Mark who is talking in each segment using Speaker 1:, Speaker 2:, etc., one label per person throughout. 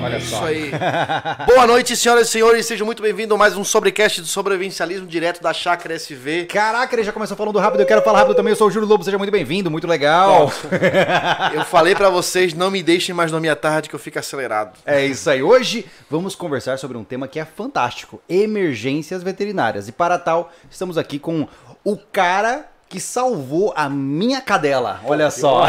Speaker 1: Olha só.
Speaker 2: Isso aí. Boa noite, senhoras e senhores. Sejam muito bem-vindos a mais um sobrecast do sobrevivencialismo direto da Chácara SV.
Speaker 1: Caraca, ele já começou falando rápido, eu quero falar rápido também. Eu sou o Júlio Lobo, seja muito bem-vindo, muito legal.
Speaker 2: Eu falei pra vocês, não me deixem mais na minha tarde que eu fico acelerado.
Speaker 1: É isso aí. Hoje vamos conversar sobre um tema que é fantástico: emergências veterinárias. E para tal, estamos aqui com o cara que salvou a minha cadela. Olha só.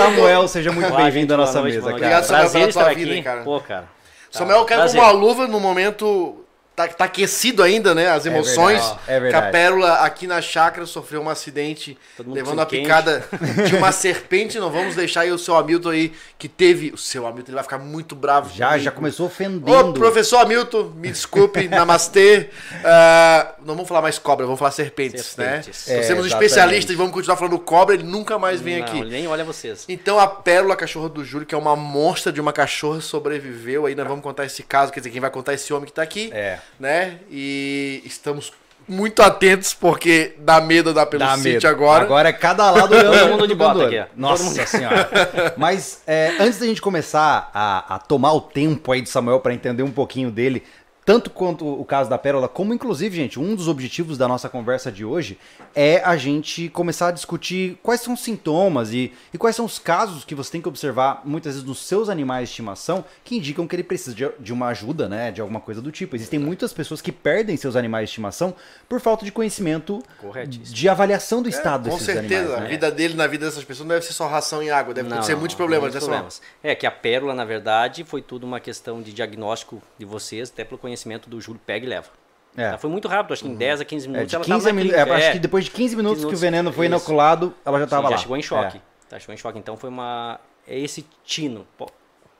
Speaker 1: Samuel, seja muito
Speaker 3: Olá,
Speaker 1: bem-vindo à
Speaker 3: gente, boa
Speaker 1: nossa
Speaker 3: noite,
Speaker 1: mesa,
Speaker 3: boa noite.
Speaker 1: cara.
Speaker 2: Obrigado, Samuel,
Speaker 3: Prazer
Speaker 2: pela tua
Speaker 3: estar
Speaker 2: vida,
Speaker 3: aqui.
Speaker 2: hein, cara.
Speaker 3: Pô, cara. Tá,
Speaker 2: Samuel um caiu com
Speaker 3: prazer.
Speaker 2: uma luva no momento. Tá, tá aquecido ainda, né? As emoções.
Speaker 1: verdade, é
Speaker 2: que
Speaker 1: verdade.
Speaker 2: a Pérola aqui na chácara sofreu um acidente,
Speaker 3: Todo mundo
Speaker 2: levando
Speaker 3: com
Speaker 2: a
Speaker 3: quente.
Speaker 2: picada de uma serpente. Não vamos deixar aí o seu Hamilton aí, que teve. O seu Hamilton, ele vai ficar muito bravo.
Speaker 1: Já, já
Speaker 2: comigo.
Speaker 1: começou ofendendo.
Speaker 2: Ô, professor Hamilton, me desculpe, namastê. Ah, não vamos falar mais cobra, vamos falar serpentes,
Speaker 3: Serpentes.
Speaker 2: né?
Speaker 1: É,
Speaker 2: Nós temos
Speaker 1: exatamente.
Speaker 2: um especialista e vamos continuar falando cobra, ele nunca mais vem
Speaker 3: Não,
Speaker 2: aqui.
Speaker 3: nem olha vocês.
Speaker 2: Então a Pérola, a cachorra do Júlio, que é uma monstra de uma cachorra, sobreviveu. Aí nós vamos contar esse caso, quer dizer, quem vai contar é esse homem que tá aqui,
Speaker 1: É.
Speaker 2: né? E estamos muito atentos, porque dá medo dar pelo
Speaker 1: Dá
Speaker 2: sítio
Speaker 1: medo.
Speaker 2: agora.
Speaker 1: Agora é cada lado olhando
Speaker 3: Todo
Speaker 1: um
Speaker 3: mundo de
Speaker 1: do
Speaker 3: bota
Speaker 1: outro.
Speaker 3: aqui, ó.
Speaker 1: Nossa
Speaker 3: Todo mundo.
Speaker 1: senhora. Mas é, antes da gente começar a, a tomar o tempo aí de Samuel para entender um pouquinho dele, tanto quanto o caso da Pérola, como inclusive, gente, um dos objetivos da nossa conversa de hoje é a gente começar a discutir quais são os sintomas e, e quais são os casos que você tem que observar muitas vezes nos seus animais de estimação que indicam que ele precisa de, de uma ajuda, né, de alguma coisa do tipo. Existem muitas pessoas que perdem seus animais de estimação por falta de conhecimento
Speaker 3: Corretíssimo.
Speaker 1: de avaliação do estado
Speaker 2: É, Com
Speaker 1: desses
Speaker 2: certeza,
Speaker 1: animais,
Speaker 2: a
Speaker 1: né?
Speaker 2: vida dele na vida dessas pessoas não deve ser só ração e água, deve acontecer muitos problemas, né, Samuel?
Speaker 3: É que a pérola, na verdade, foi tudo uma questão de diagnóstico de vocês, até pelo conhecimento do Júlio Pega e Leva.
Speaker 1: É.
Speaker 3: Tá, Foi muito rápido, acho que em 10 a 15
Speaker 1: É,
Speaker 3: minutos
Speaker 1: de
Speaker 3: ela
Speaker 1: 15
Speaker 3: tava
Speaker 1: minutos,
Speaker 3: na clínica.
Speaker 1: acho
Speaker 3: É.
Speaker 1: que depois de 15 minutos,
Speaker 3: 15
Speaker 1: que o veneno foi
Speaker 3: isso.
Speaker 1: inoculado, ela já tava
Speaker 3: Sim,
Speaker 1: lá.
Speaker 3: Já chegou em choque.
Speaker 1: É.
Speaker 3: Já chegou em choque. Então foi uma. É esse tino. Pô,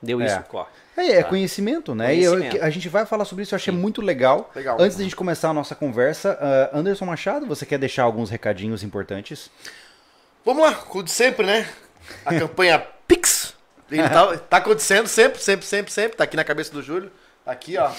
Speaker 3: deu
Speaker 1: É.
Speaker 3: isso, corre.
Speaker 1: É, é
Speaker 3: Tá.
Speaker 1: conhecimento, né? E eu-
Speaker 3: Conhecimento.
Speaker 1: a gente vai falar sobre isso, eu achei muito legal.
Speaker 2: Legal.
Speaker 1: Antes da gente começar a nossa conversa, ah, Anderson Machado, você quer deixar alguns recadinhos importantes?
Speaker 2: Vamos lá, como de sempre, né? A campanha Pix. Ele tá, tá acontecendo sempre, sempre, sempre, sempre. Tá aqui na cabeça do Júlio. Tá Aqui, ó.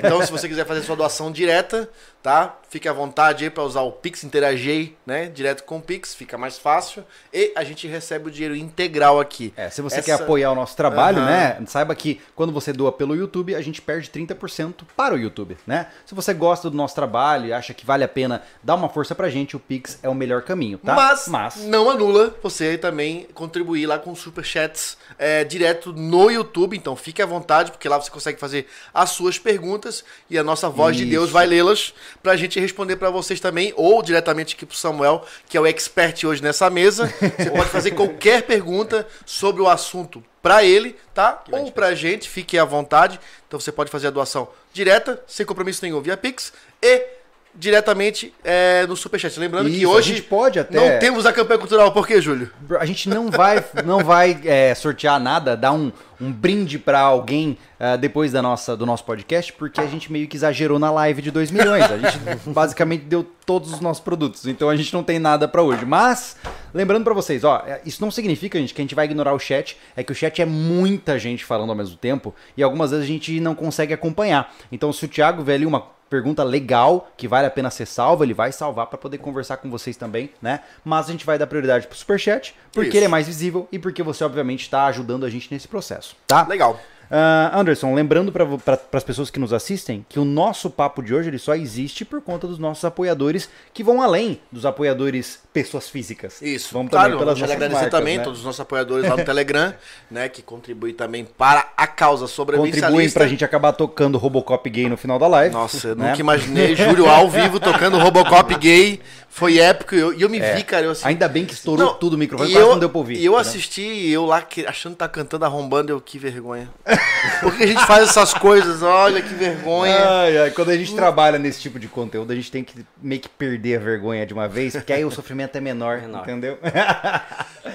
Speaker 2: Então, se você quiser fazer sua doação direta, tá? Fique à vontade aí pra usar o Pix, interagir, aí, né? Direto com o Pix, fica mais fácil. E a gente recebe o dinheiro integral aqui.
Speaker 1: É, se você
Speaker 2: Essa-
Speaker 1: quer apoiar o nosso trabalho,
Speaker 2: Aham.
Speaker 1: né? Saiba que quando você doa pelo YouTube, a gente perde 30% para o YouTube, né? Se você gosta do nosso trabalho e acha que vale a pena dar uma força pra gente, o Pix é o melhor caminho, tá?
Speaker 2: Mas, não anula você também contribuir lá com superchats é, direto no YouTube. Então fique à vontade, porque lá você consegue fazer as suas perguntas e a nossa voz de
Speaker 1: Isso.
Speaker 2: Deus vai lê-las pra gente responder pra vocês também, ou diretamente aqui pro Samuel, que é o expert hoje nessa mesa. Você pode fazer qualquer pergunta sobre o assunto pra ele, tá? Ou pra gente, fique à vontade. Então você pode fazer a doação direta, sem compromisso nenhum, via Pix e diretamente é, no Superchat. Lembrando que
Speaker 1: Isso, a
Speaker 2: hoje
Speaker 1: gente pode até-
Speaker 2: não temos a campanha cultural. Por quê, Júlio?
Speaker 1: A gente não vai, não vai é, sortear nada, dar um, um brinde pra alguém ah, depois da nossa, do nosso podcast, porque a gente meio que exagerou na live de 2 milhões. A gente basicamente deu todos os nossos produtos, então a gente não tem nada pra hoje. Mas, lembrando pra vocês, ó, é, isso não significa, gente, que a gente vai ignorar o chat, é que o chat é muita gente falando ao mesmo tempo e algumas vezes a gente não consegue acompanhar. Então, se o Thiago vê ali uma pergunta legal que vale a pena ser salva, ele vai salvar pra poder conversar com vocês também, né? Mas a gente vai dar prioridade pro superchat, porque
Speaker 2: Isso.
Speaker 1: ele é mais visível e porque você obviamente tá ajudando a gente nesse processo, tá?
Speaker 2: Legal.
Speaker 1: Ah, Anderson, lembrando para as pessoas que nos assistem que o nosso papo de hoje ele só existe por conta dos nossos apoiadores que vão além dos apoiadores pessoas físicas.
Speaker 2: Isso.
Speaker 1: Vamos
Speaker 2: claro,
Speaker 1: também pelas
Speaker 2: vamos
Speaker 1: nossas
Speaker 2: agradecer
Speaker 1: marcas,
Speaker 2: também
Speaker 1: né?
Speaker 2: todos os nossos apoiadores lá no Telegram, né? Que contribuem também para a causa
Speaker 1: contribuem
Speaker 2: sobrevivencialista.
Speaker 1: pra gente acabar tocando Robocop gay no final da live.
Speaker 2: Nossa, eu
Speaker 1: né?
Speaker 2: nunca imaginei Júlio ao vivo tocando Robocop gay. Foi épico. E eu, e eu me vi, cara. Eu, assim,
Speaker 1: É. Ainda bem que estourou
Speaker 2: Não,
Speaker 1: tudo o microfone,
Speaker 2: e
Speaker 1: quase
Speaker 2: eu-
Speaker 1: não deu pra ouvir.
Speaker 2: E eu
Speaker 1: né?
Speaker 2: assisti e eu lá que- achando que tá cantando, arrombando, eu que vergonha. Por que a gente faz essas coisas? Olha que vergonha.
Speaker 1: Ai, ai, quando a gente trabalha nesse tipo de conteúdo, a gente tem que meio que perder a vergonha de uma vez, porque aí o sofrimento é menor,
Speaker 3: Menor.
Speaker 1: entendeu?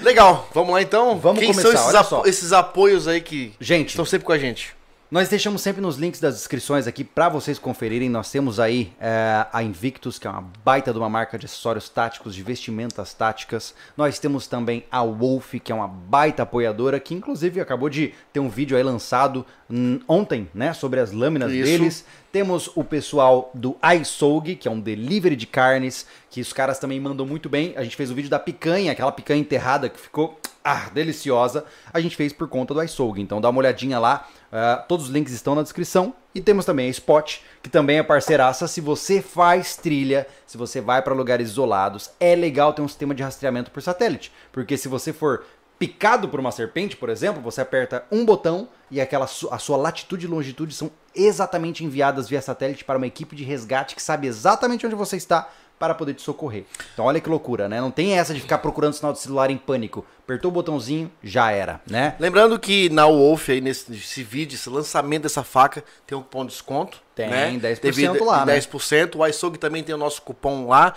Speaker 2: Legal, vamos lá então?
Speaker 1: Ah. Vamos
Speaker 2: Quem
Speaker 1: começar,
Speaker 2: são esses,
Speaker 1: olha
Speaker 2: apo-
Speaker 1: só.
Speaker 2: esses apoios aí que
Speaker 1: Gente,
Speaker 2: estão sempre com a gente?
Speaker 1: Nós deixamos sempre nos links das descrições aqui pra vocês conferirem. Nós temos aí é, a Invictus, que é uma baita de uma marca de acessórios táticos, de vestimentas táticas. Nós temos também a Wolf, que é uma baita apoiadora, que inclusive acabou de ter um vídeo aí lançado hum, ontem, né, sobre as lâminas
Speaker 2: Isso.
Speaker 1: deles. Temos o pessoal do iSog, que é um delivery de carnes, que os caras também mandam muito bem. A gente fez o vídeo da picanha, aquela picanha enterrada que ficou ah, deliciosa, a gente fez por conta do iSoul. Então dá uma olhadinha lá, ah, todos os links estão na descrição. E temos também a Spot, que também é parceiraça. Se você faz trilha, se você vai para lugares isolados, é legal ter um sistema de rastreamento por satélite. Porque se você for picado por uma serpente, por exemplo, você aperta um botão e aquela su- a sua latitude e longitude são exatamente enviadas via satélite para uma equipe de resgate que sabe exatamente onde você está para poder te socorrer. Então olha que loucura, né? Não tem essa de ficar procurando sinal de celular em pânico. Apertou o botãozinho, já era, né?
Speaker 2: Lembrando que na Wolf, aí nesse, nesse vídeo, esse lançamento dessa faca, tem um cupom de desconto.
Speaker 1: Tem,
Speaker 2: né?
Speaker 1: 10%
Speaker 2: Devido-
Speaker 1: lá, né?
Speaker 2: 10%. O iSog também tem o nosso cupom lá.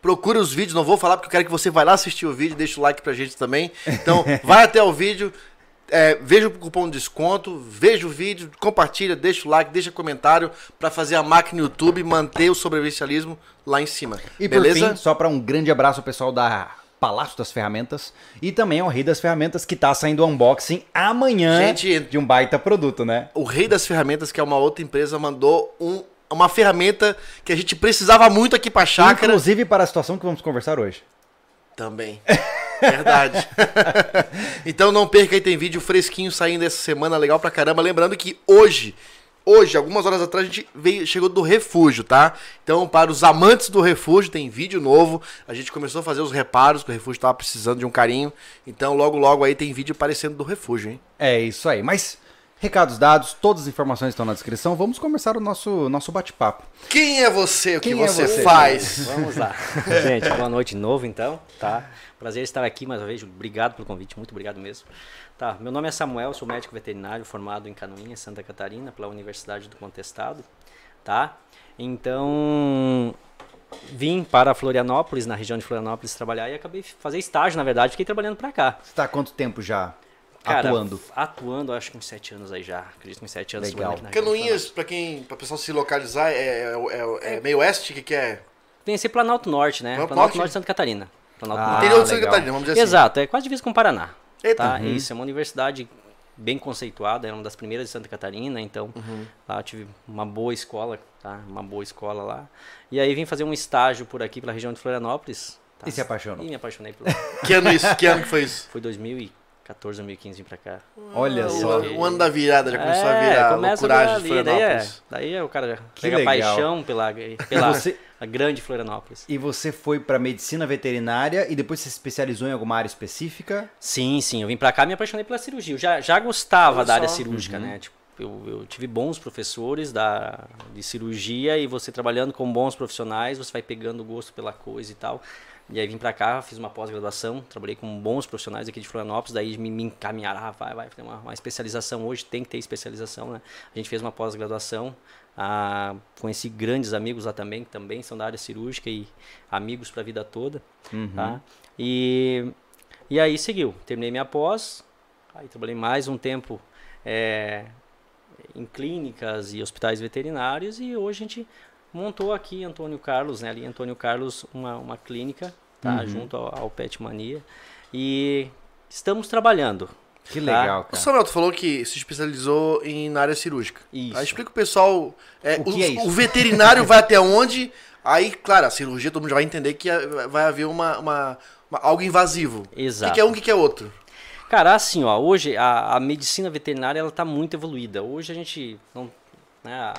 Speaker 2: Procure os vídeos, não vou falar porque eu quero que você vá lá assistir o vídeo, deixa o like pra gente também. Então, vai até o vídeo, é, veja o cupom de desconto, veja o vídeo, compartilha, deixa o like, deixa comentário pra fazer a máquina no YouTube manter o sobrevivencialismo lá em cima.
Speaker 1: E por
Speaker 2: beleza?
Speaker 1: fim, só para um grande abraço ao pessoal da Palácio das Ferramentas e também ao Rei das Ferramentas que tá saindo o unboxing amanhã
Speaker 2: Gente,
Speaker 1: de um baita produto, né?
Speaker 2: o Rei das Ferramentas, que é uma outra empresa, mandou um- uma ferramenta que a gente precisava muito aqui pra chácara.
Speaker 1: Inclusive para a situação que vamos conversar hoje.
Speaker 2: Também. Verdade. então não perca aí, tem vídeo fresquinho saindo essa semana, legal pra caramba. Lembrando que hoje, hoje, algumas horas atrás, a gente veio, chegou do refúgio, tá? Então, para os amantes do refúgio, tem vídeo novo. A gente começou a fazer os reparos, que o refúgio tava precisando de um carinho. Então, logo, logo aí tem vídeo aparecendo do refúgio, hein?
Speaker 1: É isso aí. Mas recados dados, todas as informações estão na descrição. Vamos começar o nosso, nosso bate-papo.
Speaker 2: Quem é você? O que
Speaker 1: Quem é
Speaker 2: você,
Speaker 1: você?
Speaker 2: faz?
Speaker 3: Vamos lá. Gente, boa noite de novo, então, tá? Prazer estar aqui mais uma vez. Obrigado pelo convite, muito obrigado mesmo. Tá, meu nome é Samuel, sou médico veterinário formado em Canoinhas, Santa Catarina, pela Universidade do Contestado, tá? Então, vim para Florianópolis, na região de Florianópolis, trabalhar e acabei f- fazer estágio, na verdade, fiquei trabalhando para cá.
Speaker 1: Você está há quanto tempo já
Speaker 3: Cara,
Speaker 1: atuando?
Speaker 3: f- Atuando, acho que uns sete anos aí já. Acredito que uns sete anos.
Speaker 1: Legal.
Speaker 3: trabalhando aqui na região de
Speaker 2: Canoinhas, pra quem, pra pessoal se localizar, é, é- é- é meio oeste, o que, que é?
Speaker 3: Tem esse Planalto Norte, né?
Speaker 2: Planalto
Speaker 3: Planalto
Speaker 2: Norte?
Speaker 3: Norte, de Santa Catarina. Planalto
Speaker 1: Ah,
Speaker 3: Norte.
Speaker 2: Interior de Santa
Speaker 1: legal.
Speaker 2: Catarina, vamos dizer assim.
Speaker 3: Exato, é quase divisa com o Paraná.
Speaker 2: Eita. Uhum.
Speaker 3: Tá? Isso, é uma universidade bem conceituada, é uma das primeiras de Santa Catarina, então
Speaker 2: Uhum.
Speaker 3: lá tive uma boa escola, tá? Uma boa escola lá. E aí vim fazer um estágio por aqui, pela região de Florianópolis. tá?
Speaker 1: E se apaixonou?
Speaker 3: E me apaixonei por lá.
Speaker 2: Que ano isso? Que ano que foi isso?
Speaker 3: Foi 2014, 2015 vim pra cá. É,
Speaker 1: Olha só.
Speaker 2: O, o um ano da virada já começou a virar
Speaker 3: começa
Speaker 2: loucuragem de
Speaker 3: virar ali, daí é-
Speaker 2: Florianópolis.
Speaker 3: Daí é o cara já
Speaker 1: Que
Speaker 3: pega
Speaker 1: legal.
Speaker 3: paixão pela, pela
Speaker 1: Você-
Speaker 3: a grande Florianópolis.
Speaker 1: E você foi para medicina veterinária e depois se especializou em alguma área específica?
Speaker 3: Sim, sim. Eu vim pra cá e me apaixonei pela cirurgia. Eu já, já gostava
Speaker 2: Olha
Speaker 3: da área
Speaker 2: só. Uhum.
Speaker 3: cirúrgica, né? Tipo, eu, eu tive bons professores da, de cirurgia e você trabalhando com bons profissionais, você vai pegando gosto pela coisa e tal. E aí vim pra cá, fiz uma pós-graduação, trabalhei com bons profissionais aqui de Florianópolis, daí me, me encaminharam, ah, vai, vai, fazer uma, uma especialização hoje, tem que ter especialização, né? A gente fez uma pós-graduação, ah, conheci grandes amigos lá também, que também são da área cirúrgica e amigos pra vida toda,
Speaker 1: Uhum.
Speaker 3: tá? E e aí seguiu. Terminei minha pós, aí trabalhei mais um tempo é, em clínicas e hospitais veterinários e hoje a gente montou aqui em Antônio Carlos, né? Ali em Antônio Carlos, uma, uma clínica, tá?
Speaker 1: Uhum.
Speaker 3: Junto ao, ao Pet Mania. E estamos trabalhando.
Speaker 1: Que
Speaker 3: tá?
Speaker 1: legal,
Speaker 2: O
Speaker 1: cara.
Speaker 2: Samuel, tu falou que se especializou em, na área cirúrgica.
Speaker 3: Isso.
Speaker 2: Aí explica o pessoal. é,
Speaker 1: O
Speaker 2: o,
Speaker 1: que é isso?
Speaker 2: o veterinário vai até onde? Aí, claro, a cirurgia todo mundo já vai entender que é- vai haver uma, uma- uma- algo invasivo. O que
Speaker 3: Exato.
Speaker 2: que é um, o que que é outro?
Speaker 3: Cara, assim, ó, hoje a, a medicina veterinária ela tá muito evoluída. Hoje a gente não, né, a,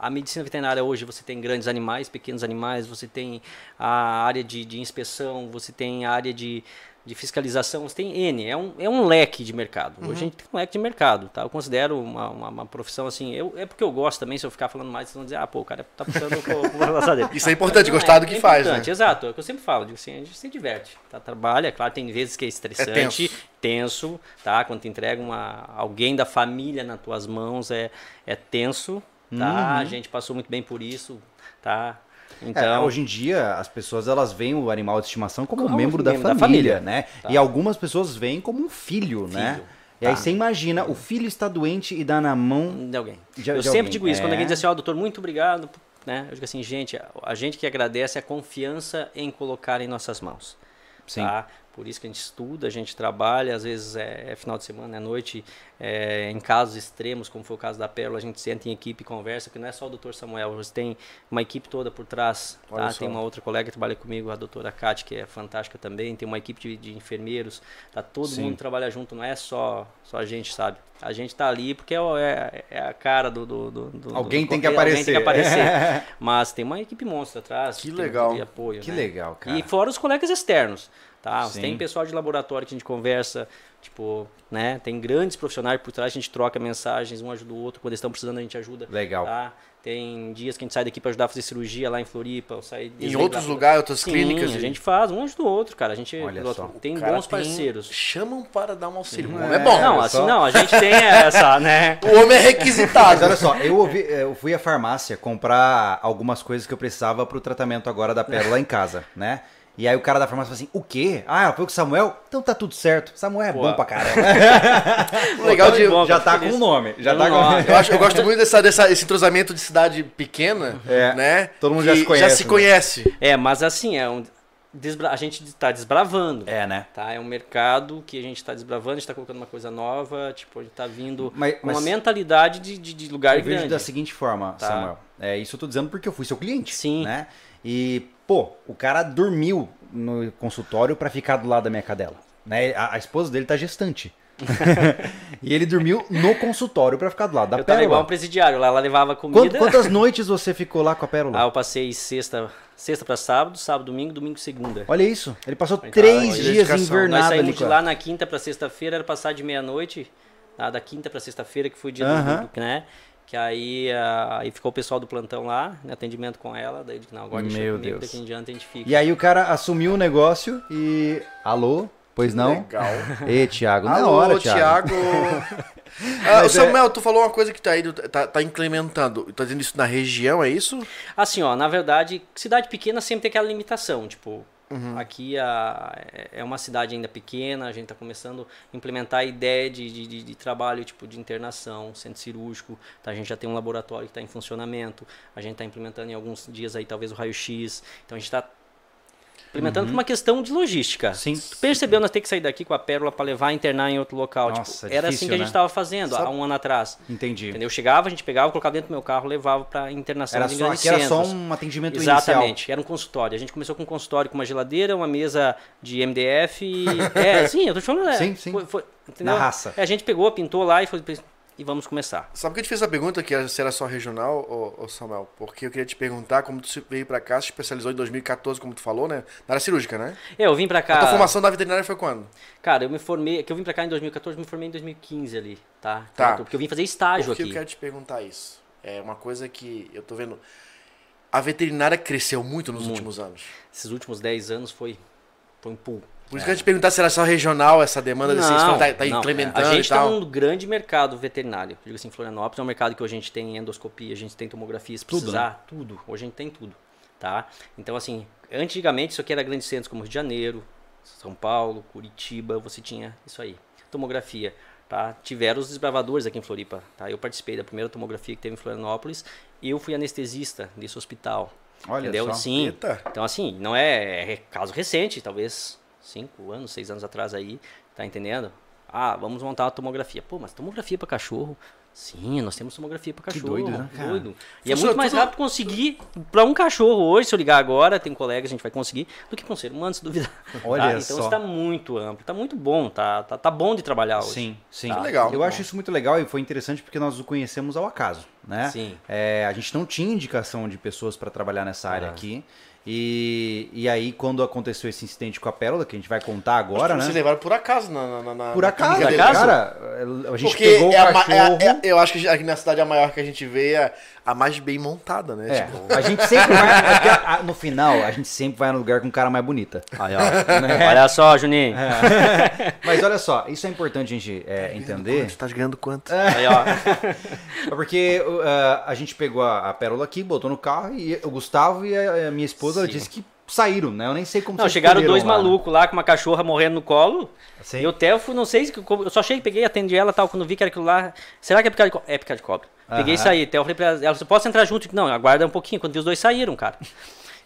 Speaker 3: a medicina veterinária hoje você tem grandes animais, pequenos animais, você tem a área de, de inspeção, você tem a área de, de fiscalização, você tem N, é um, é um leque de mercado.
Speaker 2: Uhum.
Speaker 3: Hoje a gente tem um leque de mercado, tá? Eu considero uma, uma, uma profissão assim, eu, é porque eu gosto também, se eu ficar falando mais, vocês vão dizer, ah, pô, o cara tá precisando com, com a relação dele.
Speaker 2: Isso é importante, gostar do que
Speaker 3: É
Speaker 2: faz, né?
Speaker 3: importante, Exato, é o que eu sempre falo, digo assim, a gente se diverte, tá? Trabalha, claro, tem vezes que é estressante,
Speaker 2: tenso.
Speaker 3: tenso, tá? Quando te entrega uma, alguém da família nas tuas mãos é, é tenso, tá? A gente passou muito bem por isso, tá? Então,
Speaker 1: Uhum. É, hoje em dia, as pessoas elas veem o animal de estimação como,
Speaker 3: Como
Speaker 1: um membro da
Speaker 3: membro da
Speaker 1: família,
Speaker 3: família,
Speaker 1: né?
Speaker 3: tá.
Speaker 1: E algumas pessoas veem como um filho, né?
Speaker 3: Filho, Tá.
Speaker 1: E aí você imagina, o filho está doente e dá na mão.
Speaker 3: de alguém.
Speaker 1: Então, De-
Speaker 3: eu
Speaker 1: de
Speaker 3: sempre
Speaker 1: alguém,
Speaker 3: digo isso,
Speaker 1: é.
Speaker 3: quando alguém diz assim, ó, doutor, muito obrigado, né? Eu digo assim, gente, a, a gente que agradece a confiança em colocar em nossas mãos.
Speaker 1: Sim.
Speaker 3: tá? Por isso que a gente estuda, a gente trabalha, às vezes é, é final de semana, é noite, é, em casos extremos, como foi o caso da Pérola, a gente senta em equipe e conversa, porque não é só o doutor Samuel, você tem uma equipe toda por trás,
Speaker 2: Olha
Speaker 3: tá?
Speaker 2: só.
Speaker 3: tem uma outra colega que trabalha comigo, a doutora Kátia, que é fantástica também, tem uma equipe de, de enfermeiros, tá? todo
Speaker 1: Sim.
Speaker 3: mundo trabalha junto, não é só, só a gente, sabe? A gente tá ali porque é, o- é- é a cara do... do, do- do-
Speaker 1: Alguém
Speaker 3: do-
Speaker 1: tem que
Speaker 3: Alguém tem que
Speaker 1: aparecer.
Speaker 3: aparecer. Mas tem uma equipe monstro atrás.
Speaker 2: Que
Speaker 3: tem um
Speaker 2: legal.
Speaker 3: grupo de apoio,
Speaker 1: Que
Speaker 3: né?
Speaker 1: legal, cara.
Speaker 3: E fora os colegas externos, tá?
Speaker 1: Sim.
Speaker 3: Tem pessoal de laboratório que a gente conversa, tipo, né? Tem grandes profissionais por trás, a gente troca mensagens, um ajuda o outro, quando eles estão precisando a gente ajuda,
Speaker 1: Legal.
Speaker 3: tá? Tem dias que a gente sai daqui para ajudar a fazer cirurgia lá em Floripa, eu saí
Speaker 2: Em outros lugares, outras
Speaker 3: Sim,
Speaker 2: clínicas.
Speaker 3: a
Speaker 2: e-
Speaker 3: gente faz, um ajuda o outro, cara. A gente
Speaker 1: Olha só.
Speaker 3: tem
Speaker 2: O cara
Speaker 3: bons parceiros.
Speaker 2: Chamam para dar um auxílio. O
Speaker 1: É.
Speaker 2: homem é bom.
Speaker 3: não,
Speaker 1: olha
Speaker 3: assim
Speaker 1: só.
Speaker 3: não, a gente tem essa, né?
Speaker 2: O homem
Speaker 1: Mas
Speaker 2: é requisitado.
Speaker 1: olha só, eu, ouvi- eh, eu fui à farmácia comprar algumas coisas que eu precisava pro tratamento agora da pérola em casa, né? E aí o cara da farmácia falou assim, o quê? Ah, ela foi com o Samuel? Então tá tudo certo. Samuel é
Speaker 3: Pô.
Speaker 1: bom pra caramba.
Speaker 2: O legal
Speaker 3: Pô,
Speaker 2: de.
Speaker 3: bom,
Speaker 1: já
Speaker 3: cara,
Speaker 1: tá
Speaker 3: fico
Speaker 1: com o
Speaker 3: feliz.
Speaker 1: nome. Já
Speaker 3: Eu
Speaker 1: tá
Speaker 3: não
Speaker 1: com o
Speaker 3: acho.
Speaker 1: nome.
Speaker 2: Eu, acho, eu gosto muito dessa, dessa- esse entrosamento de cidade pequena,
Speaker 1: É.
Speaker 2: né?
Speaker 1: Todo mundo
Speaker 2: que
Speaker 1: já se conhece,
Speaker 2: Já se
Speaker 1: né?
Speaker 2: conhece.
Speaker 3: É, mas assim, é um desbra- a gente tá desbravando.
Speaker 1: É, né?
Speaker 3: Tá? É um mercado que a gente está desbravando, a gente está colocando uma coisa nova, tipo, a gente está vindo
Speaker 1: Mas-
Speaker 3: com uma
Speaker 1: mas-
Speaker 3: mentalidade de, de, de lugar
Speaker 1: Eu vejo
Speaker 3: grande.
Speaker 1: da seguinte forma,
Speaker 3: Tá.
Speaker 1: Samuel. É, isso eu tô dizendo porque eu fui seu cliente.
Speaker 3: Sim.
Speaker 1: Né? E, pô, o cara dormiu no consultório pra ficar do lado da minha cadela. Né? A, a esposa dele tá gestante. e ele dormiu no consultório pra ficar do lado da
Speaker 3: eu estava
Speaker 1: pérola.
Speaker 3: igual um presidiário, lá ela levava
Speaker 1: Quant-
Speaker 3: comida.
Speaker 1: quantas noites você ficou lá com a pérola?
Speaker 3: Ah, eu passei sexta, sexta para sábado, sábado, domingo, domigo, segunda.
Speaker 1: Olha isso. Ele passou
Speaker 3: Então,
Speaker 1: três
Speaker 3: olha,
Speaker 1: dias
Speaker 2: dedicação.
Speaker 3: Nós
Speaker 1: invernado ali.
Speaker 3: saímos de
Speaker 1: Cara.
Speaker 3: lá na quinta para sexta-feira, era passar de meia-noite, tá? da quinta para sexta-feira, que foi o dia
Speaker 1: Aham.
Speaker 3: do do- né? Que aí, ah, aí ficou o pessoal do plantão lá, em atendimento com ela, daí eu digo, não, agora deixa
Speaker 1: Meu
Speaker 3: comigo,
Speaker 1: Deus.
Speaker 3: daqui em diante a gente fica.
Speaker 1: E aí o cara assumiu o negócio e. Alô? Pois não?
Speaker 2: Legal.
Speaker 1: Ê, Thiago, na
Speaker 2: Alô,
Speaker 1: hora, Thiago.
Speaker 2: Thiago. Ah,
Speaker 1: Mas
Speaker 2: o
Speaker 1: é-
Speaker 2: Samuel, tu falou uma coisa que tá aí, tá, tá incrementando. Tá dizendo isso na região, é isso?
Speaker 3: Assim, ó, na verdade, cidade pequena sempre tem aquela limitação, tipo,
Speaker 1: Uhum.
Speaker 3: aqui a, é uma cidade ainda pequena, a gente tá começando a implementar a ideia de, de, de- de trabalho, tipo, de internação, centro cirúrgico, tá? a gente já tem um laboratório que está em funcionamento, a gente está implementando em alguns dias aí, talvez, o raio-x, então a gente está implementando por uma questão de logística.
Speaker 1: Uhum. Sim.
Speaker 3: Tu percebeu nós ter que sair daqui com a pérola para levar e internar em outro local,
Speaker 1: Nossa,
Speaker 3: tipo, era
Speaker 1: difícil,
Speaker 3: assim que a gente
Speaker 1: né?
Speaker 3: estava fazendo
Speaker 2: Sabe-
Speaker 3: há um ano atrás.
Speaker 1: Entendi.
Speaker 3: Entendeu? Eu chegava, a gente pegava, colocava dentro do meu carro, levava para internação
Speaker 1: Era
Speaker 3: em
Speaker 1: só,
Speaker 3: grandes
Speaker 1: aqui era só
Speaker 3: centros.
Speaker 1: um atendimento
Speaker 3: Exatamente, era um consultório. A gente começou com um consultório com uma geladeira, uma mesa de MDF. e- é, sim, eu tô te falando. É,
Speaker 1: Sim, sim.
Speaker 3: Foi, foi- entendeu?
Speaker 1: Na raça.
Speaker 3: É, a gente pegou, pintou lá e foi. E vamos começar.
Speaker 2: Sabe que eu te fiz essa pergunta que era- se era só regional, ô, ô Samuel? Porque eu queria te perguntar como tu se- veio pra cá, se especializou em 2014, como tu falou, né? Na área cirúrgica, né?
Speaker 3: É, eu vim pra
Speaker 2: A
Speaker 3: cá.
Speaker 2: tua formação da veterinária foi quando?
Speaker 3: Cara, eu me formei. é Que eu vim pra cá em 2014, me formei em 2015 ali, tá?
Speaker 2: Tá.
Speaker 3: Porque eu vim fazer estágio
Speaker 2: Por que eu
Speaker 3: aqui.
Speaker 2: quero te perguntar isso? É uma coisa que eu tô vendo. A veterinária cresceu muito nos últimos anos.
Speaker 3: Esses últimos 10 anos foi, foi um pulo.
Speaker 2: Por isso que eu ia te perguntar se era só regional essa demanda desse
Speaker 3: Não,
Speaker 2: tá, tá
Speaker 3: não. é,
Speaker 2: implementando
Speaker 3: A gente
Speaker 2: e
Speaker 3: está
Speaker 2: tal.
Speaker 3: num grande mercado veterinário. Digo assim, Florianópolis é um mercado que hoje a gente tem endoscopia, a gente tem tomografia, se
Speaker 1: Tudo,
Speaker 3: precisar, tudo. Hoje a gente tem tudo, tá? Então assim, antigamente isso aqui era grandes centros como Rio de Janeiro, São Paulo, Curitiba, você tinha isso aí. Tomografia, tá? Tiveram os desbravadores aqui em Floripa, tá? Eu participei da primeira tomografia que teve em Florianópolis e eu fui anestesista desse hospital.
Speaker 1: Olha
Speaker 3: entendeu?
Speaker 1: só.
Speaker 3: Sim.
Speaker 2: Eita.
Speaker 3: Então, assim, não é, é caso recente, talvez cinco anos, seis anos atrás aí, tá entendendo? Ah, vamos montar uma tomografia. Pô, mas tomografia pra cachorro? Sim, nós temos tomografia pra
Speaker 1: Que
Speaker 3: cachorro.
Speaker 1: doido, né, cara?
Speaker 3: doido. E é
Speaker 2: Funciona
Speaker 3: muito mais
Speaker 2: tudo-
Speaker 3: rápido conseguir pra um cachorro hoje, se eu ligar agora, tem um colega, a gente vai conseguir, do que pra um ser humano, se duvidar.
Speaker 1: Olha
Speaker 3: tá? Então
Speaker 1: só.
Speaker 3: isso tá muito amplo, tá muito bom, tá, tá, tá bom de trabalhar hoje.
Speaker 1: Sim, sim.
Speaker 2: Tá legal.
Speaker 1: Eu acho isso muito legal e foi interessante porque nós o conhecemos ao acaso, né?
Speaker 3: Sim.
Speaker 1: É, a gente não tinha indicação de pessoas para trabalhar nessa área
Speaker 3: Ah.
Speaker 1: aqui. E, e aí, quando aconteceu esse incidente com a Pérola, que a gente vai contar agora, né?
Speaker 2: Vocês levaram por acaso na. na, na
Speaker 1: Por
Speaker 2: na
Speaker 1: acaso,
Speaker 2: clínica deles.
Speaker 3: acaso?
Speaker 1: cara, a gente
Speaker 2: Porque
Speaker 1: pegou o
Speaker 2: é a ma- é a-
Speaker 1: cachorro.
Speaker 2: é a- eu acho que aqui na cidade a maior que a gente vê é a mais bem montada, né?
Speaker 1: É,
Speaker 2: Tipo,
Speaker 1: a gente sempre vai. é que a- a- no final, a gente sempre vai no lugar com um cara mais bonita.
Speaker 3: Aí, ó. Olha só, Juninho.
Speaker 1: É. Mas olha só, isso é importante a gente é, entender.
Speaker 2: Quanto? Tá ganhando quanto?
Speaker 3: Aí, ó.
Speaker 1: É Porque uh, a gente pegou a, a pérola aqui, botou no carro e o Gustavo e a, a minha esposa
Speaker 3: Sim.
Speaker 1: disse que saíram, né? Eu nem sei como
Speaker 3: Não,
Speaker 1: vocês
Speaker 3: chegaram
Speaker 1: escolheram
Speaker 3: dois
Speaker 1: lá, né?
Speaker 3: malucos lá com uma cachorra morrendo no colo.
Speaker 1: Sim.
Speaker 3: E o Telfo, não sei, se- como- eu só achei, peguei, atendi ela tal, quando vi que era aquilo lá. Será que é picada de cobre? É picada de cobre. Peguei e
Speaker 1: Aham.
Speaker 3: saí. Até eu falei pra ela, ela falou, posso entrar junto? Eu disse, Não, aguarda um pouquinho. Quando vi os dois saíram, cara.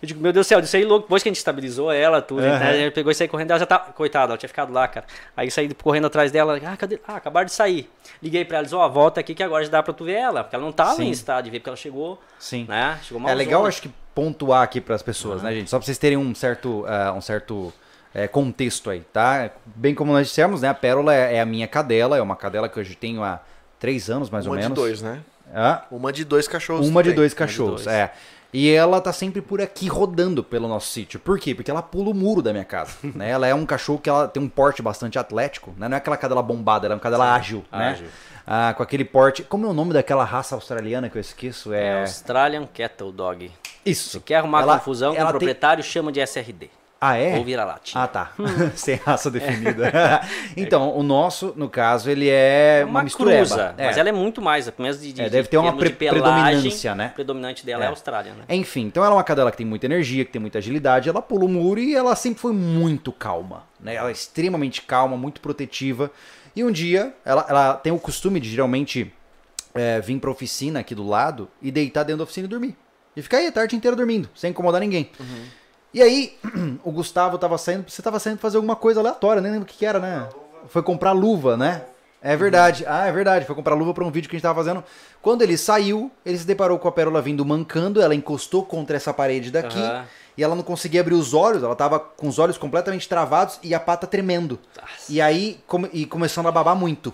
Speaker 3: Eu digo, meu Deus do céu, isso aí logo, depois que a gente estabilizou ela, tudo,
Speaker 1: Aham.
Speaker 3: né? A gente pegou e saiu correndo, ela já tá. Coitada, ela tinha ficado lá, cara. Aí saí correndo atrás dela, ah, cadê? Ah, acabaram de sair. Liguei pra ela, disse, ó, volta aqui que agora já dá pra tu ver ela. Porque ela não tava
Speaker 1: Sim.
Speaker 3: em estado de ver, porque ela chegou,
Speaker 1: Sim.
Speaker 3: né? Chegou
Speaker 1: É
Speaker 3: malzona.
Speaker 1: legal, acho que pontuar aqui para as pessoas, né, gente? Só para vocês terem um certo, ah, um certo eh, contexto aí, tá? Bem como nós dissemos, né? A Pérola é, é a minha cadela, é uma cadela que hoje tenho há três anos, mais
Speaker 2: uma
Speaker 1: ou
Speaker 2: de
Speaker 1: menos.
Speaker 2: dois, né?
Speaker 1: Hã?
Speaker 2: Uma de dois cachorros.
Speaker 1: Uma de
Speaker 2: também.
Speaker 1: dois cachorros,
Speaker 3: dois.
Speaker 1: é. E ela tá sempre por aqui rodando pelo nosso sítio. Por quê? Porque ela pula o muro da minha casa. né? Ela é um cachorro que ela tem um porte bastante atlético, né? Não é aquela cadela bombada, ela é uma cadela ágil, né?
Speaker 3: ágil.
Speaker 1: Ah, com aquele porte. Como é o nome daquela raça australiana que eu esqueço?
Speaker 3: É
Speaker 1: É.
Speaker 3: Australian Cattle Dog.
Speaker 1: Isso.
Speaker 3: Se quer arrumar
Speaker 1: Ela-
Speaker 3: confusão com
Speaker 1: ela
Speaker 3: o
Speaker 1: tem-
Speaker 3: proprietário, chama de SRD.
Speaker 1: Ah, é?
Speaker 3: Ou Hum. É. vira-latinha.
Speaker 1: Ah, tá. Sem raça definida. então, o nosso, no caso, ele é uma, mistureba.
Speaker 3: cruza, mas ela é muito mais, pelo menos de, de,
Speaker 1: É, deve ter uma
Speaker 3: termo de
Speaker 1: pre-
Speaker 3: pelagem,
Speaker 1: predominância, né?
Speaker 3: predominante dela é, a Austrália, né?
Speaker 1: Enfim, então ela é uma cadela que tem muita energia, que tem muita agilidade, ela pula o muro e ela sempre foi muito calma, né? Ela é extremamente calma, muito protetiva. E um dia, ela, ela tem o costume de geralmente é, vir pra oficina aqui do lado e deitar dentro da oficina e dormir. E ficar aí a tarde inteira dormindo, sem incomodar ninguém. E aí, o Gustavo tava saindo, você tava saindo pra fazer alguma coisa aleatória, nem lembro o que, que era, né? Foi comprar luva, né? É verdade, ah, é verdade, foi comprar luva pra um vídeo que a gente tava fazendo. Quando ele saiu, ele se deparou com a Pérola vindo mancando, ela encostou contra essa parede daqui,
Speaker 3: Aham.
Speaker 1: e ela não conseguia abrir os olhos, ela tava com os olhos completamente travados e a pata tremendo. E aí, come- e começando a babar muito.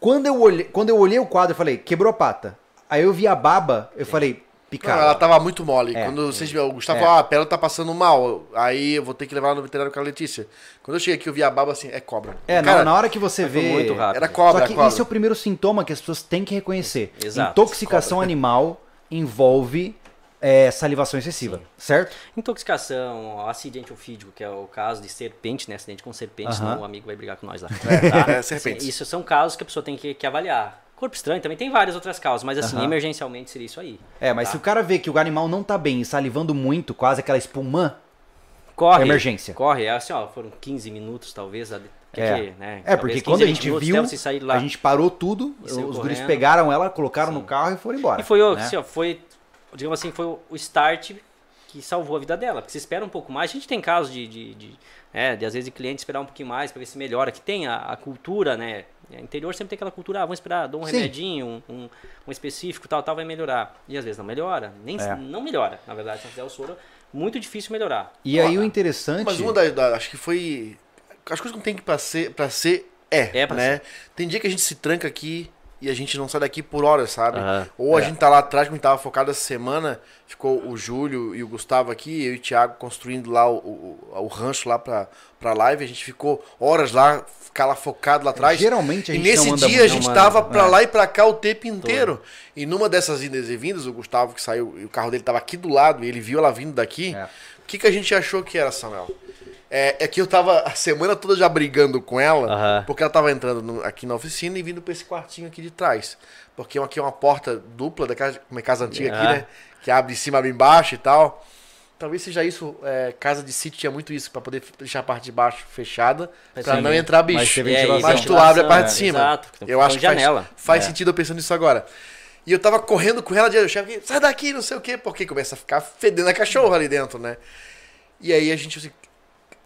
Speaker 1: Quando eu, olhei, quando eu olhei o quadro, eu falei, quebrou a pata. Aí eu vi a baba, eu falei,
Speaker 2: Cara,
Speaker 1: picada.
Speaker 2: ela tá- tava muito mole.
Speaker 1: É.
Speaker 2: Quando vocês viram, o Gustavo
Speaker 1: É.
Speaker 2: falou, ah, a Pérola tá passando mal. Aí eu vou ter que levar ela no veterinário com a Letícia. Quando eu cheguei aqui, eu vi a baba assim, é cobra.
Speaker 1: É, na-
Speaker 2: Cara,
Speaker 1: na hora que você
Speaker 3: foi
Speaker 1: vê.
Speaker 3: muito rápido.
Speaker 2: Era cobra,
Speaker 1: Só que
Speaker 2: cobra.
Speaker 1: esse é o primeiro sintoma que as pessoas têm que reconhecer.
Speaker 3: Exato,
Speaker 1: Intoxicação animal envolve é, salivação excessiva, certo?
Speaker 3: Intoxicação, acidente ofídico, que é o caso de serpente, né? Acidente com serpente,
Speaker 1: Aham.
Speaker 3: senão o amigo vai brigar com nós lá.
Speaker 2: É,
Speaker 3: Tá?
Speaker 2: é, serpentes.
Speaker 3: Sim, Isso são casos que a pessoa tem que, que avaliar. Corpo estranho também tem várias outras causas, mas assim,
Speaker 1: Aham.
Speaker 3: emergencialmente seria isso aí.
Speaker 1: É, mas
Speaker 3: tá?
Speaker 1: se o cara vê que o animal não tá bem e salivando muito, quase aquela espumã,
Speaker 3: Corre.
Speaker 1: Emergência.
Speaker 3: Corre, é assim, ó, foram 15 minutos talvez. a- Que
Speaker 1: É.
Speaker 3: que, né?
Speaker 1: É,
Speaker 3: Talvez
Speaker 1: porque
Speaker 3: 15,
Speaker 1: quando a gente
Speaker 3: 20 minutos
Speaker 1: viu,
Speaker 3: dela se sair lá.
Speaker 1: a gente parou tudo,
Speaker 3: E saiu
Speaker 1: os guris
Speaker 3: correndo.
Speaker 1: pegaram ela, colocaram no carro e foram embora.
Speaker 3: E foi, o-
Speaker 1: né?
Speaker 3: assim, ó, foi, digamos assim, foi o o start que salvou a vida dela. Porque se espera um pouco mais. A gente tem casos de, de, de, é, de, às vezes, de cliente esperar um pouquinho mais para ver se melhora. Que tem a, a cultura, né? É, Interior sempre tem aquela cultura, ah, vamos esperar, dou um
Speaker 1: Sim.
Speaker 3: remedinho, um, um, um específico, tal, tal, vai melhorar. E às vezes não melhora. Nem,
Speaker 1: É.
Speaker 3: Não melhora, na verdade, se não fizer o soro, muito difícil melhorar. é
Speaker 1: E aí o
Speaker 3: Ora,
Speaker 1: interessante.
Speaker 2: Mas uma da, da- Acho que foi. As coisas que não tem que pra ser, pra ser é.
Speaker 3: É pra
Speaker 2: né? Tem dia que a gente se tranca aqui e a gente não sai daqui por horas, sabe?
Speaker 3: Aham.
Speaker 2: Ou a gente tá lá atrás, como a gente tava focado essa semana, ficou o Júlio e o Gustavo aqui, eu e o Thiago construindo lá o, o, o rancho lá pra, pra live. A gente ficou horas lá, ficar lá focado lá atrás.
Speaker 1: Geralmente a
Speaker 2: E
Speaker 1: gente
Speaker 2: nesse
Speaker 1: não anda
Speaker 2: dia
Speaker 1: muito,
Speaker 2: a gente
Speaker 1: não anda,
Speaker 2: tava
Speaker 1: né?
Speaker 3: É.
Speaker 2: pra lá e pra cá o tempo inteiro. E numa dessas vindas e vindas, o Gustavo que saiu, e o carro dele tava aqui do lado, e ele viu ela vindo daqui.
Speaker 1: É.
Speaker 2: O que, que a gente achou que era, Samuel? É, é que eu tava a semana toda já brigando com ela,
Speaker 3: Aham.
Speaker 2: porque ela tava entrando no- aqui na oficina e vindo pra esse quartinho aqui de trás. Porque aqui é uma porta dupla da casa, uma casa antiga
Speaker 3: Ah.
Speaker 2: aqui, né? Que abre de cima, abre embaixo e tal. Talvez seja isso, é, casa de sítio tinha muito isso, pra poder deixar a parte de baixo fechada, pra
Speaker 3: Sim.
Speaker 2: não entrar bicho.
Speaker 1: Mas teve
Speaker 3: É, e
Speaker 1: ventilação.
Speaker 2: Mas tu abre a parte de
Speaker 3: é,
Speaker 2: cima.
Speaker 3: exato, porque
Speaker 2: eu
Speaker 3: tá
Speaker 2: acho que
Speaker 3: falando
Speaker 2: faz,
Speaker 3: de janela.
Speaker 2: faz
Speaker 3: É.
Speaker 2: sentido eu pensando nisso agora. E eu tava correndo com ela, eu chefe, sai daqui, não sei o quê, porque começa a ficar fedendo a cachorra ali dentro, né? E aí a gente, assim,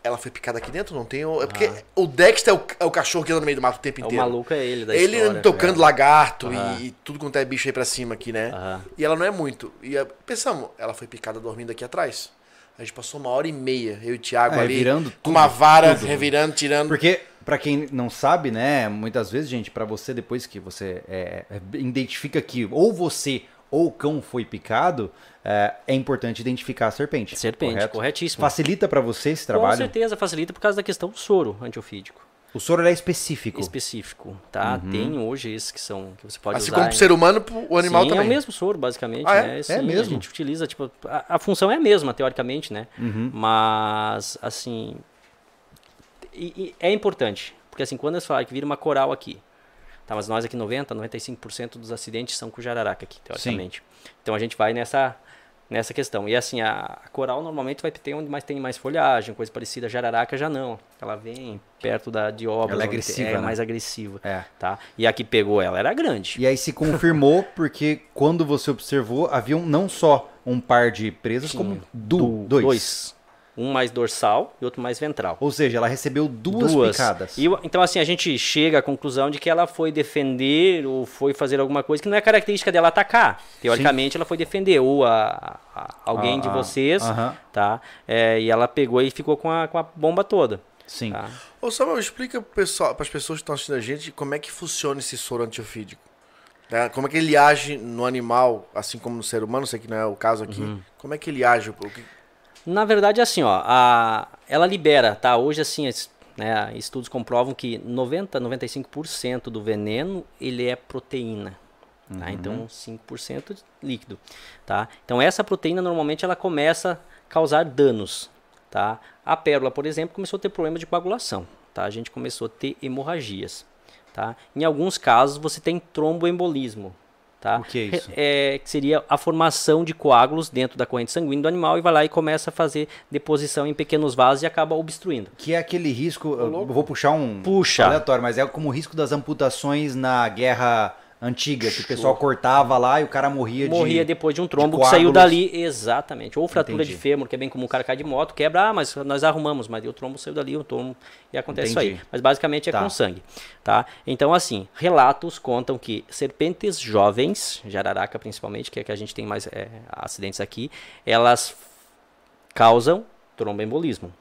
Speaker 2: ela foi picada aqui dentro? Não tem... o- É porque o Dexter é o, é o cachorro que anda no meio do mato o tempo
Speaker 3: Ah. é o
Speaker 2: inteiro.
Speaker 3: maluco é ele da
Speaker 2: Ele
Speaker 3: história. né?
Speaker 2: tocando lagarto e-
Speaker 3: Aham.
Speaker 2: e, tudo quanto é bicho aí pra cima aqui, né?
Speaker 3: Aham.
Speaker 2: E ela não é muito. E eh, pensamos, ela foi picada dormindo aqui atrás. A gente passou uma hora e meia, eu e o Thiago
Speaker 1: É,
Speaker 2: ali,
Speaker 1: virando
Speaker 2: com uma vara,
Speaker 1: tudo. né?
Speaker 2: revirando, tirando.
Speaker 1: Porque, pra quem não sabe, né, muitas vezes, gente, pra você, depois que você é, é, identifica que ou você ou o cão foi picado, é, é importante identificar a serpente.
Speaker 3: Serpente,
Speaker 1: correto?
Speaker 3: corretíssimo.
Speaker 1: Facilita pra você esse
Speaker 3: Com
Speaker 1: trabalho?
Speaker 3: certeza facilita por causa da questão do soro antiofídico.
Speaker 1: O soro ele é específico.
Speaker 3: específico, tá? Tem hoje esses que são que você pode
Speaker 2: Uhum. assim
Speaker 3: usar.
Speaker 2: como pro ser humano, pro animal
Speaker 3: Sim,
Speaker 2: também.
Speaker 3: é o mesmo soro, basicamente,
Speaker 2: Ah, é?
Speaker 3: né?
Speaker 1: É
Speaker 3: Sim, A
Speaker 1: mesmo?
Speaker 3: gente utiliza, tipo, a, a função é a mesma, teoricamente, né?
Speaker 1: Uhum.
Speaker 3: Mas, assim, e- e é importante, porque assim, quando eles falam que vira uma coral aqui, tá? Mas nós aqui 90, 95% dos acidentes são com jararaca aqui, teoricamente. Então a gente vai nessa nessa questão. E assim, a, a coral normalmente vai ter onde mais tem mais folhagem, coisa parecida. A jararaca já não. Ela vem perto da de obra,
Speaker 1: Ela é
Speaker 3: onde
Speaker 1: agressiva,
Speaker 3: é
Speaker 1: né?
Speaker 3: mais agressiva,
Speaker 1: É.
Speaker 3: tá? E a que pegou ela era grande.
Speaker 1: E aí se confirmou porque quando você observou, haviam não só um par de presas,
Speaker 3: Tinha.
Speaker 1: como du, Tipo, dois.
Speaker 3: Tipo, Um mais dorsal e outro mais ventral.
Speaker 1: Ou seja, ela recebeu duas, picadas.
Speaker 3: E eu- então, assim, a gente chega à conclusão de que ela foi defender ou foi fazer alguma coisa que não é característica dela atacar. Teoricamente, ela foi defender ou a, a- alguém
Speaker 1: Ah,
Speaker 3: de
Speaker 1: ah,
Speaker 3: vocês,
Speaker 1: aham.
Speaker 3: tá? É, e ela pegou e ficou com a, com a bomba toda.
Speaker 1: Sim.
Speaker 3: tá?
Speaker 2: Ô Samuel, explica pro pessoal, pras pessoas que estão assistindo a gente como é que funciona esse soro antiofídico. Né? Como é que ele age no animal, assim como no ser humano, sei que não é o caso aqui.
Speaker 3: Uhum.
Speaker 2: Como é que ele age? O que-
Speaker 3: Na verdade, assim, ó, a, ela libera, tá? Hoje, assim, es- né, estudos comprovam que 90, 95% do veneno, ele é proteína. Tá? Então,
Speaker 1: Uhum.
Speaker 3: 5% de líquido, tá? Então, essa proteína, normalmente, ela começa a causar danos, tá? A pérola, por exemplo, começou a ter problema de coagulação, tá? A gente começou a ter hemorragias, tá? Em alguns casos, você tem tromboembolismo, tá?
Speaker 1: O que é
Speaker 3: Re-
Speaker 1: isso?
Speaker 3: é, que seria a formação de coágulos dentro da corrente sanguínea do animal e vai lá e começa a fazer deposição em pequenos vasos e acaba obstruindo.
Speaker 1: Que é aquele risco,
Speaker 3: Tá
Speaker 1: eu vou puxar um
Speaker 3: Puxa.
Speaker 1: aleatório, mas é como o risco das amputações na guerra antiga, que o pessoal cortava lá e o cara morria,
Speaker 3: Morria
Speaker 1: de...
Speaker 3: depois de um
Speaker 1: de
Speaker 3: trombo que saiu
Speaker 1: coágulos.
Speaker 3: dali, exatamente. Ou fratura
Speaker 1: Entendi.
Speaker 3: de fêmur, que é bem comum, o cara cai de moto, quebra, ah, mas nós arrumamos, mas o trombo saiu dali, o trombo, e acontece isso
Speaker 1: Entendi.
Speaker 3: aí. Mas basicamente é
Speaker 1: Tá.
Speaker 3: com sangue, tá? Então, assim, relatos contam que serpentes jovens, jararaca principalmente, que é que a gente tem mais é, acidentes aqui, elas causam tromboembolismo.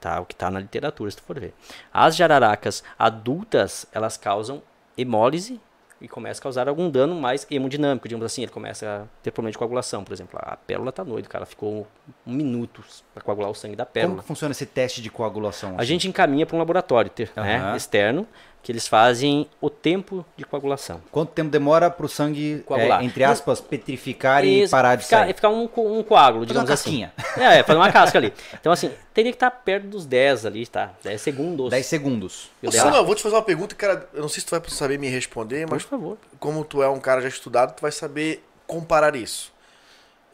Speaker 3: Tá, o que está na literatura, se tu for ver. As jararacas adultas, elas causam hemólise e começa a causar algum dano mais hemodinâmico, digamos assim. Ele começa a ter problema de coagulação, por exemplo. A pérola tá doida, cara. Ficou um minuto para coagular o sangue da
Speaker 1: Como
Speaker 3: pérola.
Speaker 1: que funciona esse teste de coagulação? assim?
Speaker 3: A gente encaminha para um laboratório ter- né,
Speaker 1: Aham.
Speaker 3: externo, que eles fazem o tempo de coagulação.
Speaker 1: Quanto tempo demora pro sangue,
Speaker 3: Coagular.
Speaker 1: é, entre aspas, petrificar e
Speaker 3: Ex-
Speaker 1: parar de
Speaker 3: ficar,
Speaker 1: sair?
Speaker 3: Ficar um, co- um coágulo, digamos
Speaker 1: uma
Speaker 3: assim.
Speaker 1: casquinha.
Speaker 3: É, é, fazer uma casca ali. Então, assim, teria que estar perto dos 10 ali, tá? 10 segundos.
Speaker 1: 10 segundos.
Speaker 3: Eu
Speaker 2: Ô,
Speaker 3: dei a-
Speaker 2: Samuel, eu vou te fazer uma pergunta, cara. Eu não sei se tu vai saber me responder,
Speaker 3: Por
Speaker 2: mas
Speaker 3: favor.
Speaker 2: como tu é um cara já estudado, tu vai saber comparar isso.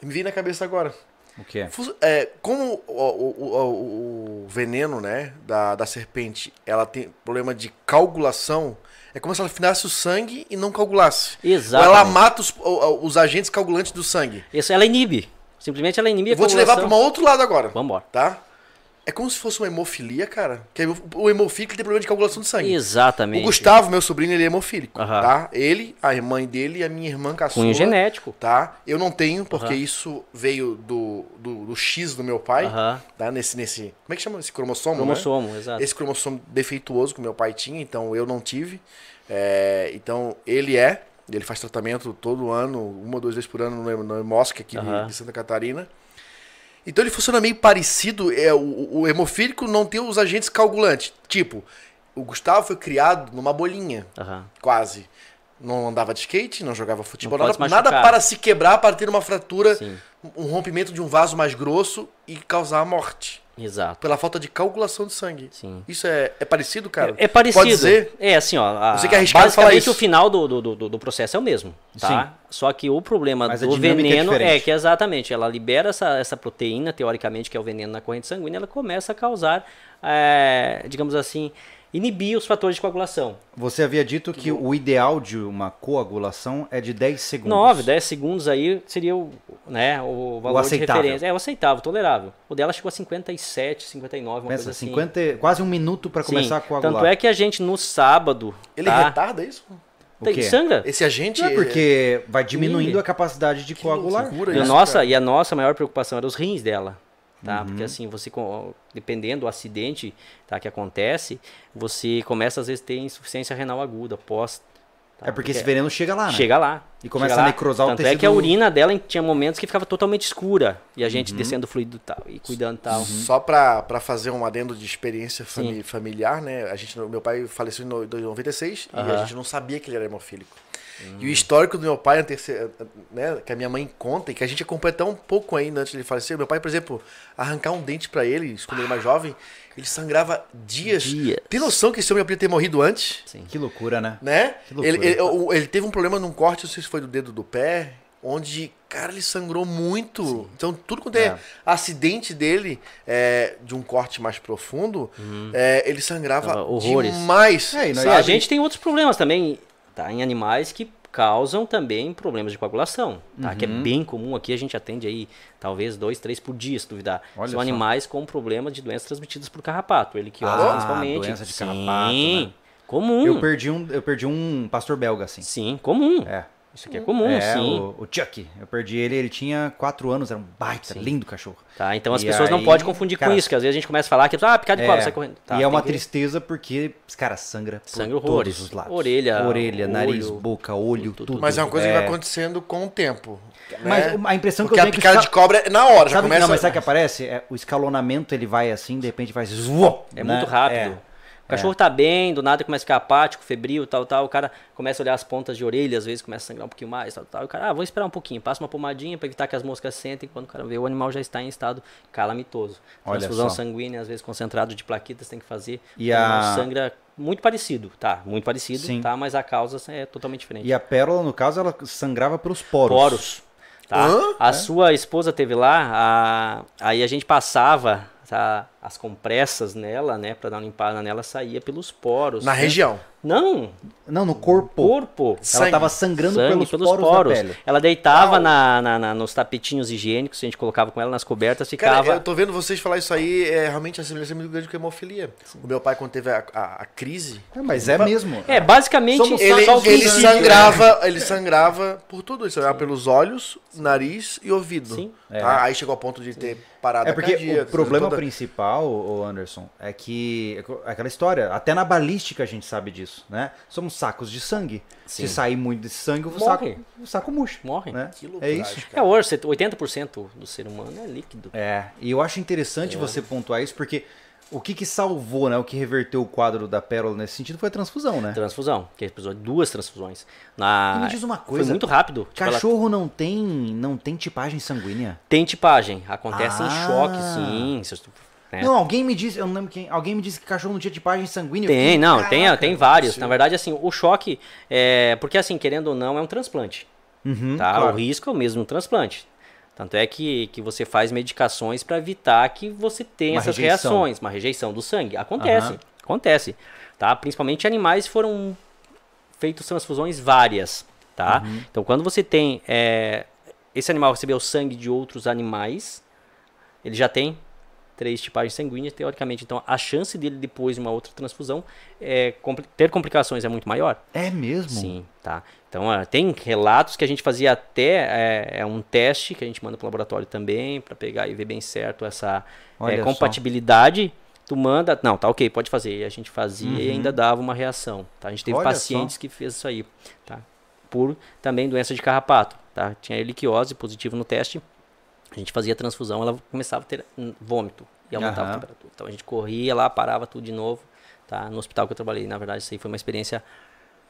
Speaker 2: Me vem na cabeça agora.
Speaker 1: O que é?
Speaker 2: Fu- é, como o, o- o- o- o veneno né, da, da serpente ela tem problema de calculação, é como se ela afinasse o sangue e não calculasse. Ou
Speaker 3: Exato.
Speaker 2: ela mata os, o- o- os agentes calculantes do sangue.
Speaker 3: Isso, ela inibe. Simplesmente ela inibe a
Speaker 2: Eu vou te levar para
Speaker 3: coagulação.
Speaker 2: um outro lado agora,
Speaker 3: Vambora.
Speaker 2: tá? É como se fosse uma hemofilia, cara. Que é hemo- o hemofílico tem problema de calculação de sangue.
Speaker 3: Exatamente.
Speaker 2: O Gustavo, meu sobrinho, ele é hemofílico,
Speaker 3: Aham.
Speaker 2: tá? Ele, a irmã dele e a minha irmã caçula.
Speaker 3: Cunho genético.
Speaker 2: Tá? Eu não tenho, porque
Speaker 3: Aham.
Speaker 2: isso veio do, do, do X do meu pai.
Speaker 3: Aham.
Speaker 2: tá? Nesse, nesse. Como é que chama esse cromossomo? né?
Speaker 3: Cromossomo, exato.
Speaker 2: Esse cromossomo defeituoso que meu pai tinha, então eu não tive. É, então ele é. Ele faz tratamento todo ano, uma ou duas vezes por ano no, no Hemosc aqui de-
Speaker 3: Aham.
Speaker 2: de Santa Catarina. Então ele funciona meio parecido. É, o, o hemofílico não tem os agentes coagulantes. Tipo, o Gustavo foi criado numa bolinha,
Speaker 3: Aham.
Speaker 2: quase. Não andava de skate, não jogava futebol,
Speaker 3: Não pode
Speaker 2: nada,
Speaker 3: se
Speaker 2: nada
Speaker 3: machucar.
Speaker 2: para se quebrar, para ter uma fratura,
Speaker 3: Sim.
Speaker 2: um rompimento de um vaso mais grosso e causar a morte
Speaker 3: Exato.
Speaker 2: pela falta de calculação de sangue.
Speaker 3: Sim.
Speaker 2: Isso é, é parecido, cara?
Speaker 3: É parecido.
Speaker 2: Pode ser?
Speaker 3: É assim, ó. a-
Speaker 2: Eu sei que é arriscado
Speaker 3: basicamente
Speaker 2: falar isso.
Speaker 3: o final do, do, do, do processo é o mesmo, tá? Só que o problema
Speaker 1: Mas a
Speaker 3: do
Speaker 1: dinâmica é
Speaker 3: veneno é,
Speaker 1: diferente.
Speaker 3: que exatamente ela libera essa, essa proteína, teoricamente, que é o veneno na corrente sanguínea, ela começa a causar, é, digamos assim, inibir os fatores de coagulação.
Speaker 1: Você havia dito que
Speaker 3: Uhum.
Speaker 1: o ideal de uma coagulação é de 10 segundos.
Speaker 3: 9, 10 segundos aí seria o, né, o valor de
Speaker 1: aceitável.
Speaker 3: referência. É, o aceitável, tolerável. O dela chegou a 57, 59, uma
Speaker 1: Pensa,
Speaker 3: coisa assim.
Speaker 1: 50, quase um minuto pra
Speaker 3: Sim.
Speaker 1: começar a coagular.
Speaker 3: Tanto é que a gente no sábado.
Speaker 2: Ele
Speaker 3: tá,
Speaker 2: retarda isso?
Speaker 1: O
Speaker 3: tem
Speaker 1: quê?
Speaker 3: sangra.
Speaker 2: Esse agente.
Speaker 1: Não é porque vai
Speaker 3: Inibe.
Speaker 1: diminuindo a capacidade de coagular.
Speaker 2: loucura
Speaker 3: E, a
Speaker 2: isso,
Speaker 3: nossa,
Speaker 2: cara.
Speaker 3: e a nossa maior preocupação era os rins dela. Tá?
Speaker 1: Uhum.
Speaker 3: Porque assim, você, co- dependendo do acidente tá, que acontece, você começa às vezes a ter insuficiência renal aguda, pós. tá?
Speaker 1: É porque esse veneno chega lá, né?
Speaker 3: Chega lá.
Speaker 1: E começa
Speaker 3: chega
Speaker 1: a
Speaker 3: lá.
Speaker 1: necrosar o
Speaker 3: Tanto é
Speaker 1: tecido-
Speaker 3: que a urina dela em- tinha momentos que ficava totalmente escura. E a
Speaker 1: Uhum.
Speaker 3: gente descendo o fluido e tal, e cuidando e tal.
Speaker 2: Uhum. Só pra, pra fazer um adendo de experiência fami- familiar, né? A gente, não- meu pai faleceu em no- em 96 e a
Speaker 3: Aham. Hum.
Speaker 2: gente não sabia que ele era hemofílico. E o histórico do meu pai, antece- né, que a minha mãe conta, e que a gente acompanha até um pouco ainda antes de ele falecer. Meu pai, por exemplo, arrancar um dente pra ele, isso quando ele mais jovem, ele sangrava dias.
Speaker 3: Dias.
Speaker 2: Tem noção que esse homem podia ter morrido antes?
Speaker 3: Sim.
Speaker 1: Que loucura, né?
Speaker 2: né?
Speaker 1: Que
Speaker 2: Ele,
Speaker 1: loucura.
Speaker 2: ele, o- ele teve um problema num corte, não sei se foi do dedo do pé. onde, cara, ele sangrou muito. Então, tudo quanto é, acidente dele, é, de um corte mais profundo, é, ele sangrava
Speaker 3: Tava horrores.
Speaker 2: demais.
Speaker 1: Uhum. É, e nós-
Speaker 2: sabe?
Speaker 3: E a gente tem outros problemas também, tá? Em animais que causam também problemas de coagulação, tá? Que é
Speaker 1: Uhum.
Speaker 3: bem comum aqui, a gente atende aí talvez dois, três por dia, se duvidar.
Speaker 1: Olha
Speaker 3: São
Speaker 1: só.
Speaker 3: animais com problemas de doenças transmitidas por carrapato, ele que
Speaker 1: Ah,
Speaker 3: principalmente.
Speaker 1: doença de
Speaker 3: Sim,
Speaker 1: carrapato, né?
Speaker 3: comum.
Speaker 1: Eu perdi um, eu perdi um pastor belga, assim.
Speaker 3: Hum. Sim, comum.
Speaker 1: É.
Speaker 3: Isso aqui é comum,
Speaker 1: é,
Speaker 3: sim.
Speaker 1: O, o Chuck. Eu perdi ele, ele tinha 4 anos, era um baita, lindo cachorro.
Speaker 3: Tá? Então as
Speaker 1: E
Speaker 3: pessoas não
Speaker 1: aí,
Speaker 3: podem confundir
Speaker 1: cara,
Speaker 3: com isso, que às vezes a gente começa a falar que ah, picado de cobra, sai correndo. Tá,
Speaker 1: e é uma
Speaker 3: tem que-
Speaker 1: tristeza porque, cara, sangra por
Speaker 3: Sangra horrores.
Speaker 1: todos os lados.
Speaker 3: Orelha,
Speaker 1: Orelha, nariz,
Speaker 3: olho,
Speaker 1: boca, olho,
Speaker 3: tudo,
Speaker 1: tudo.
Speaker 2: Mas é uma coisa que vai
Speaker 1: É.
Speaker 2: acontecendo com o tempo.
Speaker 1: Mas
Speaker 2: né?
Speaker 1: a impressão
Speaker 2: Porque
Speaker 1: que
Speaker 2: a
Speaker 1: eu tenho é que
Speaker 2: picada
Speaker 1: os
Speaker 2: de cobra é na hora, já
Speaker 1: Sabe,
Speaker 2: começa.
Speaker 1: não, mas sabe o que aparece? É, o escalonamento ele vai assim, de repente faz. Zuop,
Speaker 3: É
Speaker 1: né?
Speaker 3: muito rápido.
Speaker 1: É.
Speaker 3: O cachorro tá bem, do nada começa a ficar apático, febril, tal, tal. O cara começa a olhar as pontas de orelha, às vezes começa a sangrar um pouquinho mais, tal, tal. E o cara, ah, vou esperar um pouquinho, passa uma pomadinha pra evitar que as moscas sentem. Quando o cara vê, o animal já está em estado calamitoso. Então,
Speaker 1: Olha
Speaker 3: Transfusão
Speaker 1: só.
Speaker 3: sanguínea, às vezes concentrado de plaquetas, tem que fazer.
Speaker 1: E
Speaker 3: O animal
Speaker 1: a-
Speaker 3: sangra muito parecido, tá? Muito parecido,
Speaker 1: Sim.
Speaker 3: tá? Mas a causa é totalmente diferente.
Speaker 1: E a pérola, no caso, ela sangrava pelos poros. É.
Speaker 3: Poros. Tá?
Speaker 2: Hã?
Speaker 3: A sua esposa teve lá, a- aí a gente passava tá, as compressas nela, né? Pra dar uma limpada nela, saía pelos poros. né?
Speaker 2: Na região.
Speaker 3: Não,
Speaker 1: Não, no corpo.
Speaker 3: corpo.
Speaker 1: Ela
Speaker 2: Sangue.
Speaker 1: tava sangrando
Speaker 3: Sangue
Speaker 1: pelos, poros, da
Speaker 2: É,
Speaker 1: pele.
Speaker 3: Ela deitava na, na- na- nos tapetinhos higiênicos, a gente colocava com ela nas cobertas,
Speaker 2: Cara,
Speaker 3: ficava.
Speaker 2: eu tô vendo vocês falar isso aí, é realmente a semelhança é muito grande com a hemofilia. O meu pai, quando teve a, a- a crise,
Speaker 1: É, mas é mesmo.
Speaker 3: É, basicamente.
Speaker 1: Somos
Speaker 2: ele,
Speaker 1: só o
Speaker 2: ele
Speaker 1: princípio,
Speaker 2: sangrava, ele sangrava por tudo isso, sangrava pelos olhos, nariz e ouvido.
Speaker 3: Sim. É.
Speaker 2: tá? Aí chegou ao ponto de ter parada
Speaker 1: É porque
Speaker 2: cardíaca,
Speaker 1: o problema
Speaker 2: toda-
Speaker 1: principal, o Anderson, é que é co- aquela história, até na balística a gente sabe disso, né? Somos sacos de sangue.
Speaker 3: Sim.
Speaker 1: Se sair muito desse sangue, o
Speaker 3: Morre.
Speaker 1: saco, o saco murcha.
Speaker 3: Morre.
Speaker 1: Né?
Speaker 2: Que loucura,
Speaker 1: É isso.
Speaker 3: É hoje, 80% do ser humano é líquido.
Speaker 1: É, e eu acho
Speaker 3: É.
Speaker 1: interessante você pontuar isso porque o que que salvou, né? O que reverteu o quadro da Pérola nesse sentido foi a transfusão, né?
Speaker 3: Transfusão, que é, precisou de duas transfusões. Na...
Speaker 1: E me diz uma coisa,
Speaker 3: Foi muito rápido. Tipo, ela
Speaker 1: Cachorro não tem, não tem tipagem sanguínea.
Speaker 3: tem tipagem, acontece em
Speaker 1: Ah.
Speaker 3: choque, sim. se tu- né?
Speaker 1: Não, alguém me disse, eu não lembro quem, alguém me disse que cachorro não tinha tipagem sanguínea. Eu
Speaker 3: Tem,
Speaker 1: fiquei,
Speaker 3: não, tem,
Speaker 1: caraca.
Speaker 3: tem vários. Na verdade, assim, o choque é. Porque, assim, querendo ou não, é um transplante.
Speaker 1: Uhum,
Speaker 3: tá?
Speaker 1: claro.
Speaker 3: O risco é o mesmo no transplante. Tanto é que, que você faz medicações para evitar que você tenha
Speaker 1: Uma
Speaker 3: essas
Speaker 1: rejeição.
Speaker 3: reações, uma rejeição do sangue. Acontece,
Speaker 1: Aham.
Speaker 3: acontece. Tá? Principalmente animais foram feitos transfusões várias. Tá?
Speaker 1: Uhum.
Speaker 3: Então, quando você tem. é, esse animal recebeu sangue de outros animais, ele já tem três tipagens sanguíneas, teoricamente. Então, a chance dele, depois de uma outra transfusão, é, compli- ter complicações é muito maior.
Speaker 1: É mesmo?
Speaker 3: Sim, tá. Então, ah, tem relatos que a gente fazia até é, é um teste que a gente manda para o laboratório também, para pegar e ver bem certo essa é,
Speaker 1: Olha só.
Speaker 3: compatibilidade. Tu manda, não, tá ok, pode fazer. E a gente fazia e ainda dava uma reação. Tá? A gente teve
Speaker 1: Uhum. Olha
Speaker 3: pacientes que fez isso aí, tá? Por também doença de carrapato, tá? Tinha erliquiose positivo no teste. A gente fazia transfusão, ela começava a ter hum, vômito e aumentava
Speaker 1: Aham.
Speaker 3: a temperatura. Então a gente corria lá, parava tudo de novo, tá? No hospital que eu trabalhei, na verdade, isso aí foi uma experiência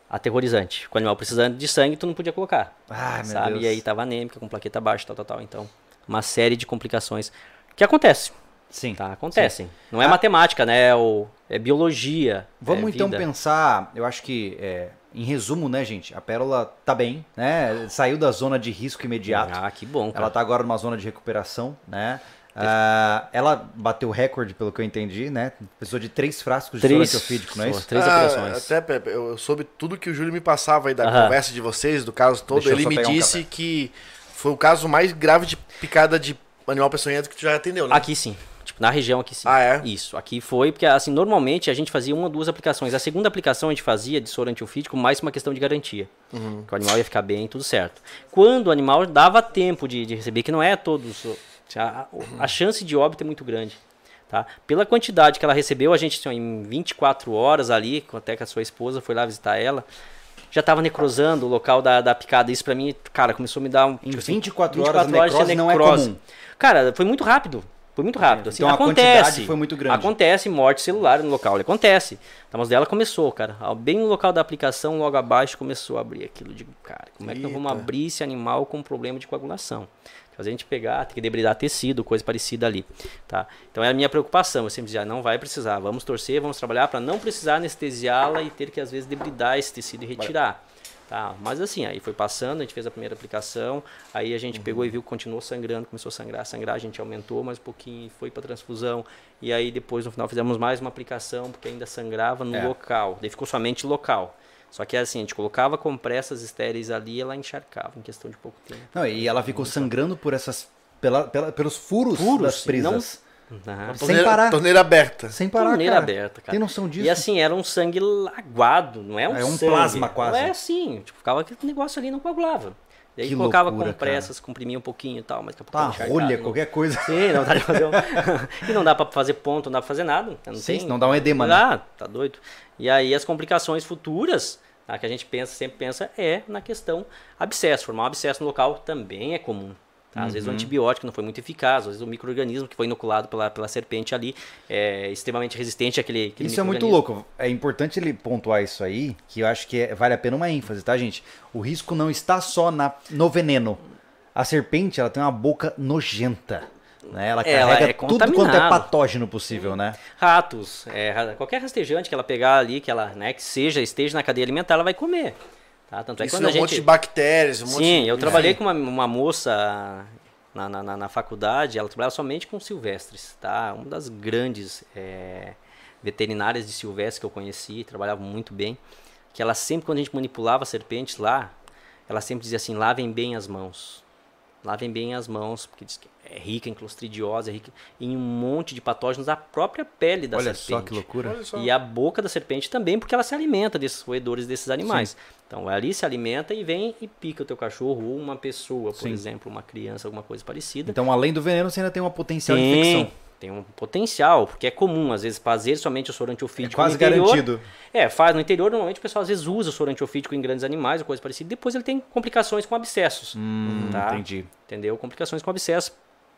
Speaker 3: aterrorizante. Com o animal precisando de sangue, tu não podia colocar.
Speaker 1: Ai, Ah, meu
Speaker 3: sabe?
Speaker 1: Deus.
Speaker 3: E aí tá tava anêmica, com plaqueta baixa, tal, tal, tal. Então, uma série de complicações que acontece,
Speaker 1: Sim. Ah.
Speaker 3: tá? Acontecem. Não é matemática, né? É, o, é biologia.
Speaker 1: Vamos
Speaker 3: é
Speaker 1: então
Speaker 3: vida.
Speaker 1: pensar, eu acho que, é, em resumo, né, gente? A Pérola tá bem, né? Saiu da zona de risco imediato.
Speaker 3: Ah, que bom, cara.
Speaker 1: Ela tá agora numa zona de recuperação, né?
Speaker 3: É.
Speaker 1: Ah, ela bateu recorde, pelo que eu entendi, né? Precisou de três frascos de soro antiofídico, não é isso?
Speaker 3: Três
Speaker 2: Ah,
Speaker 3: operações.
Speaker 2: Até, Pepe, eu soube tudo que o Júlio me passava aí da
Speaker 3: Aham.
Speaker 2: conversa de vocês, do caso todo.
Speaker 1: Deixa eu
Speaker 2: ele
Speaker 1: só
Speaker 2: me
Speaker 1: pegar um
Speaker 2: disse que foi o caso mais grave de picada de animal peçonhento que tu já atendeu, né?
Speaker 3: Aqui sim. Tipo, na região aqui sim.
Speaker 2: Ah, é?
Speaker 3: Isso. Aqui foi, porque assim, normalmente a gente fazia uma ou duas aplicações. A segunda aplicação a gente fazia de soro antiofídico mais uma questão de garantia.
Speaker 1: Uhum.
Speaker 3: Que o animal ia ficar bem, tudo certo. Quando o animal dava tempo de, de receber, que não é todos. o- A, a chance de óbito é muito grande. Tá? Pela quantidade que ela recebeu, a gente assim, ó, em 24 horas ali, até que a sua esposa foi lá visitar ela, já tava necrosando o local da, da picada. Isso pra mim, cara, começou a me dar um.
Speaker 1: Em
Speaker 3: tipo assim,
Speaker 1: 24 horas, a
Speaker 3: tinha
Speaker 1: necrose não é
Speaker 3: necrose.
Speaker 1: comum.
Speaker 3: assim, Cara, foi muito rápido. Foi muito rápido. Assim,
Speaker 1: Então a
Speaker 3: acontece.
Speaker 1: quantidade foi muito grande.
Speaker 3: Acontece morte celular no local. Ele acontece. Então, mas dela começou, cara. Ao- Bem no local da aplicação, logo abaixo, começou a abrir aquilo. Eu Digo, cara, como é que nós vamos
Speaker 2: Eita.
Speaker 3: abrir esse animal com problema de coagulação? Fazer a gente pegar, tem que debridar tecido, coisa parecida ali. Tá? Então é a minha preocupação. Eu sempre dizia, não vai precisar. Vamos torcer, vamos trabalhar para não precisar anestesiá-la e ter que, às vezes, debridar esse tecido e retirar. Tá, mas assim, aí foi passando, a gente fez a primeira aplicação, aí a gente pegou e viu que continuou sangrando, começou a sangrar, sangrar, a gente aumentou mais um pouquinho, foi para transfusão, e aí depois no final fizemos mais uma aplicação, porque ainda sangrava no
Speaker 1: É.
Speaker 3: local, daí ficou somente local. Só que assim, a gente colocava compressas estéreis ali e ela encharcava em questão de pouco tempo.
Speaker 1: Não, e ela ficou sangrando por essas. Pela, pela- pelos furos,
Speaker 3: Furos,
Speaker 1: das
Speaker 3: sim,
Speaker 1: presas.
Speaker 3: Ah,
Speaker 1: Sem parar.
Speaker 2: Torneira aberta.
Speaker 1: Sem parar.
Speaker 3: torneira
Speaker 1: cara.
Speaker 3: aberta, cara.
Speaker 1: Tem noção disso?
Speaker 3: E assim, era um sangue aguado, não é um
Speaker 1: É um
Speaker 3: sangue.
Speaker 1: plasma quase.
Speaker 3: Não é assim, tipo, ficava aquele negócio ali e não coagulava. Daí
Speaker 1: Que
Speaker 3: colocava
Speaker 1: loucura,
Speaker 3: compressas, comprimia um pouquinho e tal, mas daqui a pouco
Speaker 1: Tá,
Speaker 3: encharcava,
Speaker 1: rolha,
Speaker 3: não-
Speaker 1: qualquer coisa.
Speaker 3: Sim, não dá pra fazer um- E não dá pra fazer ponto, não dá pra fazer nada. Não
Speaker 1: Sim,
Speaker 3: tem...
Speaker 1: senão dá um edema, né?
Speaker 3: Ah, tá doido. E aí as complicações futuras, tá, que a gente pensa, sempre pensa, é na questão abscesso. Formar um abscesso no local também é comum. tá? Às vezes
Speaker 1: Uhum.
Speaker 3: o antibiótico não foi muito eficaz, às vezes o microorganismo que foi inoculado pela, pela serpente ali é extremamente resistente àquele, àquele
Speaker 1: Isso é muito
Speaker 3: micro-organismo.
Speaker 1: louco. É importante ele pontuar isso aí, que eu acho que é- vale a pena uma ênfase, tá, gente? O risco não está só na, no veneno. A serpente, ela tem uma boca nojenta. Né? Ela
Speaker 3: Ela
Speaker 1: carrega
Speaker 3: é
Speaker 1: tudo quanto é
Speaker 3: contaminada.
Speaker 1: patógeno possível, né?
Speaker 3: Ratos, é, ra- qualquer rastejante que ela pegar ali, que ela, né, que seja, esteja na cadeia alimentar, ela vai comer. Tá? Tanto é que
Speaker 2: Isso
Speaker 3: quando
Speaker 2: é um
Speaker 3: a gente...
Speaker 2: monte de bactérias, um monte
Speaker 3: Sim,
Speaker 2: de...
Speaker 3: eu trabalhei com uma, uma moça na, na, na- na faculdade, ela trabalhava somente com silvestres, tá? Uma das grandes eh, veterinárias de silvestres que eu conheci, trabalhava muito bem, que ela sempre, quando a gente manipulava serpentes lá, ela sempre dizia assim, lavem bem as mãos. Lavem bem as mãos, porque diz que é rica em clostridiose, é rica em um monte de patógenos da própria pele da
Speaker 1: Olha
Speaker 3: serpente.
Speaker 1: só que loucura.
Speaker 2: Olha só.
Speaker 3: E a boca da serpente também, porque ela se alimenta desses roedores desses animais. Então ali se alimenta e vem e pica o teu cachorro ou uma pessoa, por
Speaker 1: Sim.
Speaker 3: exemplo, uma criança, alguma coisa parecida.
Speaker 1: Então, além do veneno, você ainda tem uma potencial
Speaker 3: Tem,
Speaker 1: infecção.
Speaker 3: tem um potencial, porque é comum, às vezes, fazer somente o soro
Speaker 1: É
Speaker 3: antiofídico
Speaker 1: quase
Speaker 3: no interior.
Speaker 1: garantido.
Speaker 3: É, faz no interior, normalmente o pessoal às vezes usa o soro antiofídico em grandes animais ou coisa parecida, depois ele tem complicações com abscessos.
Speaker 1: Hum,
Speaker 3: tá?
Speaker 1: Entendi.
Speaker 3: Entendeu? Complicações com abscessos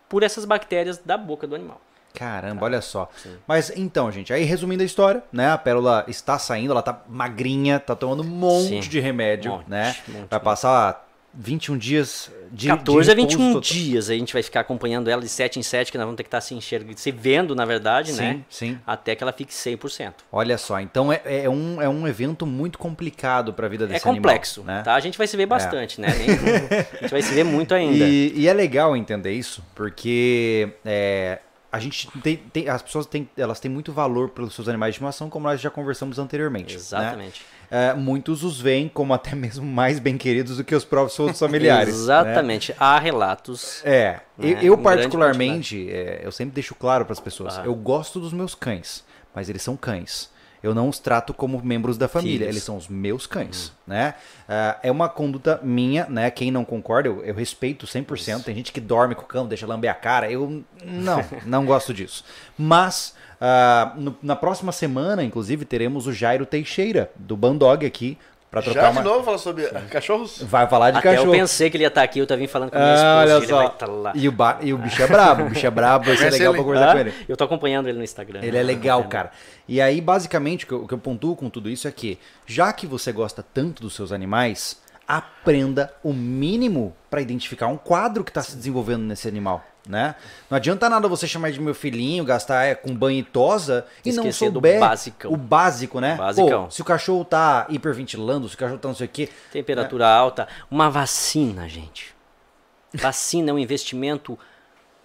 Speaker 3: por essas bactérias da boca do animal.
Speaker 1: Caramba, olha só.
Speaker 3: Sim.
Speaker 1: Mas então, gente, aí resumindo a história, né? A pérola está saindo, ela tá magrinha, tá tomando um monte
Speaker 3: Sim.
Speaker 1: de remédio,
Speaker 3: Monte,
Speaker 1: né?
Speaker 3: monte,
Speaker 1: Vai
Speaker 3: monte.
Speaker 1: passar 21 dias de de
Speaker 3: 14 a
Speaker 1: repouso
Speaker 3: 21
Speaker 1: total.
Speaker 3: dias a gente vai ficar acompanhando ela de 7 em 7, que nós vamos ter que estar se enxergando, se vendo, na verdade,
Speaker 1: Sim,
Speaker 3: né?
Speaker 1: sim.
Speaker 3: Até que ela fique 100%.
Speaker 1: Olha só, então é, é um, é um evento muito complicado pra vida
Speaker 3: É
Speaker 1: desse animal.
Speaker 3: complexo,
Speaker 1: né?
Speaker 3: tá? A gente vai se ver bastante, né? Nem- a gente vai se ver muito ainda.
Speaker 1: E, e é legal entender isso, porque é, a gente tem, tem- as pessoas têm, elas têm muito valor pelos seus animais de estimação, como nós já conversamos anteriormente. né?
Speaker 3: Exatamente.
Speaker 1: É, muitos os veem como até mesmo mais bem queridos do que os próprios outros familiares. né?
Speaker 3: Exatamente. Há relatos.
Speaker 1: É, eu,
Speaker 3: né?
Speaker 1: eu
Speaker 3: Em grande
Speaker 1: particularmente, é, eu sempre deixo claro para as pessoas,
Speaker 3: Claro.
Speaker 1: eu gosto dos meus cães, mas eles são cães. Eu não os trato como membros da família,
Speaker 3: Filhos. Uhum.
Speaker 1: eles são os meus cães, né? Ah, é uma conduta minha, né? Quem não concorda, eu, eu respeito 100%. Tem gente que dorme com o cão, deixa lamber a cara, eu não, não gosto disso. Mas ah, no- na próxima semana, inclusive, teremos o Jairo Teixeira do Bandog aqui para trocar
Speaker 2: Já
Speaker 1: uma
Speaker 2: de novo falar sobre cachorros?
Speaker 1: Vai falar É de
Speaker 3: Até
Speaker 1: cachorro.
Speaker 3: eu pensei que ele ia estar aqui, eu tava vindo falando com a minha
Speaker 1: Ah,
Speaker 3: esposa,
Speaker 1: olha
Speaker 3: ele vai
Speaker 1: só.
Speaker 3: estar lá.
Speaker 1: E o, ba- e o bicho é brabo, o bicho é brabo, vai ser
Speaker 2: Vai ser
Speaker 1: legal pra
Speaker 2: le-
Speaker 1: conversar
Speaker 3: Ah,
Speaker 1: com ele.
Speaker 3: Eu tô acompanhando ele no Instagram.
Speaker 1: Ele é legal, cara. E aí, basicamente, o que, eu, o que eu pontuo com tudo isso é que, já que você gosta tanto dos seus animais, aprenda o mínimo pra identificar um quadro que tá se desenvolvendo nesse animal, né? Não adianta nada você chamar de meu filhinho, gastar é, com banho e tosa e não
Speaker 3: Esquecer do
Speaker 1: souber
Speaker 3: basicão.
Speaker 1: o básico, né?
Speaker 3: Basicão.
Speaker 1: Pô, se o cachorro tá hiperventilando, se o cachorro tá não sei o quê,
Speaker 3: Temperatura alta. Uma vacina, gente. Vacina é um investimento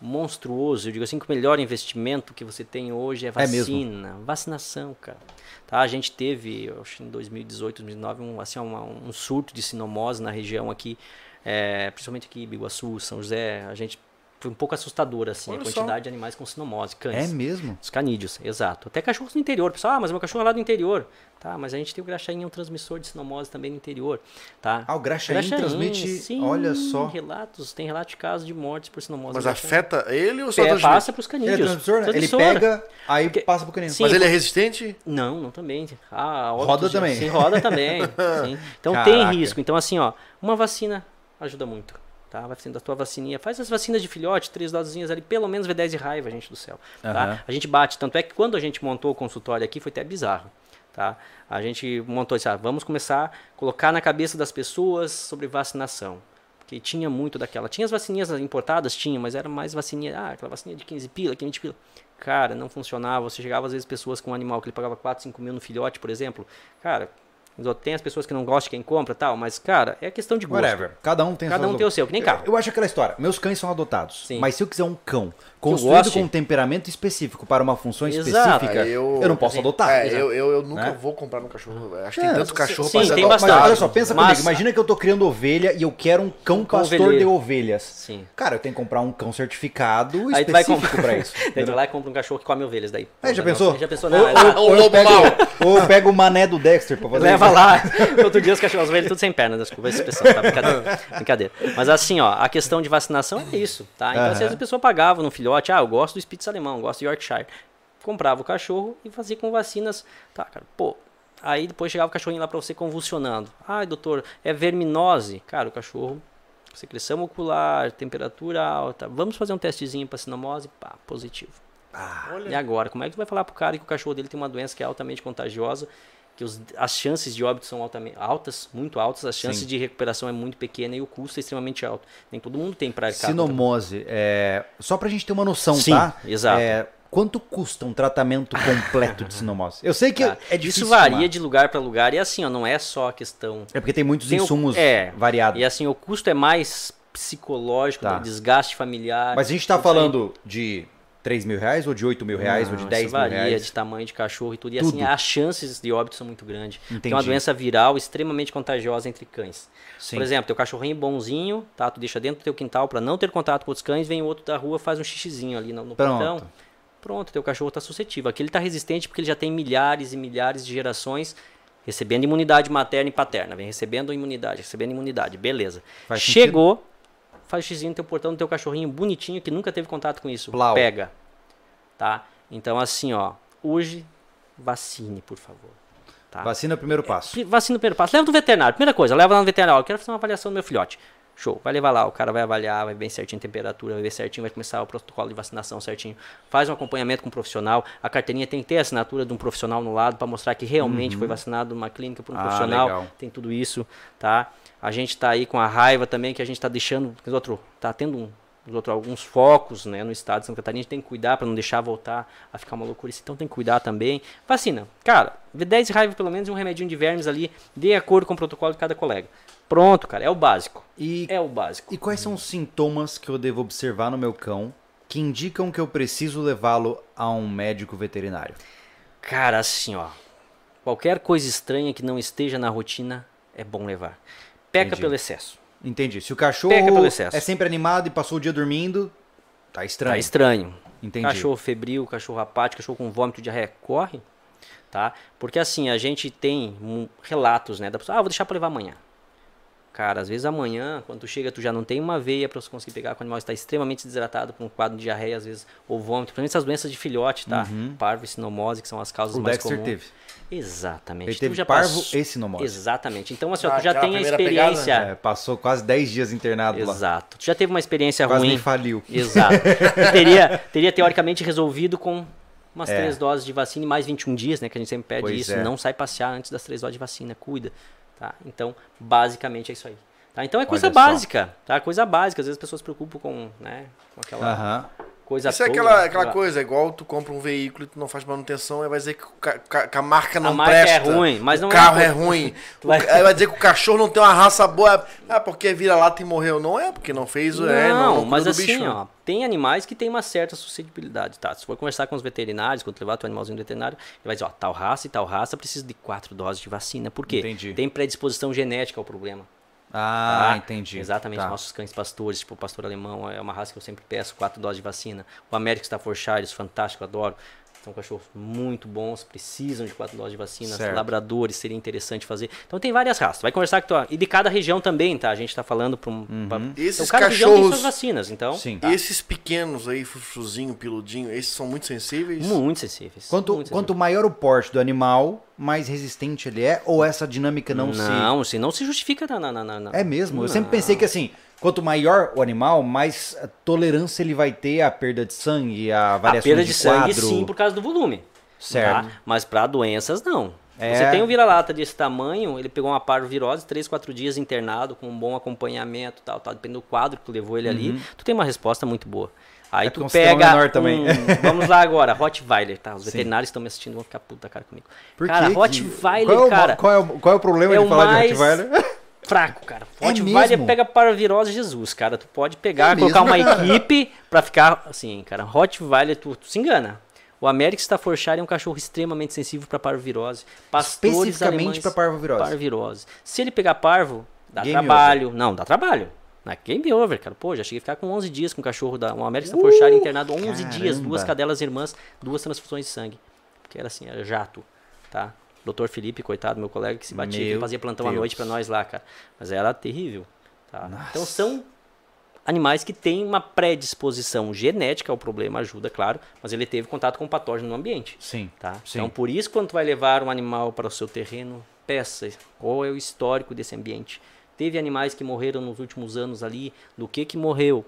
Speaker 3: monstruoso. Eu digo assim que o melhor investimento que você tem hoje é
Speaker 1: mesmo?
Speaker 3: vacina. Vacinação, cara. Tá, a gente teve, eu acho que em 2018, 2019, um, assim, uma- um surto de sinomose na região aqui, é, principalmente aqui em Biguaçu, São José. A gente foi um pouco assustador assim,
Speaker 2: Olha
Speaker 3: a
Speaker 2: só.
Speaker 3: quantidade de animais com sinomose,
Speaker 1: é
Speaker 3: cães.
Speaker 1: mesmo.
Speaker 3: Os canídeos, exato. Até cachorros no interior. Pessoal, ah, mas meu cachorro é lá do interior. Tá, mas a gente tem o graxainha, um transmissor de sinomose também no interior. Tá?
Speaker 1: Ah, o Graxaim
Speaker 3: Graxaim,
Speaker 1: transmite,
Speaker 3: sim,
Speaker 1: olha só.
Speaker 3: relatos, tem relato de casos de mortes por sinomose.
Speaker 2: Mas
Speaker 3: do graxaim.
Speaker 2: afeta ele ou só
Speaker 3: Pe-
Speaker 2: transmite?
Speaker 3: Passa pros
Speaker 1: Ele é
Speaker 3: canídeos.
Speaker 1: transmissor, né? Ele
Speaker 3: Transmissor.
Speaker 1: pega, aí
Speaker 3: Porque-
Speaker 1: passa pro canino.
Speaker 3: Sim.
Speaker 2: Mas ele é resistente?
Speaker 3: Não, não também. Ah,
Speaker 1: Roda
Speaker 3: óbitos de-
Speaker 1: também.
Speaker 3: Sim, roda também. sim. Então
Speaker 1: Caraca.
Speaker 3: tem risco. Então assim, ó, uma vacina ajuda muito. Tá, vai fazendo a tua vacininha. Faz as vacinas de filhote, três dosezinhas ali, pelo menos V10 de raiva, gente do céu.
Speaker 1: Aham.
Speaker 3: Tá? A gente bate. Tanto é que quando a gente montou o consultório aqui, foi até bizarro. Tá? A gente montou isso. Ah, vamos começar a colocar na cabeça das pessoas sobre vacinação. Porque tinha muito daquela. Tinha as vacininhas importadas? Tinha, mas era mais vacininha. Ah, aquela vacininha de 15 pila, 20 pila. Cara, não funcionava. Você chegava às vezes pessoas com um animal que ele pagava 4, 5 mil no filhote, por exemplo. Cara, Tem as pessoas que não gostam de quem compra e tal, mas, cara, é questão de gosto.
Speaker 1: Whatever. Cada um tem
Speaker 3: Cada
Speaker 1: seu
Speaker 3: um tem o seu, que nem carro.
Speaker 1: Eu, eu acho aquela história. Meus cães são adotados.
Speaker 3: Sim.
Speaker 1: Mas se eu quiser um cão construído
Speaker 3: goste.
Speaker 1: com um temperamento específico para uma função
Speaker 3: Exato.
Speaker 1: específica,
Speaker 2: Aí
Speaker 1: eu,
Speaker 2: É, eu-
Speaker 1: não posso
Speaker 3: assim,
Speaker 1: adotar.
Speaker 2: é,
Speaker 1: Exato.
Speaker 2: eu, eu, eu nunca
Speaker 1: Né?
Speaker 2: vou comprar um cachorro. Acho que
Speaker 1: É,
Speaker 2: tem tanto cachorro
Speaker 3: sim,
Speaker 2: pra ser
Speaker 3: tem
Speaker 2: adotado.
Speaker 1: Mas olha só,
Speaker 3: bastante.
Speaker 1: pensa
Speaker 3: Mas-
Speaker 1: comigo. Imagina que eu tô criando ovelha e eu quero um cão pastor de
Speaker 3: ovelheiro.
Speaker 1: ovelhas.
Speaker 3: Sim.
Speaker 1: Cara, eu tenho que comprar um cão certificado
Speaker 3: Aí tu vai
Speaker 1: específico
Speaker 3: comprar-
Speaker 1: pra isso.
Speaker 3: Daí tu vai lá e compra um cachorro que come ovelhas daí.
Speaker 1: É, já pensou?
Speaker 3: Já pensou?
Speaker 1: Ou-
Speaker 3: Não,
Speaker 1: ou-
Speaker 3: exato.
Speaker 2: Um
Speaker 1: ou eu
Speaker 2: lobo
Speaker 1: pego-
Speaker 2: mau.
Speaker 1: Ou eu pego o mané do Dexter pra fazer
Speaker 3: Leva
Speaker 1: isso.
Speaker 3: lá. Outro dia os cachorros velhos tudo sem pernas, desculpa essa expressão, tá? Brincadeira. Brincadeira. Mas assim, ó, a questão de vacinação é isso, tá? Então, às
Speaker 1: Aham.
Speaker 3: vezes a pessoa pagava no filhote, ah, eu gosto do Spitz alemão, eu gosto do Yorkshire. Comprava o cachorro e fazia com vacinas. Tá, cara, pô. Aí depois chegava o cachorrinho lá pra você convulsionando. Ai, doutor, é verminose. Cara, o cachorro, secreção ocular, temperatura alta. Vamos fazer um testezinho pra sinomose? Pá, positivo. E agora, como é que tu vai falar pro cara que o cachorro dele tem uma doença que é altamente contagiosa, que os- as chances de óbito são altamente, altas, muito altas, as chances
Speaker 1: Sim.
Speaker 3: de recuperação é muito pequena e o custo é extremamente alto. Nem todo mundo tem pra arcar. contra-
Speaker 1: Sinomose, é, só pra gente ter uma noção,
Speaker 3: Sim,
Speaker 1: tá?
Speaker 3: exato.
Speaker 1: É, quanto custa um tratamento completo de sinomose? Eu sei que
Speaker 3: Tá?
Speaker 1: é difícil.
Speaker 3: Isso varia
Speaker 1: estimar.
Speaker 3: de lugar pra lugar e assim, ó, não é só a questão
Speaker 1: É porque tem muitos
Speaker 3: Tem o-
Speaker 1: insumos
Speaker 3: é,
Speaker 1: variados.
Speaker 3: E assim, o custo é mais psicológico,
Speaker 1: Tá.
Speaker 3: do desgaste familiar.
Speaker 1: Mas a gente tá
Speaker 3: Então, isso aí-
Speaker 1: falando de 3 mil reais, ou de 8 mil reais,
Speaker 3: Não,
Speaker 1: ou de
Speaker 3: isso
Speaker 1: 10 mil
Speaker 3: varia
Speaker 1: reais?
Speaker 3: de tamanho de cachorro e tudo. E assim,
Speaker 1: Tudo.
Speaker 3: as chances de óbito são muito grandes. Tem uma
Speaker 1: Entendi.
Speaker 3: doença viral extremamente contagiosa entre cães.
Speaker 1: Sim.
Speaker 3: Por exemplo, teu cachorrinho bonzinho, tá? Tu deixa dentro do teu quintal pra não ter contato com outros cães, vem outro da rua, faz um xixizinho ali no, no
Speaker 1: Pronto.
Speaker 3: portão. Pronto, teu cachorro tá suscetível. Aqui ele tá resistente porque ele já tem milhares e milhares de gerações recebendo imunidade materna e paterna. Vem recebendo imunidade, recebendo imunidade. Beleza.
Speaker 1: Faz sentido.
Speaker 3: Chegou, faz o xizinho no teu portão do teu cachorrinho bonitinho que nunca teve contato com isso.
Speaker 1: Plau.
Speaker 3: Pega. Tá? Então assim, ó, hoje vacine, por favor. Tá?
Speaker 1: Vacina é o primeiro passo.
Speaker 3: Pri- Vacina no primeiro passo. Leva no veterinário. Primeira coisa, leva lá no veterinário. Ó, Eu quero fazer uma avaliação do meu filhote. Show. Vai levar lá, o cara vai avaliar, vai ver bem certinho a temperatura, vai ver certinho, vai começar o protocolo de vacinação certinho. Faz um acompanhamento com o profissional. A carteirinha tem que ter a assinatura de um profissional no lado para mostrar que realmente foi vacinado numa clínica por um
Speaker 1: Uhum. Ah,
Speaker 3: profissional.
Speaker 1: legal.
Speaker 3: Tem tudo isso, tá? A gente tá aí com a raiva também que a gente tá deixando, que os outros tá tendo um os outros, alguns focos né, no estado de Santa Catarina, a gente tem que cuidar para não deixar voltar a ficar uma loucura. isso. Então tem que cuidar também. Vacina. Cara, dê 10 raiva pelo menos e um remedinho de vermes ali, de acordo com o protocolo de cada colega. Pronto, cara, é o básico.
Speaker 1: E,
Speaker 3: É o básico.
Speaker 1: e quais são os sintomas que eu devo observar no meu cão que indicam que eu preciso levá-lo a um médico veterinário?
Speaker 3: Cara, assim, ó. Qualquer coisa estranha que não esteja na rotina é bom levar. Peca
Speaker 1: Entendi.
Speaker 3: pelo excesso.
Speaker 1: Entendi. Se o cachorro
Speaker 3: Peca pelo excesso.
Speaker 1: é sempre animado e passou o dia dormindo, tá estranho.
Speaker 3: Tá estranho.
Speaker 1: Entendi.
Speaker 3: Cachorro febril, cachorro apático, cachorro com vômito, diarreia, corre, tá? Porque assim, a gente tem hum, relatos, né, da pessoa, ah, vou deixar pra levar amanhã. Cara, às vezes amanhã, quando tu chega, tu já não tem uma veia pra você conseguir pegar, quando o animal está extremamente desidratado por um quadro de diarreia, às vezes, ou vômito, principalmente essas doenças de filhote, tá? Parvo e sinomose, que são as causas
Speaker 1: Uhum. O
Speaker 3: mais
Speaker 1: Dexter
Speaker 3: comuns.
Speaker 1: teve.
Speaker 3: Exatamente.
Speaker 1: Ele
Speaker 3: Tu
Speaker 1: teve
Speaker 3: já
Speaker 1: parvo
Speaker 3: passou-
Speaker 1: e sinomose.
Speaker 3: Exatamente. Então, assim, ó,
Speaker 2: Ah,
Speaker 3: tu já
Speaker 2: aquela
Speaker 3: tem a
Speaker 2: primeira pegada,
Speaker 3: experiência.
Speaker 1: É, passou quase 10 dias internado É, lá.
Speaker 3: Exato. Tu já teve uma experiência
Speaker 1: Quase
Speaker 3: ruim.
Speaker 1: nem faliu.
Speaker 3: Exato. E teria, teria teoricamente resolvido com umas
Speaker 1: É.
Speaker 3: três doses de vacina e mais 21 dias, né? Que a gente sempre pede
Speaker 1: Pois
Speaker 3: isso.
Speaker 1: é.
Speaker 3: Não sai passear antes das três doses de vacina, cuida. Tá? Então, basicamente é isso aí. Tá? Então é coisa
Speaker 1: Olha só.
Speaker 3: básica, tá? Coisa básica. Às vezes as pessoas se preocupam com, né, com aquela
Speaker 1: Aham.
Speaker 3: coisa
Speaker 2: Isso é
Speaker 3: toda,
Speaker 2: aquela, aquela
Speaker 3: aquela-
Speaker 2: coisa, igual tu compra um veículo e tu não faz manutenção, aí vai dizer que, o ca- ca- que a marca não
Speaker 3: A marca é
Speaker 2: presta.
Speaker 3: ruim, mas não
Speaker 2: o
Speaker 3: é
Speaker 2: carro
Speaker 3: uma
Speaker 2: é,
Speaker 3: coisa-
Speaker 2: ruim.
Speaker 3: Tu vai-
Speaker 2: O ca- Aí vai dizer que o cachorro não tem uma raça boa. Ah, porque vira-lata e morreu. Não é, porque não fez.
Speaker 3: Não,
Speaker 2: é, não, não
Speaker 3: mas
Speaker 2: cuida do
Speaker 3: assim,
Speaker 2: bicho.
Speaker 3: ó, tem animais que têm uma certa suscetibilidade, tá? Se for conversar com os veterinários, quando tu levar teu animalzinho no veterinário, ele vai dizer, ó, tal raça e tal raça precisa de quatro doses de vacina. Por quê?
Speaker 1: Entendi.
Speaker 3: Tem predisposição genética ao problema.
Speaker 1: Ah,
Speaker 3: tá?
Speaker 1: entendi.
Speaker 3: Exatamente.
Speaker 1: Tá.
Speaker 3: Nossos cães pastores, tipo o pastor alemão, é uma raça que eu sempre peço, quatro doses de vacina. O América Staffordshire, isso é fantástico, eu adoro. São cachorros muito bons, precisam de quatro doses de vacina.
Speaker 1: Certo.
Speaker 3: Labradores, seria interessante fazer. Então tem várias raças. Vai conversar com tua... E de cada região também, tá? A gente tá falando para um... pra-
Speaker 2: Esses
Speaker 3: então, cada região tem
Speaker 2: cachorros-
Speaker 3: suas vacinas, então...
Speaker 1: Uhum. Sim.
Speaker 2: Esses pequenos aí, frufruzinho, peludinho, esses são muito sensíveis.
Speaker 3: Muito sensíveis.
Speaker 1: Quanto,
Speaker 3: muito
Speaker 1: quanto maior o porte do animal, mais resistente ele é, ou essa dinâmica não,
Speaker 3: sensíveis.
Speaker 1: se.
Speaker 3: Não, se não se justifica na... na, na, na- na-
Speaker 1: É mesmo. Eu
Speaker 3: Não.
Speaker 1: sempre pensei que assim, quanto maior o animal, mais tolerância ele vai ter à perda de sangue, à
Speaker 3: A
Speaker 1: variação
Speaker 3: perda de, sangue,
Speaker 1: quadro.
Speaker 3: sim, por causa do volume.
Speaker 1: Certo.
Speaker 3: tá? Mas para doenças, não.
Speaker 1: É.
Speaker 3: Você tem um vira-lata desse tamanho, ele pegou uma parvovirose, 3, 4 dias internado, com um bom acompanhamento, tal, tal, dependendo do quadro que tu levou ele ali, tu tem uma resposta muito boa. Aí
Speaker 1: Uhum. É porque
Speaker 3: tu
Speaker 1: um sistema
Speaker 3: pega.
Speaker 1: menor também.
Speaker 3: um- vamos lá agora, Rottweiler, tá? Os
Speaker 1: Sim.
Speaker 3: veterinários que estão me assistindo vão ficar puta cara comigo.
Speaker 1: Por
Speaker 3: cara,
Speaker 1: que que-
Speaker 3: Rottweiler,
Speaker 1: qual é o,
Speaker 3: cara,
Speaker 1: Qual é o, qual é o problema
Speaker 3: é
Speaker 1: de
Speaker 3: o
Speaker 1: falar
Speaker 3: mais-
Speaker 1: de Rottweiler?
Speaker 3: fraco, cara.
Speaker 1: É
Speaker 3: Rottweiler
Speaker 1: mesmo?
Speaker 3: pega para virose Jesus, cara. Tu pode pegar,
Speaker 2: É
Speaker 3: colocar
Speaker 2: mesmo,
Speaker 3: uma
Speaker 2: cara?
Speaker 3: equipe pra ficar assim, cara. Rottweiler, tu, tu se engana. O American Staffordshire é um cachorro extremamente sensível para parvovirose. Pastores
Speaker 1: Especificamente
Speaker 3: alemães-
Speaker 1: pra parvovirose.
Speaker 3: parvovirose. Se ele pegar parvo, dá
Speaker 1: Game
Speaker 3: trabalho. Não, dá trabalho. Na game over, cara. Pô, já cheguei a ficar com 11 dias com um cachorro da um American Staffordshire internado 11 dias,
Speaker 1: Uh, caramba.
Speaker 3: duas cadelas irmãs, duas transfusões de sangue. Porque era assim, era jato, tá? Doutor Felipe, coitado, meu colega que se batia, que
Speaker 1: Meu
Speaker 3: ele fazia plantão à
Speaker 1: Deus.
Speaker 3: noite pra nós lá, cara. Mas era terrível, tá?
Speaker 1: Nossa.
Speaker 3: Então são animais que têm uma predisposição genética ao problema, ajuda, claro, mas ele teve contato com o patógeno no ambiente.
Speaker 1: Sim.
Speaker 3: Tá?
Speaker 1: Sim.
Speaker 3: Então, por isso, quando tu vai levar um animal para o seu terreno, peça qual é o histórico desse ambiente. Teve animais que morreram nos últimos anos ali, do que que morreu,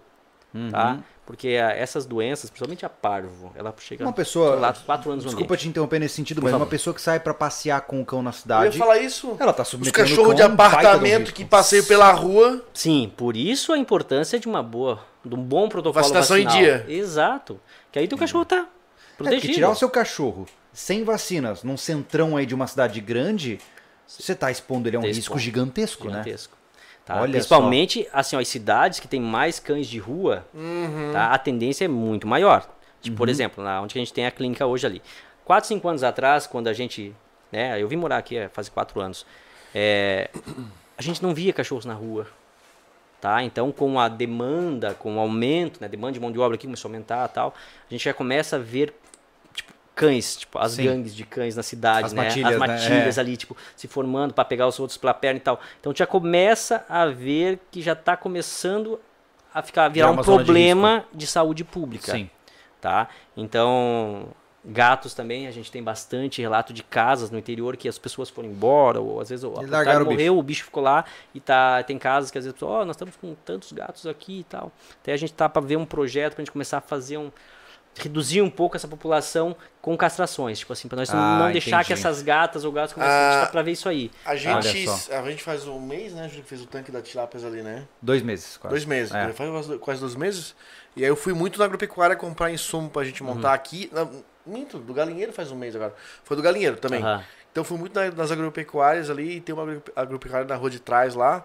Speaker 1: Uhum.
Speaker 3: tá? Porque ah, essas doenças, principalmente a parvo, ela chega
Speaker 1: Uma pessoa-
Speaker 3: lá quatro anos no
Speaker 1: Desculpa
Speaker 3: ambiente.
Speaker 1: te interromper nesse sentido,
Speaker 3: Por
Speaker 1: mas
Speaker 3: favor.
Speaker 1: uma pessoa que sai pra passear com o cão na
Speaker 2: Eu ia
Speaker 1: cidade,
Speaker 2: falar isso.
Speaker 1: ela tá
Speaker 2: Os
Speaker 1: submetendo o
Speaker 2: cachorros
Speaker 1: cão
Speaker 2: de
Speaker 1: a um baita de um
Speaker 2: apartamento
Speaker 1: risco.
Speaker 2: que passeiam pela rua.
Speaker 3: Sim, por isso a importância de uma boa, de um bom protocolo
Speaker 2: Vacinação em
Speaker 3: vacinal.
Speaker 2: dia.
Speaker 3: Exato. Que aí teu cachorro tá
Speaker 1: É, porque
Speaker 3: protegido.
Speaker 1: tirar o seu cachorro sem vacinas num centrão aí de uma cidade grande, você tá expondo ele a um
Speaker 3: Tá
Speaker 1: risco
Speaker 3: expondo.
Speaker 1: gigantesco, né?
Speaker 3: gigantesco. Tá?
Speaker 1: Olha
Speaker 3: Principalmente assim, ó, as cidades que têm mais cães de rua,
Speaker 1: Uhum.
Speaker 3: tá? a tendência é muito maior. Tipo, por exemplo, na onde a gente tem a clínica hoje ali. 4, 5 anos atrás, quando a gente. Né, eu vim morar aqui é, faz 4 anos. é, a gente não via cachorros na rua. Tá? Então, com a demanda, com o aumento, né, demanda de mão de obra aqui começou a aumentar tal, a gente já começa a ver tipo, cães, tipo, as
Speaker 1: Sim.
Speaker 3: gangues de cães na cidade,
Speaker 1: As
Speaker 3: né?
Speaker 1: matilhas, né?
Speaker 3: as matilhas
Speaker 1: É.
Speaker 3: ali, tipo, se formando para pegar os outros pela perna e tal. Então já começa a ver que já tá começando a ficar a
Speaker 1: Virar
Speaker 3: virar
Speaker 1: uma
Speaker 3: um
Speaker 1: zona de
Speaker 3: problema de, saúde pública,
Speaker 1: Sim.
Speaker 3: tá? Então, gatos também, a gente tem bastante relato de casas no interior que as pessoas foram embora ou às vezes o
Speaker 1: Eles
Speaker 3: proprietário
Speaker 1: largaram o bicho.
Speaker 3: morreu, o bicho ficou lá e tá tem casas que às vezes, ó, nós estamos com tantos gatos aqui e tal. Até a gente tá para ver um projeto pra gente começar a fazer um reduzir um pouco essa população com castrações, tipo assim, para nós
Speaker 1: Ah,
Speaker 3: não deixar que
Speaker 1: entendi.
Speaker 3: essas gatas ou gatos comecem
Speaker 2: Ah,
Speaker 3: a para ver isso aí.
Speaker 2: A gente,
Speaker 1: Olha só.
Speaker 2: a gente faz um mês, né? A gente fez o tanque da tilápias ali, né?
Speaker 1: Dois meses, quase.
Speaker 2: Dois meses.
Speaker 1: É.
Speaker 2: Faz umas- quase dois meses. E aí eu fui muito na agropecuária comprar insumo pra gente
Speaker 1: Uhum.
Speaker 2: montar aqui. Na, minto, do galinheiro faz um mês agora. Foi do galinheiro também.
Speaker 3: Aham.
Speaker 2: Então eu fui muito na- nas agropecuárias ali e tem uma agro- agropecuária na rua de trás lá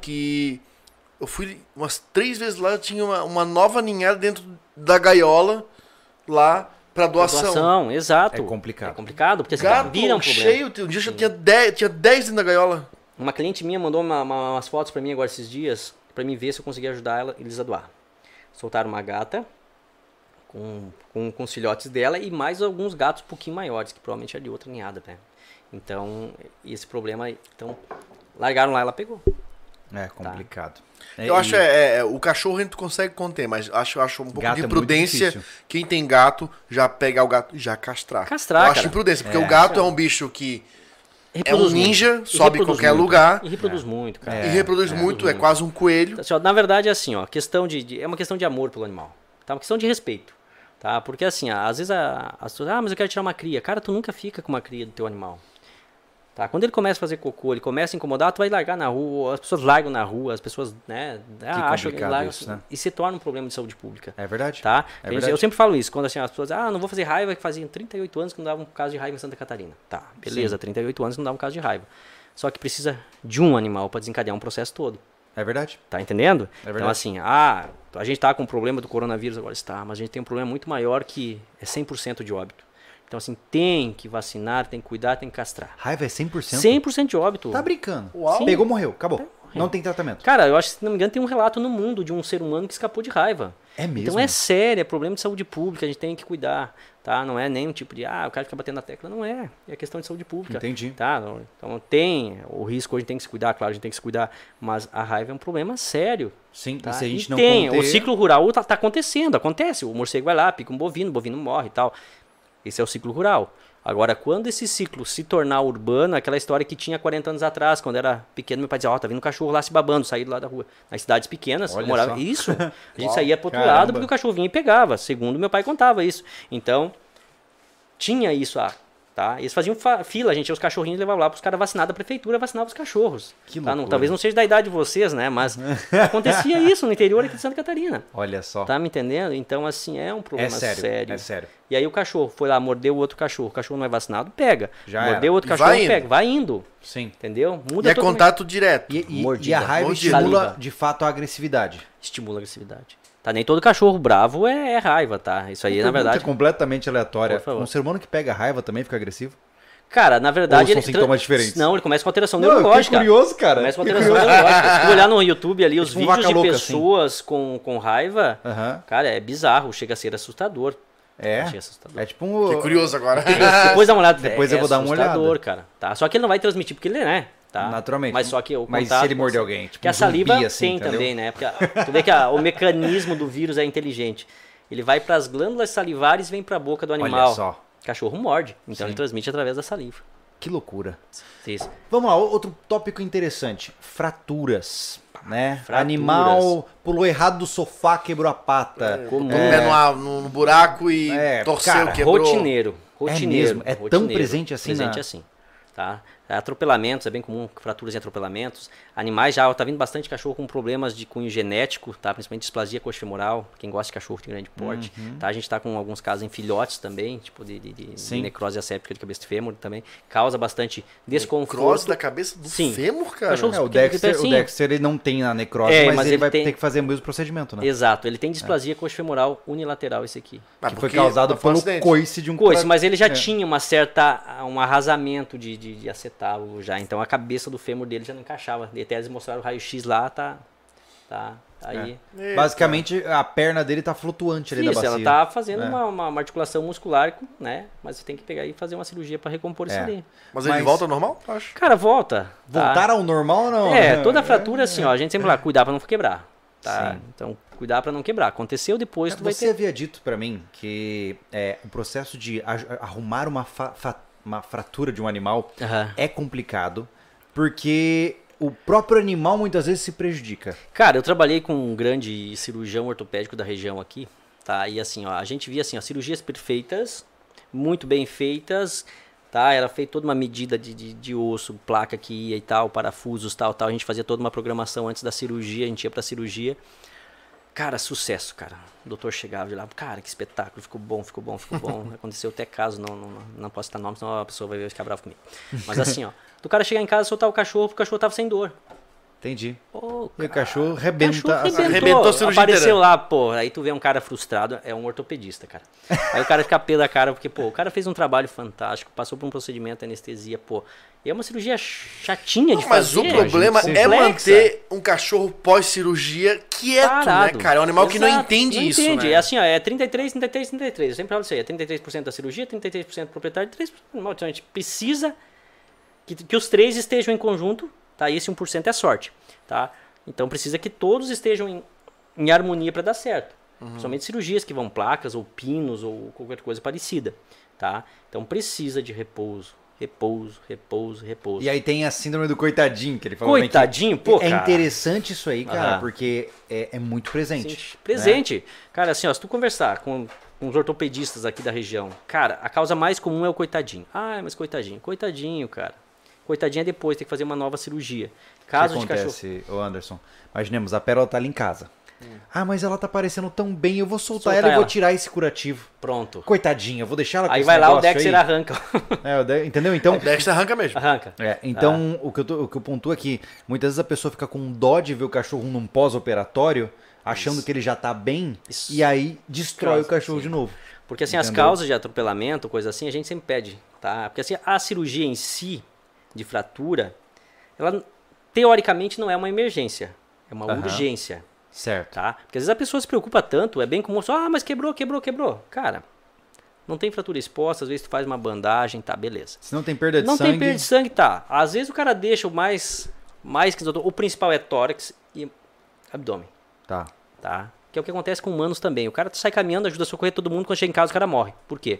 Speaker 2: que eu fui umas três vezes lá, tinha uma, uma nova ninhada dentro da gaiola lá pra doação.
Speaker 3: Doação, exato.
Speaker 1: É complicado.
Speaker 3: É complicado, porque assim,
Speaker 1: tá
Speaker 2: Gato
Speaker 1: é
Speaker 3: vira um problema.
Speaker 2: cheio, um dia eu tinha 10 tinha dez dentro da gaiola.
Speaker 3: Uma cliente minha mandou uma- uma- umas fotos pra mim agora esses dias, pra mim ver se eu conseguia ajudar ela, eles a doar. Soltaram uma gata com, com, com os filhotes dela e mais alguns gatos um pouquinho maiores, que provavelmente é de outra ninhada, né? Então, esse problema, aí, então, largaram lá, ela pegou.
Speaker 1: É
Speaker 3: Tá.
Speaker 1: complicado. É,
Speaker 2: Eu
Speaker 1: e-
Speaker 2: acho é, é, o cachorro a gente consegue conter, mas acho, acho um pouco
Speaker 1: Gato é
Speaker 2: de
Speaker 1: muito
Speaker 2: imprudência
Speaker 1: difícil.
Speaker 2: quem tem gato já pegar o gato e já castrar.
Speaker 3: Castrar,
Speaker 2: Eu acho
Speaker 3: cara.
Speaker 2: imprudência, porque
Speaker 1: É.
Speaker 2: o gato é um bicho que é um
Speaker 3: Reproduz muito.
Speaker 2: ninja, sobe
Speaker 3: E
Speaker 2: em
Speaker 3: reproduz
Speaker 2: qualquer
Speaker 3: muito.
Speaker 2: lugar
Speaker 3: E reproduz muito, cara.
Speaker 2: e reproduz muito, é quase um coelho.
Speaker 3: Assim, ó, na verdade é assim, ó, questão de, de- é uma questão de amor pelo animal, tá? Uma questão de respeito, tá? Porque assim, ó, às vezes a, as pessoas, ah, mas eu quero tirar uma cria. Cara, tu nunca fica com uma cria do teu animal. Tá? Quando ele começa a fazer cocô, ele começa a incomodar, tu vai largar na rua, as pessoas largam na rua, as pessoas, né, ah, acham que
Speaker 1: complicado
Speaker 3: largam
Speaker 1: isso, né?
Speaker 3: e se torna um problema de saúde pública.
Speaker 1: É verdade.
Speaker 3: Tá?
Speaker 1: É
Speaker 3: Eu-
Speaker 1: verdade.
Speaker 3: eu sempre falo isso, quando assim, as pessoas ah, não vou fazer raiva, que faziam 38 anos que não dava um caso de raiva em Santa Catarina. Tá, beleza, 38 anos que não dava um caso de raiva. Só que precisa de um animal para desencadear um processo todo.
Speaker 1: É verdade.
Speaker 3: Tá entendendo?
Speaker 1: É verdade.
Speaker 3: então, assim, ah, a gente tá com um problema do coronavírus agora, está, mas a gente tem um problema muito maior que é 100% de óbito. Então, assim, tem que vacinar, tem que cuidar, tem que castrar.
Speaker 1: Raiva é 100%?
Speaker 3: 100% de óbito.
Speaker 1: Tá brincando.
Speaker 2: Uau.
Speaker 1: Sim. Pegou, morreu.
Speaker 3: Tá
Speaker 1: Acabou. Não tem tratamento.
Speaker 3: Cara, eu acho que, se não me engano, tem um relato no mundo de um ser humano que escapou de raiva.
Speaker 1: É mesmo?
Speaker 3: Então é sério, é problema de saúde pública, a gente tem que cuidar, tá? Não é nem um tipo de, ah, o cara fica batendo na tecla, não é. É questão de saúde pública.
Speaker 1: Entendi.
Speaker 3: Tá? Não- Então tem, o risco hoje tem que se cuidar, claro, a gente tem que se cuidar, mas a raiva é um problema sério.
Speaker 1: Sim,
Speaker 3: Tá?
Speaker 1: e se a gente
Speaker 3: E
Speaker 1: não
Speaker 3: tem,
Speaker 1: conter-
Speaker 3: o ciclo rural tá, tá acontecendo, acontece. O morcego vai lá, pica um bovino, o bovino morre e tal. Esse é o ciclo rural. Agora, quando esse ciclo se tornar urbano, aquela história que tinha 40 anos atrás, quando era pequeno, meu pai dizia, ó, tá vindo um cachorro lá se babando, saí do lado da rua. Nas cidades pequenas, eu
Speaker 1: Olha
Speaker 3: morava.
Speaker 1: só.
Speaker 3: Isso. A gente
Speaker 1: Uau,
Speaker 3: saía pro outro
Speaker 1: caramba.
Speaker 3: lado porque o cachorro vinha e pegava, segundo meu pai contava isso. Então, tinha isso há Tá? Eles faziam fa- fila, a gente ia os cachorrinhos e levava lá para os caras vacinar da prefeitura, vacinava os cachorros.
Speaker 1: Que
Speaker 3: tá? não,
Speaker 1: loucura.
Speaker 3: talvez não seja da idade de vocês, né? Mas acontecia isso no interior aqui de Santa Catarina.
Speaker 1: Olha só.
Speaker 3: Tá me entendendo? Então, assim, é um
Speaker 1: é
Speaker 3: problema
Speaker 1: sério,
Speaker 3: sério.
Speaker 1: É sério.
Speaker 3: E aí o cachorro foi lá, mordeu o outro cachorro. O cachorro não é vacinado, pega.
Speaker 1: Já era.
Speaker 3: mordeu o outro
Speaker 2: E
Speaker 3: cachorro,
Speaker 2: vai indo.
Speaker 3: pega. Vai indo.
Speaker 1: Sim.
Speaker 3: Entendeu?
Speaker 2: E
Speaker 3: Muda
Speaker 2: é
Speaker 3: totalmente.
Speaker 2: contato direto.
Speaker 1: E, e-
Speaker 3: Mordida,
Speaker 1: e a raiva
Speaker 2: mordida.
Speaker 1: estimula
Speaker 3: Saliva.
Speaker 1: de fato a agressividade.
Speaker 3: Estimula a agressividade. Tá? Nem todo cachorro bravo é, é raiva, tá? Isso aí, na
Speaker 1: Pergunta
Speaker 3: verdade.
Speaker 1: completamente aleatória.
Speaker 3: Por favor.
Speaker 1: Um ser humano que pega raiva também fica agressivo?
Speaker 3: Cara, na
Speaker 1: Ou
Speaker 3: verdade.
Speaker 1: são
Speaker 3: ele
Speaker 1: sintomas diferentes?
Speaker 3: Não, ele começa com alteração
Speaker 1: Não, eu fiquei
Speaker 3: neurológica.
Speaker 1: curioso, cara.
Speaker 3: Começa com
Speaker 1: Fiquei
Speaker 3: alteração neurológica. Se tu olhar no YouTube ali os
Speaker 1: Tipo um
Speaker 3: vídeos
Speaker 1: vaca
Speaker 3: de
Speaker 1: louca,
Speaker 3: pessoas com, com raiva,
Speaker 1: Aham.
Speaker 3: cara, é bizarro. Chega a ser assustador. Achei assustador.
Speaker 1: É. É tipo um.
Speaker 2: Fiquei curioso agora.
Speaker 3: Depois dá uma olhada.
Speaker 1: Depois
Speaker 3: é
Speaker 1: eu vou dar uma
Speaker 3: assustador,
Speaker 1: olhada.
Speaker 3: cara. Tá? Só que ele não vai transmitir, porque ele é, tá?
Speaker 1: Naturalmente.
Speaker 3: Mas só que o
Speaker 1: Mas
Speaker 3: contato-
Speaker 1: se ele morder alguém, tipo
Speaker 3: que a
Speaker 1: um zumbi,
Speaker 3: saliva
Speaker 1: assim,
Speaker 3: tem
Speaker 1: entendeu?
Speaker 3: também, né? Porque a- tu vê que a- o mecanismo do vírus é inteligente. Ele vai para as glândulas salivares e vem para a boca do
Speaker 1: Olha
Speaker 3: animal.
Speaker 1: só.
Speaker 3: Cachorro morde, então
Speaker 1: Sim.
Speaker 3: ele transmite através da saliva.
Speaker 1: Que loucura.
Speaker 3: Isso.
Speaker 1: Vamos lá, outro tópico interessante. Fraturas. Né?
Speaker 3: Fraturas.
Speaker 1: Animal pulou errado do sofá, quebrou a pata.
Speaker 3: Como
Speaker 2: Botou o Um pé no, ar- no- no buraco e
Speaker 1: É,
Speaker 2: torceu,
Speaker 1: cara,
Speaker 2: quebrou.
Speaker 3: Rotineiro. Rotineiro.
Speaker 1: mesmo? É tão
Speaker 3: rotineiro.
Speaker 1: presente assim
Speaker 3: Presente
Speaker 1: na-
Speaker 3: assim. Tá? Atropelamentos, é bem comum fraturas em atropelamentos. Animais já, tá vindo bastante cachorro com problemas de cunho genético, tá? principalmente displasia coxofemoral. Quem gosta de cachorro tem grande porte.
Speaker 1: Uhum.
Speaker 3: Tá? A gente está com alguns casos em filhotes também, tipo de, de- de- de
Speaker 1: Sim.
Speaker 3: necrose asséptica de cabeça de fêmur também. Causa bastante
Speaker 2: Cross
Speaker 3: desconforto.
Speaker 2: da cabeça do
Speaker 3: Sim.
Speaker 2: fêmur, cara.
Speaker 3: Cachorro-
Speaker 1: É, o
Speaker 3: Porque ele
Speaker 1: Dexter,
Speaker 3: fica
Speaker 1: o
Speaker 3: assim.
Speaker 1: Dexter ele não tem a necrose,
Speaker 3: É,
Speaker 1: mas,
Speaker 3: mas
Speaker 1: ele,
Speaker 3: ele
Speaker 1: vai
Speaker 3: tem-
Speaker 1: ter que fazer o mesmo procedimento, né?
Speaker 3: Exato, ele tem displasia coxofemoral unilateral esse aqui.
Speaker 2: Mas
Speaker 1: que foi
Speaker 2: porque-
Speaker 1: causado
Speaker 3: tá
Speaker 2: mas foi um
Speaker 1: pelo
Speaker 2: acidente.
Speaker 1: coice de um
Speaker 3: coisa, mas ele já
Speaker 1: É.
Speaker 3: tinha uma certa um arrasamento de, de, de acetábulo já, então a cabeça do fêmur dele já não encaixava. E até eles mostraram o raio-x lá, tá tá tá aí.
Speaker 2: É,
Speaker 1: Basicamente, a perna dele tá flutuante ali da
Speaker 3: Isso,
Speaker 1: bacia.
Speaker 3: ela tá fazendo
Speaker 1: É.
Speaker 3: uma, uma, uma articulação muscular, com- né? Mas você tem que pegar e fazer uma cirurgia pra recompor
Speaker 1: É.
Speaker 3: isso ali.
Speaker 2: Mas ele
Speaker 1: Mas-
Speaker 2: volta ao normal? Acho.
Speaker 3: Cara, volta. tá?
Speaker 1: Voltar ao normal ou não? né?
Speaker 3: É, toda fratura assim, ó, a gente sempre lá cuidar pra não quebrar, tá?
Speaker 1: É. Sim.
Speaker 3: Então, cuidar pra não quebrar. Aconteceu depois, tu vai
Speaker 1: É, Você
Speaker 3: ter
Speaker 1: havia dito pra mim que é, o processo de a- arrumar uma, fa- fa- uma fratura de um animal
Speaker 3: Aham.
Speaker 1: é complicado, porque o próprio animal muitas vezes se prejudica.
Speaker 3: Cara, eu trabalhei com um grande cirurgião ortopédico da região aqui, tá? E assim, ó, a gente via assim, ó, cirurgias perfeitas, muito bem feitas, tá? Era feita toda uma medida de, de, de osso, placa que ia e tal, parafusos, tal, tal. A gente fazia toda uma programação antes da cirurgia, a gente ia pra cirurgia. Cara, sucesso, cara. O doutor chegava de lá, cara, que espetáculo, ficou bom, ficou bom, ficou bom. Aconteceu até caso, não, não, não posso citar nome, senão a pessoa vai ver e ficar bravo comigo. Mas assim, ó, do cara chegar em casa, soltar o cachorro, porque o cachorro tava sem dor.
Speaker 1: Entendi.
Speaker 3: Pô,
Speaker 1: E o
Speaker 3: cara,
Speaker 1: cachorro rebenta.
Speaker 3: Ah, Cachorro arrebentou,
Speaker 2: Arrebentou a cirurgia
Speaker 3: apareceu
Speaker 2: inteira.
Speaker 3: lá, pô. Aí tu vê um cara frustrado, é um ortopedista, cara. Aí o cara fica pé da cara, porque, pô, o cara fez um trabalho fantástico, passou por um procedimento, anestesia, pô. E é uma cirurgia chatinha de
Speaker 2: Mas
Speaker 3: fazer. né,
Speaker 2: o problema
Speaker 1: gente,
Speaker 2: é
Speaker 3: complexa.
Speaker 2: manter um cachorro pós-cirurgia quieto,
Speaker 3: Parado.
Speaker 2: né, cara? É um animal que não
Speaker 3: Exato,
Speaker 2: entende
Speaker 3: não
Speaker 2: isso,
Speaker 3: entende.
Speaker 2: né?
Speaker 3: É assim, ó, é 33, 33, 33. Eu sempre falo isso aí, é 33% da cirurgia, 33% do proprietário, 3% do animal. Então a gente precisa que, que os três estejam em conjunto, tá? Esse 1% é sorte, tá? Então precisa que todos estejam em, em harmonia para dar certo.
Speaker 2: Uhum.
Speaker 3: Somente cirurgias que vão placas ou pinos ou qualquer coisa parecida, tá? Então precisa de repouso, repouso, repouso, repouso.
Speaker 1: E aí tem a síndrome do coitadinho que ele falou. também, que
Speaker 3: Coitadinho, pô,
Speaker 1: é
Speaker 3: cara.
Speaker 1: interessante isso aí, cara,
Speaker 3: Aham.
Speaker 1: porque é, é muito presente.
Speaker 3: Sim, presente. Cara, assim, ó, se tu conversar com, com os ortopedistas aqui da região, cara, a causa mais comum é o coitadinho. Ah, mas coitadinho. Coitadinho, cara. Coitadinho é depois, tem que fazer uma nova cirurgia. Caso
Speaker 1: o
Speaker 3: de
Speaker 1: que
Speaker 3: cachorro. Hum.
Speaker 1: acontece, ô Anderson? Imaginemos, a Pérola tá ali em casa. Ah, mas ela tá parecendo tão bem, eu vou soltar,
Speaker 3: Soltar
Speaker 1: ela, e vou
Speaker 3: ela.
Speaker 1: tirar esse curativo.
Speaker 3: Pronto.
Speaker 1: Coitadinha, eu vou deixar ela com
Speaker 3: Aí
Speaker 1: é esse
Speaker 3: vai lá, o
Speaker 1: negócio
Speaker 3: Dexter
Speaker 1: aí.
Speaker 3: arranca.
Speaker 1: É, o De- entendeu? Então,
Speaker 2: Dexter arranca mesmo.
Speaker 3: arranca.
Speaker 1: É, então o, que eu tô- o que eu pontuo aqui, muitas vezes a pessoa fica com dó de ver o cachorro num pós-operatório, achando que ele já tá bem,
Speaker 3: Isso.
Speaker 1: e aí destrói
Speaker 3: Causa,
Speaker 1: o cachorro
Speaker 3: sim.
Speaker 1: de novo.
Speaker 3: Porque assim, as
Speaker 1: Entendeu?
Speaker 3: causas de atropelamento, coisa assim, a gente sempre pede, tá? Porque assim, a cirurgia em si, de fratura, ela teoricamente não é uma emergência. É uma
Speaker 1: Aham.
Speaker 3: urgência.
Speaker 1: Certo.
Speaker 3: tá? Porque às vezes a pessoa se preocupa tanto, é bem comum só, ah, mas quebrou, quebrou, quebrou. Cara, não tem fratura exposta, às vezes tu faz uma bandagem, tá, beleza.
Speaker 1: Se não tem perda de
Speaker 3: não
Speaker 1: sangue,
Speaker 3: tem perda de sangue, tá. Às vezes o cara deixa o mais, mais que o principal é tórax e abdômen,
Speaker 1: tá.
Speaker 3: tá? Que é o que acontece com humanos também. O cara sai caminhando, ajuda a socorrer todo mundo, quando chega em casa o cara morre. Por quê?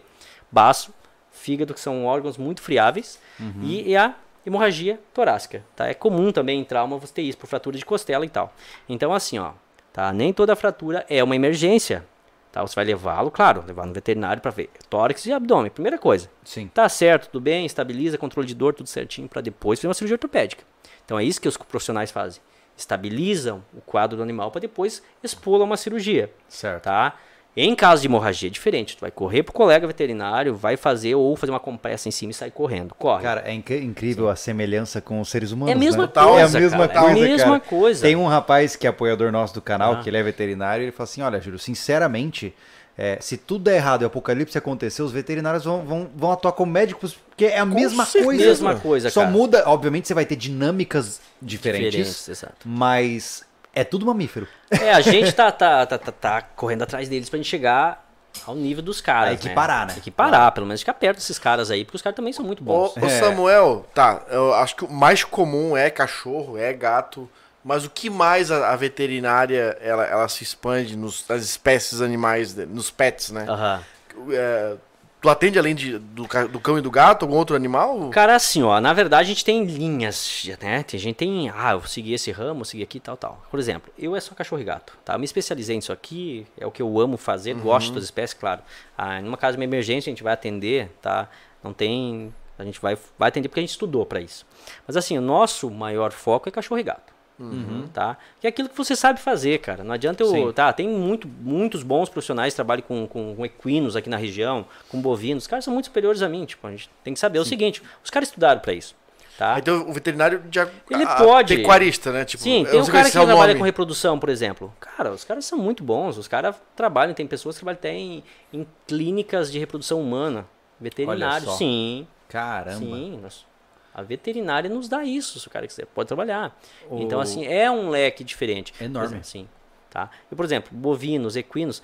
Speaker 3: Baço, fígado, que são órgãos muito friáveis, e, e a hemorragia torácica, tá? É comum também em trauma você ter isso, por fratura de costela e tal. Então, assim, ó, tá? Nem toda fratura é uma emergência. Tá? Você vai levá-lo, claro, levar no veterinário para ver tórax e abdômen, primeira coisa.
Speaker 1: Sim.
Speaker 3: Tá certo, tudo bem, estabiliza, controle de dor, tudo certinho, para depois fazer uma cirurgia ortopédica. Então é isso que os profissionais fazem. Estabilizam o quadro do animal para depois expô-lo a uma cirurgia.
Speaker 1: Certo.
Speaker 3: Tá? Em caso de hemorragia é diferente, tu vai correr pro colega veterinário, vai fazer ou fazer uma compressa em cima e sai correndo. Corre.
Speaker 1: Cara, é inc- incrível a semelhança com os seres
Speaker 3: é
Speaker 1: humanos.
Speaker 3: a mesma
Speaker 1: né?
Speaker 3: coisa.
Speaker 1: É a mesma
Speaker 3: cara,
Speaker 1: coisa.
Speaker 3: É a mesma
Speaker 1: cara.
Speaker 3: coisa.
Speaker 1: Tem um rapaz que é apoiador nosso do canal,
Speaker 3: Ah.
Speaker 1: que ele é veterinário, e ele fala assim: olha, Júlio, sinceramente. é, se tudo der errado e o apocalipse acontecer, os veterinários vão, vão, vão atuar como médicos, porque é a mesma
Speaker 2: certeza.
Speaker 1: coisa.
Speaker 3: Mesma coisa,
Speaker 1: Só
Speaker 3: cara.
Speaker 1: muda, obviamente você vai ter dinâmicas diferentes,
Speaker 3: Diferença, exato.
Speaker 1: mas é tudo mamífero.
Speaker 3: É, a gente tá, tá, tá, tá, tá correndo atrás deles pra gente chegar ao nível dos caras.
Speaker 1: É equiparar, né?
Speaker 3: É Equiparar, pelo menos ficar perto desses caras aí, porque os caras também são muito
Speaker 2: Ô,
Speaker 3: bons. né?
Speaker 2: ô,
Speaker 1: É.
Speaker 2: Samuel, tá, eu acho que o mais comum é cachorro, é gato, mas o que mais a, a veterinária ela, ela se expande nos, nas espécies animais, de- nos pets, né?
Speaker 3: Aham.
Speaker 2: É, tu atende além de, do, ca- do cão e do gato, algum outro animal?
Speaker 3: Cara, assim, ó, na verdade a gente tem linhas, né? Tem gente tem, ah, eu segui esse ramo, eu segui aqui tal, tal. Por exemplo, eu é só cachorro e gato, tá? Eu me especializei nisso aqui, é o que eu amo fazer, gosto das espécies, claro. Ah, numa casa de uma emergência a gente vai atender, tá? Não tem, a gente vai, vai atender porque a gente estudou pra isso. Mas assim, o nosso maior foco é cachorro e gato. Tá? Que é aquilo que você sabe fazer, cara. Não adianta eu.
Speaker 1: Sim.
Speaker 3: Tá, tem muito, muitos bons profissionais que trabalham com, com, com equinos aqui na região, com bovinos. Os caras são muito superiores a mim. Tipo, a gente tem que saber o seguinte: os caras estudaram pra isso. Tá?
Speaker 2: Então o veterinário de a-
Speaker 3: Ele
Speaker 2: a-
Speaker 3: pode.
Speaker 2: pecuarista, né? Tipo,
Speaker 3: Sim,
Speaker 2: eu
Speaker 3: tem
Speaker 2: não
Speaker 3: um
Speaker 2: sei
Speaker 3: cara que
Speaker 2: se é o
Speaker 3: trabalha
Speaker 2: nome.
Speaker 3: com reprodução, por exemplo. Cara, os caras são muito bons. Os caras trabalham, tem pessoas que trabalham até em, em clínicas de reprodução humana. Veterinário,
Speaker 1: só.
Speaker 3: sim.
Speaker 1: Caramba.
Speaker 3: Sim, nós- a veterinária nos dá isso, se o cara quiser, pode trabalhar.
Speaker 1: O-
Speaker 3: Então, assim, é um leque diferente.
Speaker 1: Enorme.
Speaker 3: Por exemplo, Sim, tá? E, por exemplo, bovinos, equinos,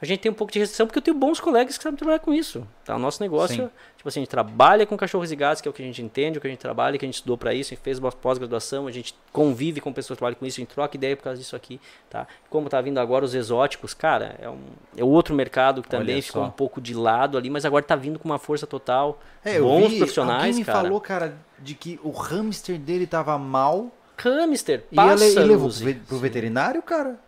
Speaker 3: a gente tem um pouco de restrição porque eu tenho bons colegas que sabem trabalhar com isso, tá? O nosso negócio,
Speaker 1: Sim.
Speaker 3: tipo assim, a gente trabalha com cachorros e gatos, que é o que a gente entende, o que a gente trabalha, que a gente estudou para isso, a gente fez uma pós-graduação, a gente convive com pessoas que trabalham com isso, a gente troca ideia por causa disso aqui, tá? Como tá vindo agora os exóticos, cara, é, um, é outro mercado que também
Speaker 1: Olha
Speaker 3: ficou
Speaker 1: só.
Speaker 3: um pouco de lado ali, mas agora tá vindo com uma força total.
Speaker 1: É, eu
Speaker 3: bons
Speaker 1: vi,
Speaker 3: profissionais,
Speaker 1: alguém me
Speaker 3: cara.
Speaker 1: falou, cara, de que o hamster dele tava mal
Speaker 3: Hamster,
Speaker 1: e ele e levou
Speaker 3: pássaros,
Speaker 1: pro, ve- pro veterinário, cara.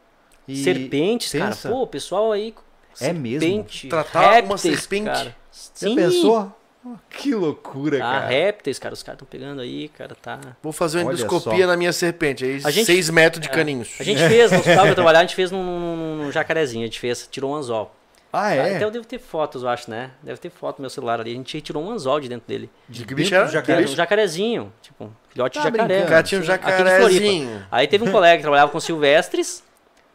Speaker 1: E-
Speaker 3: serpentes,
Speaker 1: pensa.
Speaker 3: cara. Pô, o pessoal aí.
Speaker 1: É mesmo?
Speaker 3: serpente,
Speaker 2: Tratar uma
Speaker 3: répteis,
Speaker 2: serpente?
Speaker 3: Cara.
Speaker 1: Você
Speaker 3: Sim,
Speaker 1: pensou? Ah, Que loucura,
Speaker 3: Tá,
Speaker 1: cara.
Speaker 3: répteis, cara. Os caras estão pegando aí, cara. Tá.
Speaker 2: Vou fazer uma
Speaker 1: Olha
Speaker 2: endoscopia
Speaker 1: só.
Speaker 2: na minha serpente, aí
Speaker 3: A gente- É.
Speaker 2: 6 metros de caninhos.
Speaker 3: A gente fez, no hospital que eu trabalhar, a gente fez num, num- num jacarezinho. A gente fez, tirou um anzol.
Speaker 1: Ah,
Speaker 3: Tá,
Speaker 1: é?
Speaker 3: Até eu devo ter fotos, eu acho, né? Deve ter foto no meu celular ali. A gente tirou um anzol de dentro dele.
Speaker 2: De que
Speaker 1: Dentro
Speaker 2: bicho era?
Speaker 1: do
Speaker 3: Que era um
Speaker 1: jacaré?
Speaker 3: jacarezinho. Tipo, um filhote de
Speaker 1: Tá
Speaker 3: jacaré.
Speaker 1: brincando.
Speaker 2: O cara tinha um
Speaker 3: Sim, aqui de
Speaker 2: jacarezinho.
Speaker 3: Floripa. Aí teve um colega que trabalhava com silvestres.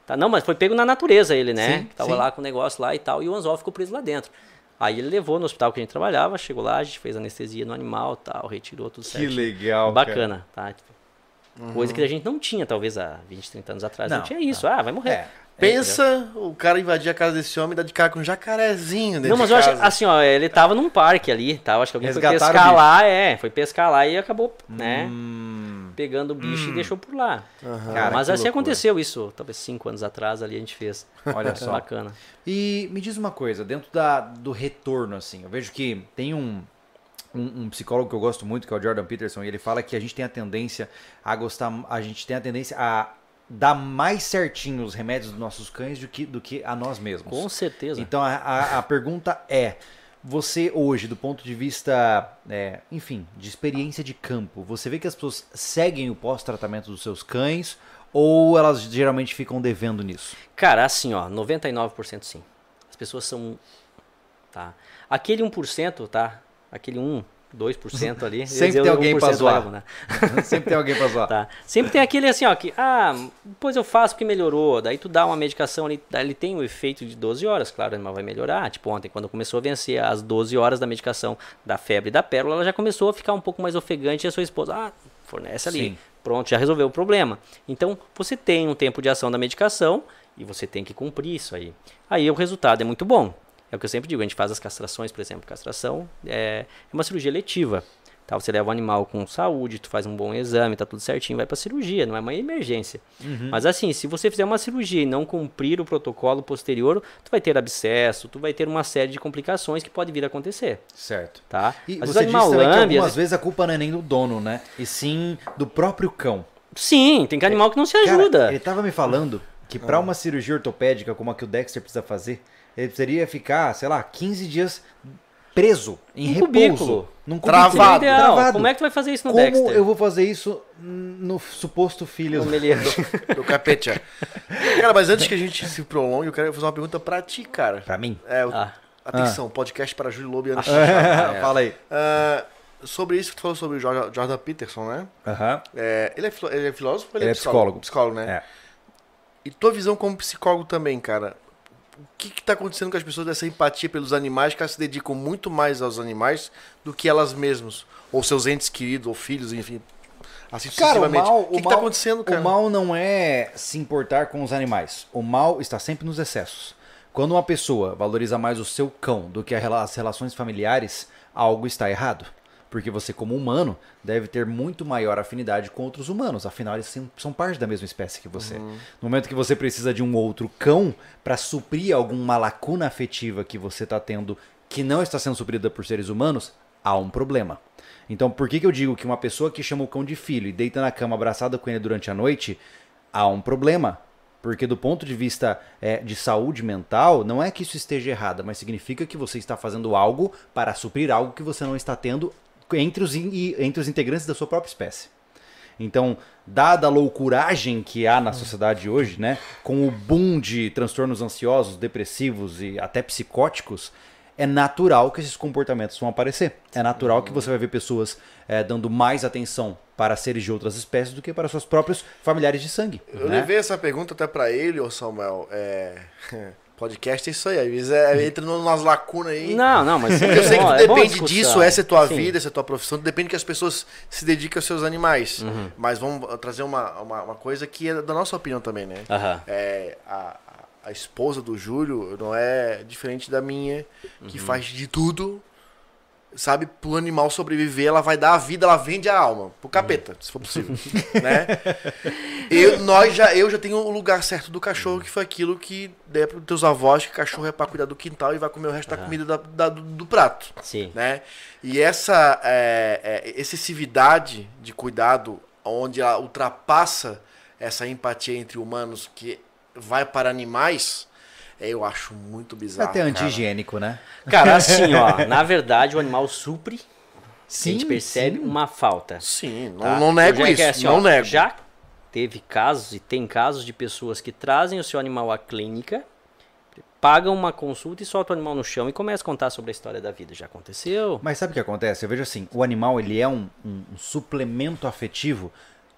Speaker 3: Tá, não, mas foi pego na natureza ele, né?
Speaker 1: Sim,
Speaker 3: que tava
Speaker 1: sim.
Speaker 3: lá com o negócio lá e tal. E o anzol ficou preso lá dentro. Aí ele levou no hospital que a gente trabalhava, chegou lá, a gente fez anestesia no animal tal, retirou tudo
Speaker 1: Que
Speaker 3: certo.
Speaker 1: legal, cara. Uhum.
Speaker 3: Bacana, tá? Tipo, Coisa que a gente não tinha, talvez, há 20, 30 anos atrás. Não,
Speaker 1: Não,
Speaker 3: tinha isso. Ah, vai morrer.
Speaker 1: É.
Speaker 2: Pensa o cara invadir a casa desse homem e dar de cara com um jacarezinho dentro
Speaker 3: Não, mas
Speaker 2: de
Speaker 3: eu acho
Speaker 2: casa.
Speaker 3: assim, ó, ele tava num parque ali, tá? Eu acho que alguém foi
Speaker 1: Resgataram o
Speaker 3: pescar
Speaker 1: bicho.
Speaker 3: lá, é, foi pescar lá e acabou, né?
Speaker 1: Hum,
Speaker 3: Pegando o bicho e deixou por lá.
Speaker 1: Cara,
Speaker 3: mas
Speaker 1: que
Speaker 3: assim
Speaker 1: loucura.
Speaker 3: aconteceu isso, talvez cinco anos atrás ali a gente fez. é
Speaker 1: olha só.
Speaker 3: Bacana.
Speaker 1: E me diz uma coisa, dentro da, do retorno, assim, eu vejo que tem um, um, um psicólogo que eu gosto muito, que é o Jordan Peterson, e ele fala que a gente tem a tendência a gostar, a gente tem a tendência a dar mais certinho os remédios dos nossos cães do que, do que a nós mesmos.
Speaker 3: Com certeza.
Speaker 1: Então a, a- a pergunta é: você hoje, do ponto de vista, é, enfim, de experiência de campo, você vê que as pessoas seguem o pós-tratamento dos seus cães ou elas geralmente ficam devendo nisso?
Speaker 3: Cara, assim, ó, 99% sim. As pessoas são. Tá. Aquele 1%, tá? Aquele 1, 2% ali. eu ia
Speaker 1: Sempre
Speaker 3: dizer
Speaker 1: tem alguém pra
Speaker 3: 1%
Speaker 1: zoar.
Speaker 3: vagabundo, né?
Speaker 1: Sempre tem alguém pra zoar.
Speaker 3: Tá. Sempre tem aquele assim, ó, que, ah, depois eu faço porque melhorou. Daí tu dá uma medicação ali, daí ele tem o efeito de 12 horas, claro, mas vai melhorar. Tipo, ontem, quando começou a vencer as 12 horas da medicação da febre e da pérola, ela já começou a ficar um pouco mais ofegante e a sua esposa, ah, fornece ali.
Speaker 1: Sim.
Speaker 3: Pronto, já resolveu o problema. Então, você tem um tempo de ação da medicação e você tem que cumprir isso aí. Aí o resultado é muito bom. É o que eu sempre digo, a gente faz as castrações, por exemplo. Castração é é uma cirurgia letiva. Tá? Você leva o animal com saúde, tu faz um bom exame, tá tudo certinho, vai pra cirurgia, não é uma emergência.
Speaker 1: Uhum.
Speaker 3: Mas assim, se você fizer uma cirurgia e não cumprir o protocolo posterior, tu vai ter abscesso, tu vai ter uma série de complicações que pode vir a acontecer,
Speaker 1: Certo.
Speaker 3: tá?
Speaker 1: E
Speaker 3: Às vezes o
Speaker 1: você disse também que
Speaker 3: lambe, às
Speaker 1: algumas
Speaker 3: vezes-
Speaker 1: vezes a culpa não é nem do dono, né? E sim do próprio cão.
Speaker 3: Sim, tem que animal que não se
Speaker 1: É, Cara,
Speaker 3: ajuda.
Speaker 1: Ah. ele tava me falando que pra uma cirurgia ortopédica como a que o Dexter precisa fazer, ele precisaria ficar, sei lá, 15 dias preso, em
Speaker 3: Num
Speaker 1: repouso.
Speaker 3: cubículo.
Speaker 1: Num
Speaker 2: Travado.
Speaker 3: Entendeu?
Speaker 1: Travado.
Speaker 3: Como é que tu vai fazer isso no
Speaker 1: Como
Speaker 3: Dexter? é?
Speaker 1: eu vou fazer isso no suposto filho?
Speaker 3: No Melier.
Speaker 2: Do capeta. Cara, mas antes que a gente se prolongue, eu quero fazer uma pergunta pra ti, cara.
Speaker 1: Pra mim?
Speaker 2: É, eu-
Speaker 3: Ah,
Speaker 2: atenção, podcast para Júlio Lobo e Ana
Speaker 3: é.
Speaker 1: Ah, Fala aí.
Speaker 2: Ah, sobre isso que tu falou sobre o Jordan Jordan Peterson, né?
Speaker 1: Aham.
Speaker 2: É, ele, é filo- ele é filósofo ou ele,
Speaker 1: Ele
Speaker 2: é
Speaker 1: é
Speaker 2: psicólogo?
Speaker 1: psicólogo.
Speaker 2: né?
Speaker 1: É.
Speaker 2: E tua visão como psicólogo também, cara. O que que tá acontecendo com as pessoas dessa empatia pelos animais, que elas se dedicam muito mais aos animais do que elas mesmas? Ou seus entes queridos, ou filhos, enfim. Assim
Speaker 1: Cara, o
Speaker 2: sucessivamente.
Speaker 1: mal,
Speaker 2: que,
Speaker 1: o,
Speaker 2: que
Speaker 1: mal,
Speaker 2: tá acontecendo, cara?
Speaker 1: o mal não é se importar com os animais. O mal está sempre nos excessos. Quando uma pessoa valoriza mais o seu cão do que a rela- as relações familiares, algo está errado. Porque você, como humano, deve ter muito maior afinidade com outros humanos. Afinal, eles sem- são parte da mesma espécie que você.
Speaker 2: Uhum.
Speaker 1: No momento que você precisa de um outro cão para suprir alguma lacuna afetiva que você está tendo que não está sendo suprida por seres humanos, há um problema. Então, por que, que eu digo que uma pessoa que chama o cão de filho e deita na cama abraçada com ele durante a noite, há um problema? Porque do ponto de vista é, de saúde mental, não é que isso esteja errado, mas significa que você está fazendo algo para suprir algo que você não está tendo entre os, in- e- entre os integrantes da sua própria espécie. Então, dada a loucuragem que há na sociedade hoje, né, com o boom de transtornos ansiosos, depressivos e até psicóticos, é natural que esses comportamentos vão aparecer. É natural que você vai ver pessoas eh, dando mais atenção para seres de outras espécies do que para seus próprios familiares de sangue.
Speaker 2: Eu
Speaker 1: né?
Speaker 2: levei essa pergunta até pra ele, ô Samuel. É... Podcast é isso aí. Às vezes é, entra numas lacunas aí.
Speaker 3: não, não, mas.
Speaker 2: Eu sei que tu
Speaker 3: é bom a
Speaker 2: depende
Speaker 3: discussão.
Speaker 2: disso, essa é tua
Speaker 3: Sim.
Speaker 2: vida, essa é tua profissão, depende que as pessoas se dediquem aos seus animais. Mas vamos trazer uma, uma, uma coisa que é da nossa opinião também, né?
Speaker 3: Aham.
Speaker 2: É, a, a esposa do Júlio não é diferente da minha, que faz de tudo, sabe, pro animal sobreviver, ela vai dar a vida, ela vende a alma, pro capeta, se for possível, né? Eu, nós já, eu já tenho o lugar certo do cachorro, que foi aquilo que der pros teus avós, que cachorro é pra cuidar do quintal e vai comer o resto da comida da- da- do- do prato
Speaker 3: Sim.
Speaker 2: né? E essa é, é, excessividade de cuidado, onde ela ultrapassa essa empatia entre humanos que vai para animais, é, eu acho muito
Speaker 1: É
Speaker 2: bizarro.
Speaker 1: até
Speaker 2: Ah, cara.
Speaker 1: antigênico, né?
Speaker 3: Cara, assim, ó. Na verdade, o animal supre.
Speaker 1: Sim,
Speaker 3: a gente percebe
Speaker 1: sim.
Speaker 3: uma falta.
Speaker 2: Sim, não,
Speaker 3: tá?
Speaker 2: não nego
Speaker 3: Eu já-
Speaker 2: isso,
Speaker 3: é assim,
Speaker 2: não
Speaker 3: ó,
Speaker 2: nego.
Speaker 3: Já teve casos e tem casos de pessoas que trazem o seu animal à clínica, pagam uma consulta e soltam o animal no chão e começam a contar sobre a história da vida. Já aconteceu?
Speaker 1: Mas sabe o que acontece? Eu vejo assim, o animal ele é um, um- um suplemento afetivo.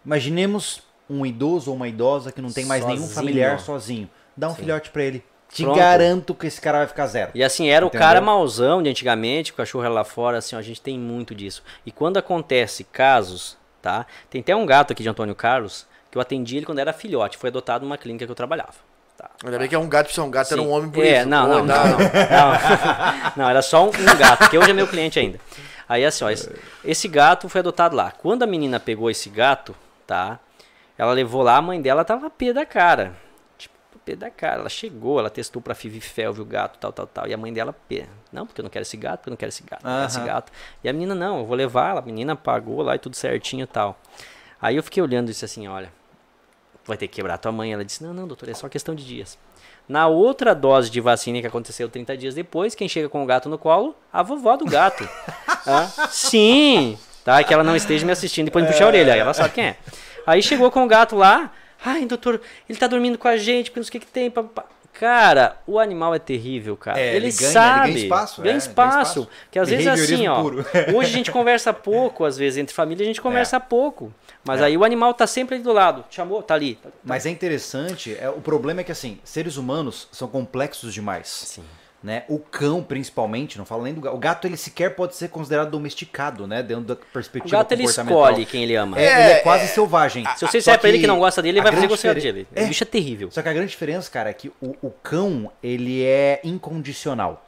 Speaker 1: Imaginemos um idoso ou uma idosa que não tem mais nenhum
Speaker 3: Sozinho.
Speaker 1: familiar sozinho. Dá um filhote pra ele. Te
Speaker 3: Pronto.
Speaker 1: garanto que esse cara vai ficar zero.
Speaker 3: E assim, era
Speaker 1: Entendeu?
Speaker 3: o cara mauzão de antigamente, o cachorro era lá fora, assim, ó, a gente tem muito disso. E quando acontece casos, tá? Tem até um gato aqui de Antônio Carlos, que eu atendi ele quando era filhote, foi adotado numa clínica que eu trabalhava. Tá.
Speaker 2: Ainda bem que é um gato, se é um gato, era
Speaker 3: Sim.
Speaker 2: um homem bonito.
Speaker 3: É, não,
Speaker 2: Pô, tá
Speaker 3: não, não, não, não. Não, era só um, um gato, que hoje é meu cliente ainda. Aí assim, ó, esse, esse gato foi adotado lá. Quando a menina pegou esse gato, tá? Ela levou lá, a mãe dela tava pé da cara. Tipo, pé da cara. Ela chegou, ela testou pra Fivifel, viu o gato, tal, tal, tal. E a mãe dela, pé. Não, porque eu não quero esse gato, porque eu não quero esse gato, não quero esse
Speaker 1: Aham.
Speaker 3: gato. E a menina, não, eu vou levar ela. A menina pagou lá e tudo certinho e tal. Aí eu fiquei olhando e disse assim, olha, vai ter que quebrar tua mãe. Ela disse, não, não, doutor, é só questão de dias. Na outra dose de vacina que aconteceu 30 dias depois, quem chega com o gato no colo? A vovó do gato. Ah, sim! Tá? Que ela não esteja me assistindo depois me puxar a orelha, aí ela sabe quem é. Aí chegou com o gato lá, ai, doutor, ele tá dormindo com a gente, porque não sei o que, que tem. papapá." Cara, o animal é terrível, cara.
Speaker 1: É,
Speaker 3: ele,
Speaker 1: ele ganha, ele
Speaker 3: sabe.
Speaker 1: ganha espaço, é,
Speaker 3: ganha
Speaker 1: ele ganha
Speaker 3: espaço.
Speaker 1: espaço.
Speaker 3: Que às vezes é assim,
Speaker 1: Behaviorismo
Speaker 3: ó.
Speaker 1: puro.
Speaker 3: Hoje a gente conversa pouco, às vezes, entre família, a gente
Speaker 1: É.
Speaker 3: conversa pouco. Mas aí o animal tá sempre ali do lado. Te Chamou, tá ali.
Speaker 1: Mas é interessante, é, o problema é que assim, seres humanos são complexos demais.
Speaker 3: Sim.
Speaker 1: Né? O cão, principalmente, não falo nem do gato. O gato ele sequer pode ser considerado domesticado, né? Dentro da
Speaker 3: O
Speaker 1: perspectiva
Speaker 3: gato ele
Speaker 1: comportamental.
Speaker 3: escolhe quem ele ama.
Speaker 1: É, ele é quase selvagem. Ah,
Speaker 3: Se você
Speaker 1: Só
Speaker 3: disser pra ele que não gosta dele, ele
Speaker 1: a
Speaker 3: vai fazer
Speaker 1: grande
Speaker 3: gostar
Speaker 1: diferen-
Speaker 3: dele. O bicho é terrível.
Speaker 1: Só que a grande diferença, cara, é que o, o cão, ele é incondicional.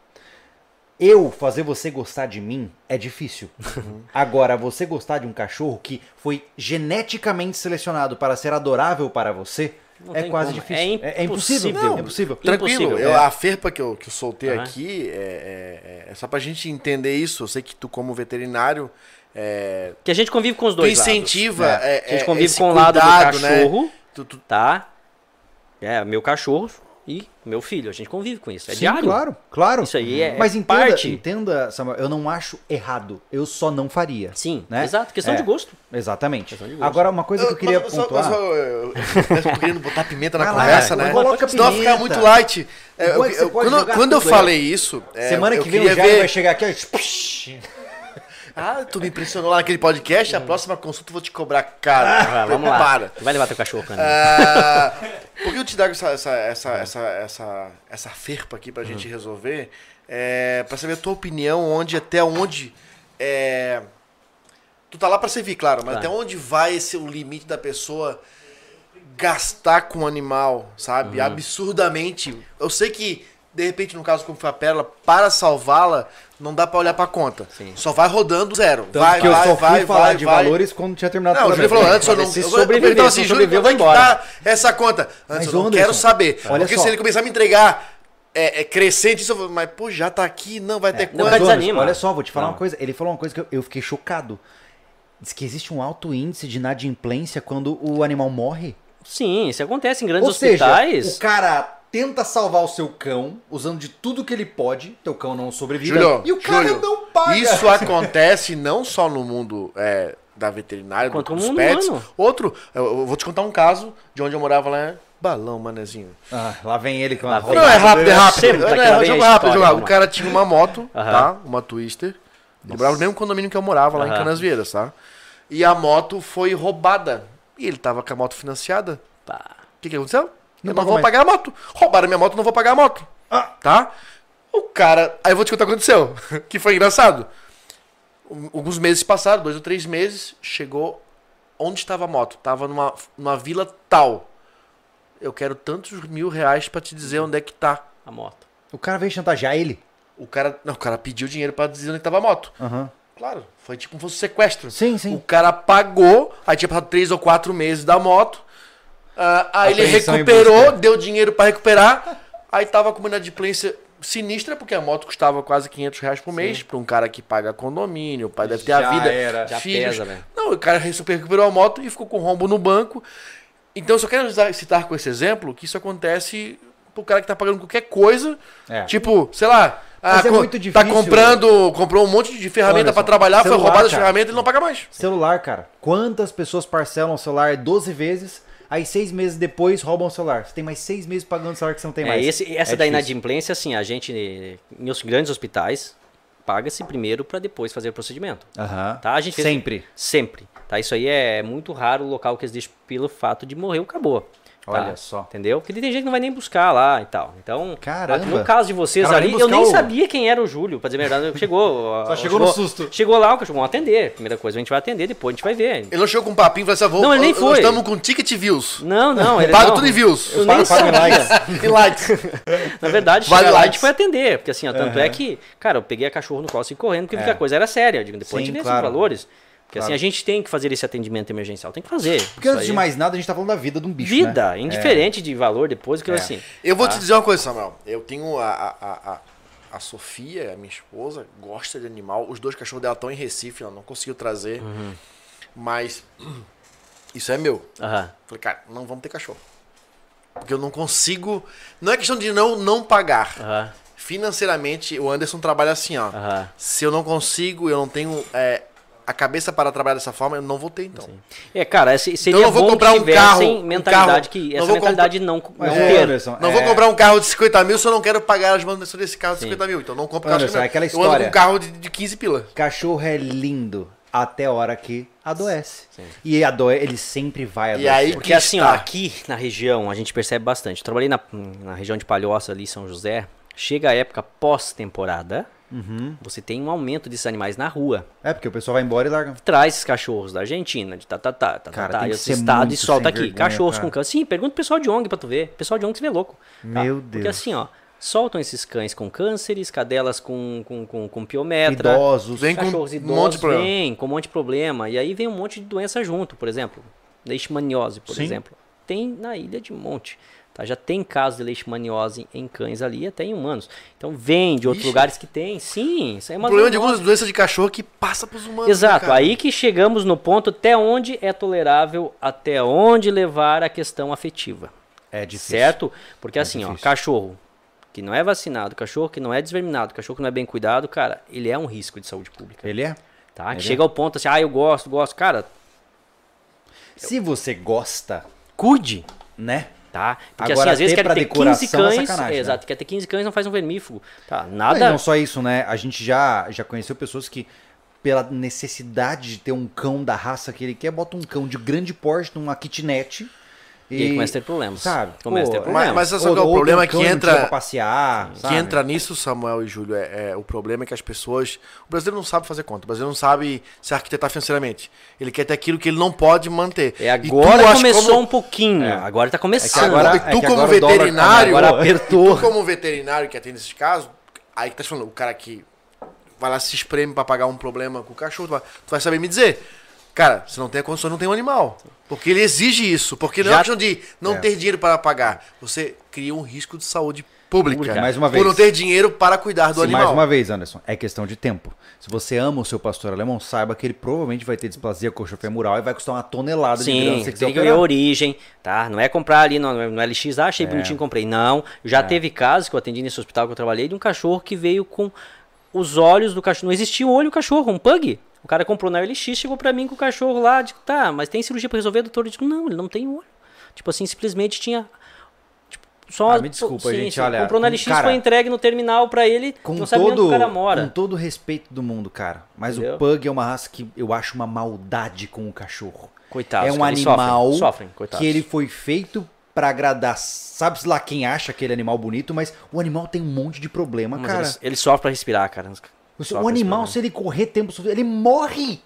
Speaker 1: Eu fazer você gostar de mim é difícil.
Speaker 3: Uhum.
Speaker 1: Agora, você gostar de um cachorro que foi geneticamente selecionado para ser adorável para você
Speaker 3: Não
Speaker 1: é
Speaker 3: tem
Speaker 1: quase
Speaker 3: como.
Speaker 1: difícil.
Speaker 3: É
Speaker 1: É, é impossível.
Speaker 3: impossível.
Speaker 1: é impossível.
Speaker 2: Tranquilo,
Speaker 3: Impossível,
Speaker 2: eu-
Speaker 3: é.
Speaker 2: a ferpa que eu, que eu soltei
Speaker 3: Aham.
Speaker 2: aqui é, é- é só pra gente entender isso. Eu sei que tu, como veterinário, é,
Speaker 3: Que a gente convive com os
Speaker 2: tu
Speaker 3: dois lados.
Speaker 2: incentiva. é,
Speaker 3: A gente
Speaker 2: é,
Speaker 3: convive
Speaker 2: esse
Speaker 3: com o lado do
Speaker 2: cuidado, né?
Speaker 3: cachorro,
Speaker 2: Tu- tu-
Speaker 3: tá? É, meu cachorro e meu filho. A gente convive com isso. É
Speaker 1: Sim,
Speaker 3: diário.
Speaker 1: Claro, claro. Uhum.
Speaker 3: Isso aí é,
Speaker 1: Mas
Speaker 3: é
Speaker 1: entenda,
Speaker 3: parte.
Speaker 1: entenda, Samuel, eu não acho errado. Eu só não faria.
Speaker 3: Sim,
Speaker 1: né?
Speaker 3: exato. Questão
Speaker 1: É.
Speaker 3: de gosto.
Speaker 1: Exatamente.
Speaker 3: Questão de gosto.
Speaker 1: Agora, uma coisa que eu queria
Speaker 2: Mas só-
Speaker 1: pontuar.
Speaker 2: só- eu- eu tô querendo botar pimenta na
Speaker 1: Vai lá,
Speaker 2: conversa,
Speaker 1: vai,
Speaker 2: né?
Speaker 1: coloca
Speaker 2: Senão
Speaker 1: pimenta.
Speaker 2: fica muito light. É,
Speaker 1: O bom é
Speaker 2: eu-
Speaker 1: que você
Speaker 2: eu-
Speaker 1: pode
Speaker 2: quando
Speaker 1: jogar
Speaker 2: quando eu
Speaker 1: tudo aí.
Speaker 2: falei isso. é,
Speaker 1: Semana
Speaker 2: eu
Speaker 1: que vem o
Speaker 2: queria
Speaker 1: Jair
Speaker 2: ver-
Speaker 1: vai chegar aqui. ó,
Speaker 2: Ah, tu me impressionou lá naquele podcast. A próxima consulta eu vou te cobrar cara.
Speaker 3: Ah, vamos lá.
Speaker 2: Para.
Speaker 3: Tu vai levar teu cachorro, cara.
Speaker 1: É.
Speaker 2: Ah, por que eu te dar essa, essa, essa, essa, essa, essa ferpa aqui pra
Speaker 1: Hum.
Speaker 2: gente resolver? É, pra saber a tua opinião, onde, até onde. é, tu tá lá pra servir, claro, mas
Speaker 3: Claro.
Speaker 2: até onde vai esse o limite da pessoa gastar com um animal, sabe?
Speaker 1: Uhum.
Speaker 2: Absurdamente. Eu sei que, de repente, no caso como foi a Pérola, para salvá-la, não dá pra olhar pra conta.
Speaker 3: Sim.
Speaker 2: Só vai rodando zero.
Speaker 1: Tanto
Speaker 2: vai,
Speaker 1: que eu
Speaker 2: vai,
Speaker 1: só fui
Speaker 2: vai,
Speaker 1: falar
Speaker 2: vai,
Speaker 1: de
Speaker 2: vai.
Speaker 1: valores quando tinha terminado
Speaker 2: Não, o
Speaker 1: o
Speaker 2: Júlio falou, antes eu não.
Speaker 3: Se
Speaker 2: eu-
Speaker 3: sobreviver,
Speaker 2: então,
Speaker 3: se
Speaker 2: assim, Júlio,
Speaker 3: sobreviver,
Speaker 2: quanto é que
Speaker 3: vai embora.
Speaker 2: tá essa conta? Antes
Speaker 1: Mas,
Speaker 2: eu não
Speaker 1: Anderson,
Speaker 2: quero saber.
Speaker 1: olha
Speaker 2: Porque
Speaker 1: só.
Speaker 2: se ele começar a me entregar é, é crescente, isso eu vou, mas pô, já tá aqui, não vai ter
Speaker 3: não,
Speaker 2: quanto.
Speaker 3: mas
Speaker 1: Mas,
Speaker 3: desanima.
Speaker 1: Olha só, vou te falar
Speaker 3: Não.
Speaker 1: uma coisa. Ele falou uma coisa que eu, eu fiquei chocado. Diz que existe um alto índice de inadimplência quando o animal morre.
Speaker 3: Sim, isso acontece em grandes
Speaker 1: Ou seja,
Speaker 3: hospitais.
Speaker 1: o cara tenta salvar o seu cão usando de tudo que ele pode. Teu cão não sobrevive.
Speaker 2: Júlio,
Speaker 1: e o cara
Speaker 2: Júlio,
Speaker 1: não paga.
Speaker 2: Isso acontece não só no mundo é, da veterinária, do-
Speaker 3: Quanto o
Speaker 2: dos
Speaker 3: mundo
Speaker 2: pets.
Speaker 3: humano.
Speaker 2: Outro, eu, eu vou te contar um caso de onde eu morava lá, é Balão, manezinho.
Speaker 1: Ah, lá vem ele com
Speaker 3: Lá
Speaker 1: a
Speaker 3: vem.
Speaker 2: Não, é rápido, é rápido.
Speaker 3: Sempre,
Speaker 2: Não,
Speaker 3: tá
Speaker 2: é
Speaker 3: aqui, lá vem
Speaker 2: jogo
Speaker 3: a
Speaker 2: rápido,
Speaker 3: história,
Speaker 2: jogo rápido.
Speaker 3: vamos
Speaker 2: O cara tinha uma moto,
Speaker 3: Aham.
Speaker 2: tá? Uma Twister. Eu morava no mesmo condomínio que eu morava lá em
Speaker 3: Aham.
Speaker 2: Canasvieiras, tá? E a moto foi roubada. E ele tava com a moto financiada.
Speaker 3: Pá.
Speaker 2: O que, que aconteceu?
Speaker 1: Não
Speaker 2: eu não
Speaker 1: pagou
Speaker 2: vou
Speaker 1: mais. Ah.
Speaker 2: pagar a moto. Roubaram minha moto, não vou pagar a moto. Tá? O cara. Aí eu vou te contar o que aconteceu. que foi engraçado. Um- Alguns meses passaram, dois ou três meses, chegou onde estava a moto. Tava numa, numa vila tal. Eu quero tantos mil reais pra te dizer onde é que tá.
Speaker 3: A moto.
Speaker 1: O cara veio chantagear ele.
Speaker 2: O cara. Não, o cara pediu dinheiro pra dizer onde estava a moto.
Speaker 1: Aham.
Speaker 2: Claro, foi tipo como se fosse um sequestro.
Speaker 1: Sim, sim.
Speaker 2: O cara pagou, aí tinha passado três ou quatro meses da moto. ah, aí ele
Speaker 1: Apreensão e
Speaker 2: recuperou,
Speaker 1: busca.
Speaker 2: deu dinheiro pra recuperar. Aí tava com uma inadimplência sinistra, porque a moto custava quase 500 reais por mês. Pra um cara que paga condomínio, o pai deve ter
Speaker 1: Já
Speaker 2: a vida.
Speaker 1: era.
Speaker 3: Já
Speaker 2: filhos.
Speaker 3: pesa, né?
Speaker 2: Não, o cara super recuperou a moto e ficou com rombo no banco. Então eu só quero usar- citar com esse exemplo que isso acontece pro cara que tá pagando qualquer coisa.
Speaker 1: É.
Speaker 2: Tipo, sei lá.
Speaker 1: Mas é
Speaker 2: co-
Speaker 1: muito
Speaker 2: tá
Speaker 1: difícil.
Speaker 2: comprando, comprou um monte de ferramenta
Speaker 1: Anderson,
Speaker 2: pra trabalhar, foi
Speaker 1: celular,
Speaker 2: roubado as
Speaker 1: cara.
Speaker 2: ferramentas e ele não paga mais.
Speaker 1: Celular, cara. Quantas pessoas parcelam o celular 12 vezes, aí seis meses depois roubam o celular. Você tem mais seis meses pagando o celular que você não tem
Speaker 3: É,
Speaker 1: mais.
Speaker 3: esse- essa
Speaker 1: É
Speaker 3: da
Speaker 1: difícil.
Speaker 3: inadimplência, assim, a gente, eh, em os grandes hospitais, paga-se primeiro para depois fazer o procedimento.
Speaker 1: Aham.
Speaker 3: Tá? A gente fez-
Speaker 1: Sempre.
Speaker 3: Sempre. Tá? Isso aí é muito raro o local que existe pelo fato de morrer o caboclo. tá?
Speaker 1: Olha só.
Speaker 3: Entendeu? Porque tem gente que não vai nem buscar lá e tal. Então,
Speaker 1: Caramba.
Speaker 3: no caso de vocês
Speaker 1: Cara, vai
Speaker 3: ali,
Speaker 1: nem
Speaker 3: eu
Speaker 1: buscar
Speaker 3: nem
Speaker 1: o-
Speaker 3: sabia quem era o Júlio, pra dizer a verdade. Chegou.
Speaker 1: Só
Speaker 3: ó,
Speaker 1: chegou no susto.
Speaker 3: Chegou lá, o cachorro vamos atender. Primeira coisa, a gente vai atender, depois a gente vai ver.
Speaker 2: Ele não chegou com um papinho e falou assim: ah, vou,
Speaker 3: Não, ele nem
Speaker 2: nós
Speaker 3: foi.
Speaker 2: estamos com ticket views.
Speaker 3: Não, não. Ele,
Speaker 2: Paga
Speaker 3: não,
Speaker 2: tudo em views.
Speaker 3: Eu
Speaker 1: Paga-
Speaker 3: nem
Speaker 1: paga em likes.
Speaker 3: sabia.
Speaker 2: E likes.
Speaker 3: Na verdade,
Speaker 2: Vale
Speaker 3: chegar lá a gente
Speaker 2: likes.
Speaker 3: foi atender. Porque assim, ó, tanto é que, cara, eu peguei a cachorro no colo e correndo, porque eu vi que a coisa era séria. Eu digo, depois a
Speaker 1: É. Sim,
Speaker 3: gente vê
Speaker 1: claro.
Speaker 3: esses valores. Porque
Speaker 1: Claro.
Speaker 3: assim, a gente tem que fazer esse atendimento emergencial. Tem que fazer.
Speaker 1: Porque
Speaker 3: Isso
Speaker 1: antes de
Speaker 3: aí.
Speaker 1: mais nada, a gente tá falando da vida de um bicho.
Speaker 3: Vida,
Speaker 1: né? É.
Speaker 3: indiferente de valor depois, que eu assim.
Speaker 2: Eu vou
Speaker 3: tá?
Speaker 2: te dizer uma coisa, Samuel. Eu tenho a, a, a, a- a Sofia, a minha esposa, gosta de animal. Os dois cachorros dela estão em Recife, ela não conseguiu trazer.
Speaker 3: Uhum.
Speaker 2: Mas isso é meu.
Speaker 3: Aham.
Speaker 2: Falei, cara, não vamos ter cachorro. Porque eu não consigo. Não é questão de não, não pagar.
Speaker 3: Aham.
Speaker 2: Financeiramente, o Anderson trabalha assim, ó.
Speaker 3: Ah. Aham.
Speaker 2: Se eu não consigo, eu não tenho é, a cabeça para trabalhar dessa forma, eu não vou ter, então.
Speaker 3: É, cara, esse-
Speaker 1: Então
Speaker 3: seria
Speaker 2: eu não vou
Speaker 3: bom
Speaker 2: comprar
Speaker 3: que
Speaker 2: um
Speaker 3: tivessem
Speaker 2: carro, um carro.
Speaker 3: mentalidade que
Speaker 2: Não
Speaker 3: essa
Speaker 2: vou
Speaker 3: mentalidade não, não
Speaker 1: Mas, é,
Speaker 3: ter.
Speaker 1: Anderson,
Speaker 2: Não
Speaker 1: é,
Speaker 2: vou comprar um carro de 50 mil se eu não quero pagar as manutenções desse carro de 50 mil. Então não compro carro de
Speaker 1: Anderson,
Speaker 2: 50
Speaker 1: é aquela
Speaker 2: mil. Eu ando
Speaker 1: história.
Speaker 2: com um carro de, de 15 pila.
Speaker 1: Cachorro é lindo até a hora que adoece. E adoe... ele sempre vai
Speaker 2: E
Speaker 1: adoecer.
Speaker 2: aí
Speaker 3: Porque
Speaker 2: que
Speaker 3: assim, ó,
Speaker 2: está.
Speaker 3: aqui na região a gente percebe bastante. Eu trabalhei na, na região de Palhoça, ali São José. Chega a época pós-temporada,
Speaker 1: Uhum.
Speaker 3: você tem um aumento desses animais na rua.
Speaker 1: É, porque o pessoal vai embora e larga.
Speaker 3: Traz esses cachorros da Argentina, de tatatá,
Speaker 1: Cara,
Speaker 3: tatatá,
Speaker 1: tem
Speaker 3: e
Speaker 1: que
Speaker 3: outros
Speaker 1: ser
Speaker 3: estados e
Speaker 1: muito
Speaker 3: solta
Speaker 1: sem
Speaker 3: aqui.
Speaker 1: vergonha,
Speaker 3: Cachorros
Speaker 1: cara.
Speaker 3: com cães. Sim, pergunta pro pessoal de ONG pra tu ver. Pessoal de ONG que vê louco.
Speaker 1: Meu
Speaker 3: Porque
Speaker 1: Deus.
Speaker 3: assim, ó, soltam esses cães com cânceres, cadelas com, com, com, com piometra.
Speaker 1: Idosos.
Speaker 2: Vem com um
Speaker 3: cachorros
Speaker 2: monte de
Speaker 3: idosos
Speaker 2: problema.
Speaker 3: vêm com um monte de problema. E aí vem um monte de doença junto, por exemplo. Leishmaniose, por
Speaker 1: Sim.
Speaker 3: exemplo. Tem na ilha de monte. Tá? Já tem casos de leishmaniose em cães ali, até em humanos. Então vem de outros
Speaker 2: Ixi.
Speaker 3: lugares que tem. Sim, isso aí é
Speaker 2: O
Speaker 3: uma
Speaker 2: Um problema de
Speaker 3: zoonose.
Speaker 2: algumas doenças de cachorro é que passa pros humanos.
Speaker 3: Exato,
Speaker 2: né, cara?
Speaker 3: aí que chegamos no ponto até onde é tolerável, até onde levar a questão afetiva.
Speaker 1: É difícil.
Speaker 3: Certo? Porque
Speaker 1: É
Speaker 3: assim, ó,
Speaker 1: difícil.
Speaker 3: cachorro que não é vacinado, cachorro que não é desverminado, cachorro que não é bem cuidado, cara, ele é um risco de saúde pública.
Speaker 1: Ele é?
Speaker 3: Tá?
Speaker 1: Ele
Speaker 3: Que chega ao ponto assim, ah, eu gosto, gosto. Cara,
Speaker 1: Se você gosta,
Speaker 3: cuide,
Speaker 1: né?
Speaker 3: tá? Porque
Speaker 1: Agora,
Speaker 3: assim, às vezes
Speaker 1: ter
Speaker 3: quer
Speaker 1: pra
Speaker 3: ter
Speaker 1: decoração
Speaker 3: 15
Speaker 1: é
Speaker 3: cães.
Speaker 1: sacanagem, né?
Speaker 3: Exato, quer ter 15 cães não faz um vermífugo. Tá,
Speaker 1: Não, e
Speaker 3: nada.
Speaker 1: não só isso, né? A gente já, já conheceu pessoas que, pela necessidade de ter um cão da raça que ele quer, bota um cão de grande porte numa kitnet.
Speaker 3: E aí começa a ter problemas.
Speaker 1: Sabe?
Speaker 3: Começa a ter
Speaker 1: Pô,
Speaker 3: problemas.
Speaker 2: Mas- mas- Sabe
Speaker 1: Ou-
Speaker 2: qual é o
Speaker 1: ou
Speaker 2: problema?
Speaker 1: um cão
Speaker 2: Que
Speaker 1: não
Speaker 2: entra-
Speaker 1: tira pra passear,
Speaker 2: que
Speaker 1: sabe?
Speaker 2: entra nisso, Samuel e Júlio, é, é- o problema é que as pessoas. O brasileiro não sabe fazer conta, o brasileiro não sabe se arquitetar financeiramente. Ele quer ter aquilo que ele não pode manter.
Speaker 3: É
Speaker 2: E tu,
Speaker 3: agora
Speaker 2: acho,
Speaker 3: começou
Speaker 2: como-
Speaker 3: um pouquinho. Agora tá começando.
Speaker 1: É. agora-
Speaker 2: e tu,
Speaker 1: é que
Speaker 2: como
Speaker 1: agora o dólar
Speaker 2: veterinário,
Speaker 1: agora apertou.
Speaker 2: tu, como veterinário que atende esses casos, aí que tá te falando, o cara que vai lá se espreme pra pagar um problema com o cachorro, tu vai, tu vai saber me dizer. Cara, se não tem a condição, não tem um animal. Porque ele exige isso. Porque não é
Speaker 1: Já-
Speaker 2: questão de não
Speaker 1: É.
Speaker 2: ter dinheiro para pagar. Você cria um risco de saúde pública.
Speaker 3: Pública.
Speaker 1: Mais uma
Speaker 2: Por
Speaker 1: vez.
Speaker 2: não ter dinheiro para cuidar do
Speaker 1: Sim,
Speaker 2: animal.
Speaker 1: mais uma vez, Anderson, é questão de tempo. Se você ama o seu pastor alemão, saiba que ele provavelmente vai ter displasia coxofemural e vai custar uma tonelada de grana
Speaker 3: Sim,
Speaker 1: se você quiser
Speaker 3: tem que ver
Speaker 1: operar. É.
Speaker 3: a origem, tá? Não é comprar ali no, no LX, ah, achei bonitinho, comprei. Não, já teve casos que eu atendi nesse hospital que eu trabalhei de um cachorro que veio com os olhos do cachorro. Não existia o olho do cachorro, um pug. O cara comprou na LX, chegou pra mim com o cachorro lá, digo, tá, mas tem cirurgia pra resolver, doutor? Eu digo, não, ele não tem olho. Tipo assim, simplesmente tinha... tipo, só
Speaker 1: Ah, me desculpa, gente, olha,
Speaker 3: Comprou na
Speaker 1: um
Speaker 3: LX,
Speaker 1: cara-
Speaker 3: foi entregue no terminal pra ele,
Speaker 1: Com
Speaker 3: não sabe nem onde
Speaker 1: todo, um
Speaker 3: o cara mora.
Speaker 1: com todo o respeito do mundo, cara. Mas o
Speaker 3: Entendeu?
Speaker 1: pug é uma raça que eu acho uma maldade com o cachorro.
Speaker 3: Coitados,
Speaker 1: é um
Speaker 3: cara, eles Tá, sofrem,
Speaker 1: animal
Speaker 3: sofrem, coitados.
Speaker 1: que ele foi feito pra agradar, sabe-se lá quem acha aquele animal bonito, mas o animal tem um monte de problema,
Speaker 3: Mas
Speaker 1: cara.
Speaker 3: eles, eles sofrem pra respirar, cara.
Speaker 1: O seu-
Speaker 3: Sofrem
Speaker 1: o
Speaker 3: esse
Speaker 1: animal,
Speaker 3: problema.
Speaker 1: se ele correr tempo suficiente, ele morre!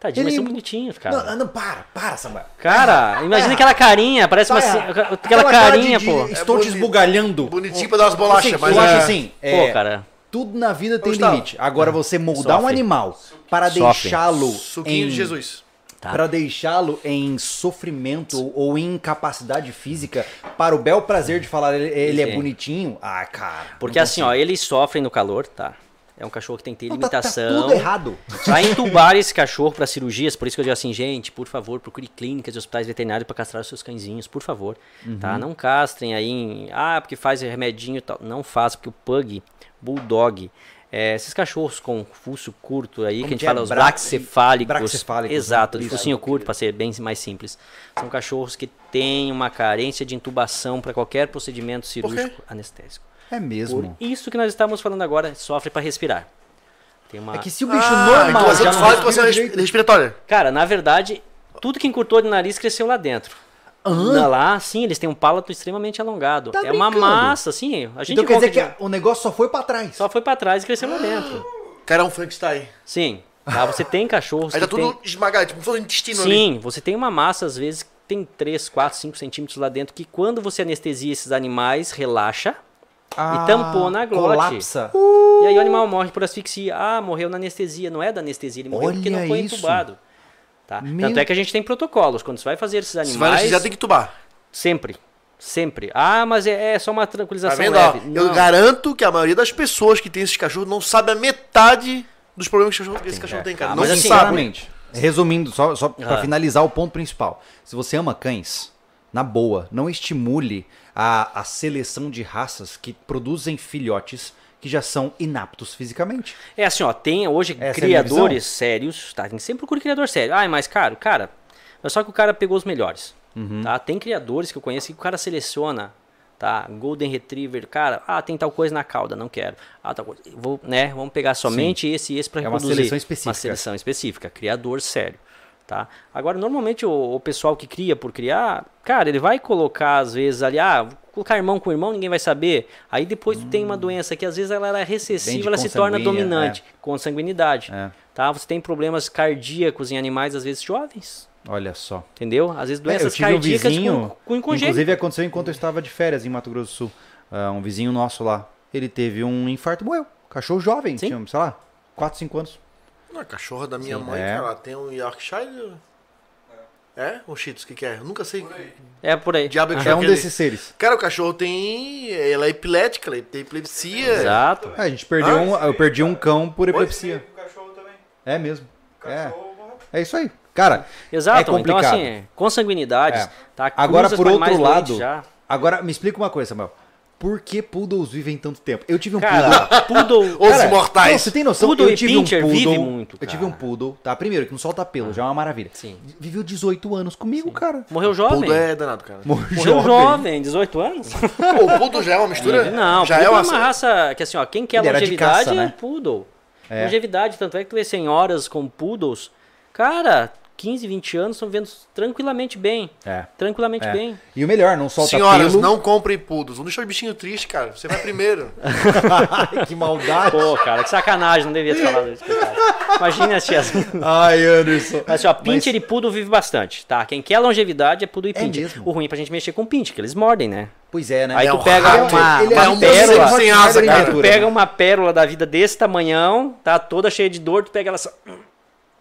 Speaker 3: Tadinho, mas
Speaker 1: ele-
Speaker 3: são bonitinhos, cara.
Speaker 1: Não, ah, é. não, para, para, Samuel.
Speaker 3: Cara, imagina aquela carinha, parece uma.
Speaker 1: Tá,
Speaker 3: assim, Aquela, carinha,
Speaker 1: cara
Speaker 3: pô.
Speaker 1: de- Estou
Speaker 2: É
Speaker 1: te esbugalhando.
Speaker 2: Bonitinho pra dar umas bolachas,
Speaker 1: Assim,
Speaker 2: mas
Speaker 1: eu
Speaker 2: é-
Speaker 1: acho assim, é,
Speaker 3: Pô, cara.
Speaker 1: tudo na vida tem
Speaker 2: Gustavo.
Speaker 1: limite. Agora você moldar um
Speaker 3: Sofre.
Speaker 1: animal para
Speaker 3: Sofre.
Speaker 1: deixá-lo
Speaker 2: Suquinho
Speaker 1: em,
Speaker 2: de Jesus.
Speaker 3: Tá.
Speaker 1: para deixá-lo em sofrimento ou em incapacidade física para o bel prazer de falar ele, ele é
Speaker 3: Sim.
Speaker 1: bonitinho. Ah, cara.
Speaker 3: Porque assim, ó, eles sofrem no calor, tá? É um cachorro que tem que ter
Speaker 1: Não, tá- tá
Speaker 3: limitação.
Speaker 1: tudo errado.
Speaker 3: Pra entubar esse cachorro pra cirurgias, por isso que eu digo assim, gente, por favor, procure clínicas e hospitais veterinários pra castrar os seus cãezinhos, por favor.
Speaker 1: Uhum.
Speaker 3: Tá? Não castrem aí em. Ah, porque faz remedinho e tal. Não faça, porque o pug, bulldog. é, esses cachorros com fuso curto aí,
Speaker 1: Como
Speaker 3: que a gente
Speaker 1: que é?
Speaker 3: fala, os
Speaker 1: Bra-
Speaker 3: braxefálicos.
Speaker 1: braxefálicos, né?
Speaker 3: Exato, de
Speaker 1: Isso.
Speaker 3: focinho curto, para ser bem mais simples. São cachorros que têm uma carência de intubação para qualquer procedimento
Speaker 2: quê?
Speaker 3: cirúrgico anestésico.
Speaker 1: É
Speaker 3: Por
Speaker 1: mesmo.
Speaker 3: isso que nós estamos falando agora, sofre para respirar. Tem uma...
Speaker 1: É que se o bicho
Speaker 2: Ah,
Speaker 1: normal
Speaker 2: intubação
Speaker 1: já não
Speaker 2: disfuncional,
Speaker 1: respira
Speaker 2: intubação
Speaker 1: direito-
Speaker 2: respiratória.
Speaker 3: Cara, na verdade, tudo que encurtou de nariz cresceu lá dentro. Na- Lá, sim, eles têm um pálato extremamente alongado.
Speaker 1: Tá
Speaker 3: é uma
Speaker 1: brincando?
Speaker 3: massa, assim. A gente
Speaker 1: Então quer dizer
Speaker 3: ronca
Speaker 1: que
Speaker 3: de-
Speaker 1: a- o negócio só foi pra trás.
Speaker 3: só foi para trás e cresceu lá dentro.
Speaker 2: Cara, é um Frankenstein.
Speaker 3: Sim. Tá? Você tem cachorros
Speaker 2: Aí tá
Speaker 3: que
Speaker 2: tudo
Speaker 3: tem...
Speaker 2: esmagado, tipo, todo o intestino ali.
Speaker 3: Sim, você tem uma massa, às vezes, que tem 3, 4, 5 centímetros lá dentro, que quando você anestesia esses animais, relaxa. e tampou na glote.
Speaker 1: Colapsa.
Speaker 3: E aí o animal morre por asfixia. Ah, morreu na anestesia. Não é da anestesia, ele morreu porque
Speaker 1: Olha
Speaker 3: não foi
Speaker 1: isso.
Speaker 3: entubado. Tá?
Speaker 1: Meu-
Speaker 3: Tanto é que a gente tem protocolos. Quando você vai fazer esses
Speaker 2: Se vai
Speaker 3: animais,
Speaker 2: anestesiar, tem que tubar.
Speaker 3: sempre. Sempre. Ah, mas é, é só uma
Speaker 2: Tá
Speaker 3: tranquilização
Speaker 2: vendo? ó?
Speaker 3: leve.
Speaker 2: eu
Speaker 3: Não.
Speaker 2: garanto que a maioria das pessoas que tem esses cachorros não sabe a metade dos problemas que esse cachorro, esse cachorro tem, cara.
Speaker 3: Ah,
Speaker 2: não
Speaker 1: Mas
Speaker 3: assim,
Speaker 2: sabe.
Speaker 1: sinceramente, resumindo, só, só pra
Speaker 3: Ah.
Speaker 1: finalizar o ponto principal. Se você ama cães, na boa, não estimule a, a seleção de raças que produzem filhotes que já são inaptos fisicamente.
Speaker 3: É assim, ó, tem hoje
Speaker 1: Essa é a minha visão.
Speaker 3: criadores sérios, tá? Tem sempre procura criador sério. Ah, é mais caro? Cara, mas só que o cara pegou os melhores,
Speaker 1: Uhum.
Speaker 3: tá? Tem criadores que eu conheço que o cara seleciona, tá? Golden Retriever, cara, ah, tem tal coisa na cauda, não quero. Ah, tal coisa. Vou, né? Vamos pegar somente esse e esse pra
Speaker 1: É uma
Speaker 3: reproduzir.
Speaker 1: seleção específica.
Speaker 3: Uma seleção específica, criador sério, tá? Agora, normalmente o, o pessoal que cria por criar, cara, ele vai colocar às vezes ali, ah, vou colocar irmão com irmão, ninguém vai saber. Aí depois tu tem
Speaker 1: Hum.
Speaker 3: uma doença que às vezes ela, ela é recessiva, ela se torna
Speaker 1: consanguínea,
Speaker 3: dominante consanguinidade.
Speaker 1: É.
Speaker 3: Tá? Você tem problemas cardíacos em animais, às vezes jovens.
Speaker 1: Olha só.
Speaker 3: Entendeu? Às vezes
Speaker 1: É, eu
Speaker 3: doenças
Speaker 1: tive um
Speaker 3: cardíacas
Speaker 1: vizinho,
Speaker 3: com, com congênito.
Speaker 1: inclusive aconteceu enquanto eu estava de férias em Mato Grosso do Sul. Ah, um vizinho nosso lá, ele teve um infarto, morreu. Cachorro jovem,
Speaker 3: Sim.
Speaker 1: tinha, sei lá, 4, 5 anos.
Speaker 2: Não, a cachorra da minha mãe,
Speaker 1: é.
Speaker 2: cara, ela tem um Yorkshire. É? Um Cheetos, o que que é? Eu nunca sei.
Speaker 3: É por aí.
Speaker 2: Diabo é que
Speaker 1: é
Speaker 2: chama
Speaker 1: um
Speaker 2: aquele-
Speaker 1: desses seres.
Speaker 2: Cara, o cachorro tem... Ela é epilética, ela tem epilepsia.
Speaker 3: Exato.
Speaker 1: É, a gente perdeu
Speaker 2: Ah,
Speaker 1: um, eu perdi um cão por epilepsia.
Speaker 4: O cachorro também.
Speaker 1: É mesmo.
Speaker 4: O cachorro morreu.
Speaker 1: É. É isso aí. Cara,
Speaker 3: Exato,
Speaker 1: é complicado.
Speaker 3: então assim, consanguinidades,
Speaker 1: É.
Speaker 3: tá?
Speaker 1: Agora,
Speaker 3: cruzas
Speaker 1: por
Speaker 3: com
Speaker 1: outro
Speaker 3: animais
Speaker 1: lado-
Speaker 3: doentes Já.
Speaker 1: Agora, me explica uma coisa, Samuel. Por que poodles vivem tanto tempo? Eu tive um poodle.
Speaker 3: Cara, poodle...
Speaker 2: Os
Speaker 1: Cara,
Speaker 2: imortais.
Speaker 1: não, você tem noção?
Speaker 3: Poodle
Speaker 1: eu
Speaker 3: e
Speaker 1: tive
Speaker 3: pincher
Speaker 1: um poodle.
Speaker 3: vivem muito,
Speaker 1: eu
Speaker 3: cara.
Speaker 1: tive um poodle, tá? Primeiro, que não solta pelo, já é uma maravilha.
Speaker 3: Sim.
Speaker 1: Viveu 18 anos comigo, cara.
Speaker 3: Morreu jovem?
Speaker 2: Pudo é danado, cara.
Speaker 3: Morreu jovem, 18 anos?
Speaker 2: Pô, o Pudo já é uma mistura?
Speaker 3: Não,
Speaker 2: já
Speaker 3: poodle
Speaker 2: é
Speaker 3: é
Speaker 2: uma.
Speaker 3: uma raça que assim, ó, quem quer
Speaker 1: Ele era de
Speaker 3: longevidade
Speaker 1: caça,
Speaker 3: é
Speaker 1: né?
Speaker 3: poodle. Longevidade, tanto é que tu vê senhoras com poodles, cara, 15, 20 anos estão vivendo tranquilamente bem.
Speaker 1: É.
Speaker 3: Tranquilamente
Speaker 1: É.
Speaker 3: bem.
Speaker 1: E o melhor, não solta
Speaker 2: Senhoras,
Speaker 1: pelo.
Speaker 2: não comprem pudos. Não deixa os bichinhos tristes, cara. Você vai primeiro.
Speaker 1: que maldade.
Speaker 3: Pô, cara, que sacanagem, não devia ter falado isso. Cara. Imagina se as...
Speaker 1: Ai, Anderson.
Speaker 3: Mas assim, ó, pincher e poodle vive bastante, tá? Quem quer longevidade é poodle e
Speaker 1: É
Speaker 3: pincher.
Speaker 1: mesmo?
Speaker 3: O ruim é pra gente mexer com pincher, que eles mordem, né?
Speaker 1: Pois é, né?
Speaker 3: Aí
Speaker 2: É
Speaker 3: tu
Speaker 2: um
Speaker 3: pega
Speaker 2: rato,
Speaker 3: uma,
Speaker 2: ele é
Speaker 3: uma
Speaker 2: um
Speaker 3: pérola,
Speaker 2: morcego sem asa,
Speaker 3: aí
Speaker 2: cara.
Speaker 3: tu
Speaker 1: né?
Speaker 3: pega uma pérola da vida desse tamanhão, tá toda cheia de dor, tu pega ela só...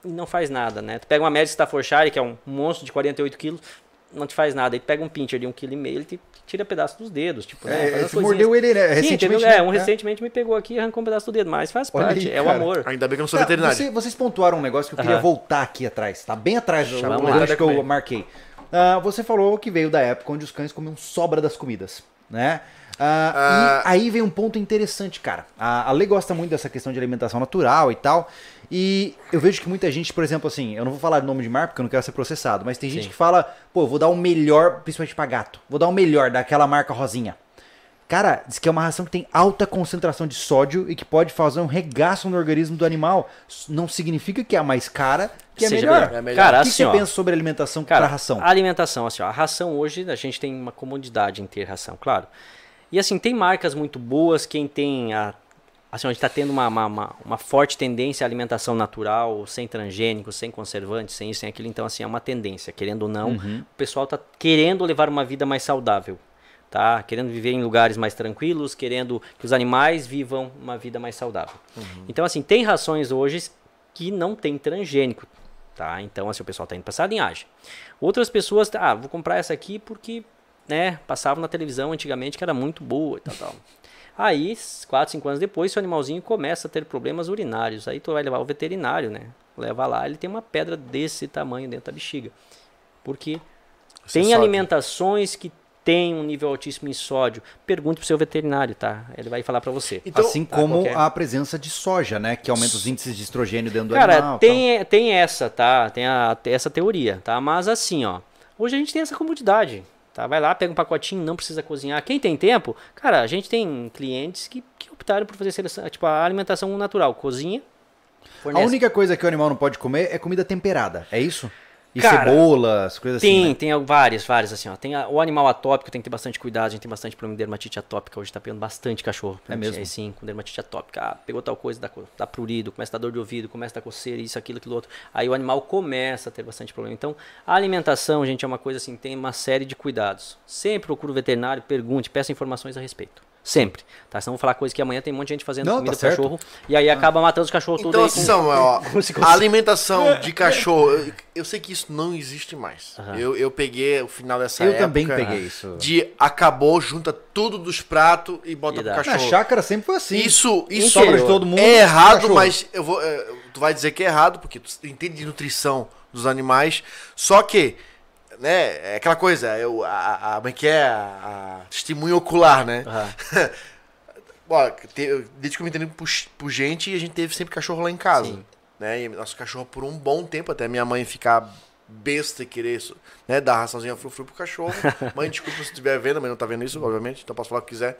Speaker 3: e não faz nada, né? Tu pega uma média Staffordshire, que é um monstro de 48 quilos, não te faz nada. Aí tu pega um pincher de 1,5 kg, ele te tira pedaço dos dedos, tipo, né?
Speaker 1: É,
Speaker 3: Faz as
Speaker 1: você
Speaker 3: coisinhas.
Speaker 1: mordeu ele, né?
Speaker 3: Sim,
Speaker 1: Recentemente.
Speaker 3: entendeu? É,
Speaker 1: né?
Speaker 3: um recentemente me pegou aqui e arrancou um pedaço do dedo, mas faz
Speaker 1: Olha
Speaker 3: parte,
Speaker 1: aí,
Speaker 3: é o
Speaker 1: cara.
Speaker 3: amor.
Speaker 2: Ainda bem que eu não sou
Speaker 1: Tá,
Speaker 2: veterinário.
Speaker 1: você- vocês pontuaram um negsso que eu queria
Speaker 3: Aham.
Speaker 1: voltar aqui atrás. Tá bem atrás do
Speaker 3: Vamos
Speaker 1: do
Speaker 3: lá.
Speaker 1: gancho que eu marquei. Ah, você falou que veio da época onde os cães comiam sobra das comidas, né? Ah, E aí vem um ponto interessante, cara. A, a lei gosta muito dessa questão de alimentação natural e tal. E eu vejo que muita gente, por exemplo, assim, eu não vou falar o nome de marca porque eu não quero ser processado, mas tem gente
Speaker 3: Sim.
Speaker 1: que fala, pô, eu vou dar o melhor, principalmente pra gato, vou dar o melhor daquela marca rosinha. Cara, diz que é uma ração que tem alta concentração de sódio e que pode fazer um regaço no organismo do animal. S- Não significa que é a mais cara, que é
Speaker 3: Seja
Speaker 1: melhor.
Speaker 3: melhor. É melhor.
Speaker 1: Cara,
Speaker 3: Cara,
Speaker 1: o que
Speaker 3: assim,
Speaker 1: você
Speaker 3: ó.
Speaker 1: pensa sobre alimentação
Speaker 3: Cara,
Speaker 1: para ração?
Speaker 3: a alimentação, assim, ó, a ração hoje a gente tem uma comodidade em ter ração, claro. E assim, tem marcas muito boas, quem tem a. Assim, a gente está tendo uma, uma, uma- uma forte tendência à alimentação natural, sem transgênicos, sem conservantes, sem isso, sem aquilo. Então, assim, é uma tendência, querendo ou não. O pessoal está querendo levar uma vida mais saudável, tá? Querendo viver em lugares mais tranquilos, querendo que os animais vivam uma vida mais saudável. Então, assim, tem rações hoje que não tem transgênico, tá? Então, assim, o pessoal tá indo pra essa linhagem. Outras pessoas, tá, ah, vou comprar essa aqui porque, né, passava na televisão antigamente que era muito boa e tal, tal. Aí, 4, 5 anos depois, seu animalzinho começa a ter problemas urinários. Aí tu vai levar o veterinário, né? Leva lá, ele tem uma pedra desse tamanho dentro da bexiga. Porque
Speaker 2: Você
Speaker 3: tem
Speaker 2: sabe.
Speaker 3: alimentações que tem um nível altíssimo em sódio. Pergunte pro seu veterinário, tá? Ele vai falar pra você.
Speaker 2: Então,
Speaker 1: assim
Speaker 3: tá,
Speaker 1: como
Speaker 3: qualquer.
Speaker 1: a presença de soja, né? Que aumenta os índices de estrogênio dentro do
Speaker 3: Cara,
Speaker 1: animal. tal.
Speaker 3: tem, tem essa, tá? Tem a- tem essa teoria, tá? Mas assim, ó. Hoje a gente tem essa comodidade, tá? Vai lá, pega um pacotinho, não precisa cozinhar. Quem tem tempo, cara, a gente tem clientes que, que optaram por fazer seleção, tipo, a alimentação natural. Cozinha,
Speaker 1: A
Speaker 3: fornece.
Speaker 1: única coisa que o animal não pode comer é comida temperada, é isso? E
Speaker 3: Cara,
Speaker 1: cebolas, coisas
Speaker 3: Tem,
Speaker 1: assim. né?
Speaker 3: tem al- várias, várias, assim, ó. Tem a- o animal atópico, tem que ter bastante cuidado, a gente tem bastante problema de dermatite atópica, hoje tá pegando bastante cachorro.
Speaker 1: É mesmo?
Speaker 3: Aí sim, com dermatite atópica. Ah, pegou tal coisa, dá, co- dá prurido, começa a dar dor de ouvido, começa a dar coceira, isso, aquilo, aquilo outro. Aí o animal começa a ter bastante problema. Então, a alimentação, gente, é uma coisa assim, tem uma série de cuidados. Sempre procura o veterinário, pergunte, peça informações a respeito. Sempre. Tá? Senão eu vou falar coisa que amanhã tem um monte de gente fazendo
Speaker 1: Não,
Speaker 3: comida
Speaker 1: tá
Speaker 3: pro
Speaker 1: certo.
Speaker 3: cachorro. E aí acaba matando os cachorros todos
Speaker 2: então
Speaker 3: aí
Speaker 2: assim,
Speaker 3: com-
Speaker 2: Samuel, ó,
Speaker 3: se
Speaker 2: a alimentação de cachorro, eu, eu sei que isso não existe mais.
Speaker 3: Aham.
Speaker 2: Eu, eu peguei o final dessa
Speaker 1: Eu
Speaker 2: época.
Speaker 1: também peguei isso.
Speaker 2: De acabou, junta tudo dos pratos e bota
Speaker 3: E
Speaker 2: pro
Speaker 3: dá.
Speaker 1: Na
Speaker 2: cachorro.
Speaker 1: chácara sempre foi assim.
Speaker 2: Isso, isso
Speaker 1: Sobra de todo mundo,
Speaker 2: é errado,
Speaker 1: cachorro.
Speaker 2: mas eu vou, é, tu vai dizer que é errado, porque tu entende de nutrição dos animais. Só que, né, é aquela coisa, eu, a- a, a, como é que é? A, a testemunha ocular, né?
Speaker 3: Aham.
Speaker 2: Bom, te- desde que eu me entendo por, por gente, a gente teve sempre cachorro lá em casa.
Speaker 3: Sim.
Speaker 2: Né? E nosso cachorro por um bom tempo, até minha mãe ficar besta e querer isso, né? Dar raçãozinha frufru pro cachorro. mãe, desculpa se estiver vendo, mas não tá vendo isso, obviamente, então posso falar o que quiser.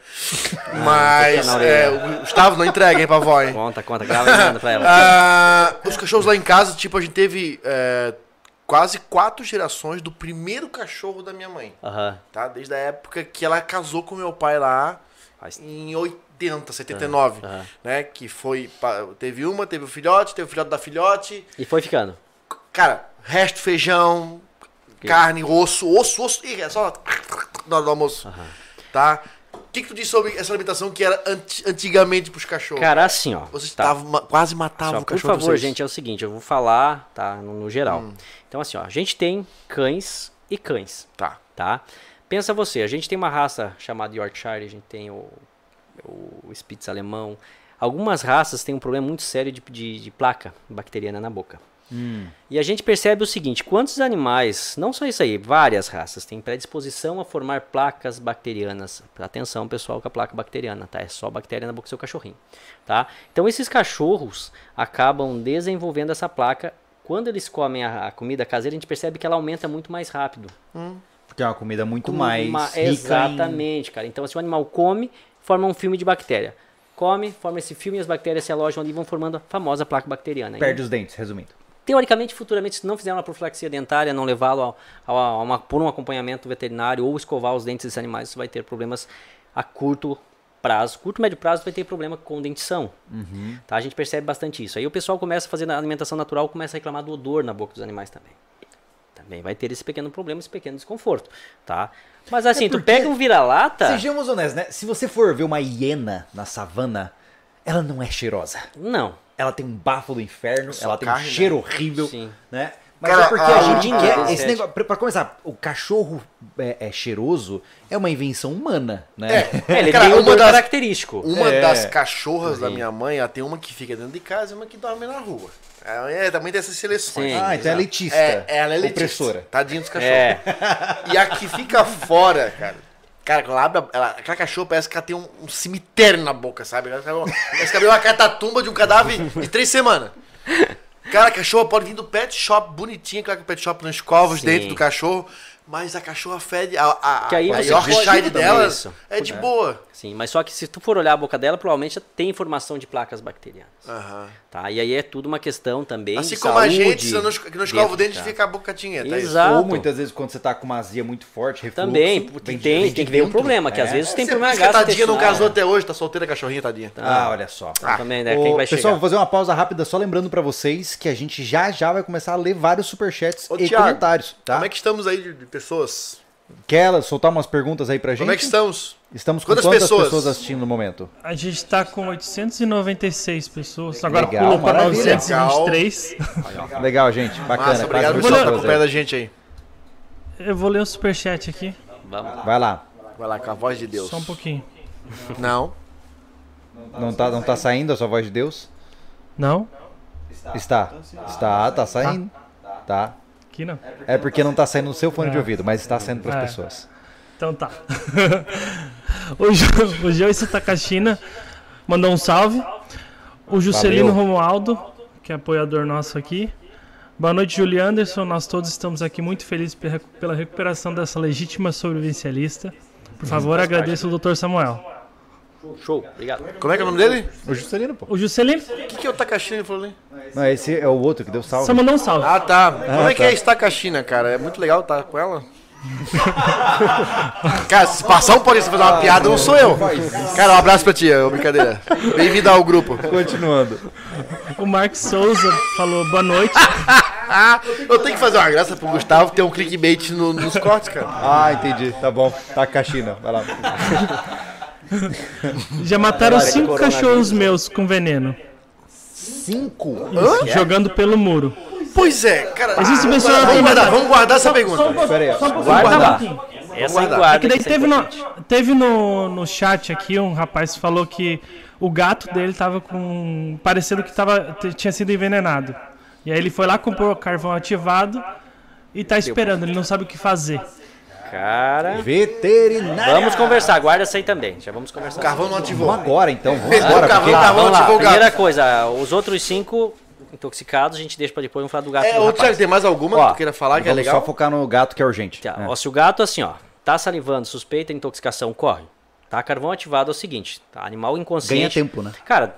Speaker 1: Ah,
Speaker 2: mas,
Speaker 3: na orelha.
Speaker 2: é, o Gustavo não entrega, hein, pra avó, hein?
Speaker 3: Conta, conta, grava e manda pra ela.
Speaker 2: Ah, os cachorros lá em casa, tipo, a gente teve é, quase quatro gerações do primeiro cachorro da minha mãe,
Speaker 3: Aham.
Speaker 2: tá? Desde a época que ela casou com meu pai lá
Speaker 3: Faz-
Speaker 2: em 80, 79,
Speaker 3: Aham, aham.
Speaker 2: né? Que foi. pa- Teve uma, teve o filhote, teve o filhote da filhote.
Speaker 3: E foi ficando.
Speaker 2: Cara, resto feijão, carne, osso, osso, osso. Ih, é só na hora do almoço. Tá? O que, que tu disse sobre essa alimentação que era anti- antigamente pros cachorros?
Speaker 3: Cara, assim, ó.
Speaker 2: vocês
Speaker 3: tá.
Speaker 2: tavam, ma- quase matavam
Speaker 3: Assim, ó,
Speaker 2: o
Speaker 3: por
Speaker 2: cachorro. de
Speaker 3: favor,
Speaker 2: vocês.
Speaker 3: gente, é o seguinte, eu vou falar, tá? No, no geral. Então, assim, ó, a gente tem cães e cães,
Speaker 2: Tá.
Speaker 3: tá? Pensa você, a gente tem uma raça chamada Yorkshire, a gente tem o, o Spitz alemão. Algumas raças têm um problema muito sério de, de, de placa bacteriana na boca. E a gente percebe o seguinte: quantos animais, não só isso aí, várias raças, têm predisposição a formar placas bacterianas. Atenção, pessoal, com a placa bacteriana, tá? É só bactéria na boca do seu cachorrinho, tá? Então, esses cachorros acabam desenvolvendo essa placa. Quando eles comem a, a comida caseira, a gente percebe que ela aumenta muito mais rápido.
Speaker 1: Porque é uma comida muito
Speaker 3: Com
Speaker 1: mais.
Speaker 3: uma-
Speaker 1: rica em-
Speaker 3: Exatamente, cara. Então, se o animal come, forma um filme de bactéria. Come, forma esse filme e as bactérias se alojam ali e vão formando a famosa placa bacteriana.
Speaker 1: Perde os dentes, resumindo.
Speaker 3: Teoricamente, futuramente, se não fizer uma profilaxia dentária, não levá-lo ao- ao- a uma- por um acompanhamento veterinário ou escovar os dentes desses animais, você vai ter problemas a curto prazo. Curto, médio prazo, vai ter problema com dentição.
Speaker 2: Uhum.
Speaker 3: Tá? A gente percebe bastante isso. Aí o pessoal começa a fazer a alimentação natural, começa a reclamar do odor na boca dos animais também. Também vai ter esse pequeno problema, esse pequeno desconforto, tá? Mas assim, tu
Speaker 1: porque-
Speaker 3: pega um vira-lata...
Speaker 1: Sejamos honestos, né? Se você for ver uma hiena na savana, ela não é cheirosa.
Speaker 3: Não.
Speaker 1: Ela tem um bafo do inferno,
Speaker 2: Só
Speaker 1: ela tem
Speaker 2: carne,
Speaker 1: um
Speaker 2: né?
Speaker 1: cheiro horrível,
Speaker 3: Sim.
Speaker 1: né? Mas
Speaker 2: Cara,
Speaker 1: é porque
Speaker 2: a-
Speaker 1: a, gente
Speaker 3: a-
Speaker 1: quer
Speaker 3: a-
Speaker 1: esse negócio. Pra, pra começar, o cachorro é, é cheiroso é uma invenção humana, né?
Speaker 3: É, ele
Speaker 2: Cara,
Speaker 3: tem um
Speaker 2: uma
Speaker 3: odor
Speaker 2: das- Hum.
Speaker 3: característico.
Speaker 2: Uma
Speaker 1: É.
Speaker 2: das cachorras da minha mãe, ela tem uma que fica dentro de casa e uma que dorme na rua. É, é, também tem essas seleções.
Speaker 3: Sim.
Speaker 2: Ah,
Speaker 1: ah, então é elitista.
Speaker 2: É, ela é
Speaker 1: Opressora.
Speaker 2: letícia. Tadinho dos cachorros.
Speaker 3: É.
Speaker 2: E a que fica fora, cara. Cara, ela abre a- ela- aquela cachorra parece que ela tem um, um cemitério na boca, sabe? Ela- ela- Parece que abriu uma catatumba de um cadáver de três semanas. Cara, a cachorra pode vir do pet shop bonitinha, claro que o pet shop não escova os
Speaker 3: Sim.
Speaker 2: dentes do cachorro, mas a cachorra fede. A, a,
Speaker 3: Que aí
Speaker 2: a
Speaker 3: você
Speaker 2: Yorkshire
Speaker 3: pode-
Speaker 2: dela
Speaker 3: Isso.
Speaker 2: é de boa.
Speaker 3: Sim, mas só que se tu for olhar a boca dela, provavelmente já tem formação de placas bacterianas.
Speaker 2: Aham.
Speaker 3: Tá? E aí é tudo uma questão também
Speaker 2: Assim
Speaker 3: de
Speaker 2: como a
Speaker 3: saúde.
Speaker 2: gente, se eu não, es- que não escova o dente,
Speaker 3: dentro,
Speaker 2: fica a boca tinha. Tá
Speaker 3: Exato.
Speaker 1: Ou muitas vezes quando você tá com uma azia muito forte, refluxo,
Speaker 3: Também,
Speaker 1: vem de-
Speaker 3: tem,
Speaker 1: vem
Speaker 3: tem,
Speaker 1: de
Speaker 3: que ver o
Speaker 1: dentro,
Speaker 3: problema, que às
Speaker 1: né?
Speaker 3: vezes tem
Speaker 2: Esse- por
Speaker 3: problema
Speaker 2: isso que a tadinha não
Speaker 3: gastrointestinal.
Speaker 2: casou até hoje, tá solteira a cachorrinha, tadinha.
Speaker 1: Ah, olha só.
Speaker 3: Então também, né?
Speaker 1: Ô,
Speaker 3: Quem vai
Speaker 1: pessoal, vou
Speaker 3: chegar?
Speaker 1: fazer uma pausa rápida, só lembrando pra vocês que a gente já já vai começar a ler vários superchats
Speaker 2: Ô,
Speaker 1: e
Speaker 2: Thiago,
Speaker 1: comentários, tá?
Speaker 2: Como é que estamos aí de, de pessoas?
Speaker 1: Quer ela soltar umas perguntas aí pra gente?
Speaker 2: Como é que estamos?
Speaker 1: Estamos com
Speaker 2: Quantas
Speaker 1: quantas,
Speaker 2: pessoas?
Speaker 1: pessoas? assistindo no momento?
Speaker 4: A gente tá com 896 pessoas, agora
Speaker 1: Legal,
Speaker 4: pulou para
Speaker 1: maravilha.
Speaker 4: 923.
Speaker 1: Legal, gente. Bacana.
Speaker 2: Massa,
Speaker 1: Quase
Speaker 2: obrigado por
Speaker 1: mil
Speaker 2: estar
Speaker 1: pessoas
Speaker 2: acompanhando
Speaker 1: aí.
Speaker 2: a gente aí.
Speaker 4: Eu vou ler o superchat aqui,
Speaker 3: Vamos lá.
Speaker 1: Vai lá.
Speaker 2: Vai lá, com a voz de Deus.
Speaker 4: só um pouquinho.
Speaker 2: Não.
Speaker 1: Não tá, não tá saindo a sua voz de Deus?
Speaker 4: Não?
Speaker 1: Está. Está, tá saindo. Tá.
Speaker 4: Aqui não.
Speaker 1: É porque não tá saindo no seu fone de ouvido, mas está saindo pras
Speaker 4: É.
Speaker 1: pessoas.
Speaker 4: Então tá. o, jo, o Joyce Takashina mandou um salve. O Juscelino
Speaker 1: Valeu.
Speaker 4: Romualdo, que é apoiador nosso aqui. Boa noite, Júlio Anderson. Nós todos estamos aqui muito felizes pe- recu- pela recuperação dessa legítima sobrevivencialista. Por
Speaker 1: Uhum.
Speaker 4: favor, agradeço o Dr. Samuel.
Speaker 3: Show, obrigado.
Speaker 2: Como é que é o nome dele?
Speaker 1: O Juscelino, pô.
Speaker 4: O Juscelino
Speaker 2: O que, que é o Takashina ele falou ali?
Speaker 1: Não, esse é o outro que deu salve.
Speaker 4: só mandou um salve.
Speaker 2: Ah, tá. Como é que
Speaker 1: tá.
Speaker 2: é esse Takashina, cara? É muito legal estar com ela. cara, se passar um polícia fazer uma piada, não sou eu. Cara, um abraço pra ti, é uma brincadeira. Bem-vindo ao grupo.
Speaker 1: Continuando.
Speaker 4: O Marcos Souza falou boa noite.
Speaker 2: Ah, eu tenho que fazer uma graça pro Gustavo ter um clickbait no- nos cortes, cara.
Speaker 1: Ah, entendi. Tá bom. Tá a caixina. Vai lá.
Speaker 4: Já mataram
Speaker 3: Agora é
Speaker 4: cinco
Speaker 3: coronavírus,
Speaker 4: cachorros meus com veneno,
Speaker 1: Cinco?
Speaker 4: jogando pelo muro.
Speaker 2: Pois é, cara.
Speaker 4: Existe pessoa que
Speaker 2: vamos
Speaker 4: tem
Speaker 2: guardar,
Speaker 4: matado.
Speaker 2: vamos guardar essa
Speaker 4: um
Speaker 3: um
Speaker 2: pergunta.
Speaker 1: Pera aí.
Speaker 2: guardar.
Speaker 3: Essa é
Speaker 2: guardar.
Speaker 3: guarda.
Speaker 4: É que daí
Speaker 3: essa é
Speaker 4: teve,
Speaker 3: importante.
Speaker 4: no, teve no, no chat aqui um rapaz que falou que o gato dele tava com. parecendo que tava, t- tinha sido envenenado. E aí ele foi lá, comprou o carvão ativado e tá esperando, ele não sabe o que fazer.
Speaker 3: Cara,
Speaker 1: Veterinário.
Speaker 3: vamos conversar. Guarda essa aí também. Já vamos conversar.
Speaker 2: Carvão não ativou.
Speaker 1: Vamos agora, então. Vamos
Speaker 2: Perdeu
Speaker 1: embora.
Speaker 2: o cavalo,
Speaker 1: Porque...
Speaker 2: o cavalo
Speaker 3: Vamos lá.
Speaker 2: ativou o
Speaker 3: Primeira
Speaker 2: gato.
Speaker 3: coisa, os outros cinco intoxicados a gente deixa pra depois. Vamos falar do gato.
Speaker 2: É,
Speaker 3: do
Speaker 2: outro,
Speaker 3: rapaz.
Speaker 2: Thiago, tem mais alguma que
Speaker 3: Ó,
Speaker 2: tu queira falar que é
Speaker 1: Vamos
Speaker 2: legal?
Speaker 1: só focar no gato que é urgente.
Speaker 3: Tá,
Speaker 1: É.
Speaker 3: ó, se o gato, assim, ó, tá salivando, suspeita intoxicação, corre. Tá? Carvão ativado é o seguinte, tá? Animal inconsciente.
Speaker 1: Ganha tempo, né?
Speaker 3: Cara,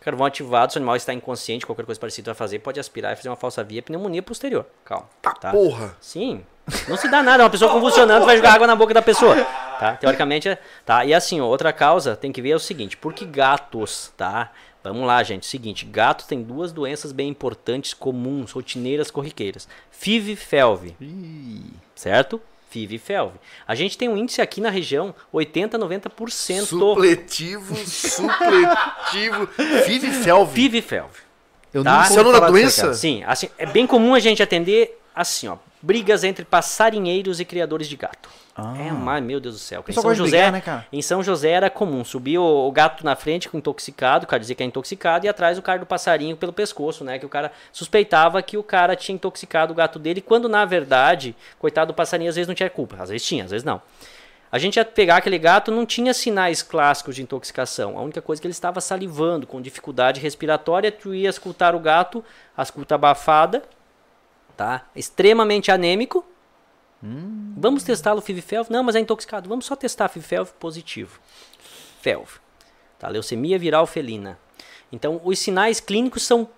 Speaker 3: carvão ativado, se o animal está inconsciente, qualquer coisa parecida vai fazer, pode aspirar e fazer uma falsa via pneumonia posterior. Calma.
Speaker 2: Tá, porra.
Speaker 3: Sim. Não se dá nada, uma pessoa convulsionando vai jogar água na boca da pessoa. Tá? Teoricamente, é- tá? E assim, ó, outra causa tem que ver é o seguinte, por que gatos, tá? Vamos lá, gente. Seguinte, gato tem duas doenças bem importantes, comuns, rotineiras, corriqueiras. FIV e FeLV certo? FIV e FELV. A gente tem um índice aqui na região 80, 90%.
Speaker 2: Supletivo, supletivo. Vive e felve.
Speaker 3: FIV e FELV.
Speaker 1: Eu
Speaker 3: Tá?
Speaker 1: nunca
Speaker 2: Isso é o nome da
Speaker 1: ouvi falar disso,
Speaker 2: doença?
Speaker 1: cara.
Speaker 3: Sim, assim, é bem comum a gente atender assim, ó. Brigas entre passarinheiros e criadores de gato.
Speaker 1: Ah.
Speaker 3: É, mas, meu Deus do céu. Em
Speaker 1: pessoal
Speaker 3: São,
Speaker 1: gosta de
Speaker 3: José,
Speaker 1: brigar, né, cara?
Speaker 3: em São José era comum subir o, o gato na frente com intoxicado, o cara dizia que é intoxicado, e atrás o cara do passarinho pelo pescoço, né? Que o cara suspeitava que o cara tinha intoxicado o gato dele, quando na verdade, coitado do passarinho, às vezes não tinha culpa. Às vezes tinha, às vezes não. A gente ia pegar aquele gato, não tinha sinais clássicos de intoxicação. A única coisa é que ele estava salivando, com dificuldade respiratória, tu ia escutar o gato, a escuta abafada, tá? Extremamente anêmico. Vamos testá-lo Fivifelv? Não, mas é intoxicado. Vamos só testar Fivifelv positivo. Felv. Tá? Leucemia viral felina. Então, os sinais clínicos são,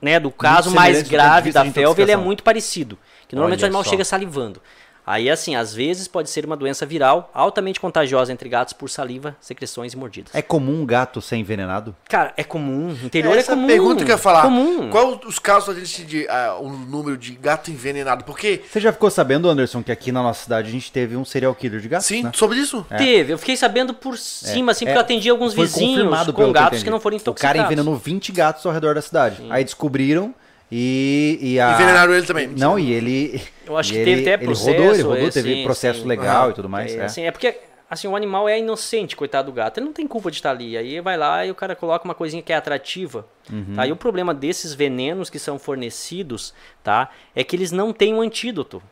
Speaker 3: né, do caso mais
Speaker 1: semelhantes do ponto de
Speaker 3: grave
Speaker 1: vista
Speaker 3: da
Speaker 1: de
Speaker 3: Felv, ele é
Speaker 1: intoxicação.
Speaker 3: muito parecido. Que normalmente
Speaker 1: Olha
Speaker 3: o animal
Speaker 1: só.
Speaker 3: chega salivando. Aí, assim, às vezes pode ser uma doença viral altamente contagiosa entre gatos por saliva, secreções e mordidas.
Speaker 1: É comum um gato ser envenenado?
Speaker 3: Cara, é comum. Interior
Speaker 2: Essa
Speaker 3: é comum.
Speaker 2: pergunta que eu ia falar.
Speaker 3: Comum.
Speaker 2: Qual os casos a gente de ah, o número de gato envenenado? Porque
Speaker 1: Você já ficou sabendo, Anderson, que aqui na nossa cidade a gente teve um serial killer de gatos,
Speaker 2: sim,
Speaker 1: né?
Speaker 2: sobre isso?
Speaker 3: Teve, eu fiquei sabendo por cima, assim,
Speaker 1: é,
Speaker 3: porque eu atendi alguns
Speaker 1: Foi
Speaker 3: vizinhos
Speaker 1: confirmado
Speaker 3: com
Speaker 1: pelo
Speaker 3: gatos
Speaker 1: eu
Speaker 3: que, não foram
Speaker 1: entendi.
Speaker 3: intoxicados.
Speaker 1: O cara envenenou 20 gatos ao redor da cidade. Aí descobriram e, e a...
Speaker 2: Envenenaram ele também.
Speaker 1: Não, e ele...
Speaker 3: Eu acho
Speaker 1: e
Speaker 3: que
Speaker 1: ele,
Speaker 3: teve até
Speaker 1: Ele
Speaker 3: processo.
Speaker 1: rodou, ele rodou,
Speaker 3: é,
Speaker 1: teve
Speaker 3: sim,
Speaker 1: processo
Speaker 3: sim.
Speaker 1: legal
Speaker 2: Ah,
Speaker 1: e tudo mais.
Speaker 3: é,
Speaker 1: é.
Speaker 3: Assim, é porque assim, o animal é inocente, coitado do gato. Ele não tem culpa de estar ali. Aí vai lá e o cara coloca uma coisinha que é atrativa.
Speaker 2: Uhum.
Speaker 3: Tá? E o problema desses venenos que são fornecidos tá? é que eles não têm um antídoto.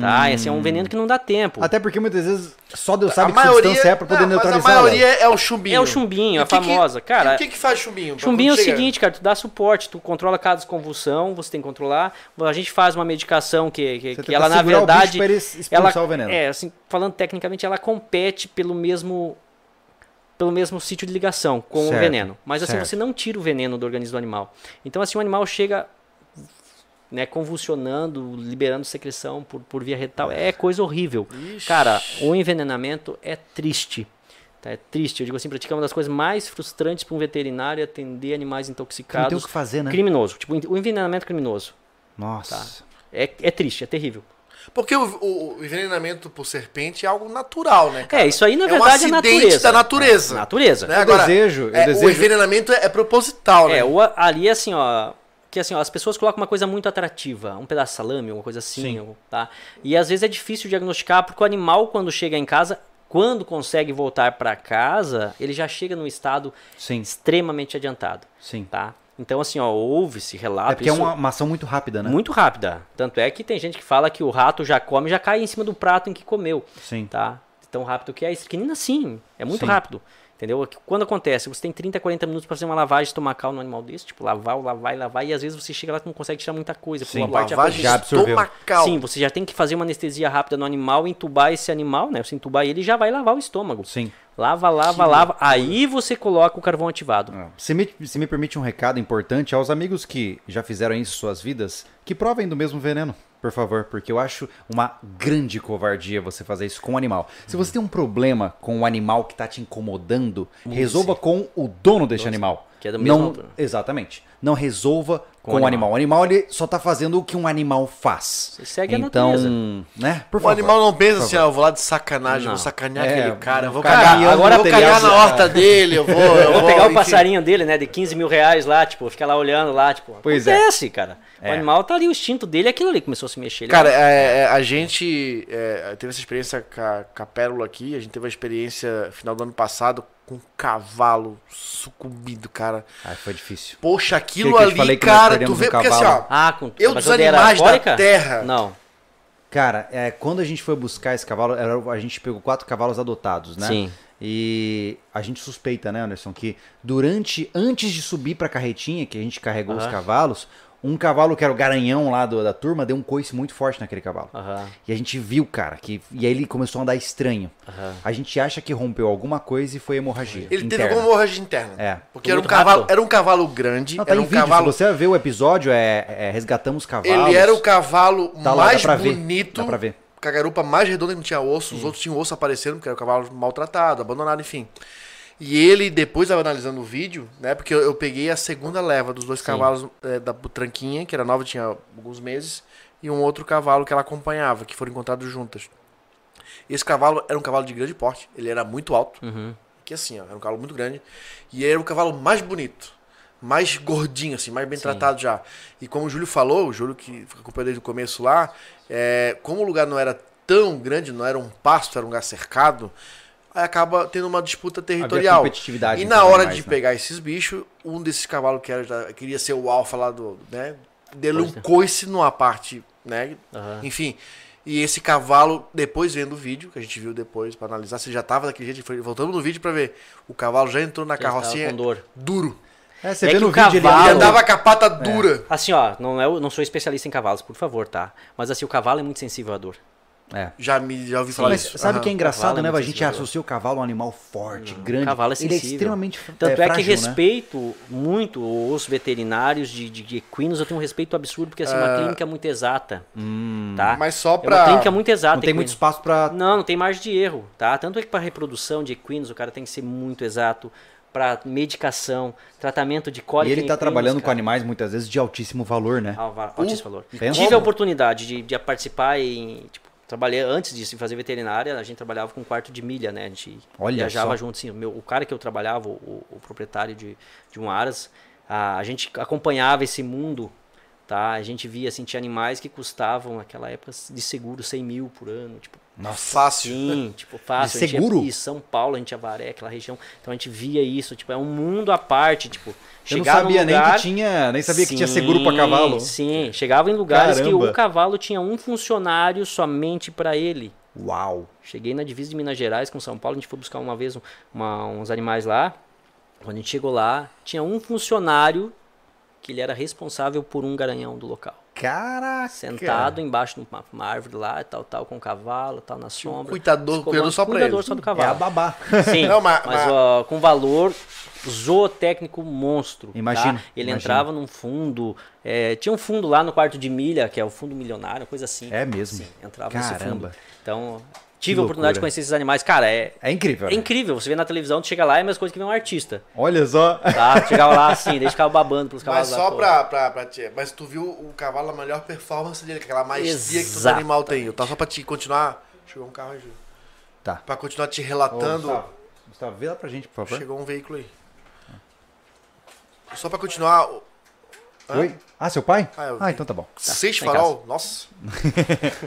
Speaker 3: Tá? Esse é um
Speaker 2: Hum.
Speaker 3: veneno que não dá tempo.
Speaker 2: Ah,
Speaker 1: Até porque muitas vezes só Deus sabe
Speaker 2: A
Speaker 1: que substância é pra poder
Speaker 2: não,
Speaker 1: neutralizar
Speaker 2: Mas a maioria é o chumbinho.
Speaker 3: É o chumbinho,
Speaker 2: E
Speaker 3: a
Speaker 2: o que que-
Speaker 3: famosa, cara.
Speaker 2: e O que que faz chumbinho? pra
Speaker 3: Chumbinho é o
Speaker 2: quando chega?
Speaker 3: seguinte, cara, tu dá suporte, tu controla cada convulsão, você tem que controlar. A gente faz uma medicação que, que,
Speaker 1: Você
Speaker 3: que
Speaker 1: tenta
Speaker 3: ela, na
Speaker 1: segurar o bicho
Speaker 3: verdade.
Speaker 1: pra ele expulsar
Speaker 3: ela,
Speaker 1: o veneno.
Speaker 3: É, assim, falando tecnicamente, ela compete pelo mesmo. Pelo mesmo sítio de ligação com
Speaker 1: Certo,
Speaker 3: o veneno. Mas assim,
Speaker 1: certo.
Speaker 3: você não tira o veneno do organismo do animal. Então, assim, o animal chega né, convulsionando, liberando secreção por, por via retal. É coisa horrível. Cara, o envenenamento é triste. tá? É triste. Eu digo assim, praticamente uma das coisas mais frustrantes para um veterinário é atender animais
Speaker 1: Não tem o
Speaker 3: intoxicados.
Speaker 1: que fazer, né?
Speaker 3: Criminoso. Tipo, o envenenamento criminoso.
Speaker 1: Nossa.
Speaker 3: É, é triste, é terrível.
Speaker 2: Porque o, o- o envenenamento por serpente é algo natural, né, cara?
Speaker 3: É, isso aí na
Speaker 2: É um
Speaker 3: verdade é
Speaker 2: acidente
Speaker 3: natureza. É,
Speaker 2: da natureza.
Speaker 3: Natureza.
Speaker 2: Né?
Speaker 1: Eu desejo, eu
Speaker 2: é,
Speaker 1: desejo-
Speaker 2: O envenenamento é, é proposital, né?
Speaker 3: É, o, ali assim, ó. Que assim, ó, as pessoas colocam uma coisa muito atrativa, um pedaço de salame, alguma coisa assim, ou- tá? E às vezes é difícil diagnosticar, porque o animal, quando chega em casa, quando consegue voltar para casa, ele já chega num estado
Speaker 1: Sim, É
Speaker 3: extremamente adiantado,
Speaker 1: sim.
Speaker 3: tá? Então, assim, ó, ouve-se relato.
Speaker 1: É porque é
Speaker 3: isso-
Speaker 1: uma, uma ação muito rápida, né?
Speaker 3: muito rápida. Tanto é que tem gente que fala que o rato já come, já cai em cima do prato em que comeu,
Speaker 1: Sim.
Speaker 3: tá? Tão rápido que é. Estricnina, sim, é muito
Speaker 1: Sim.
Speaker 3: rápido. Entendeu? É Quando acontece, você tem 30, 40 minutos pra fazer uma lavagem estomacal no animal desse, tipo, lavar, lavar e lavar, e às vezes você chega lá e não consegue tirar muita coisa. porque
Speaker 1: Sim.
Speaker 3: uma parte é
Speaker 2: Lavagem
Speaker 1: Já absorveu.
Speaker 2: estomacal.
Speaker 3: Sim, você já tem que fazer uma anestesia rápida no animal, entubar esse animal, né? Você entubar ele e já vai lavar o estômago.
Speaker 1: Sim. É.
Speaker 3: Lava, lava, lava. Aí você coloca o carvão ativado.
Speaker 1: Se me, se me permite um recado importante aos amigos que já fizeram isso em suas vidas, que provem do mesmo veneno, por favor, porque eu acho uma grande covardia você fazer isso com o animal. Se
Speaker 3: Uhum.
Speaker 1: você tem um problema com o animal que tá te incomodando, resolva com o dono deste animal.
Speaker 3: que é da mesma
Speaker 1: Não-
Speaker 3: altura.
Speaker 1: Exatamente. Não resolva com,
Speaker 3: o
Speaker 1: o animal. O animal ele só tá fazendo o que um animal faz.
Speaker 3: Você segue a
Speaker 1: então,
Speaker 3: natureza.
Speaker 1: né? Por
Speaker 2: O
Speaker 1: favor.
Speaker 2: animal não pensa assim, ó, eu vou lá de sacanagem,
Speaker 3: Não.
Speaker 2: vou sacanear
Speaker 1: É,
Speaker 2: aquele cara, eu vou
Speaker 1: cara,
Speaker 2: cagar,
Speaker 1: caminhão
Speaker 2: agora vou
Speaker 1: material,
Speaker 2: cagar na
Speaker 1: né?
Speaker 2: horta dele, eu vou, eu
Speaker 3: Vou
Speaker 2: vou,
Speaker 3: pegar o
Speaker 2: enfim.
Speaker 3: passarinho dele, né? De 15 mil reais lá, tipo, fica lá olhando lá, tipo,
Speaker 1: Pois é.
Speaker 3: acontece, cara. O
Speaker 1: É.
Speaker 3: animal tá ali, o instinto dele é aquilo ali, começou a se mexer. ele-
Speaker 2: Cara, é, é, a gente é, teve essa experiência com a, com a Pérola aqui. A gente teve a experiência final do ano passado com um cavalo sucumbido, cara.
Speaker 1: Ai, foi difícil.
Speaker 2: Poxa, aquilo
Speaker 1: Que que eu te
Speaker 2: ali,
Speaker 1: falei que nós
Speaker 2: cara, tu
Speaker 1: perdemos
Speaker 2: vê.
Speaker 1: um
Speaker 2: Porque assim,
Speaker 1: cavalo?
Speaker 2: ó.
Speaker 3: ah, com
Speaker 2: eu
Speaker 3: mas
Speaker 2: dos
Speaker 3: onde era
Speaker 2: animais da
Speaker 3: alcoólica?
Speaker 2: terra.
Speaker 3: Não.
Speaker 1: Cara, é, quando a gente foi buscar esse cavalo, era- a gente pegou quatro cavalos adotados, né?
Speaker 3: Sim.
Speaker 1: E a gente suspeita, né, Anderson, que durante, antes de subir pra carretinha, que a gente carregou os
Speaker 3: Aham.
Speaker 1: cavalos, um cavalo que era o garanhão lá do- da turma deu um coice muito forte naquele cavalo.
Speaker 3: Aham,
Speaker 1: E a gente viu, cara, que e aí ele começou a andar estranho.
Speaker 3: aham.
Speaker 1: A gente acha que rompeu alguma coisa e foi hemorragia.
Speaker 2: Ele teve
Speaker 1: interna.
Speaker 2: alguma hemorragia interna.
Speaker 1: É.
Speaker 2: Porque era um,
Speaker 3: Muito
Speaker 2: cavalo,
Speaker 3: rápido.
Speaker 2: era um cavalo grande,
Speaker 1: Não, tá
Speaker 2: era
Speaker 1: em
Speaker 2: um
Speaker 1: vídeo,
Speaker 2: cavalo.
Speaker 1: se você ver o episódio, é, é Resgatamos Cavalos.
Speaker 2: Ele era o cavalo
Speaker 1: Tá lá,
Speaker 2: mais
Speaker 1: dá pra ver.
Speaker 2: bonito.
Speaker 1: Dá pra ver.
Speaker 2: Com a garupa mais redonda que não tinha osso, os outros tinham osso aparecendo, porque era o cavalo maltratado, abandonado, enfim. E ele, depois estava analisando o vídeo, né? Porque eu, eu peguei a segunda leva dos dois cavalos é, da Tranquinha, que era nova, tinha alguns meses, e um outro cavalo que ela acompanhava, que foram encontrados juntas. Esse cavalo era um cavalo de grande porte,
Speaker 1: Uhum.
Speaker 2: ele era muito alto. Que assim, ó, era um cavalo muito grande. E ele era o cavalo mais bonito, mais gordinho, assim, mais bem tratado já. E como o Júlio falou, o Júlio que acompanhou desde o começo lá, é, como o lugar não era tão grande, não era um pasto, era um lugar cercado, aí acaba tendo uma disputa territorial.
Speaker 1: competitividade,
Speaker 2: e na
Speaker 1: então,
Speaker 2: hora
Speaker 1: mais,
Speaker 2: de
Speaker 1: né?
Speaker 2: pegar esses bichos, um desses cavalos que era, já- queria ser o alfa lá do, né, dele um coice numa parte, né,
Speaker 3: é. Aham.
Speaker 2: enfim. E esse cavalo, depois vendo o vídeo, que a gente viu depois pra analisar, se ele já tava daquele jeito, foi- voltamos no vídeo pra ver. O cavalo já entrou na
Speaker 3: Já estava
Speaker 2: carrocinha
Speaker 3: com dor.
Speaker 2: duro.
Speaker 1: É, você
Speaker 3: É
Speaker 1: vê
Speaker 3: que
Speaker 1: no
Speaker 3: o
Speaker 1: vídeo ele
Speaker 3: cavalo-
Speaker 2: Ele
Speaker 1: anda-
Speaker 2: andava com a pata dura.
Speaker 3: Assim, ó, não, é, o- não sou especialista em cavalos, por favor, tá? Mas assim, o cavalo é muito sensível à dor.
Speaker 1: É.
Speaker 2: Já, me, já ouvi falar
Speaker 1: Mas
Speaker 2: isso.
Speaker 1: sabe o
Speaker 2: Aham.
Speaker 1: que é engraçado,
Speaker 3: Cavalo é
Speaker 1: né?
Speaker 3: muito
Speaker 1: a gente
Speaker 3: sensível.
Speaker 1: associa o cavalo a um animal forte, grande.
Speaker 3: cavalo é
Speaker 1: ele é
Speaker 3: sensível.
Speaker 1: extremamente fr-
Speaker 3: Tanto é, que
Speaker 1: frágil, né?
Speaker 3: respeito muito os veterinários de, de, de equinos, eu tenho um respeito absurdo, porque assim, é uma clínica muito exata, tá?
Speaker 2: Ah. Mas só
Speaker 3: É uma
Speaker 2: pra.
Speaker 3: clínica muito
Speaker 1: Hum.
Speaker 3: exata.
Speaker 1: Não tem
Speaker 3: equino.
Speaker 1: muito espaço pra.
Speaker 3: Não, não tem margem de erro, tá? Tanto é que para reprodução de equinos o cara tem que ser muito exato, para medicação, tratamento de
Speaker 1: E
Speaker 3: cólica.
Speaker 1: ele
Speaker 3: em
Speaker 1: tá
Speaker 3: equinos,
Speaker 1: trabalhando com
Speaker 3: cara.
Speaker 1: animais muitas vezes de altíssimo valor, né?
Speaker 3: Alvar, Ortiz falou.
Speaker 1: pensa.
Speaker 3: Tive a oportunidade de, de participar em. Tipo, trabalhei antes disso, em fazer veterinária, a gente trabalhava com quarto de milha, né? A gente
Speaker 1: Olha
Speaker 3: viajava
Speaker 1: só.
Speaker 3: junto, sim. O, meu- o cara que eu trabalhava, o, o proprietário de, de um Aras, a, a gente acompanhava esse mundo. Tá, a gente via assim, tinha animais que custavam naquela época de seguro 100 mil por ano, tipo,
Speaker 1: Nossa.
Speaker 2: Fácil.
Speaker 3: Sim, tipo, fácil.
Speaker 1: De
Speaker 3: A
Speaker 1: seguro?
Speaker 3: gente ia, e São Paulo, a gente ia Varé, aquela região. Então a gente via isso, tipo, é um mundo à parte, tipo,
Speaker 1: Eu não
Speaker 3: chegar num
Speaker 1: sabia nem
Speaker 3: lugar-
Speaker 1: que tinha. Nem sabia que tinha
Speaker 3: Sim,
Speaker 1: seguro pra cavalo.
Speaker 3: Sim, chegava em lugares que
Speaker 1: Caramba.
Speaker 3: o cavalo tinha um funcionário somente pra ele.
Speaker 1: Uau.
Speaker 3: Cheguei na divisa de Minas Gerais com São Paulo, a gente foi buscar uma vez um- uma- uns animais lá. Quando a gente chegou lá, tinha um funcionário que ele era responsável por um garanhão do local.
Speaker 1: Caraca.
Speaker 3: Sentado embaixo de uma, uma árvore lá, tal, tal, com o cavalo, tal, na
Speaker 1: um
Speaker 3: sombra.
Speaker 2: cuidador,
Speaker 3: Esse
Speaker 2: cuidando só pra
Speaker 3: cuidador
Speaker 2: ele.
Speaker 3: só do
Speaker 1: É a
Speaker 3: cavalo.
Speaker 1: babá.
Speaker 3: Sim,
Speaker 2: Não, mas-
Speaker 3: mas,
Speaker 2: mas-
Speaker 3: ó, com valor zootécnico monstro. tá?
Speaker 1: Imagino,
Speaker 3: Ele
Speaker 1: imagino.
Speaker 3: entrava num fundo. é, tinha um fundo lá no quarto de milha, que é o fundo milionário, uma coisa assim.
Speaker 1: É mesmo.
Speaker 3: Sim, entrava nesse
Speaker 1: Caramba.
Speaker 3: fundo. Então, tive
Speaker 1: Que
Speaker 3: a oportunidade
Speaker 1: loucura.
Speaker 3: de conhecer esses animais. Cara, é,
Speaker 1: É incrível.
Speaker 3: é
Speaker 1: né?
Speaker 3: incrível. Você vê na televisão, tu chega lá e é a mesma coisa que vê um artista.
Speaker 1: Olha só.
Speaker 3: Tá? Tu Chegava lá assim, daí ficava babando pelos
Speaker 2: Mas
Speaker 3: cavalos lá
Speaker 2: só
Speaker 3: todos.
Speaker 2: pra, pra, pra te. Mas tu viu o cavalo, a melhor performance dele, aquela maestria que todo
Speaker 3: Exatamente.
Speaker 2: animal tem. Eu tava só pra te continuar. Chegou um carro aí, Júlio.
Speaker 1: Tá.
Speaker 2: Pra continuar te relatando.
Speaker 1: Gustavo, Tá Gustavo, vê lá pra gente, por favor.
Speaker 2: chegou um veículo aí. Só pra continuar. o- Hã?
Speaker 1: Oi? Ah, seu pai?
Speaker 2: Ah, eu-
Speaker 1: Ah, então tá bom.
Speaker 2: Seis
Speaker 3: tá em
Speaker 2: farol? Nossa.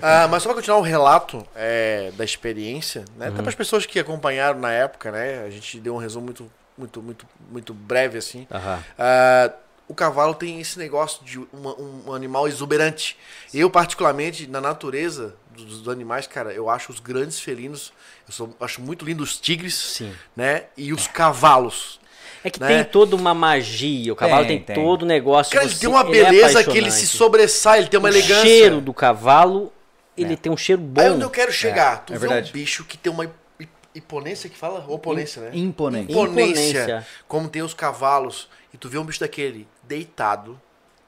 Speaker 2: Ah, mas só pra continuar o relato é, da experiência, né?
Speaker 3: Uhum.
Speaker 2: Até para as pessoas que acompanharam na época, né? A gente deu um resumo muito, muito, muito, muito breve, assim.
Speaker 3: Aham.
Speaker 2: Ah, o cavalo tem esse negócio de uma- um, um animal exuberante. Eu, particularmente, na natureza dos, dos animais, cara, eu acho os grandes felinos. Eu sou- acho muito lindo os tigres,
Speaker 3: Sim.
Speaker 2: né? E os cavalos.
Speaker 3: É que
Speaker 2: né?
Speaker 3: tem toda uma magia. O cavalo
Speaker 1: Tem, tem.
Speaker 3: tem, todo o negócio.
Speaker 2: Cara, ele
Speaker 3: você-
Speaker 2: tem uma
Speaker 3: é
Speaker 2: beleza que ele se
Speaker 3: apaixonante.
Speaker 2: sobressai, ele tem uma
Speaker 3: o
Speaker 2: elegância.
Speaker 3: cheiro do cavalo, ele tem um cheiro bom.
Speaker 2: Aí onde eu quero chegar, tu
Speaker 1: é
Speaker 2: vê
Speaker 1: verdade.
Speaker 2: um bicho que tem uma hip- hiponência que fala? Oponência,
Speaker 3: É.
Speaker 2: né?
Speaker 1: Imponente.
Speaker 2: Imponência.
Speaker 3: Imponência.
Speaker 2: Como tem os cavalos. E tu vê um bicho daquele deitado,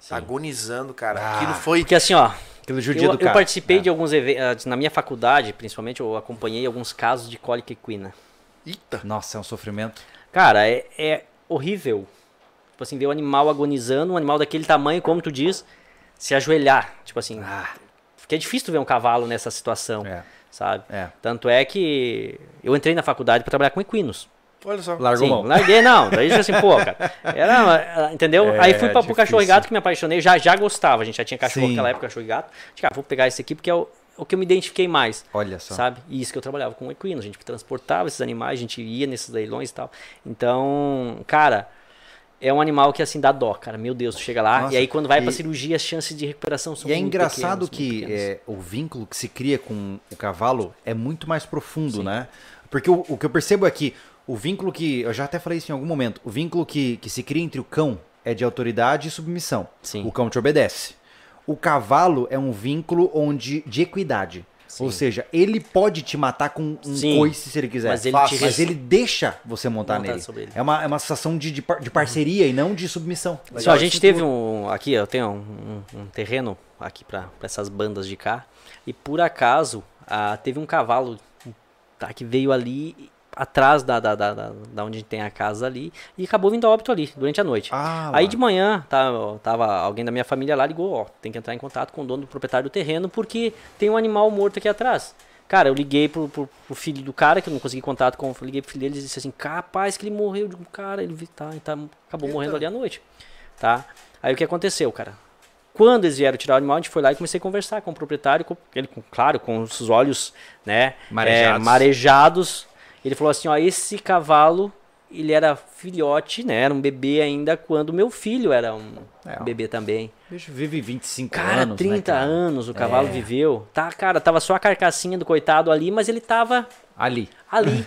Speaker 2: agonizando, cara.
Speaker 1: Ah,
Speaker 2: Aquilo foi.
Speaker 3: Porque assim, ó,
Speaker 1: Aquilo judia
Speaker 3: eu,
Speaker 1: do
Speaker 3: eu
Speaker 1: cara.
Speaker 3: participei
Speaker 1: É.
Speaker 3: de alguns eventos, na minha faculdade, principalmente, eu acompanhei alguns casos de cólica equina.
Speaker 2: Eita!
Speaker 1: Nossa, é um sofrimento.
Speaker 3: Cara, é, é horrível. Tipo assim, ver o animal agonizando, um animal daquele tamanho, como tu diz, se ajoelhar. Tipo assim,
Speaker 1: Ah,
Speaker 3: porque é difícil tu ver um cavalo nessa situação,
Speaker 1: é.
Speaker 3: sabe?
Speaker 1: É.
Speaker 3: Tanto é que eu entrei na faculdade para trabalhar com equinos.
Speaker 2: Olha só.
Speaker 1: Largou
Speaker 3: Sim,
Speaker 1: mão.
Speaker 3: larguei, não. Daí disse assim, pô, cara. Era, ah, entendeu?
Speaker 1: É,
Speaker 3: Aí fui pra,
Speaker 1: difícil.
Speaker 3: pro cachorro e gato que me apaixonei, já, já gostava, a gente já tinha cachorro
Speaker 1: Sim.
Speaker 3: naquela época, cachorro e gato. Disse, Cara, vou pegar esse aqui porque é o, é o que eu me identifiquei mais.
Speaker 1: Olha É só.
Speaker 3: Sabe? E isso que eu trabalhava com equino, a gente transportava esses animais, a gente ia nesses leilões e tal. Então, cara, é um animal que assim dá dó, cara. Meu Deus, tu chega lá
Speaker 1: Nossa,
Speaker 3: e aí quando vai pra
Speaker 1: e-
Speaker 3: cirurgia as chances de recuperação são
Speaker 1: E é
Speaker 3: muito
Speaker 1: engraçado
Speaker 3: pequenas, muito
Speaker 1: que
Speaker 3: pequenas.
Speaker 1: é, o vínculo que se cria com o cavalo é muito mais profundo, né? Porque o, o que eu percebo é que o vínculo que. Eu já até falei isso em algum momento. O vínculo que, que se cria entre o cão é de autoridade e submissão.
Speaker 3: Sim.
Speaker 1: O cão te obedece. O cavalo é um vínculo onde de equidade. Ou seja, ele pode te matar com um
Speaker 3: Sim.
Speaker 1: coice se ele quiser.
Speaker 3: Mas ele
Speaker 1: Fácil.
Speaker 3: te
Speaker 1: Mas
Speaker 3: res-
Speaker 1: ele deixa você montar
Speaker 3: Montar
Speaker 1: nele.
Speaker 3: sobre ele.
Speaker 1: É, uma, é uma sensação de, de, par- de parceria e não de submissão.
Speaker 3: Só, a gente teve um. Aqui, eu tenho um, um- um terreno aqui para essas bandas de cá. E por acaso, ah, teve um cavalo tá, que veio ali atrás da, da, da, da, da onde tem a casa ali e acabou vindo a óbito ali durante a noite.
Speaker 1: Ah,
Speaker 3: Aí
Speaker 1: lá.
Speaker 3: de manhã, tá, ó, tava alguém da minha família lá, ligou, ó, tem que entrar em contato com o dono do proprietário do terreno porque tem um animal morto aqui atrás. Cara, eu liguei pro, pro- pro filho do cara, que eu não consegui contato com. eu Liguei pro filho dele e disse assim: capaz que ele morreu. Eu digo, cara, ele tá, ele tá- acabou morrendo ali à noite. Tá? Aí o que aconteceu, cara? Quando eles vieram tirar o animal, a gente foi lá e comecei a conversar com o proprietário, com ele, com- claro, com os olhos, né?
Speaker 1: Marejados.
Speaker 3: é, marejados. Ele falou assim: ó, esse cavalo, ele era filhote, né? Era um bebê ainda quando meu filho era um
Speaker 1: É, ó.
Speaker 3: bebê também.
Speaker 1: Bicho vive 25
Speaker 3: Cara,
Speaker 1: anos.
Speaker 3: 30
Speaker 1: né, cara? É.
Speaker 3: anos o cavalo viveu. Tá, cara, tava só a carcassinha do coitado ali, mas ele tava
Speaker 1: Ali.
Speaker 3: ali,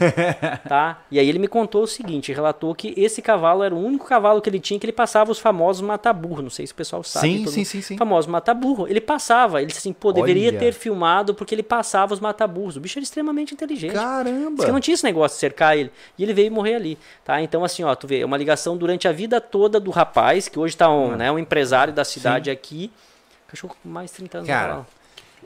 Speaker 3: tá? E aí ele me contou o seguinte, relatou que esse cavalo era o único cavalo que ele tinha que ele passava os famosos mataburro, não sei se o pessoal sabe.
Speaker 1: Sim,
Speaker 3: todo
Speaker 1: sim,
Speaker 3: mundo-
Speaker 1: sim, sim.
Speaker 3: Famoso mataburro. Ele passava, ele disse assim, pô, deveria
Speaker 1: Olha.
Speaker 3: ter filmado porque ele passava os mataburros. O bicho era extremamente inteligente. Diz
Speaker 1: Caramba.
Speaker 3: que é não tinha esse negócio de cercar ele. E ele veio morrer ali. Tá? Então, assim, ó, tu vê, é uma ligação durante a vida toda do rapaz, que hoje tá
Speaker 2: Hum.
Speaker 3: um, né, um empresário da cidade aqui. Cachorro com mais 30 anos.
Speaker 1: Cara,
Speaker 3: lá.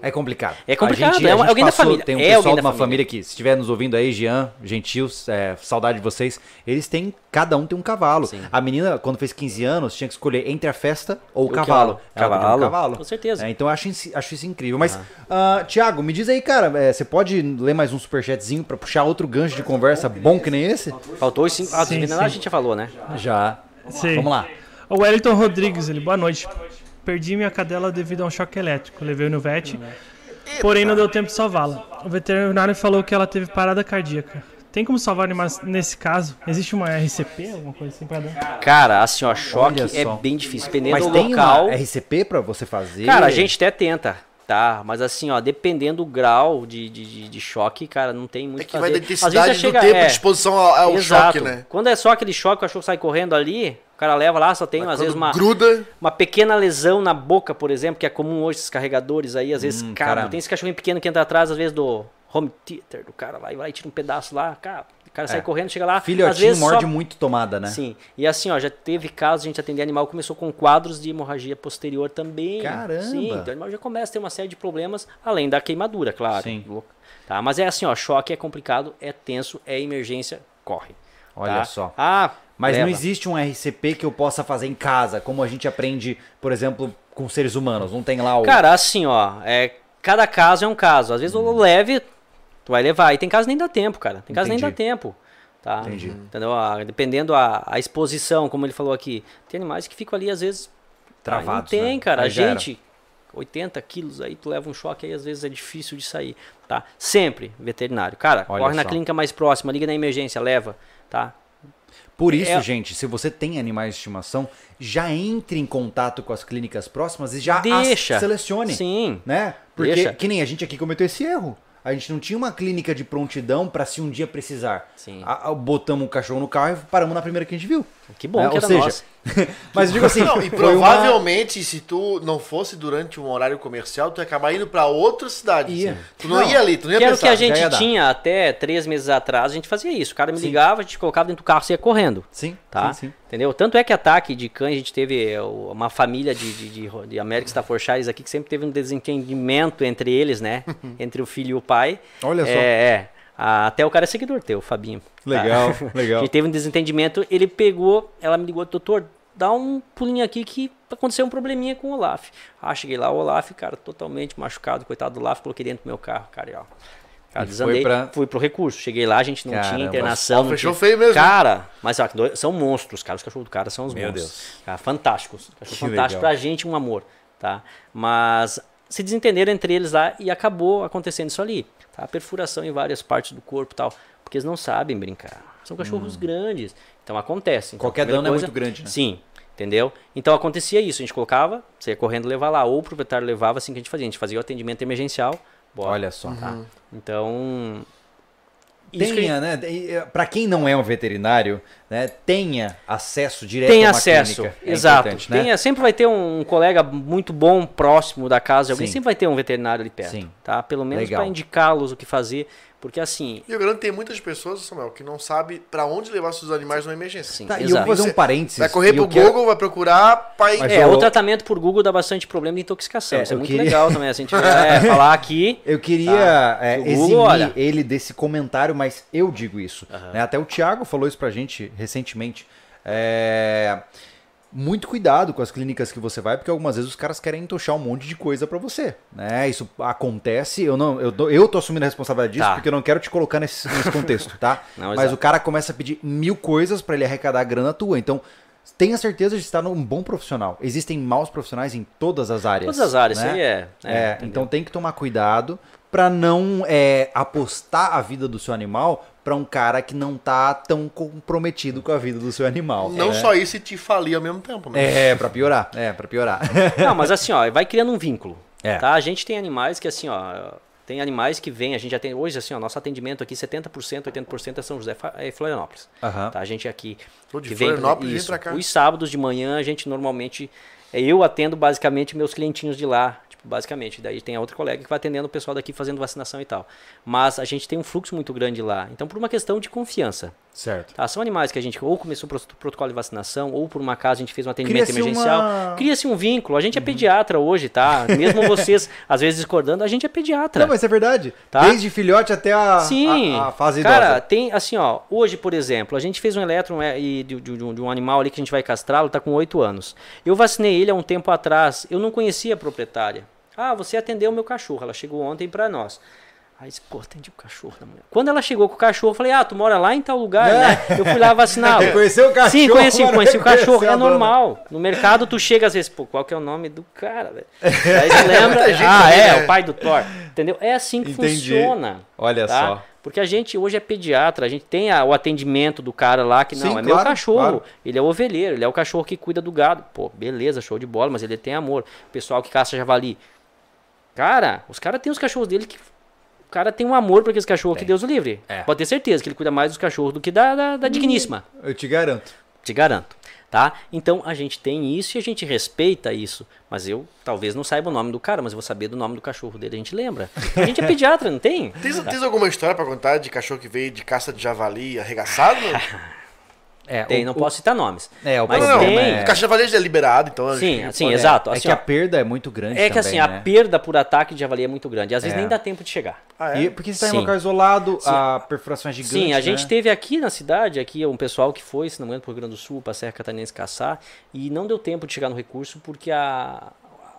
Speaker 1: É complicado.
Speaker 3: É complicado, é uma- alguém da família.
Speaker 1: Tem um
Speaker 3: É
Speaker 1: pessoal
Speaker 3: alguém
Speaker 1: de
Speaker 3: da
Speaker 1: uma família.
Speaker 3: família.
Speaker 1: que, se estiver nos ouvindo aí, Jean, Gentil, é, saudade de vocês. Eles têm, cada um tem um cavalo.
Speaker 3: Sim.
Speaker 1: A menina, quando fez 15 anos, tinha que escolher entre a festa ou o
Speaker 3: O
Speaker 1: cavalo.
Speaker 3: cavalo.
Speaker 1: Ela pediu um
Speaker 3: Cavalo.
Speaker 1: cavalo.
Speaker 3: Com certeza.
Speaker 1: É, então eu acho, isso- acho isso incrível. Mas, ah, Thiago, me diz aí, cara, é, você pode ler mais um superchatzinho pra puxar outro gancho de conversa bom que nem esse?
Speaker 3: Faltou os cinco. Ah,
Speaker 4: Sim,
Speaker 3: sim,
Speaker 4: sim.
Speaker 3: a gente já falou, né?
Speaker 1: Já.
Speaker 4: Sim.
Speaker 1: Vamos lá.
Speaker 4: O Wellington Rodrigues, ele, boa noite. Perdi minha cadela devido a um choque elétrico. Levei no VET, porém não deu tempo de salvá-la. O veterinário falou que ela teve parada cardíaca. Tem como salvar animais nesse caso? Existe uma RCP, alguma coisa assim pra dar?
Speaker 3: Cara, assim, ó, choque
Speaker 1: Olha
Speaker 3: é
Speaker 1: só.
Speaker 3: bem difícil. Dependendo
Speaker 1: Mas
Speaker 3: do
Speaker 1: tem
Speaker 3: local.
Speaker 1: uma RCP pra você fazer?
Speaker 3: Cara, a gente até tenta, tá? Mas assim, ó, dependendo do grau de, de, de- de choque, cara, não tem muito
Speaker 2: É
Speaker 3: o
Speaker 2: que
Speaker 3: fazer.
Speaker 2: vai da
Speaker 3: Às vezes
Speaker 2: intensidade
Speaker 3: já
Speaker 2: do
Speaker 3: chega-
Speaker 2: tempo
Speaker 3: é,
Speaker 2: de exposição ao, ao
Speaker 3: Exato.
Speaker 2: choque, né?
Speaker 3: Quando é só aquele choque, o cachorro sai correndo ali, o cara leva lá, só tem às
Speaker 2: Quando
Speaker 3: vezes uma,
Speaker 2: Gruda.
Speaker 3: uma pequena lesão na boca, por exemplo, que é comum hoje esses carregadores aí, às vezes, cara,
Speaker 1: caramba.
Speaker 3: tem esse cachorrinho pequeno que entra atrás, às vezes, do home theater, do cara lá, e vai e tira um pedaço lá, cara, o cara sai correndo, chega lá, Ah, às
Speaker 1: É. Filhotinho
Speaker 3: vezes
Speaker 1: morde
Speaker 3: só...
Speaker 1: muito tomada, né?
Speaker 3: Sim, e assim, ó, já teve casos, a gente atender animal, começou com quadros de hemorragia posterior também.
Speaker 1: Caramba!
Speaker 3: Sim, então o animal já começa a ter uma série de problemas, além da queimadura, claro.
Speaker 1: Sim.
Speaker 3: Louco. Tá, mas é assim, ó, choque é complicado, é tenso, é emergência, corre.
Speaker 1: Olha
Speaker 3: tá?
Speaker 1: só.
Speaker 3: Ah,
Speaker 1: Mas
Speaker 3: leva.
Speaker 1: não existe um RCP que eu possa fazer em casa, como a gente aprende, por exemplo, com seres humanos. Não tem lá o.
Speaker 3: Cara, assim, ó, é, cada caso é um caso. Às vezes o
Speaker 1: Uhum.
Speaker 3: leve, tu vai levar. E tem caso que nem dá tempo, cara. Tem caso que nem dá
Speaker 1: Entendi.
Speaker 3: tempo. Tá?
Speaker 1: Entendi.
Speaker 3: Entendeu? Ah, Dependendo a, a exposição, como ele falou aqui. Tem animais que ficam ali, às vezes.
Speaker 1: Travados,
Speaker 3: Ah, não tem,
Speaker 1: né?
Speaker 3: cara.
Speaker 1: Aí
Speaker 3: a
Speaker 1: já era.
Speaker 3: gente, 80 quilos, aí tu leva um choque, aí às vezes é difícil de sair. Tá? Sempre, veterinário. Cara,
Speaker 1: Olha
Speaker 3: corre na
Speaker 1: só.
Speaker 3: clínica mais próxima, liga na emergência, leva. Tá?
Speaker 1: Por isso,
Speaker 3: é-
Speaker 1: gente, se você tem animais de estimação, já entre em contato com as clínicas próximas e já
Speaker 3: Deixa.
Speaker 1: as selecione.
Speaker 3: Sim.
Speaker 1: Né? Porque
Speaker 3: Deixa.
Speaker 1: que nem a gente aqui cometeu esse erro. A gente não tinha uma clínica de prontidão pra se um dia precisar.
Speaker 3: Sim.
Speaker 1: A- a- botamos o cachorro no carro e paramos na primeira que a gente viu.
Speaker 3: Que bom
Speaker 1: Né?
Speaker 3: que
Speaker 1: Ou
Speaker 3: era
Speaker 1: seja,
Speaker 3: nossa.
Speaker 1: Mas eu digo assim,
Speaker 2: Não, e
Speaker 1: foi uma-
Speaker 2: provavelmente, se tu não fosse durante um horário comercial, tu ia acabar indo pra outra cidade. assim.
Speaker 1: Ia.
Speaker 2: Tu não,
Speaker 1: Não,
Speaker 2: ia ali, tu não ia
Speaker 3: Que era o
Speaker 2: pensar.
Speaker 3: que a
Speaker 1: já ia dar.
Speaker 3: gente tinha até três meses atrás, a gente fazia isso. O cara me ligava, a gente colocava dentro do carro e ia correndo.
Speaker 1: Sim,
Speaker 3: Tá?
Speaker 1: sim, sim.
Speaker 3: Entendeu? Tanto é que ataque de cães, a gente teve é, o- uma família de, de, de, ro- de América Staffordshires aqui que sempre teve um desentendimento entre eles, né? entre o filho e o pai.
Speaker 1: Olha só.
Speaker 3: É, é. Ah, Até o cara é seguidor teu, o Fabinho. Tá?
Speaker 1: Legal,
Speaker 3: A
Speaker 1: legal.
Speaker 3: gente teve um desentendimento, ele pegou, ela me ligou, doutor, dá um pulinho aqui que aconteceu um probleminha com o Olaf. Ah, cheguei lá, o Olaf, cara, totalmente machucado, coitado do Olaf, coloquei dentro do meu carro, cara, e ó. Cara,
Speaker 1: E foi
Speaker 3: desandei,
Speaker 1: pra-
Speaker 3: fui pro recurso. Cheguei lá, a gente não
Speaker 1: Caramba.
Speaker 3: tinha internação. não
Speaker 2: Fechou
Speaker 3: tinha-
Speaker 2: feio mesmo.
Speaker 3: Cara, mas ó, do- são monstros, cara. Os cachorros do cara são os
Speaker 1: Meu
Speaker 3: monstros. Cara, fantásticos. Cachorro
Speaker 1: Que
Speaker 3: fantástico.
Speaker 1: legal.
Speaker 3: Pra gente, um amor, tá? Mas se desentenderam entre eles lá e acabou acontecendo isso ali. Tá? Perfuração em várias partes do corpo e tal. Porque eles não sabem brincar. São cachorros grandes. Então acontece. Então,
Speaker 1: Hum. Qualquer
Speaker 3: a primeira
Speaker 1: dano é muito grande, né?
Speaker 3: Sim. Entendeu? Então acontecia isso, a gente colocava, você ia correndo levar lá, ou o proprietário levava assim que a gente fazia. A gente fazia o atendimento emergencial, bora.
Speaker 1: Olha só.
Speaker 3: tá?
Speaker 2: Uhum.
Speaker 3: Então. isso que a gente-
Speaker 1: Tenha, né? E, eh, Pra quem não é um veterinário, né? Tenha acesso direto
Speaker 3: tem
Speaker 1: a uma
Speaker 3: acesso,
Speaker 1: clínica. É
Speaker 3: exato.
Speaker 1: importante, né?
Speaker 3: Tem- sempre vai ter um colega muito bom próximo da casa, de alguém
Speaker 1: Sim.
Speaker 3: sempre vai ter um veterinário ali perto,
Speaker 1: Sim.
Speaker 3: tá? Pelo menos
Speaker 1: Legal.
Speaker 3: para indicá-los o que fazer, porque assim,
Speaker 2: E eu garanto que tem muitas pessoas, Samuel, que não sabe pra onde levar seus animais numa emergência.
Speaker 3: Sim.
Speaker 1: Tá, e eu vou
Speaker 3: Exato.
Speaker 1: fazer um parênteses.
Speaker 2: Vai correr
Speaker 1: e eu
Speaker 2: pro
Speaker 1: quero-
Speaker 2: Google, vai procurar, pai.
Speaker 1: Mas
Speaker 3: é,
Speaker 1: eu-
Speaker 3: o tratamento por Google dá bastante problema de intoxicação.
Speaker 1: É,
Speaker 3: Isso é
Speaker 1: eu
Speaker 3: muito
Speaker 1: queria-
Speaker 3: legal também, se a gente vier, é, falar aqui.
Speaker 1: Eu queria
Speaker 3: Tá.
Speaker 1: eh,
Speaker 3: O Google,
Speaker 1: eximir
Speaker 3: olha.
Speaker 1: ele desse comentário, mas eu digo isso. né? Até o Thiago falou isso pra gente recentemente. É, muito cuidado com as clínicas que você vai, porque algumas vezes os caras querem entochar um monte de coisa pra você, né? Isso acontece, eu não, eu, tô- eu tô assumindo a responsabilidade disso,
Speaker 3: Tá.
Speaker 1: porque eu não quero te colocar nesse, nesse contexto, tá?
Speaker 3: Não,
Speaker 1: Mas
Speaker 3: exato.
Speaker 1: o cara começa a pedir mil coisas pra ele arrecadar a grana tua, então tenha certeza de estar num bom profissional. Existem maus profissionais em todas as áreas.
Speaker 3: Todas as áreas,
Speaker 1: né?
Speaker 3: isso aí é.
Speaker 1: É,
Speaker 3: entendeu?
Speaker 1: então tem que tomar cuidado pra não é, apostar a vida do seu animal pra um cara que não tá tão comprometido com a vida do seu animal.
Speaker 2: Não
Speaker 1: né?
Speaker 2: só isso e te falir ao mesmo tempo. né?
Speaker 1: É, pra piorar. É, pra piorar.
Speaker 3: Não, mas assim, ó, vai criando um vínculo.
Speaker 1: É.
Speaker 3: Tá? A gente tem animais que, assim, ó. Tem animais que vêm, a gente já tem. Hoje, assim, ó, nosso atendimento aqui, 70%, 80% é São José Fa- é Florianópolis.
Speaker 1: Aham.
Speaker 3: Tá? A gente aqui.
Speaker 2: Tô de
Speaker 3: que vem-
Speaker 2: Florianópolis, vem
Speaker 3: isso.
Speaker 2: pra cá.
Speaker 3: Os sábados de manhã, a gente normalmente. é, Eu atendo basicamente meus clientinhos de lá, tipo, basicamente. Daí tem a outra colega que vai atendendo o pessoal daqui fazendo vacinação e tal. Mas a gente tem um fluxo muito grande lá. Então, por uma questão de confiança.
Speaker 1: Certo.
Speaker 3: Tá? São animais que a gente ou começou o pro- protocolo de vacinação, ou por um acaso a gente fez um atendimento
Speaker 1: Cria-se
Speaker 3: emergencial.
Speaker 1: uma- Uhum.
Speaker 3: Cria-se um vínculo. A gente é pediatra hoje, tá? Mesmo vocês, às vezes, discordando, a gente é pediatra.
Speaker 1: Não, mas é verdade.
Speaker 3: Tá?
Speaker 1: Desde filhote até a,
Speaker 3: Sim.
Speaker 1: a, a fase
Speaker 3: Cara,
Speaker 1: idosa.
Speaker 3: tem assim, ó. Hoje, por exemplo, a gente fez um elétron é, e de, de- de um- de um animal ali que a gente vai castrá-lo, tá com 8 anos. Eu vacinei ele há um tempo atrás. Eu não conhecia a proprietária. Ah, você atendeu o meu cachorro. Ela chegou ontem pra nós. Ah, Aí, disse, pô, atendi o cachorro da mulher. Quando ela chegou com o cachorro, eu falei, ah, tu mora lá em tal lugar, né? Eu fui lá vacinar.
Speaker 1: Tu É. conheceu o cachorro,
Speaker 3: Sim, conheci,
Speaker 1: mano,
Speaker 3: conheci o cachorro.
Speaker 1: conheceu a
Speaker 3: É
Speaker 1: dona.
Speaker 3: normal. No mercado, tu chega às vezes, pô, qual que é o nome do cara, velho?
Speaker 1: É
Speaker 3: Aí você lembra,
Speaker 2: Muita gente
Speaker 3: ah,
Speaker 2: ali,
Speaker 3: é,
Speaker 2: né?
Speaker 3: o pai do Thor. Entendeu? É assim que
Speaker 1: Entendi.
Speaker 3: funciona.
Speaker 1: Olha
Speaker 3: tá?
Speaker 1: só.
Speaker 3: Porque a gente hoje é pediatra, a gente tem a- o atendimento do cara lá que não,
Speaker 1: Sim,
Speaker 3: é
Speaker 1: claro,
Speaker 3: meu cachorro,
Speaker 1: claro.
Speaker 3: ele é ovelheiro, ele é o cachorro que cuida do gado. Pô, beleza, show de bola, mas ele tem amor. O pessoal que caça javali. Cara, os caras têm os cachorros dele que. O cara tem um amor pra aqueles cachorros que Deus o livre.
Speaker 1: É. Hum.
Speaker 3: Pode ter certeza que ele cuida mais dos cachorros do que da, da, da digníssima.
Speaker 1: Eu te garanto.
Speaker 3: Te garanto. Tá? Então a gente tem isso e a gente respeita isso. Mas eu talvez não saiba o nome do cara, mas eu vou saber do nome do cachorro dele, a gente lembra. A gente é pediatra, não tem?
Speaker 2: Tens, tens alguma história pra contar de cachorro que veio de caça de javali arregaçado?
Speaker 1: É,
Speaker 3: Tem,
Speaker 1: o-
Speaker 3: não
Speaker 1: o-
Speaker 3: posso citar nomes.
Speaker 1: É, o
Speaker 3: Mas
Speaker 1: problema
Speaker 3: tem.
Speaker 1: é...
Speaker 2: O caça de javali já é liberado, então... acho
Speaker 3: Sim,
Speaker 2: que-
Speaker 3: assim,
Speaker 1: é,
Speaker 3: exato.
Speaker 1: É
Speaker 3: assim,
Speaker 1: que a
Speaker 3: ó.
Speaker 1: perda é muito grande
Speaker 3: É que assim,
Speaker 1: também,
Speaker 3: a
Speaker 1: né?
Speaker 3: perda por ataque de javali é muito grande. Às vezes
Speaker 1: É.
Speaker 3: nem dá tempo de chegar.
Speaker 2: Ah, é?
Speaker 1: E- porque você está em
Speaker 3: Sim.
Speaker 1: um local isolado,
Speaker 3: Sim.
Speaker 1: a perfuração é gigante,
Speaker 3: Sim, a
Speaker 1: né?
Speaker 3: gente teve aqui na cidade, aqui um pessoal que foi, se não me engano, para o Rio Grande do Sul, para a Serra Catarinense caçar, e não deu tempo de chegar no recurso porque a,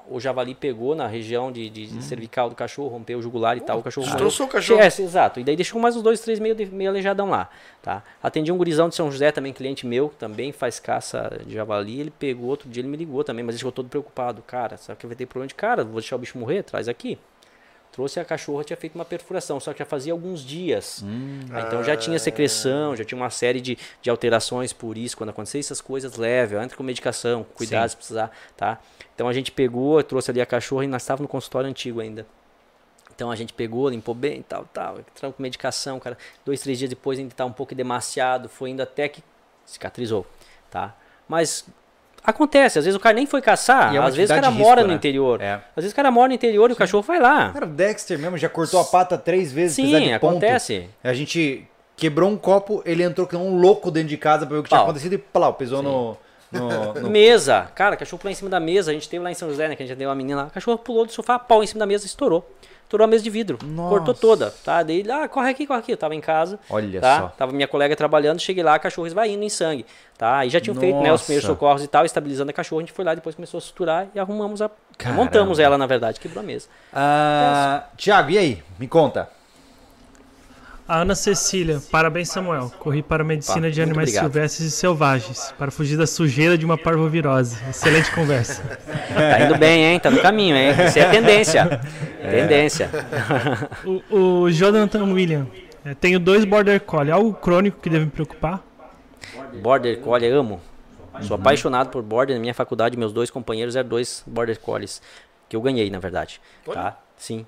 Speaker 3: o javali pegou na região de, de
Speaker 1: Uhum.
Speaker 3: cervical do cachorro, rompeu o jugular e tal, o cachorro morreu.
Speaker 2: destroçou o cachorro.
Speaker 3: É, sim, exato. E daí deixou mais os dois, três meio, de- meio aleijadão lá, tá? Atendi um gurizão de São José também, cliente meu, que também faz caça de javali, ele pegou, outro dia ele me ligou também, mas ele ficou todo preocupado. Cara, sabe que vai ter problema de cara? Vou deixar o bicho morrer? Traz aqui. Trouxe a cachorra, tinha feito uma perfuração, só que já fazia alguns dias.
Speaker 1: Hum.
Speaker 3: Ah, Então já tinha secreção, já tinha uma série de, de alterações por isso. Quando acontecer essas coisas, leve, ó, entra com medicação, com cuidado se precisar, tá? Então a gente pegou, trouxe ali a cachorra e nós estávamos no consultório antigo ainda. Então a gente pegou, limpou bem, tal, tal, entramos com medicação, cara. Dois, três dias depois ainda estava um pouco demasiado, foi indo até que cicatrizou, tá? Mas acontece, às vezes o cara nem foi caçar,
Speaker 1: E é uma
Speaker 3: às vezes o
Speaker 1: atividade
Speaker 3: cara
Speaker 1: de risco,
Speaker 3: mora
Speaker 1: né?
Speaker 3: no interior.
Speaker 1: É.
Speaker 3: Às vezes o cara mora no interior e o cachorro vai lá.
Speaker 1: Cara, o Dexter mesmo já cortou a pata três vezes, apesar
Speaker 3: Sim,
Speaker 1: de ponto.
Speaker 3: acontece.
Speaker 1: A gente quebrou um copo, ele entrou que nem um louco dentro de casa pra ver o que tinha
Speaker 3: Pau.
Speaker 1: acontecido e plau, pisou no... no- no-
Speaker 3: Mesa. Cara, cachorro pulou em cima da mesa. A gente teve lá em São José, né? Que a gente deu uma menina lá. Cachorro pulou do sofá, pau em cima da mesa, estourou. Estourou a mesa de vidro.
Speaker 1: Nossa.
Speaker 3: Cortou toda, tá? Daí, ele, ah, corre aqui, corre aqui. Eu tava em casa.
Speaker 1: Olha
Speaker 3: tá?
Speaker 1: só.
Speaker 3: Tava minha colega trabalhando, cheguei lá, cachorro esvaindo em sangue, tá? Aí já tinham feito, né? Os
Speaker 1: Nossa.
Speaker 3: primeiros socorros e tal, estabilizando a cachorra. A gente foi lá, depois começou a suturar e arrumamos a...
Speaker 1: Caramba.
Speaker 3: Montamos ela, na verdade, quebrou a mesa.
Speaker 1: Ah, Tiago, e aí? Me conta.
Speaker 4: A Ana Cecília, parabéns Samuel. Corri para a medicina de
Speaker 3: muito
Speaker 4: animais
Speaker 3: obrigado.
Speaker 4: silvestres e selvagens, para fugir da sujeira de uma parvovirose. Excelente conversa.
Speaker 3: Tá indo bem, hein? Tá no caminho, hein? Isso é a tendência.
Speaker 1: É.
Speaker 3: Tendência.
Speaker 4: O, o Jonathan William, é, tenho dois border collie, algo crônico que deve me preocupar?
Speaker 3: Border Collie, amo. Sou apaixonado por Border. Na minha faculdade, meus dois companheiros eram dois Border Collies. Que eu ganhei, na verdade. Tá? Sim.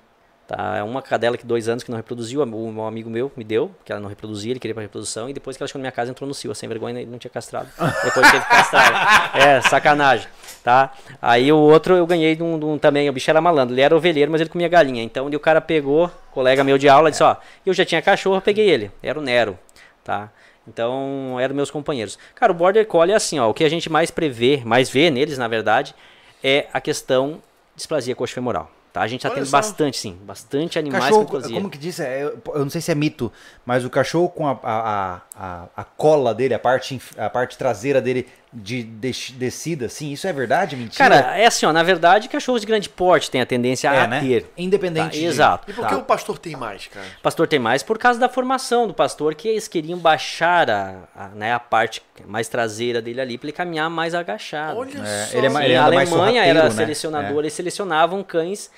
Speaker 3: Tá? É uma cadela que dois anos que não reproduziu. O meu amigo meu me deu, que ela não reproduzia, ele queria pra reprodução. E depois que ela chegou na minha casa, entrou no cio. Sem vergonha, né, ele não tinha castrado. Depois teve que castrar. É, sacanagem. Tá? Aí o outro eu ganhei de um, de um também. O bicho era malandro. Ele era ovelheiro, mas ele comia galinha. Então daí o cara pegou, colega meu de aula, disse: Ó, eu já tinha cachorro, eu peguei ele. Era o Nero tá? Então, eram meus companheiros. Cara, o Border Collie é assim, ó, o que a gente mais prevê, mais vê neles, na verdade, é a questão de displasia coxofemoral, tá? A gente tá
Speaker 2: Olha
Speaker 3: tendo
Speaker 2: só.
Speaker 3: bastante, sim, bastante animais
Speaker 1: Cachorro,
Speaker 3: com displasia.
Speaker 1: como que diz? É, eu eu não sei se é mito, mas o cachorro com a, a, a, a- a cola dele, a parte, inf- a parte traseira dele de, de descida, assim, isso é verdade, mentira?
Speaker 3: Cara, é assim, ó, na verdade, cachorros de grande porte têm a tendência
Speaker 1: é,
Speaker 3: a
Speaker 1: né?
Speaker 3: ter.
Speaker 1: Independente.
Speaker 3: Tá,
Speaker 1: de-
Speaker 3: Exato.
Speaker 2: E por que o pastor tem mais, cara?
Speaker 3: O pastor tem mais por causa da formação do pastor, que eles queriam baixar a, a, né, a parte mais traseira dele ali para ele caminhar mais agachado.
Speaker 2: Olha
Speaker 1: É,
Speaker 2: só.
Speaker 1: ele é mais-
Speaker 3: Sim, a
Speaker 1: anda mais
Speaker 3: Alemanha
Speaker 1: sorrateiro,
Speaker 3: era
Speaker 1: né?
Speaker 3: selecionadora e selecionavam cães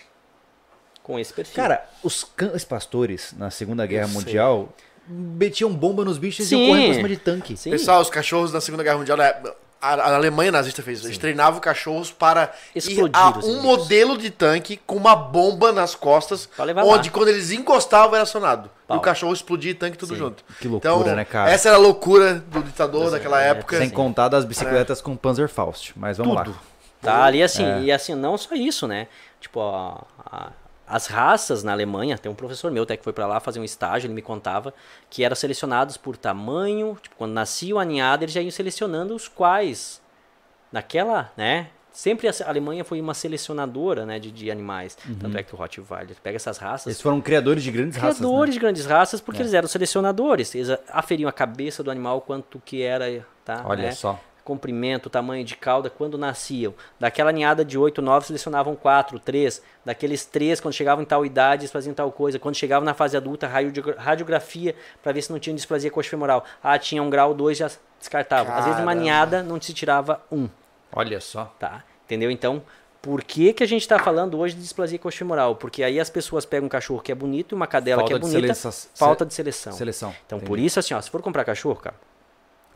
Speaker 3: com esse perfil.
Speaker 1: Cara, os cães pastores na Segunda Guerra
Speaker 2: Eu sei.
Speaker 1: Mundial metiam bomba nos bichos e
Speaker 3: Sim.
Speaker 1: iam correndo pra cima de tanque.
Speaker 3: Sim.
Speaker 2: Pessoal, os cachorros na Segunda Guerra Mundial, né, a, a Alemanha nazista fez isso. Eles treinavam cachorros para
Speaker 3: Explodir
Speaker 2: ir a
Speaker 3: os
Speaker 2: um
Speaker 3: inimigos.
Speaker 2: modelo de tanque com uma bomba nas costas,
Speaker 3: Pra levar
Speaker 2: onde
Speaker 3: lá.
Speaker 2: quando eles encostavam era acionado. E
Speaker 3: Pau.
Speaker 2: o cachorro explodia e tanque tudo junto. Então,
Speaker 1: Que loucura, né, cara?
Speaker 2: Essa era a loucura do ditador daquela
Speaker 3: é,
Speaker 2: época.
Speaker 1: Sem contar das bicicletas com Panzerfaust. Mas vamos
Speaker 2: Tudo.
Speaker 1: lá.
Speaker 3: Tá ali assim,
Speaker 1: É.
Speaker 3: e assim, não só isso, né? Tipo, a- a- as raças na Alemanha, tem um professor meu até que foi pra lá fazer um estágio, ele me contava que eram selecionados por tamanho, tipo, quando nascia o aninhado, eles já iam selecionando os quais naquela, né? Sempre a Alemanha foi uma selecionadora, né, de, de animais.
Speaker 1: Uhum.
Speaker 3: Tanto é que o Rottweiler pega essas raças
Speaker 1: Eles foram criadores de grandes raças. né?
Speaker 3: criadores de grandes raças, porque eles eram selecionadores. Eles a- aferiam a cabeça do animal, quanto que era, tá?
Speaker 1: Olha
Speaker 3: né?
Speaker 1: só.
Speaker 3: Comprimento, tamanho de cauda, quando nasciam. Daquela ninhada de 8, 9, selecionavam 4, 3. Daqueles 3, quando chegavam em tal idade, eles faziam tal coisa. Quando chegavam na fase adulta, radiogra- radiografia, para ver se não tinha displasia coxofemoral. Ah, tinha um grau 2, já descartavam. Às vezes, uma
Speaker 2: Caramba.
Speaker 3: ninhada não se tirava um.
Speaker 1: Olha só.
Speaker 3: Tá? Entendeu? Então, por que, que a gente tá falando hoje de displasia coxofemoral? Porque aí as pessoas pegam um cachorro que é bonito e uma cadela
Speaker 1: Falta
Speaker 3: que
Speaker 1: de
Speaker 3: é bonita,
Speaker 1: seleção-
Speaker 3: falta de seleção.
Speaker 1: Seleção.
Speaker 3: Então,
Speaker 1: Entendi.
Speaker 3: por isso, assim, ó, se for comprar cachorro, cara,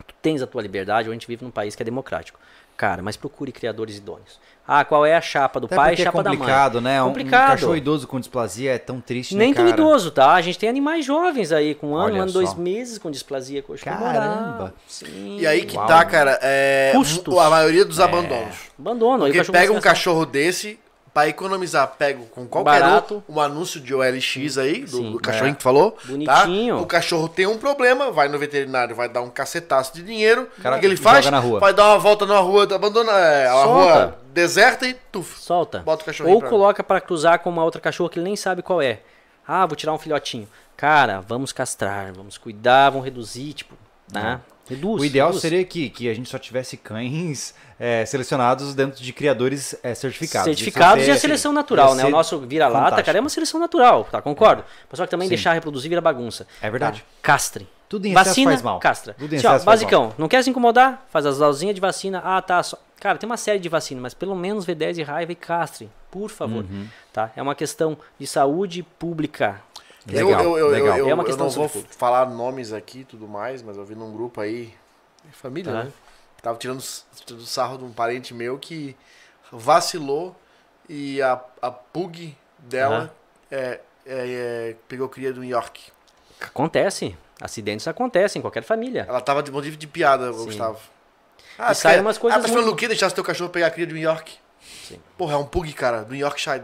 Speaker 3: tu tens a tua liberdade, ou a gente vive num país que é democrático. Cara, mas procure criadores idôneos. Ah, qual é a chapa do
Speaker 1: Até
Speaker 3: pai e
Speaker 1: porque é
Speaker 3: chapa da mãe?
Speaker 1: complicado, né? Um- Um
Speaker 3: Complicado.
Speaker 1: cachorro idoso com displasia é tão triste,
Speaker 3: Nem
Speaker 1: né,
Speaker 3: tão
Speaker 1: cara?
Speaker 3: idoso, tá? A gente tem animais jovens aí, com um ano,
Speaker 1: Olha
Speaker 3: um ano, dois
Speaker 1: só.
Speaker 3: meses, com displasia coxofemoral.
Speaker 1: Caramba.
Speaker 3: Sim.
Speaker 2: E aí que
Speaker 1: Uau.
Speaker 2: tá, cara, é,
Speaker 3: Custos. É.
Speaker 2: a maioria dos abandonos.
Speaker 3: Abandono. aí o
Speaker 2: Porque
Speaker 3: cachorro
Speaker 2: pega um
Speaker 3: começa a gastar.
Speaker 2: cachorro desse, pra economizar, pega com qualquer
Speaker 3: Barato.
Speaker 2: um, um anúncio de OLX aí, do,
Speaker 3: Sim. é.
Speaker 2: do cachorrinho que tu falou.
Speaker 3: Bonitinho.
Speaker 2: Tá? O cachorro tem um problema, vai no veterinário, vai dar um cacetaço de dinheiro. O
Speaker 1: Cara,
Speaker 2: que ele
Speaker 1: joga
Speaker 2: faz?
Speaker 1: na rua.
Speaker 2: Vai dar uma volta numa rua abandona, é, uma
Speaker 3: Solta.
Speaker 2: rua deserta e tuf.
Speaker 3: Solta.
Speaker 2: Bota o cachorrinho
Speaker 3: Ou
Speaker 2: pra-
Speaker 3: coloca pra cruzar com uma outra cachorra que ele nem sabe qual é. Ah, vou tirar um filhotinho. Cara, vamos castrar, vamos cuidar, vamos reduzir, tipo, né?
Speaker 1: É.
Speaker 3: Reduz.
Speaker 1: O ideal
Speaker 3: reduz.
Speaker 1: seria que, que a gente só tivesse cães é, selecionados dentro de criadores é, certificados. Isso
Speaker 3: Certificados e
Speaker 1: ia
Speaker 3: a
Speaker 1: ser-
Speaker 3: seleção natural,
Speaker 1: ia
Speaker 3: né?
Speaker 1: ser
Speaker 3: O nosso vira-lata,
Speaker 1: fantástico. É.
Speaker 3: cara, é uma seleção natural, tá? Concordo. Mas só que também
Speaker 1: Sim.
Speaker 3: deixar reproduzir vira bagunça.
Speaker 1: É verdade.
Speaker 3: Tá? Castre.
Speaker 1: Tudo em excesso
Speaker 3: vacina,
Speaker 1: faz mal.
Speaker 3: castra.
Speaker 1: Tudo em
Speaker 3: Assim, ó,
Speaker 1: excesso faz
Speaker 3: basicão, não quer se incomodar? Faz as ausinhas de vacina. Ah, tá. só- Cara, tem uma série de vacina, mas pelo menos V10 e raiva e castre, por favor.
Speaker 1: Uhum.
Speaker 3: Tá? É uma questão de saúde pública.
Speaker 2: Eu-
Speaker 1: Legal,
Speaker 2: eu, eu,
Speaker 1: legal.
Speaker 2: eu-
Speaker 3: É uma
Speaker 2: eu
Speaker 3: questão
Speaker 2: não vou
Speaker 3: de saúde.
Speaker 2: falar nomes aqui e tudo mais, mas eu vi num grupo aí, é família,
Speaker 3: Tá.
Speaker 2: né? Tava tirando, s- tirando sarro de um parente meu que vacilou e a, a pug dela é- é- é, pegou cria do York.
Speaker 3: Acontece. Acidentes acontecem em qualquer família.
Speaker 2: Ela tava de motivo de piada, Gustavo. Ah,
Speaker 3: E saíram
Speaker 2: cara,
Speaker 3: umas coisas
Speaker 2: Ah, mas falando
Speaker 3: muito-
Speaker 2: o que deixasse teu cachorro pegar a cria do New York? Sim. Porra, é um pug, cara, do New Yorkshire.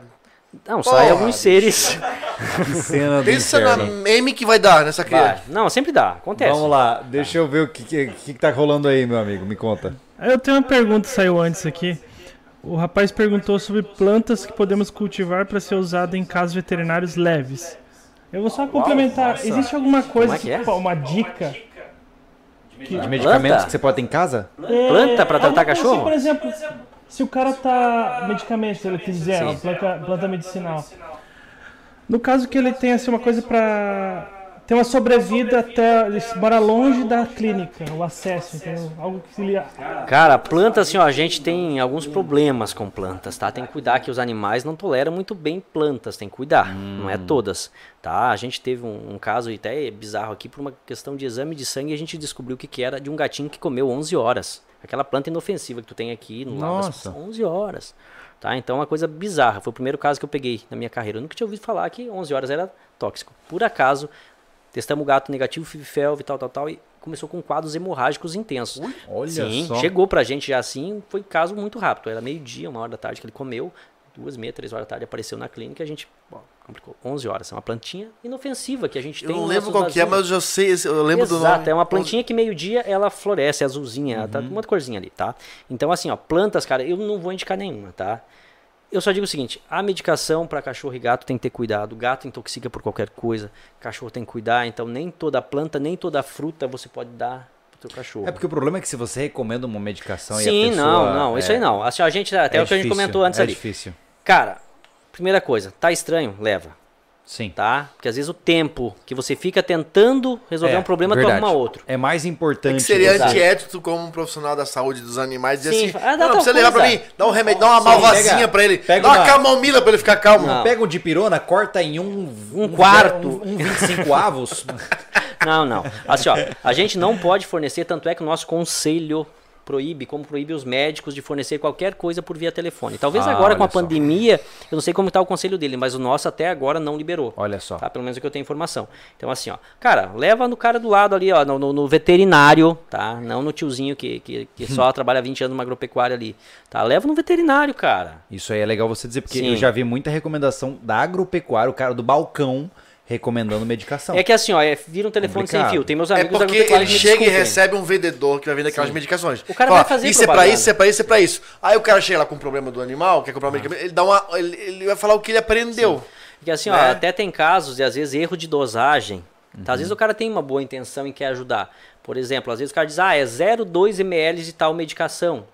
Speaker 3: Não, saem
Speaker 2: Porra,
Speaker 3: alguns
Speaker 2: bicho.
Speaker 3: seres.
Speaker 1: Que cena do
Speaker 2: Pensa na
Speaker 1: inferno.
Speaker 2: meme que vai dar nessa cria.
Speaker 3: Vai. Não, sempre dá. Acontece.
Speaker 1: Vamos lá, deixa eu ver o que, que, que que tá rolando aí, meu amigo. Me conta.
Speaker 4: Eu tenho uma pergunta que saiu antes aqui. O rapaz perguntou sobre plantas que podemos cultivar para ser usada em casos veterinários leves. Eu vou só complementar. Existe alguma coisa,
Speaker 3: Como é que é?
Speaker 4: tipo, uma dica?
Speaker 1: De medicamentos
Speaker 3: Planta?
Speaker 1: que você pode ter em casa?
Speaker 3: Planta pra tratar
Speaker 4: É, Alguma coisa,
Speaker 3: cachorro?
Speaker 4: por exemplo, se o cara tá medicamento, ele quis dizer, ó, planta, planta medicinal. No caso que ele tenha assim, uma coisa pra ter uma sobrevida até ele mora longe da clínica, o acesso, entendeu? Algo que ele
Speaker 3: Cara, planta assim, ó, a gente tem alguns problemas com plantas, tá? Tem que cuidar que os animais não toleram muito bem plantas, tem que cuidar, não é todas, tá? A gente teve um, um caso até bizarro aqui por uma questão de exame de sangue, a gente descobriu o que, que era de um gatinho que comeu 11 horas. Aquela planta inofensiva que tu tem aqui no lado, das-
Speaker 1: Nossa.
Speaker 3: 11 horas. Tá? Então é uma coisa bizarra, foi o primeiro caso que eu peguei na minha carreira. Eu nunca tinha ouvido falar que 11 horas era tóxico. Por acaso, testamos o gato negativo, fivelv, tal, tal, tal e começou com quadros hemorrágicos intensos.
Speaker 1: Olha
Speaker 3: Sim,
Speaker 1: só.
Speaker 3: chegou pra gente já assim, foi caso muito rápido. Era meio-dia, uma hora da tarde que ele comeu, duas, meia, três horas da tarde apareceu na clínica, a gente, bom, complicou, 11 horas. É uma plantinha inofensiva que a gente
Speaker 2: Eu
Speaker 3: tem.
Speaker 2: não
Speaker 3: nos
Speaker 2: lembro
Speaker 3: nossos
Speaker 2: qual que é,
Speaker 3: vasinhos.
Speaker 2: mas eu sei, esse- eu lembro
Speaker 3: Exato,
Speaker 2: do nome.
Speaker 3: é uma plantinha que meio-dia ela floresce, é azulzinha, ela tá
Speaker 1: Uhum.
Speaker 3: com uma corzinha ali, tá? Então, assim, ó, plantas, cara, eu não vou indicar nenhuma, tá? Eu só digo o seguinte: a medicação para cachorro e gato tem que ter cuidado. Gato intoxica por qualquer coisa, cachorro tem que cuidar, então nem toda planta, nem toda fruta você pode dar. teu cachorro.
Speaker 1: É porque o problema é que se você recomenda uma medicação Então, e a
Speaker 3: Sim,
Speaker 1: pessoa,
Speaker 3: não, não, isso
Speaker 1: é,
Speaker 3: aí não. Assim, a gente, até
Speaker 1: é
Speaker 3: o que a gente
Speaker 1: difícil,
Speaker 3: comentou antes
Speaker 1: é
Speaker 3: ali.
Speaker 1: difícil.
Speaker 3: Cara, primeira coisa, tá estranho? Leva,
Speaker 1: Sim.
Speaker 3: tá? Porque às vezes o tempo que você fica tentando resolver
Speaker 1: É,
Speaker 3: um problema,
Speaker 1: verdade.
Speaker 3: tu arruma outro.
Speaker 1: É mais importante.
Speaker 2: Que seria
Speaker 1: você-
Speaker 3: Exato.
Speaker 2: antiético tu como um profissional da saúde dos animais dizer
Speaker 3: Sim,
Speaker 2: assim,
Speaker 3: ah,
Speaker 2: não,
Speaker 3: dá
Speaker 2: não
Speaker 3: tal
Speaker 2: precisa ligar pra
Speaker 3: coisa.
Speaker 2: mim, dá um remédio, dá uma malvacinha
Speaker 1: pega-
Speaker 2: pra ele,
Speaker 1: pega
Speaker 2: dá uma
Speaker 1: uma-
Speaker 2: camomila pra ele ficar calmo.
Speaker 3: Não.
Speaker 1: Pega um de pirona, corta em um,
Speaker 3: Um quarto.
Speaker 1: Um, um 25 avos.
Speaker 3: Não, não. Assim, ó, a gente não pode fornecer, tanto é que o nosso conselho proíbe, como proíbe os médicos de fornecer qualquer coisa por via telefone. Talvez
Speaker 1: Ah,
Speaker 3: agora com a
Speaker 1: olha só.
Speaker 3: pandemia, eu não sei como está o conselho dele, mas o nosso até agora não liberou.
Speaker 1: Olha só.
Speaker 3: Tá? Pelo menos é que eu tenho informação. Então, assim, ó, cara, leva no cara do lado ali, ó, no, no- no veterinário, tá? Não no tiozinho que, que, que só trabalha 20 anos numa agropecuária ali. Tá? Leva no veterinário, cara.
Speaker 1: Isso aí é legal você dizer, porque
Speaker 3: Sim.
Speaker 1: eu já vi muita recomendação da agropecuária, o cara do balcão, recomendando medicação.
Speaker 3: É que assim, ó, é, vira um telefone sem
Speaker 1: Complicado.
Speaker 3: fio. Tem meus
Speaker 2: Então, É
Speaker 3: amigos
Speaker 2: porque ele
Speaker 3: agropecuários me
Speaker 2: chega e
Speaker 3: desculpem.
Speaker 2: recebe um vendedor que vai vender aquelas medicações.
Speaker 3: O cara vai fazer
Speaker 2: Isso é pra
Speaker 3: propaganda."
Speaker 2: isso, isso é pra isso, isso é pra isso. Aí o cara chega lá com um problema do animal, quer comprar um medicamento, ele dá uma. Ele, ele vai falar o que ele aprendeu.
Speaker 3: Porque assim, ó,
Speaker 2: Né? Uhum.
Speaker 3: até tem casos de às vezes erro de dosagem. Tá? Às vezes o cara tem uma boa intenção e quer ajudar. Por exemplo, às vezes o cara diz, ah, é 0,2 ml de tal medicação.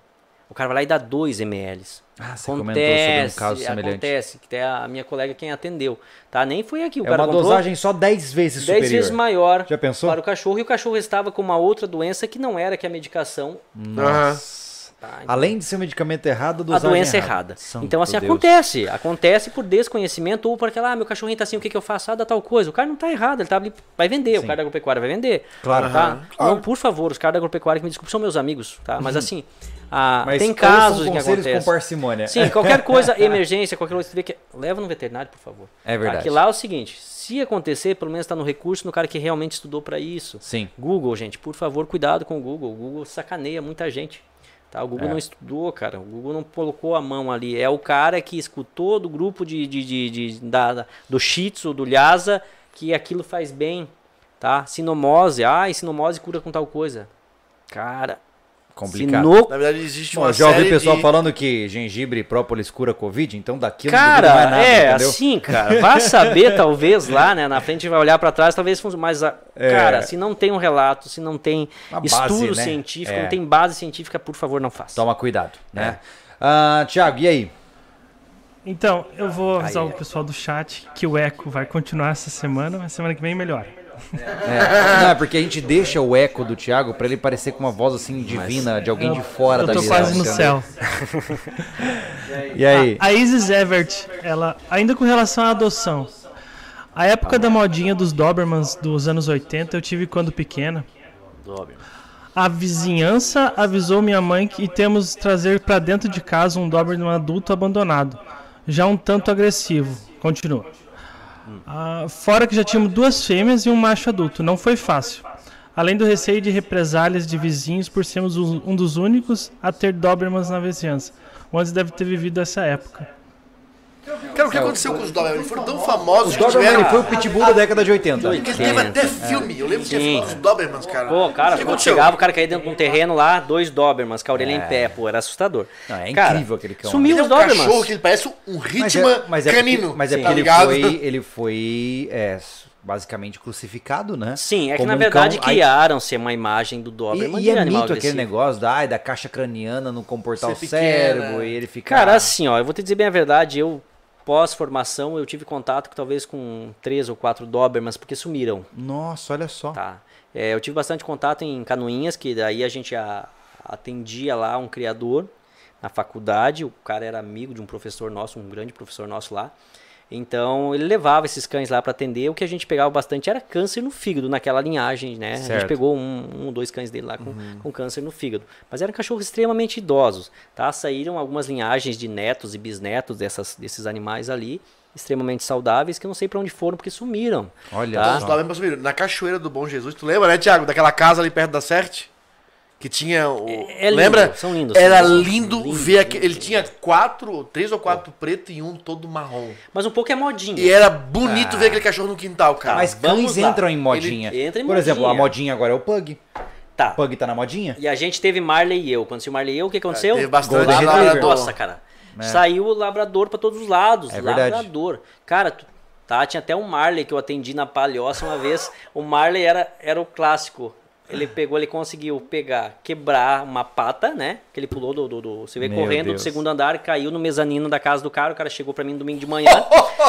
Speaker 3: O cara vai lá e dá 2 ml.
Speaker 1: Ah, você comentou sobre um
Speaker 3: acontece,
Speaker 1: caso semelhante.
Speaker 3: acontece, que até a minha colega quem atendeu, tá? Nem foi aqui, o
Speaker 1: É
Speaker 3: cara
Speaker 1: uma
Speaker 3: comprou
Speaker 1: dosagem só 10 vezes
Speaker 3: 10
Speaker 1: superior.
Speaker 3: vezes maior
Speaker 1: Já pensou?
Speaker 3: para o cachorro e o cachorro estava com uma outra doença que não era que é a medicação
Speaker 1: Nossa.
Speaker 3: tá?
Speaker 1: Além de ser um medicamento errado, a
Speaker 3: a
Speaker 1: dosagem é
Speaker 3: doença errada.
Speaker 1: Santo
Speaker 3: então, assim,
Speaker 1: Deus.
Speaker 3: acontece. Acontece por desconhecimento ou por aquela, ah, meu cachorrinho tá assim, o que, que eu faço? Ah, dá tal coisa. O cara não tá errado, ele tá ali, vai vender, o cara da agropecuária vai vender.
Speaker 1: Claro.
Speaker 3: tá?
Speaker 1: Aham,
Speaker 3: Não, por favor, os caras da agropecuária que me desculpem, são meus amigos, tá? Mas assim, ah,
Speaker 1: Uhum. Mas um
Speaker 3: tem
Speaker 1: ouçam
Speaker 3: casos em que
Speaker 1: conselhos
Speaker 3: acontece.
Speaker 1: com parcimônia.
Speaker 3: Sim, qualquer coisa, emergência, qualquer coisa que tiver que. é- Leva no veterinário, por favor.
Speaker 1: É verdade.
Speaker 3: Tá? Que lá é o seguinte: se acontecer, pelo menos tá no recurso, no cara que realmente estudou para isso.
Speaker 1: Sim.
Speaker 3: Google, gente, por favor, cuidado com o Google. O Google sacaneia muita gente. Tá? O Google
Speaker 1: É.
Speaker 3: não estudou, cara. O Google não colocou a mão ali. É o cara que escutou do grupo de, de, de, de- da, da- do Shih Tzu, do Lhasa, que aquilo faz bem. Tá? Sinomose. Ah, e sinomose cura com tal coisa. Cara,
Speaker 1: Complicado.
Speaker 3: sino-
Speaker 2: Na verdade, existe
Speaker 1: Bom,
Speaker 2: uma
Speaker 1: já ouvi
Speaker 2: série
Speaker 1: pessoal
Speaker 2: de-
Speaker 1: falando que gengibre e própolis cura Covid, então daquilo não
Speaker 3: Cara,
Speaker 1: duvido mais nada,
Speaker 3: é
Speaker 1: entendeu?
Speaker 3: assim, cara. Vá saber, talvez, lá, né? Na frente vai olhar pra trás, talvez funcione. Mas, a-
Speaker 1: É.
Speaker 3: cara, se não tem um relato, se não tem
Speaker 1: Uma base,
Speaker 3: estudo
Speaker 1: né?
Speaker 3: científico,
Speaker 1: É.
Speaker 3: não tem base científica, por favor, não faça.
Speaker 1: Toma cuidado, né? Ah, Tiago, e aí?
Speaker 4: Então, eu vou avisar
Speaker 1: é.
Speaker 3: Aí,
Speaker 4: o pessoal do chat que o eco vai continuar essa semana, mas semana que vem melhora.
Speaker 1: É, não, é porque a gente deixa o eco do Thiago pra ele parecer com uma voz assim divina, de alguém de fora
Speaker 4: Eu
Speaker 1: da né?
Speaker 4: tô
Speaker 1: visão,
Speaker 4: quase no
Speaker 1: entendeu?
Speaker 4: céu.
Speaker 1: E
Speaker 3: Ah,
Speaker 1: aí?
Speaker 4: A Isis Evert, ela, ainda com relação à adoção, a época da modinha dos Dobermans dos anos 80 eu tive quando pequena. A vizinhança avisou minha mãe que temos trazer para dentro de casa um Doberman adulto abandonado, já um tanto agressivo. Continua. Ah, fora que já tínhamos duas fêmeas e um macho adulto, não foi fácil. Além do receio de represálias de vizinhos por sermos um um dos únicos a ter Dobermans na vizinhança. O Andes deve ter vivido essa época.
Speaker 2: Cara, o que aconteceu com os Doberman? Eles foram tão famosos
Speaker 1: Os
Speaker 3: ah,
Speaker 2: que
Speaker 1: Doberman
Speaker 2: tiveram.
Speaker 1: foi o pitbull da década de 80.
Speaker 2: Ele teve até filme, eu lembro que
Speaker 3: Sim.
Speaker 2: tinha os Dobermans, cara. o
Speaker 3: Pô, cara,
Speaker 2: que
Speaker 3: quando
Speaker 2: aconteceu?
Speaker 3: chegava, o cara caía dentro de um terreno lá, dois Dobermans, com a orelha em pé, pô, era assustador.
Speaker 1: É. Não, é
Speaker 3: Cara,
Speaker 1: incrível aquele cão, né?
Speaker 3: Sumiu
Speaker 2: Ele é
Speaker 3: os
Speaker 2: um cachorro
Speaker 3: Dobermans.
Speaker 2: que ele parece um
Speaker 1: Mas
Speaker 2: ritmo canino.
Speaker 1: porque, mas é
Speaker 2: Sim.
Speaker 1: porque
Speaker 2: Tá
Speaker 1: ele
Speaker 2: ligado?
Speaker 1: foi, ele foi é, basicamente crucificado, né?
Speaker 3: Sim, é que
Speaker 1: Como
Speaker 3: na
Speaker 1: um
Speaker 3: verdade
Speaker 1: cão- aí-
Speaker 3: criaram-se uma imagem do
Speaker 1: E,
Speaker 3: Doberman
Speaker 1: e
Speaker 3: de
Speaker 1: é
Speaker 3: animal
Speaker 1: mito aquele
Speaker 3: agressivo.
Speaker 1: negócio da, ai, da caixa craniana não comportar
Speaker 2: Ser
Speaker 1: o
Speaker 2: pequena.
Speaker 1: cérebro e ele ficar...
Speaker 3: Cara, assim, ó, eu vou te dizer bem a verdade, eu pós-formação, eu tive contato com, talvez com três ou quatro Dobermans, porque sumiram,
Speaker 1: Nossa, olha só.
Speaker 3: tá? É, eu tive bastante contato em Canoinhas, que daí a gente a- atendia lá um criador na faculdade, o cara era amigo de um professor nosso, um grande professor nosso lá, então ele levava esses cães lá para atender, o que a gente pegava bastante era câncer no fígado, naquela linhagem, né? A
Speaker 1: Certo. Uhum.
Speaker 3: gente pegou um, um ou dois cães dele lá com, com câncer no fígado. Mas eram cachorros extremamente idosos, tá? Saíram algumas linhagens de netos e bisnetos dessas, desses animais ali, extremamente saudáveis, que eu não sei para onde foram, porque sumiram.
Speaker 1: Olha
Speaker 3: Tá.
Speaker 2: Os
Speaker 1: só.
Speaker 2: Doberman sumiram. Na Cachoeira do Bom Jesus, tu lembra, né, Thiago? Daquela casa ali perto da Certe? Que tinha o.
Speaker 3: É- é lindo,
Speaker 2: lembra?
Speaker 3: são lindos,
Speaker 2: Era
Speaker 3: são lindos.
Speaker 2: lindo,
Speaker 3: Lindo,
Speaker 2: ver aquele.
Speaker 3: lindo,
Speaker 2: Ele
Speaker 3: lindo.
Speaker 2: tinha quatro, três ou quatro preto e um todo marrom.
Speaker 3: Mas um pouco é modinha.
Speaker 2: E era bonito
Speaker 1: Ah.
Speaker 2: ver aquele cachorro no quintal, cara.
Speaker 1: Mas
Speaker 3: Tá, vamos
Speaker 1: cães
Speaker 3: lá.
Speaker 1: entram em modinha.
Speaker 3: Ele entra em
Speaker 1: Por exemplo, a
Speaker 3: modinha.
Speaker 1: modinha agora é o Pug.
Speaker 3: Tá.
Speaker 1: Pug tá na modinha?
Speaker 3: E a gente teve Marley e eu. Quando saiu Marley e eu, o que aconteceu?
Speaker 2: É, teve bastante
Speaker 3: Golden
Speaker 1: Labrador.
Speaker 3: Retriever. Nossa, cara. Saiu o labrador pra todos os lados.
Speaker 1: É verdade.
Speaker 3: labrador. Cara, tu- tá, tinha até um Marley que eu atendi na palhoça uma vez. O Marley era, era o clássico. Ele pegou, ele conseguiu pegar, quebrar uma pata, né? Que ele pulou do. do, do você vê
Speaker 5: Meu
Speaker 3: correndo do
Speaker 5: Deus.
Speaker 3: segundo andar, caiu no mezanino da casa do cara. O cara chegou pra mim no domingo de manhã.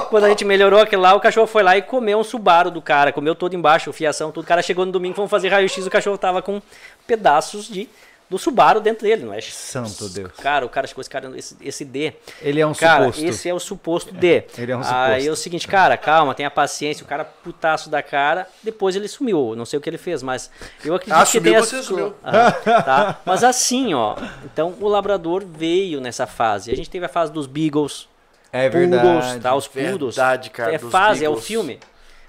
Speaker 3: Quando a gente melhorou aquilo lá, o cachorro foi lá e comeu um Subaru do cara. Comeu todo embaixo, fiação, tudo. O cara chegou no domingo, fomos fazer raio-x. O cachorro tava com pedaços de. Do Subaru dentro dele, não é?
Speaker 5: Santo Deus.
Speaker 3: Cara, o cara chegou, esse cara, esse, esse D.
Speaker 1: Ele é um
Speaker 3: Cara,
Speaker 1: suposto.
Speaker 3: esse é o suposto D.
Speaker 1: ele é um
Speaker 3: Aí
Speaker 1: suposto.
Speaker 3: é o seguinte, cara, calma, tenha paciência. O cara putaço da cara, depois ele sumiu. Não sei o que ele fez, mas eu acredito
Speaker 2: Ah,
Speaker 3: que
Speaker 2: sumiu,
Speaker 3: tenha...
Speaker 2: você sumiu.
Speaker 3: Ah, tá? Mas assim, ó. Então, o labrador veio nessa fase. A gente teve a fase dos Beagles,
Speaker 1: É
Speaker 3: Poodles,
Speaker 1: verdade.
Speaker 3: tá? Os Poodles.
Speaker 2: Verdade, cara,
Speaker 3: É
Speaker 2: dos
Speaker 3: fase, é o
Speaker 2: Beagles.
Speaker 3: filme.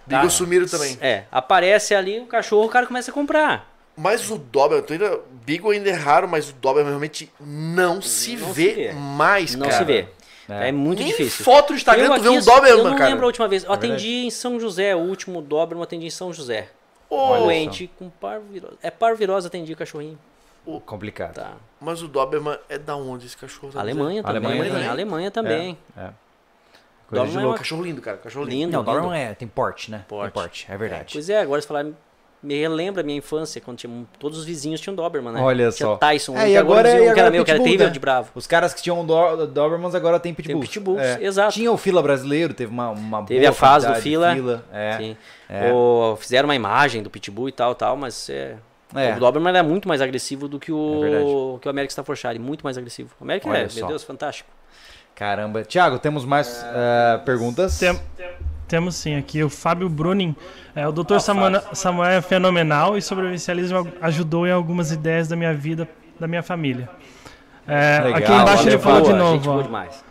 Speaker 2: Beagle
Speaker 3: tá?
Speaker 2: sumiram também.
Speaker 3: É, aparece ali o cachorro, o cara começa a comprar.
Speaker 2: Mas o Doberman, tu ainda, Beagle ainda é raro, mas o Doberman realmente não se,
Speaker 3: Não se
Speaker 2: vê,
Speaker 3: vê.
Speaker 2: mais,
Speaker 3: Não
Speaker 2: cara.
Speaker 3: se vê. É, muito
Speaker 2: Nem
Speaker 3: difícil.
Speaker 2: foto do Instagram
Speaker 3: Eu
Speaker 2: tu vê
Speaker 3: aqui, assim,
Speaker 2: um
Speaker 3: Eu
Speaker 2: Doberman,
Speaker 3: não
Speaker 2: cara.
Speaker 3: lembro a última vez. Eu atendi em São José, o último Doberman eu atendi em São José.
Speaker 2: Ô,
Speaker 3: Doente com parvirose. É parvirose, atendi o cachorrinho.
Speaker 5: Complicado.
Speaker 3: Tá.
Speaker 2: mas o Doberman é da onde esse cachorro? Sabe
Speaker 3: Alemanha também.
Speaker 5: Alemanha
Speaker 3: Alemanha também.
Speaker 2: também.
Speaker 3: Alemanha também.
Speaker 5: É.
Speaker 2: dizer?
Speaker 5: Coisa
Speaker 3: Doberman
Speaker 5: de
Speaker 2: Cachorro louco,
Speaker 3: é uma-
Speaker 2: Cachorro lindo, cara. Cachorro lindo.
Speaker 3: Lindo,
Speaker 1: Não,
Speaker 3: lindo.
Speaker 1: Doberman é, tem porte, né?
Speaker 3: Porte.
Speaker 1: Tem porte, é verdade.
Speaker 3: Pois é, agora você falar, me relembra a minha infância, quando tinha, um- todos os vizinhos tinham Doberman, né?
Speaker 1: Olha
Speaker 3: tinha
Speaker 1: só.
Speaker 3: Tyson,
Speaker 1: É, e
Speaker 3: um que
Speaker 1: agora,
Speaker 3: dizia,
Speaker 1: e
Speaker 3: um que era
Speaker 1: agora
Speaker 3: meu, que era
Speaker 1: Pitbull,
Speaker 3: terrível
Speaker 1: né?
Speaker 3: de bravo.
Speaker 1: Os caras que tinham do Dobermans agora tem Pitbulls.
Speaker 3: Pitbulls,
Speaker 1: É.
Speaker 3: exato.
Speaker 1: Tinha o Fila brasileiro, teve uma, uma
Speaker 3: Teve
Speaker 1: boa
Speaker 3: a fase do
Speaker 1: quantidade de
Speaker 3: Fila.
Speaker 1: é.
Speaker 3: Sim.
Speaker 1: é.
Speaker 3: Ou fizeram uma imagem do Pitbull e tal, tal, mas é,
Speaker 1: É.
Speaker 3: o Doberman é muito mais agressivo do que
Speaker 1: É
Speaker 3: o,
Speaker 1: verdade.
Speaker 3: que o América Staffordshire, muito mais agressivo. O América
Speaker 1: Olha
Speaker 3: é,
Speaker 1: só.
Speaker 3: meu Deus, fantástico.
Speaker 1: Caramba. Tiago, temos mais ah, perguntas?
Speaker 4: Tem- temos sim aqui o Fábio Bruning. É, o Dr. Samana- Samuel é fenomenal e sobrevivencialismo ajudou em algumas ideias da minha vida, da minha família. É,
Speaker 1: Legal,
Speaker 4: aqui embaixo ele
Speaker 1: valeu,
Speaker 4: falou de
Speaker 3: Boa, gente
Speaker 4: novo.
Speaker 3: boa
Speaker 4: ó.
Speaker 3: demais.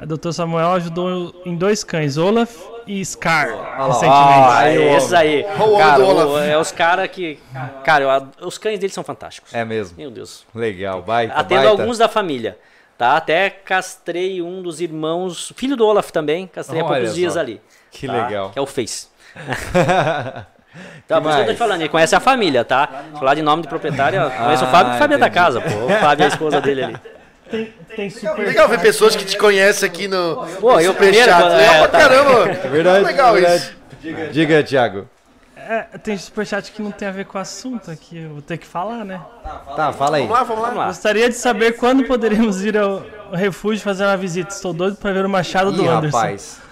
Speaker 4: O Dr. Samuel ajudou em dois cães, Olaf e Scar,
Speaker 1: Ah,
Speaker 4: recentemente.
Speaker 1: aí,
Speaker 3: é
Speaker 1: ó.
Speaker 3: esses aí.
Speaker 2: o
Speaker 3: Cara,
Speaker 2: Olaf.
Speaker 3: o- é os caras que. Cara, eu ad- os cães deles são fantásticos.
Speaker 1: É mesmo.
Speaker 3: Meu Deus.
Speaker 1: Legal, baita,
Speaker 3: Atendo
Speaker 1: baita.
Speaker 3: Ah, alguns da família. Tá? Até castrei um dos irmãos, filho do Olaf também, castrei há
Speaker 1: Olha
Speaker 3: poucos dias
Speaker 1: só.
Speaker 3: ali.
Speaker 1: Que
Speaker 3: tá?
Speaker 1: legal.
Speaker 3: Que é o Face.
Speaker 1: Que
Speaker 3: Tá, por isso que eu tô te
Speaker 1: mais?
Speaker 3: falando, ele conhece a família, tá? Falar de nome de proprietário, eu conheço o Fábio, que o Fábio é da
Speaker 1: entendi.
Speaker 3: casa, pô. O Fábio é a esposa dele ali.
Speaker 4: Tem, tem super
Speaker 2: Legal ver pessoas que te conhecem aqui no
Speaker 3: Pô,
Speaker 2: no
Speaker 3: eu
Speaker 2: Superchat.
Speaker 3: primeiro, quando-
Speaker 1: né?
Speaker 2: Legal
Speaker 3: é,
Speaker 2: pra
Speaker 3: tá.
Speaker 2: caramba.
Speaker 1: É verdade,
Speaker 2: Legal
Speaker 1: é
Speaker 2: isso.
Speaker 1: verdade. Diga, Diga Tiago.
Speaker 4: É, tem superchat que não tem a ver com o assunto aqui, eu vou ter que falar, né?
Speaker 1: Tá, fala aí.
Speaker 2: Vamos lá, vamos lá.
Speaker 3: Vamos lá.
Speaker 4: Gostaria de saber quando poderemos ir ao refúgio fazer uma visita. Estou doido para ver o machado do
Speaker 1: Ih,
Speaker 4: Anderson.
Speaker 1: rapaz.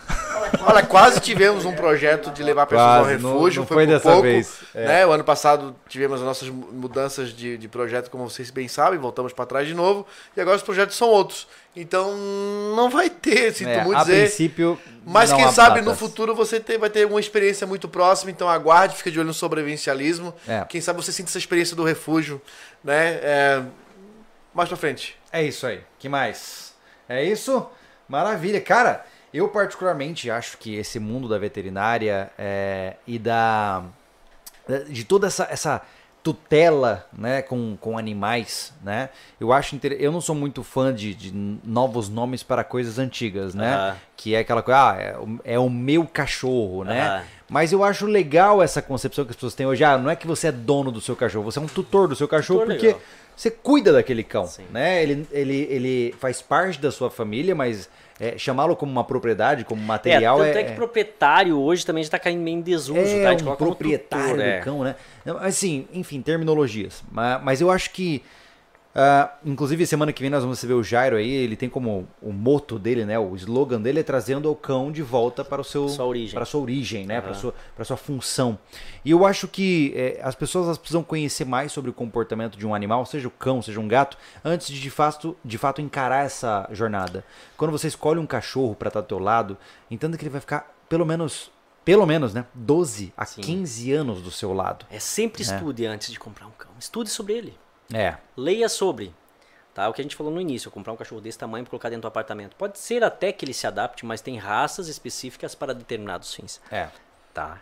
Speaker 2: Olha, quase tivemos um projeto de levar pessoas ao
Speaker 1: Quase, não-
Speaker 2: refúgio.
Speaker 1: não
Speaker 2: foi,
Speaker 1: foi
Speaker 2: por
Speaker 1: dessa
Speaker 2: pouco,
Speaker 1: vez, é.
Speaker 2: Né? O ano passado tivemos as nossas mu- mudanças de, de projeto, como vocês bem sabem, voltamos para trás de novo. E agora os projetos são outros. Então não vai ter, sinto
Speaker 1: É,
Speaker 2: muito
Speaker 1: a
Speaker 2: dizer.
Speaker 1: princípio.
Speaker 2: Mas
Speaker 1: não
Speaker 2: quem
Speaker 1: há
Speaker 2: sabe no
Speaker 1: datas.
Speaker 2: futuro você tem- vai ter uma experiência muito próxima, então aguarde, fica de olho no sobrevivencialismo.
Speaker 1: É.
Speaker 2: Quem sabe você sinta essa experiência do refúgio, né? É, mais pra frente.
Speaker 1: É isso aí. Que mais? É isso? Maravilha. Cara, eu particularmente acho que esse mundo da veterinária é, e da. de toda essa. essa tutela, né, com, com animais, né? Eu acho inter... eu não sou muito fã de, de novos nomes para coisas antigas, né?
Speaker 3: Aham.
Speaker 1: Que é aquela coisa, ah, é o, é o meu cachorro, né?
Speaker 3: Aham.
Speaker 1: Mas eu acho legal essa concepção que as pessoas têm hoje. Ah, não é que você é dono do seu cachorro, você é um tutor do seu cachorro,
Speaker 3: Tutor
Speaker 1: porque
Speaker 3: legal.
Speaker 1: você cuida daquele cão,
Speaker 3: Sim.
Speaker 1: né? Ele, ele, ele faz parte da sua família, mas é, chamá-lo como uma propriedade, como material
Speaker 3: é,
Speaker 1: é...
Speaker 3: tanto é, que proprietário hoje também já tá caindo meio em desuso, tá? A
Speaker 1: é
Speaker 3: gente
Speaker 1: um
Speaker 3: coloca como
Speaker 1: proprietário
Speaker 3: tutor, é.
Speaker 1: do cão, né? Não, Assim, enfim, terminologias. Mas, mas eu acho que... ah, inclusive, semana que vem nós vamos ver o Jairo aí. Ele tem como o moto dele, né? O slogan dele é trazendo o cão de volta para o seu...
Speaker 3: Sua origem.
Speaker 1: Para sua origem, né? Para
Speaker 3: Aham.
Speaker 1: sua, pra sua função. E eu acho que é, as pessoas elas precisam conhecer mais sobre o comportamento de um animal, seja o cão, seja um gato, antes de de fato, de fato encarar essa jornada. Quando você escolhe um cachorro para estar do teu lado, entenda que ele vai ficar pelo menos, pelo menos, né? 12 a
Speaker 3: Sim.
Speaker 1: 15 anos do seu lado.
Speaker 3: É sempre estude antes de comprar um cão. Estude sobre ele.
Speaker 1: É.
Speaker 3: Leia sobre. Tá? O que a gente falou no início, comprar um cachorro desse tamanho e colocar dentro do apartamento. Pode ser até que ele se adapte, mas tem raças específicas para determinados fins.
Speaker 1: É.
Speaker 3: Tá?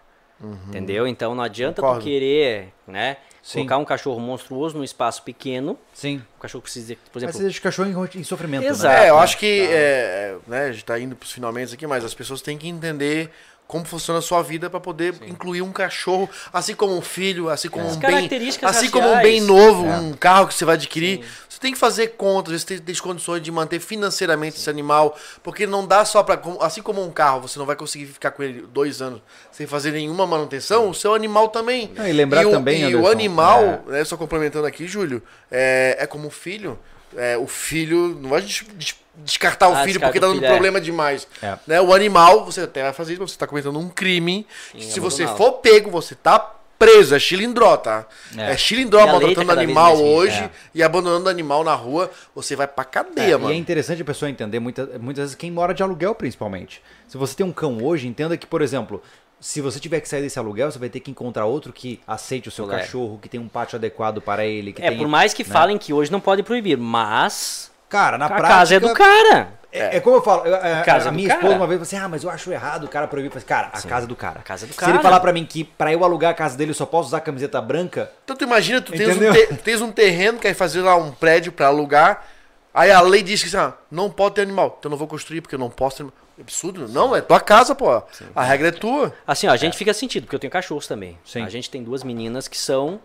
Speaker 3: Entendeu? Então não adianta
Speaker 2: Concordo.
Speaker 3: tu querer, né?
Speaker 1: Uhum. Sim.
Speaker 3: Colocar um cachorro monstruoso num espaço pequeno,
Speaker 1: Sim.
Speaker 3: o cachorro precisa, por
Speaker 1: Mas
Speaker 3: exemplo,
Speaker 1: você deixa o cachorro em, em sofrimento,
Speaker 3: Exato. Tá.
Speaker 1: né?
Speaker 2: É, eu acho que é, né, a gente tá indo pros finalmente aqui, mas as pessoas têm que entender como funciona a sua vida para poder incluir um cachorro, assim como um filho, assim como um bem,
Speaker 3: características
Speaker 2: assim como um bem
Speaker 3: raciais. É.
Speaker 2: novo, um carro que você vai adquirir. Você tem que fazer contas, você tem, tem condições de manter financeiramente esse animal, porque não dá só para assim como um carro, você não vai conseguir ficar com ele dois anos sem fazer nenhuma manutenção. O seu animal também.
Speaker 1: Não, Ah, e lembrar
Speaker 2: o-
Speaker 1: também,
Speaker 2: e o
Speaker 1: Anderson,
Speaker 2: animal
Speaker 1: é.
Speaker 2: né, só complementando aqui, Júlio, é, é como um filho. É, o filho, não vai des- des- descartar o
Speaker 3: Ah,
Speaker 2: filho
Speaker 3: descarta
Speaker 2: porque
Speaker 3: o
Speaker 2: tá dando
Speaker 3: filho, é.
Speaker 2: problema demais.
Speaker 1: É.
Speaker 2: Né, o animal, você até vai fazer isso, mas você tá cometendo um crime. que
Speaker 3: Sim,
Speaker 2: se você
Speaker 3: abandoná-lo.
Speaker 2: for pego, você tá preso. É chilindró, tá? É,
Speaker 1: É.
Speaker 2: chilindró
Speaker 3: E a lei tá
Speaker 2: maltratando
Speaker 3: cada vez
Speaker 2: animal
Speaker 3: mais rígida,
Speaker 2: hoje
Speaker 1: é.
Speaker 2: e abandonando animal na rua, você vai pra
Speaker 1: É,
Speaker 2: cadeia,
Speaker 1: e é
Speaker 2: mano.
Speaker 1: interessante a pessoa entender muita, muitas vezes quem mora de aluguel, principalmente. Se você tem um cão hoje, entenda que, por exemplo, se você tiver que sair desse aluguel, você vai ter que encontrar outro que aceite o seu
Speaker 3: Olé.
Speaker 1: cachorro, que tenha um pátio adequado para ele. Que né?
Speaker 3: É,
Speaker 1: tenha-
Speaker 3: por mais que falem que hoje não pode proibir, mas
Speaker 1: Cara, na
Speaker 3: a
Speaker 1: prática.
Speaker 3: casa é do cara.
Speaker 1: É, é como eu falo, eu- a,
Speaker 3: Casa é
Speaker 1: a
Speaker 3: do
Speaker 1: minha
Speaker 3: cara.
Speaker 1: esposa uma vez falou assim: ah, mas eu acho errado o cara proibir. Eu falei, assim, cara, a casa é do cara. A
Speaker 3: casa é do
Speaker 1: Se
Speaker 3: cara.
Speaker 1: ele falar pra mim que pra eu alugar a casa dele eu só posso usar a camiseta branca,
Speaker 2: Então tu imagina, tu tens um,
Speaker 1: Entendeu?
Speaker 2: te- tens um terreno, quer fazer lá um prédio pra alugar, aí a lei diz que assim, ah, não pode ter animal. Então eu não vou construir porque eu não posso ter animal. Absurdo, não, é tua casa, pô. A regra é tua.
Speaker 3: Assim, ó, a gente fica sentido, porque eu tenho cachorros também.
Speaker 1: É. Sim.
Speaker 3: A gente tem duas meninas que são,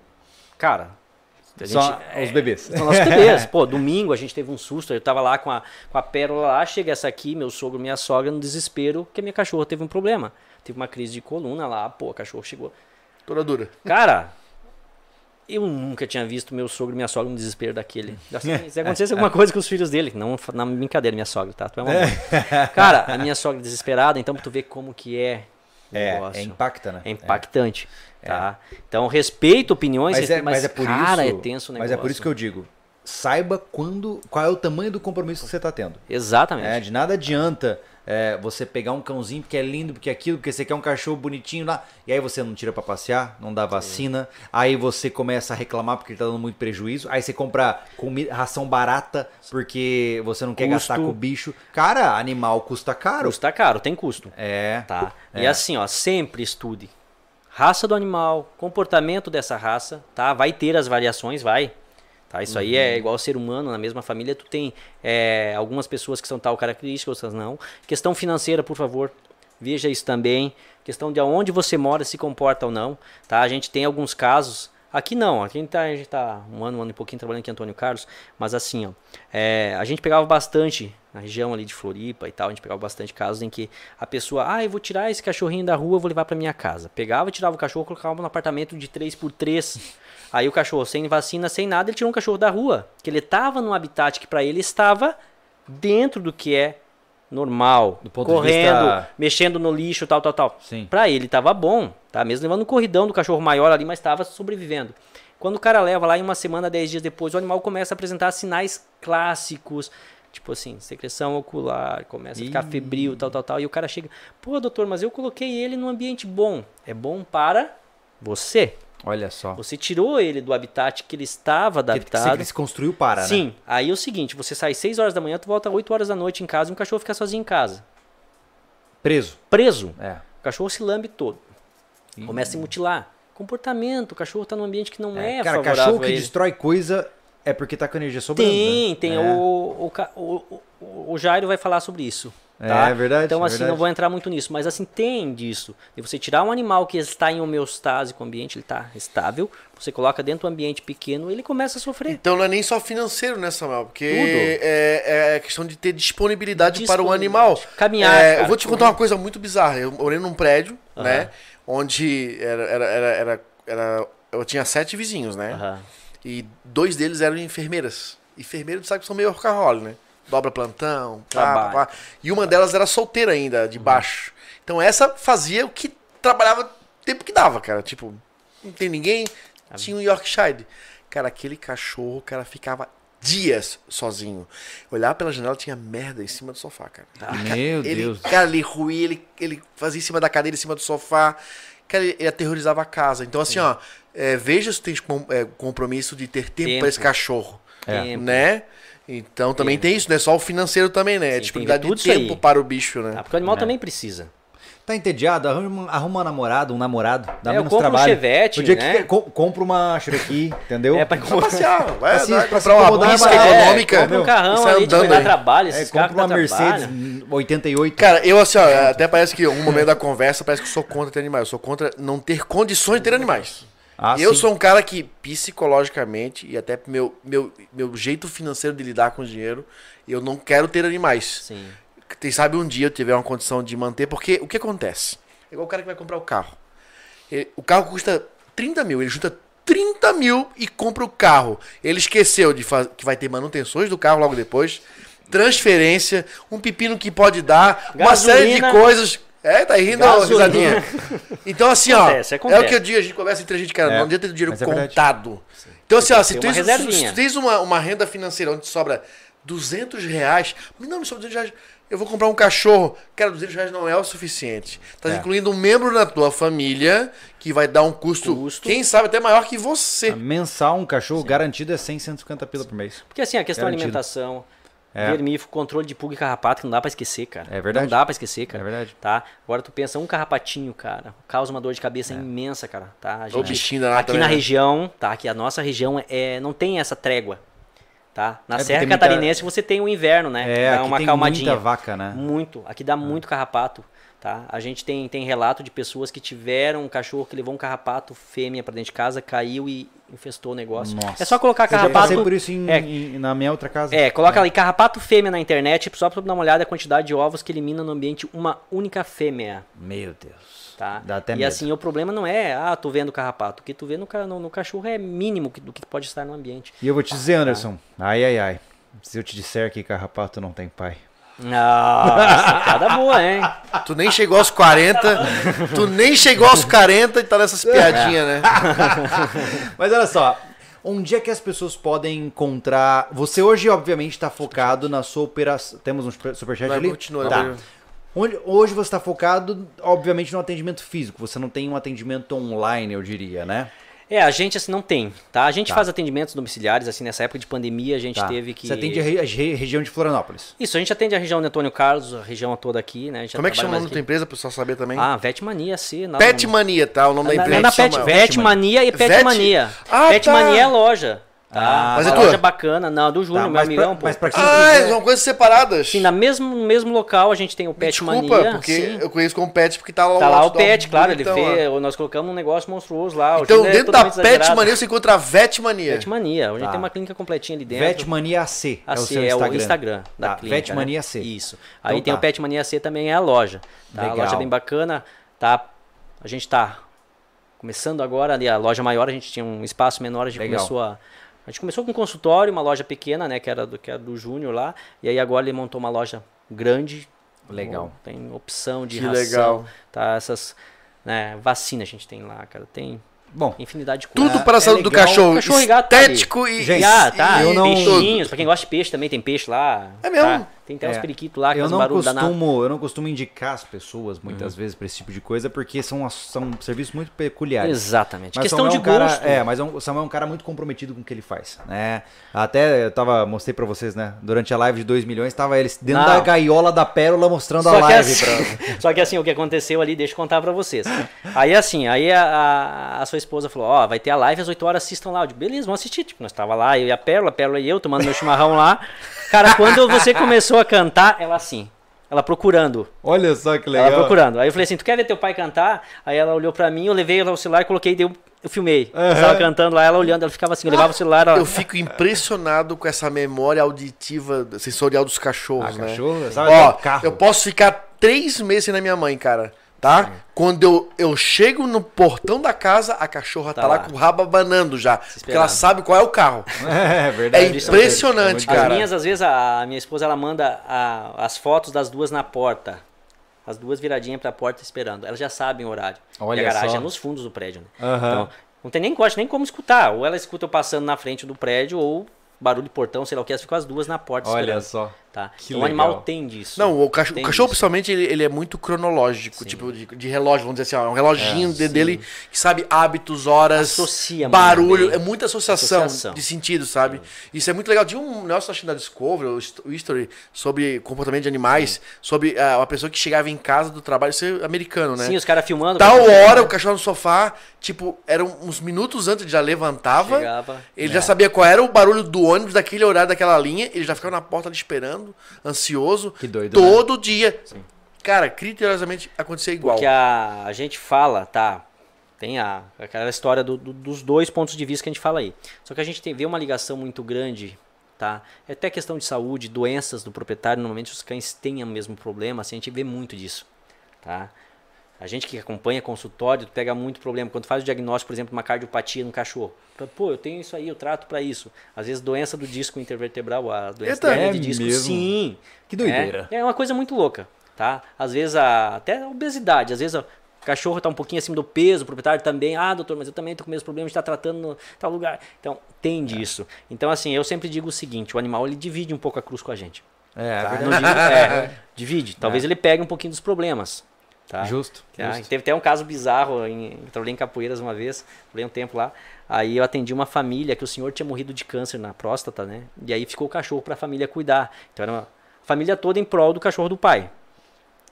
Speaker 3: cara, a gente,
Speaker 1: só os bebês.
Speaker 3: São nossos bebês. Pô, domingo a gente teve um susto. Eu tava lá com a, com a pérola lá, chega essa aqui, meu sogro, minha sogra, no desespero, que a minha cachorra teve um problema. Teve uma crise de coluna lá, pô, a cachorra chegou.
Speaker 2: Toda dura.
Speaker 3: Cara, eu nunca tinha visto meu sogro e minha sogra no desespero daquele.
Speaker 1: É.
Speaker 3: Assim, Se acontecesse alguma coisa com os filhos dele, não fa- na brincadeira, minha sogra, tá? Tu é uma boa. Cara, a minha sogra desesperada, então pra tu ver como que é o
Speaker 1: É,
Speaker 3: negócio.
Speaker 1: é impacta, né?
Speaker 3: É impactante, tá? Então, respeito opiniões,
Speaker 1: Mas é,
Speaker 3: respeito,
Speaker 1: mas é por
Speaker 3: cara,
Speaker 1: isso.
Speaker 3: é tenso o negócio.
Speaker 1: mas é por isso que eu digo: saiba quando. qual é o tamanho do compromisso que você tá tendo.
Speaker 3: Exatamente.
Speaker 1: É, de nada adianta é, você pegar um cãozinho porque é lindo, porque é aquilo, porque você quer um cachorro bonitinho lá, e aí você não tira pra passear, não dá vacina, aí você começa a reclamar porque tá dando muito prejuízo, aí você compra comi- ração barata porque você não quer
Speaker 3: Custo.
Speaker 1: gastar com o bicho. Cara, animal custa caro.
Speaker 3: Custa caro, tem custo.
Speaker 1: É.
Speaker 3: Tá?
Speaker 1: É.
Speaker 3: E assim, ó, sempre estude. Raça do animal, comportamento dessa raça, tá? Vai ter as variações, vai. Tá? Isso aí
Speaker 1: Uhum.
Speaker 3: é igual ao ser humano, na mesma família tu tem é, algumas pessoas que são tal característica, outras não. Questão financeira, por favor, veja isso também. Questão de aonde você mora, se comporta ou não, tá? A gente tem alguns casos, aqui não, aqui a gente tá, a gente tá um ano, um ano e pouquinho trabalhando aqui em Antônio Carlos, mas assim, ó, é, a gente pegava bastante na região ali de Floripa e tal, a gente pegava bastante casos em que a pessoa, ah, eu vou tirar esse cachorrinho da rua, eu vou levar pra minha casa. Pegava, tirava o cachorro, colocava no apartamento de 3x3. Aí o cachorro, sem vacina, sem nada, ele tirou um cachorro da rua. Que ele tava num habitat que pra ele estava dentro do que é normal.
Speaker 1: Do ponto de
Speaker 3: correndo,
Speaker 1: vista-
Speaker 3: mexendo no lixo, tal, tal, tal.
Speaker 1: Sim.
Speaker 3: Pra ele tava bom, tá? Mesmo levando um corridão do cachorro maior ali, mas tava sobrevivendo. Quando o cara leva lá em uma semana, dez dias depois, o animal começa a apresentar sinais clássicos, tipo assim, secreção ocular, começa a ficar febril, tal, tal, tal. E o cara chega, pô, doutor, mas eu coloquei ele num ambiente bom. É bom para você.
Speaker 1: Olha só.
Speaker 3: Você tirou ele do habitat que ele estava
Speaker 1: Que, que,
Speaker 3: adaptado.
Speaker 1: se construiu para, né?
Speaker 3: Sim, aí é o seguinte, você sai seis horas da manhã, tu volta oito horas da noite em casa e um cachorro fica sozinho em casa.
Speaker 1: Preso.
Speaker 3: Preso.
Speaker 1: É.
Speaker 3: O cachorro se lambe todo. Começa a se mutilar. Comportamento, o cachorro tá num ambiente que não é,
Speaker 1: Cara,
Speaker 3: favorável
Speaker 1: cachorro
Speaker 3: a
Speaker 1: que
Speaker 3: ele.
Speaker 1: destrói coisa é porque tá com energia sobrando.
Speaker 3: Tem,
Speaker 1: né?
Speaker 3: tem.
Speaker 1: É.
Speaker 3: O, o, ca- o, o, o Jairo vai falar sobre isso.
Speaker 1: É,
Speaker 3: tá?
Speaker 1: é verdade,
Speaker 3: Então,
Speaker 1: é
Speaker 3: assim,
Speaker 1: verdade.
Speaker 3: não vou entrar muito nisso, mas assim, tem disso. De você tirar um animal que está em homeostase com o ambiente, ele está estável, você coloca dentro do ambiente pequeno, ele começa a sofrer.
Speaker 2: Então não é nem só financeiro, né, Samuel? Porque
Speaker 3: né? Tudo.
Speaker 2: é, é questão de ter disponibilidade, para o animal.
Speaker 3: Caminhar,
Speaker 2: É,
Speaker 3: cara,
Speaker 2: eu vou te contar uma coisa muito bizarra. Eu morei num prédio, né? Onde era, era, era, era- era- Eu tinha sete vizinhos, né?
Speaker 3: Aham.
Speaker 2: E dois deles eram enfermeiras. Enfermeiros, sabe que são meio workaholic, né? Dobra plantão, pá, pá,
Speaker 3: Trabalho.
Speaker 2: pá. E uma delas era solteira ainda, de baixo. Então essa fazia o que trabalhava o tempo que dava, cara. Tipo, não tem ninguém. Tinha um Yorkshire. Cara, aquele cachorro, cara, ficava dias sozinho. Olhar pela janela, tinha merda em cima do sofá, cara.
Speaker 1: Ah. Meu
Speaker 2: ele,
Speaker 1: Deus.
Speaker 2: Cara, ele ruía, ele, ele fazia em cima da cadeira, em cima do sofá. Cara, ele, ele aterrorizava a casa. Então, assim, ó, é, veja se tem com- é, compromisso de ter tempo,
Speaker 3: Tempo.
Speaker 2: pra esse cachorro.
Speaker 3: É. Tempo.
Speaker 2: Né? Então também tem isso, não é só o financeiro também, né? é
Speaker 3: tem
Speaker 2: disponibilidade de
Speaker 3: tudo isso aí.
Speaker 2: tempo para o bicho, né?
Speaker 1: É.
Speaker 3: Tá? Porque o animal também precisa.
Speaker 1: Tá entediado? Arruma, arruma um namorado, um namorado. Dá
Speaker 3: É, eu
Speaker 1: menos
Speaker 3: compro um
Speaker 1: trabalho.
Speaker 3: Chevette,
Speaker 1: O dia que
Speaker 3: né?
Speaker 1: quer, co- compra uma Cherokee, entendeu?
Speaker 3: É, pra
Speaker 2: Vai passear, vai,
Speaker 1: Assim,
Speaker 2: vai
Speaker 1: pra se
Speaker 2: comprar uma
Speaker 1: incomodar,
Speaker 2: busca
Speaker 1: é barato.
Speaker 2: econômica.
Speaker 1: É,
Speaker 3: Compra um
Speaker 1: Meu,
Speaker 3: carrão
Speaker 2: sai
Speaker 3: ali, tipo,
Speaker 2: andando
Speaker 3: dá
Speaker 2: aí.
Speaker 3: trabalho,
Speaker 1: É,
Speaker 3: esses carros
Speaker 1: compra
Speaker 3: dá
Speaker 1: uma
Speaker 3: trabalho.
Speaker 1: Mercedes 88.
Speaker 2: Cara, eu assim, ó,
Speaker 3: Tá.
Speaker 2: até parece que um momento da conversa parece que eu sou contra ter animais. Eu sou contra não ter condições de ter animais.
Speaker 1: Ah,
Speaker 2: eu
Speaker 1: sim.
Speaker 2: sou um cara que, psicologicamente, e até meu, meu, meu jeito financeiro de lidar com o dinheiro, eu não quero ter animais.
Speaker 3: Sim.
Speaker 2: Quem sabe um dia eu tiver uma condição de manter, porque o que acontece? É igual o cara que vai comprar o carro. Ele- o carro custa 30 mil, ele junta 30 mil e compra o carro. Ele esqueceu de fa- que vai ter manutenções do carro logo depois, transferência, um pepino que pode dar, uma
Speaker 3: Gasolina.
Speaker 2: série de coisas. É, tá rindo, ó,
Speaker 3: Gasolina.
Speaker 2: risadinha. Então, assim, ó,
Speaker 3: Acontece,
Speaker 2: é o
Speaker 3: acontece.
Speaker 2: que eu digo, a gente conversa entre a gente, cara,
Speaker 1: É,
Speaker 2: não adianta ter dinheiro
Speaker 1: mas é verdade.
Speaker 2: contado. então, assim, ó, se
Speaker 3: ter
Speaker 2: tu
Speaker 3: uma
Speaker 2: tens, se
Speaker 3: reservinha.
Speaker 2: tu tens uma, uma renda financeira onde sobra 200 reais, não, me sobra 200 reais, eu vou comprar um cachorro. Cara, 200 reais não é o suficiente. Tá
Speaker 3: É.
Speaker 2: incluindo um membro na tua família que vai dar um custo,
Speaker 3: Custo.
Speaker 2: quem sabe até maior que você.
Speaker 1: Mensal, um cachorro garantido é 100, 150 pila por mês.
Speaker 3: Porque assim, a questão da
Speaker 1: Garantido.
Speaker 3: alimentação,
Speaker 1: É.
Speaker 3: vermífugo, controle de pulga e carrapato, que não dá pra esquecer, cara.
Speaker 1: É verdade.
Speaker 3: Não dá pra esquecer, cara.
Speaker 1: É verdade.
Speaker 3: Tá? Agora tu pensa, um carrapatinho, cara, causa uma dor de
Speaker 1: É.
Speaker 3: cabeça imensa, cara. Tá? A gente,
Speaker 2: bichinho danado
Speaker 3: aqui
Speaker 2: também,
Speaker 3: na
Speaker 2: né?
Speaker 3: região, tá? Aqui a nossa região é, não tem essa trégua. Tá? Na
Speaker 1: É, porque
Speaker 3: Serra
Speaker 1: tem muita-
Speaker 3: Catarinense você tem o inverno, né?
Speaker 1: É,
Speaker 3: Dá
Speaker 1: aqui
Speaker 3: uma
Speaker 1: tem
Speaker 3: acalmadinha.
Speaker 1: muita vaca, né?
Speaker 3: Muito. Aqui dá muito carrapato. Tá? A gente tem, tem relato de pessoas que tiveram um cachorro que levou um carrapato fêmea pra dentro de casa, caiu e infestou o negócio.
Speaker 1: Nossa.
Speaker 3: É só colocar
Speaker 1: Eu já passei
Speaker 3: carrapato.
Speaker 1: por isso em-
Speaker 3: é.
Speaker 1: em- na minha outra casa.
Speaker 3: É, coloca ali carrapato fêmea na internet, só pra dar uma olhada a quantidade de ovos que elimina no ambiente uma única fêmea,
Speaker 1: Meu Deus.
Speaker 3: tá?
Speaker 1: Dá até
Speaker 3: e
Speaker 1: medo.
Speaker 3: assim, o problema não é, ah, tu vendo carrapato, o que tu vê no, ca- no, no cachorro é mínimo que- do que pode estar no ambiente.
Speaker 1: E eu vou te dizer, Anderson. Ai, ai, ai. Se eu te disser que carrapato não tem pai.
Speaker 3: Nossa, piada boa, hein?
Speaker 2: Tu nem chegou aos 40, tu nem chegou aos 40 e tá nessas
Speaker 3: É.
Speaker 2: piadinhas, né?
Speaker 1: Mas olha só, onde é que as pessoas podem encontrar? Você hoje, obviamente, está focado na sua operação. Temos um super- superchat
Speaker 2: Vai,
Speaker 1: ali?
Speaker 2: continua,
Speaker 1: tá.
Speaker 2: Adriano.
Speaker 1: Onde- Hoje você está focado, obviamente, no atendimento físico. Você não tem um atendimento online, eu diria, né?
Speaker 3: É, a gente assim não tem, tá? A gente faz atendimentos domiciliares, assim, nessa época de pandemia a gente
Speaker 1: Tá.
Speaker 3: teve que...
Speaker 1: Você atende a, re- a re- região de Florianópolis.
Speaker 3: Isso, a gente atende a região de Antônio Carlos, a região toda aqui, né? A gente já
Speaker 2: Como é que chama
Speaker 3: trabalha
Speaker 2: o
Speaker 3: mais
Speaker 2: nome da tua
Speaker 3: aqui.
Speaker 2: empresa, pro pessoal saber também?
Speaker 3: Ah, Vetmania, C. nada-
Speaker 2: Pet Mania, tá? O nome da
Speaker 3: Na,
Speaker 2: empresa.
Speaker 3: na, na
Speaker 2: que chama-
Speaker 3: é Pet, Pet Mania e Pet,
Speaker 2: Vet-
Speaker 3: Mania.
Speaker 2: Ah,
Speaker 3: Pet
Speaker 2: tá.
Speaker 3: Mania é loja.
Speaker 1: Ah,
Speaker 3: Tá?
Speaker 2: Mas é
Speaker 3: uma
Speaker 2: tua?
Speaker 3: loja bacana, não, do Júnior,
Speaker 1: Tá,
Speaker 3: meu
Speaker 1: mas pra-
Speaker 3: amigão. pô. é,
Speaker 1: mas pra quem
Speaker 2: Ah,
Speaker 1: quiser- é
Speaker 2: são coisas separadas.
Speaker 3: Sim, na mesmo, no mesmo local a gente tem o
Speaker 2: Me
Speaker 3: Pet
Speaker 2: Desculpa,
Speaker 3: Mania.
Speaker 2: porque
Speaker 3: sim.
Speaker 2: eu conheço como Pet porque tá lá
Speaker 3: Tá lá o
Speaker 2: outdoor
Speaker 3: Pet, claro, ele
Speaker 2: bonitão
Speaker 3: vê.
Speaker 2: lá.
Speaker 3: Nós colocamos um negócio monstruoso lá. o
Speaker 2: Então,
Speaker 3: Júnior é
Speaker 2: dentro da
Speaker 3: totalmente
Speaker 2: Pet
Speaker 3: exagerado.
Speaker 2: Mania você encontra a Vet Mania.
Speaker 3: Pet Mania, onde
Speaker 1: Tá.
Speaker 3: tem uma clínica completinha ali dentro.
Speaker 1: Vetmania AC, é o
Speaker 3: AC
Speaker 1: seu
Speaker 3: é
Speaker 1: Instagram.
Speaker 3: o Instagram da
Speaker 1: Tá,
Speaker 3: clínica.
Speaker 1: Vetmania
Speaker 3: né?
Speaker 1: AC.
Speaker 3: Isso.
Speaker 1: Então
Speaker 3: Aí tem
Speaker 1: tá.
Speaker 3: o Pet Mania C também é a loja. Tá? A
Speaker 1: Legal.
Speaker 3: loja é bem bacana, tá? A gente tá começando agora ali a loja maior, a gente tinha um espaço menor, a gente
Speaker 1: Legal.
Speaker 3: começou a a gente começou com um consultório, uma loja pequena, né, que era do que era do Júnior lá, e aí agora ele montou uma loja grande.
Speaker 1: Legal.
Speaker 3: Tem opção de
Speaker 2: Que
Speaker 3: ração,
Speaker 2: legal.
Speaker 3: tá? Essas né, vacina a gente tem lá, cara. Tem
Speaker 1: Bom,
Speaker 3: infinidade de coisas.
Speaker 2: Tudo para a
Speaker 1: é
Speaker 2: saúde do
Speaker 1: legal.
Speaker 2: cachorro.
Speaker 3: Cachorro e gato tá ali.
Speaker 2: estético e,
Speaker 1: Gente,
Speaker 2: e-
Speaker 3: ah, tá.
Speaker 2: e-
Speaker 1: eu não-
Speaker 3: Peixinhos, pra quem gosta de peixe também, tem peixe lá.
Speaker 2: É mesmo?
Speaker 3: tá? Tem até uns
Speaker 1: É.
Speaker 3: periquitos lá que
Speaker 1: eu
Speaker 3: fazem
Speaker 1: não
Speaker 3: barulho danado. Uhum.
Speaker 1: costumo, eu não costumo indicar as pessoas muitas vezes para esse tipo de coisa porque são, as- são serviços muito peculiares.
Speaker 3: Exatamente.
Speaker 1: Mas
Speaker 3: Questão
Speaker 1: Samuel
Speaker 3: de
Speaker 1: é um cara-
Speaker 3: gosto.
Speaker 1: É, mas é um- o Samuel é um cara muito comprometido com o que ele faz, né? Até eu tava, mostrei pra vocês, né? Durante a live de 2 milhões, tava ele dentro
Speaker 3: Não.
Speaker 1: da gaiola da pérola mostrando a
Speaker 3: Só que,
Speaker 1: live
Speaker 3: assim,
Speaker 1: pra...
Speaker 3: só que assim, o que aconteceu ali, deixa eu contar pra vocês. Aí assim, aí a, a- a sua esposa falou, ó, vai ter a live às 8 horas, assistam lá. Eu digo, beleza, vamos assistir. Tipo, nós tava lá, eu e a Pérola, a Pérola e eu, tomando meu chimarrão lá. Cara, quando você começou a cantar, ela assim, ela procurando.
Speaker 1: Olha só que
Speaker 3: Ela
Speaker 1: legal.
Speaker 3: procurando. Aí eu falei assim, tu quer ver teu pai cantar? Aí ela olhou pra mim, eu levei ela o celular, coloquei, deu, eu filmei. Eu tava cantando lá, ela olhando, ela ficava assim, eu levava o celular, ela...
Speaker 2: Eu fico impressionado com essa memória auditiva, sensorial dos cachorros,
Speaker 1: Ah,
Speaker 2: né?
Speaker 1: cachorro, sabe,
Speaker 2: Ó,
Speaker 1: até o carro.
Speaker 2: eu posso ficar três meses sem na minha mãe, cara. Tá? Quando eu, eu chego no portão da casa, a cachorra tá,
Speaker 3: Tá
Speaker 2: lá,
Speaker 3: lá.
Speaker 2: com o rabo abanando já. Porque ela
Speaker 3: esperando.
Speaker 2: sabe qual é o carro.
Speaker 1: É
Speaker 2: É
Speaker 1: verdade.
Speaker 2: impressionante,
Speaker 3: As
Speaker 2: cara.
Speaker 3: minhas, às vezes, a a minha esposa ela manda a- as fotos das duas na porta. As duas viradinhas pra porta esperando. Elas já sabem o horário.
Speaker 1: Olha
Speaker 3: e a garagem
Speaker 1: só.
Speaker 3: é nos fundos do prédio, né?
Speaker 1: Aham.
Speaker 3: Então, não tem nem corte, nem como escutar. Ou ela escuta eu passando na frente do prédio, ou barulho de portão, sei lá o que, elas ficam as duas na porta
Speaker 5: Olha
Speaker 3: esperando,
Speaker 5: só.
Speaker 3: Tá?
Speaker 5: que
Speaker 3: Então o animal
Speaker 5: legal.
Speaker 3: tem disso.
Speaker 2: Não, o, cach- o
Speaker 3: Tem
Speaker 2: cachorro,
Speaker 3: isso.
Speaker 2: principalmente, ele, ele é muito cronológico, tipo de, de relógio, vamos dizer assim, ó, é um reloginho de- dele que sabe hábitos, horas,
Speaker 3: Ah, Associa muito
Speaker 2: barulho,
Speaker 3: bem.
Speaker 2: é muita associação,
Speaker 3: Associação.
Speaker 2: de sentido, sabe? Isso é muito legal. Tinha um negócio acho, na Discovery, o Hist- o History, sobre comportamento de animais, sobre ah, uma pessoa que chegava em casa do trabalho, isso é americano, né?
Speaker 3: Sim, os caras filmando. um
Speaker 2: Tal
Speaker 3: cara,
Speaker 2: hora, o cachorro no sofá, tipo, eram uns minutos antes, ele já levantava.
Speaker 3: Chegava.
Speaker 1: É.
Speaker 2: Ele já sabia qual era o barulho do ônibus daquele horário, daquela linha. Ele já ficava na porta ali esperando, ansioso.
Speaker 1: Que doido, né?
Speaker 2: Todo dia. Cara, criteriosamente acontecia igual.
Speaker 3: que a, a gente fala, tá? Tem a, aquela história do- do- dos dois pontos de vista que a gente fala aí. Só que a gente tem, vê uma ligação muito grande, tá? É até questão de saúde, doenças do proprietário. Normalmente os cães têm o mesmo problema, assim, a gente vê muito disso, tá? A gente que acompanha consultório pega muito problema. Quando faz o diagnóstico, por exemplo, de uma cardiopatia no cachorro. fala, Pô, eu tenho isso aí, eu trato pra isso. Às vezes doença do disco intervertebral, a doença
Speaker 2: Eita,
Speaker 3: da hernia
Speaker 5: é
Speaker 3: de disco.
Speaker 5: mesmo?
Speaker 3: Sim,
Speaker 5: Que doideira.
Speaker 3: é, é uma coisa muito louca, tá? Às vezes a, até a obesidade, às vezes a- o cachorro tá um pouquinho acima do peso, o proprietário também, ah, doutor, mas eu também tô com o mesmo problema, a gente tá tratando no tal lugar. Então, tem
Speaker 5: É.
Speaker 3: disso. Então, assim, eu sempre digo o seguinte, o animal ele divide um pouco a cruz com a gente.
Speaker 5: É,
Speaker 3: tá?
Speaker 5: verdade.
Speaker 3: Não digo- é, divide. Talvez ele pegue um pouquinho dos problemas. Tá?
Speaker 5: Justo.
Speaker 3: Ah,
Speaker 5: justo.
Speaker 3: teve até um caso bizarro, em, eu trabalhei em Capoeiras uma vez, trabalhei um tempo lá, aí eu atendi uma família que o senhor tinha morrido de câncer na próstata, né? E aí ficou o cachorro para a família cuidar. Então era uma família toda em prol do cachorro do pai.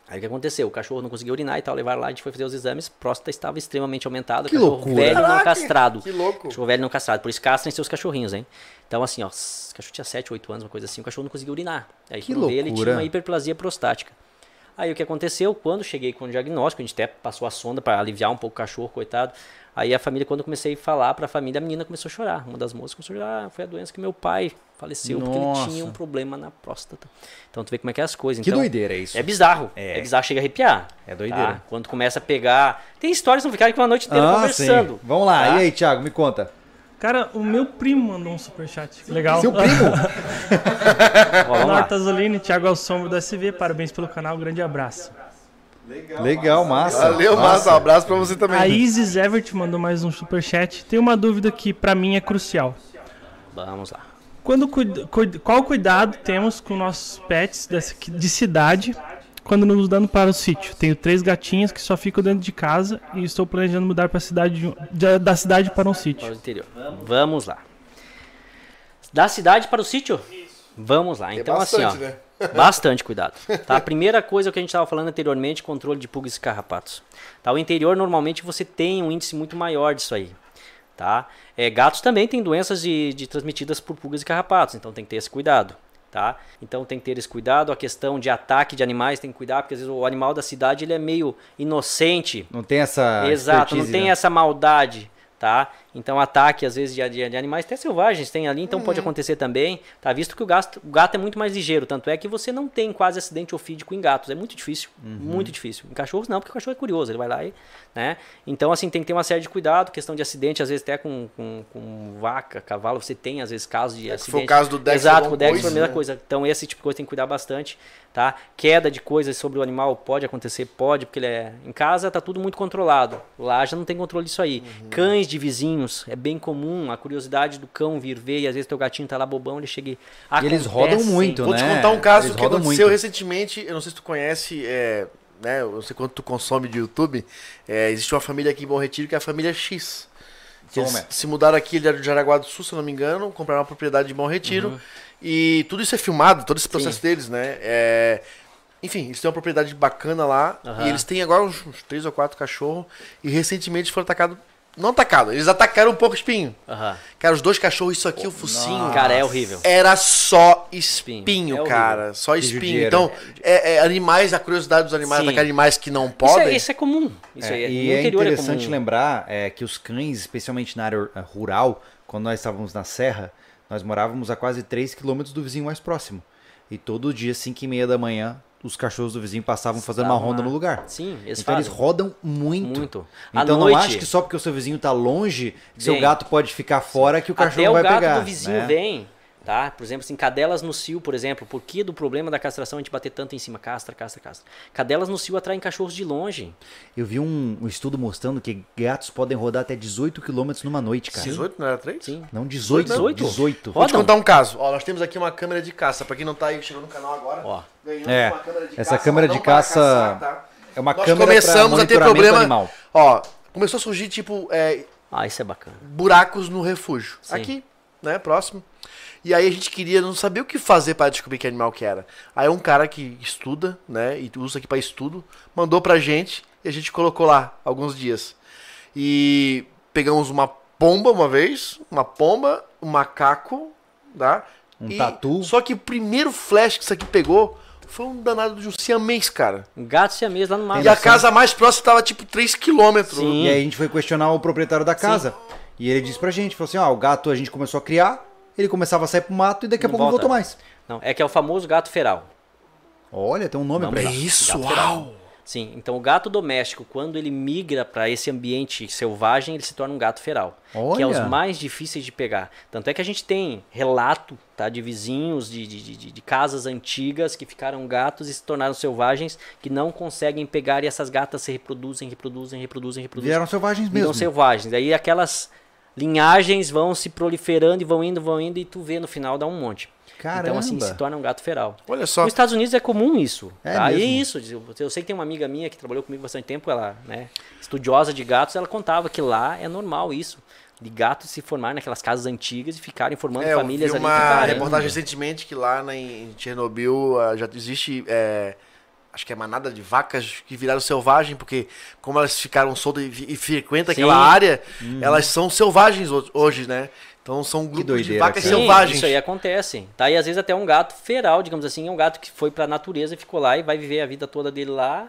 Speaker 3: Aí o que aconteceu? O cachorro não conseguiu urinar e tal, levaram lá, a gente foi fazer os exames, próstata estava extremamente aumentada, cachorro
Speaker 5: loucura.
Speaker 3: velho não
Speaker 2: Caraca,
Speaker 3: castrado.
Speaker 2: que louco.
Speaker 3: Cachorro velho não castrado, por isso castrem seus cachorrinhos, hein? Então assim, ó, s- o cachorro tinha 7, 8 anos, uma coisa assim, o cachorro não conseguia urinar. Aí
Speaker 5: Que
Speaker 3: quando veio, ele
Speaker 5: loucura.
Speaker 3: tinha uma hiperplasia prostática. Aí o que aconteceu? Quando cheguei com o diagnóstico, a gente até passou a sonda para aliviar um pouco o cachorro, coitado. Aí a família, quando eu comecei a falar para a família, a menina começou a chorar. Uma das moças começou a chorar. Ah, foi a doença que meu pai faleceu porque
Speaker 1: Nossa.
Speaker 3: ele tinha um problema na próstata. Então tu vê como é que é as coisas.
Speaker 5: Que
Speaker 3: então,
Speaker 5: doideira é isso.
Speaker 3: É bizarro. É.
Speaker 5: É.
Speaker 3: bizarro, chega a arrepiar. tá?
Speaker 5: É doideira.
Speaker 3: Quando começa a pegar. Tem histórias que não ficaram com a noite inteira
Speaker 1: Ah, sim.
Speaker 3: conversando.
Speaker 1: Vamos lá.
Speaker 3: tá?
Speaker 1: E aí, Thiago, me conta.
Speaker 4: Cara, o meu primo mandou um superchat. Legal.
Speaker 1: Seu primo?
Speaker 3: Ó, vamos lá.
Speaker 4: Norta Zolini, Thiago Alsombro do SV, parabéns pelo canal, um grande abraço.
Speaker 1: Legal, massa.
Speaker 2: Valeu, massa. Um abraço pra você também.
Speaker 4: A Isis Evert mandou mais um superchat. Tem uma dúvida que pra mim é crucial.
Speaker 3: Vamos lá.
Speaker 4: Quando cuida- cuid- qual cuidado temos com nossos pets dessa- de cidade quando nos dando para o sítio? Tenho três gatinhas que só ficam dentro de casa e estou planejando mudar para cidade de um- de- da cidade para
Speaker 3: Para
Speaker 4: um
Speaker 3: o
Speaker 4: sítio.
Speaker 3: interior. Vamos lá. Da cidade para o sítio? Vamos lá. Então, assim, ó.
Speaker 2: É bastante, né?
Speaker 3: Bastante cuidado. Tá? A primeira coisa que a gente estava falando anteriormente, controle de pulgas e carrapatos. Tá? O interior, normalmente, você tem um índice muito maior disso aí. Tá? É, gatos também têm doenças de, de transmitidas por pulgas e carrapatos, então tem que ter esse cuidado. Tá? Então tem que ter esse cuidado. A questão de ataque de animais tem que cuidar, porque às vezes o animal da cidade ele é meio inocente.
Speaker 1: Não tem essa.
Speaker 3: Exato, não
Speaker 1: expertise,
Speaker 3: tem
Speaker 1: né?
Speaker 3: essa maldade, tá? Então ataque às vezes de, de, de animais até selvagens tem ali, então
Speaker 2: Uhum.
Speaker 3: pode acontecer também, tá? Visto que o gato, o gato é muito mais ligeiro, tanto é que você não tem quase acidente ofídico em gatos, é muito difícil,
Speaker 1: Uhum.
Speaker 3: muito difícil. Em cachorros não, porque o cachorro é curioso, ele vai lá e, né? Então assim, tem que ter uma série de cuidado, questão de acidente, às vezes até com, com, com vaca, cavalo, você tem às vezes casos de
Speaker 2: É Se
Speaker 3: acidente.
Speaker 2: for o caso do Dex,
Speaker 3: Exato,
Speaker 2: alguma
Speaker 3: com o Dex
Speaker 2: coisa,
Speaker 3: foi a mesma
Speaker 2: né?
Speaker 3: coisa. Então, esse tipo de coisa tem que cuidar bastante, tá? Queda de coisas sobre o animal pode acontecer? Pode, porque ele é... Em casa tá tudo muito controlado. Lá já não tem controle disso aí.
Speaker 1: Uhum.
Speaker 3: Cães de vizinhos, é bem comum. A curiosidade do cão vir ver, e às vezes teu gatinho tá lá bobão, ele chega e...
Speaker 1: E eles rodam
Speaker 3: Acontece.
Speaker 1: muito,
Speaker 2: Vou
Speaker 1: né?
Speaker 2: te contar um caso
Speaker 1: Eles
Speaker 2: que
Speaker 1: rodam
Speaker 2: aconteceu
Speaker 1: muito.
Speaker 2: recentemente. Eu não sei se tu conhece, é, né? Eu não sei quanto tu consome de YouTube. É, existe uma família aqui em Bom Retiro que é a família X. Que eles
Speaker 1: Como é?
Speaker 2: se mudaram aqui de Jaraguá do Sul, se eu não me engano, compraram uma propriedade de Bom Retiro.
Speaker 1: Uhum.
Speaker 2: E tudo isso é filmado, todo esse processo deles, né? É, enfim, eles têm uma propriedade bacana lá.
Speaker 3: Aham.
Speaker 2: E eles têm agora uns, uns três ou quatro cachorros. E recentemente foram atacados. Não atacados, eles atacaram um pouco espinho.
Speaker 3: Aham.
Speaker 2: Cara, os dois cachorros, isso aqui, o focinho.
Speaker 3: Cara, é horrível.
Speaker 2: Era só
Speaker 3: Espinho.
Speaker 2: espinho,
Speaker 3: É horrível.
Speaker 2: cara. Só espinho.
Speaker 1: judiaram.
Speaker 2: Então, é, é, animais, a curiosidade dos animais,
Speaker 3: Sim.
Speaker 2: atacar animais que não
Speaker 3: Isso,
Speaker 2: podem.
Speaker 3: é, isso é comum. Isso aí
Speaker 1: É,
Speaker 3: é,
Speaker 1: e
Speaker 3: no
Speaker 1: é
Speaker 3: interior
Speaker 1: interessante
Speaker 3: comum.
Speaker 1: lembrar é, que os cães, especialmente na área eh, rural, quando nós estávamos na serra, nós morávamos a quase 3 quilômetros do vizinho mais próximo. E todo dia, 5 e meia da manhã, os cachorros do vizinho passavam fazendo uma
Speaker 3: Estavam
Speaker 1: ronda
Speaker 3: lá.
Speaker 1: no lugar.
Speaker 3: Sim, eles
Speaker 1: então eles
Speaker 3: fazem.
Speaker 1: rodam muito.
Speaker 3: Muito. À
Speaker 1: Então não
Speaker 3: noite-
Speaker 1: acho que só porque o seu vizinho tá longe, que seu
Speaker 3: Vem.
Speaker 1: gato pode ficar fora que o cachorro vai
Speaker 3: Até o gato
Speaker 1: pegar.
Speaker 3: do vizinho
Speaker 1: né?
Speaker 3: vem. Tá? Por exemplo, assim, cadelas no cio, por exemplo, por que do problema da castração a gente bater tanto em cima? Castra, castra, castra. Cadelas no cio atraem cachorros de longe.
Speaker 1: Eu vi um, um estudo mostrando que gatos podem rodar até 18 km numa noite, cara.
Speaker 2: 18, não era 3?
Speaker 3: Sim.
Speaker 1: Não, 18. 18?
Speaker 3: 18?
Speaker 2: Vou te
Speaker 3: Rodam.
Speaker 2: contar um caso. Ó, nós temos aqui uma câmera de caça. Pra quem não tá aí, chegou no canal agora,
Speaker 3: Ó.
Speaker 2: ganhamos
Speaker 1: É,
Speaker 2: uma câmera de
Speaker 1: essa
Speaker 2: caça.
Speaker 1: câmera
Speaker 2: não
Speaker 1: de
Speaker 2: para
Speaker 1: caça
Speaker 2: caçar, tá?
Speaker 1: É uma
Speaker 2: Nós
Speaker 1: câmera
Speaker 2: começamos
Speaker 1: pra
Speaker 2: a ter
Speaker 1: monitoramento
Speaker 2: problema.
Speaker 1: Animal.
Speaker 2: Ó, começou a surgir, tipo, é,
Speaker 3: Ah, isso é bacana.
Speaker 2: buracos no refúgio.
Speaker 3: Sim.
Speaker 2: Aqui, né? Próximo. E aí a gente queria, não sabia o que fazer para descobrir que animal que era. Aí um cara que estuda, né? E usa aqui para estudo, mandou pra gente e a gente colocou lá alguns dias. E pegamos uma pomba uma vez, uma pomba, um macaco, tá?
Speaker 1: Um
Speaker 2: E-
Speaker 1: tatu.
Speaker 2: Só que o primeiro flash que isso aqui pegou foi um danado de um siamês, cara.
Speaker 3: Gato siamês lá no mato.
Speaker 2: E a casa mais próxima tava tipo 3km.
Speaker 3: Sim.
Speaker 1: E aí a gente foi questionar o proprietário da casa. E ele disse pra gente, falou assim, ó, o gato a gente começou a criar, ele começava a sair pro mato e daqui a
Speaker 3: Não
Speaker 1: pouco não
Speaker 3: volta.
Speaker 1: voltou mais.
Speaker 3: Não, é que é o famoso gato feral.
Speaker 1: Olha, tem um nome
Speaker 3: Não,
Speaker 1: pra
Speaker 2: É
Speaker 1: ele.
Speaker 2: isso, uau!
Speaker 3: Sim, então o gato doméstico, quando ele migra para esse ambiente selvagem, ele se torna um gato feral, que é os
Speaker 1: Olha.
Speaker 3: mais difíceis de pegar. Tanto é que a gente tem relato tá, de vizinhos, de, de, de- de, de casas antigas que ficaram gatos e se tornaram selvagens, que não conseguem pegar e essas gatas se reproduzem, reproduzem, reproduzem, reproduzem.
Speaker 1: Vieram selvagens
Speaker 3: viram
Speaker 1: mesmo.
Speaker 3: selvagens. Daí aquelas linhagens vão se proliferando e vão indo, vão indo, e tu vê no final dá um monte. Então assim
Speaker 1: Caramba.
Speaker 3: se torna um gato feral.
Speaker 2: Olha só.
Speaker 3: Nos Estados Unidos é comum isso.
Speaker 1: É
Speaker 3: tá? E
Speaker 1: mesmo.
Speaker 3: é isso. Eu- Eu sei que tem uma amiga minha que trabalhou comigo bastante tempo, ela, né, estudiosa de gatos, ela contava que lá é normal isso. De gatos se formarem naquelas casas antigas e ficarem formando
Speaker 2: É, eu
Speaker 3: famílias
Speaker 2: vi
Speaker 3: ali.
Speaker 2: uma
Speaker 3: ficarem.
Speaker 2: reportagem recentemente que lá na- em Chernobyl ah, já existe, é, acho que é manada de vacas que viraram selvagem, porque como elas ficaram soltas e, vi- e frequentam
Speaker 3: Sim. Uhum.
Speaker 2: aquela área, elas são selvagens ho- hoje, né? Então são um grupo de
Speaker 1: doideira,
Speaker 2: vacas
Speaker 1: cara.
Speaker 3: Sim,
Speaker 2: selvagens.
Speaker 3: Isso aí acontece. Tá? E às vezes até um gato feral, digamos assim, é um gato que foi pra natureza e ficou lá e vai viver a vida toda dele lá.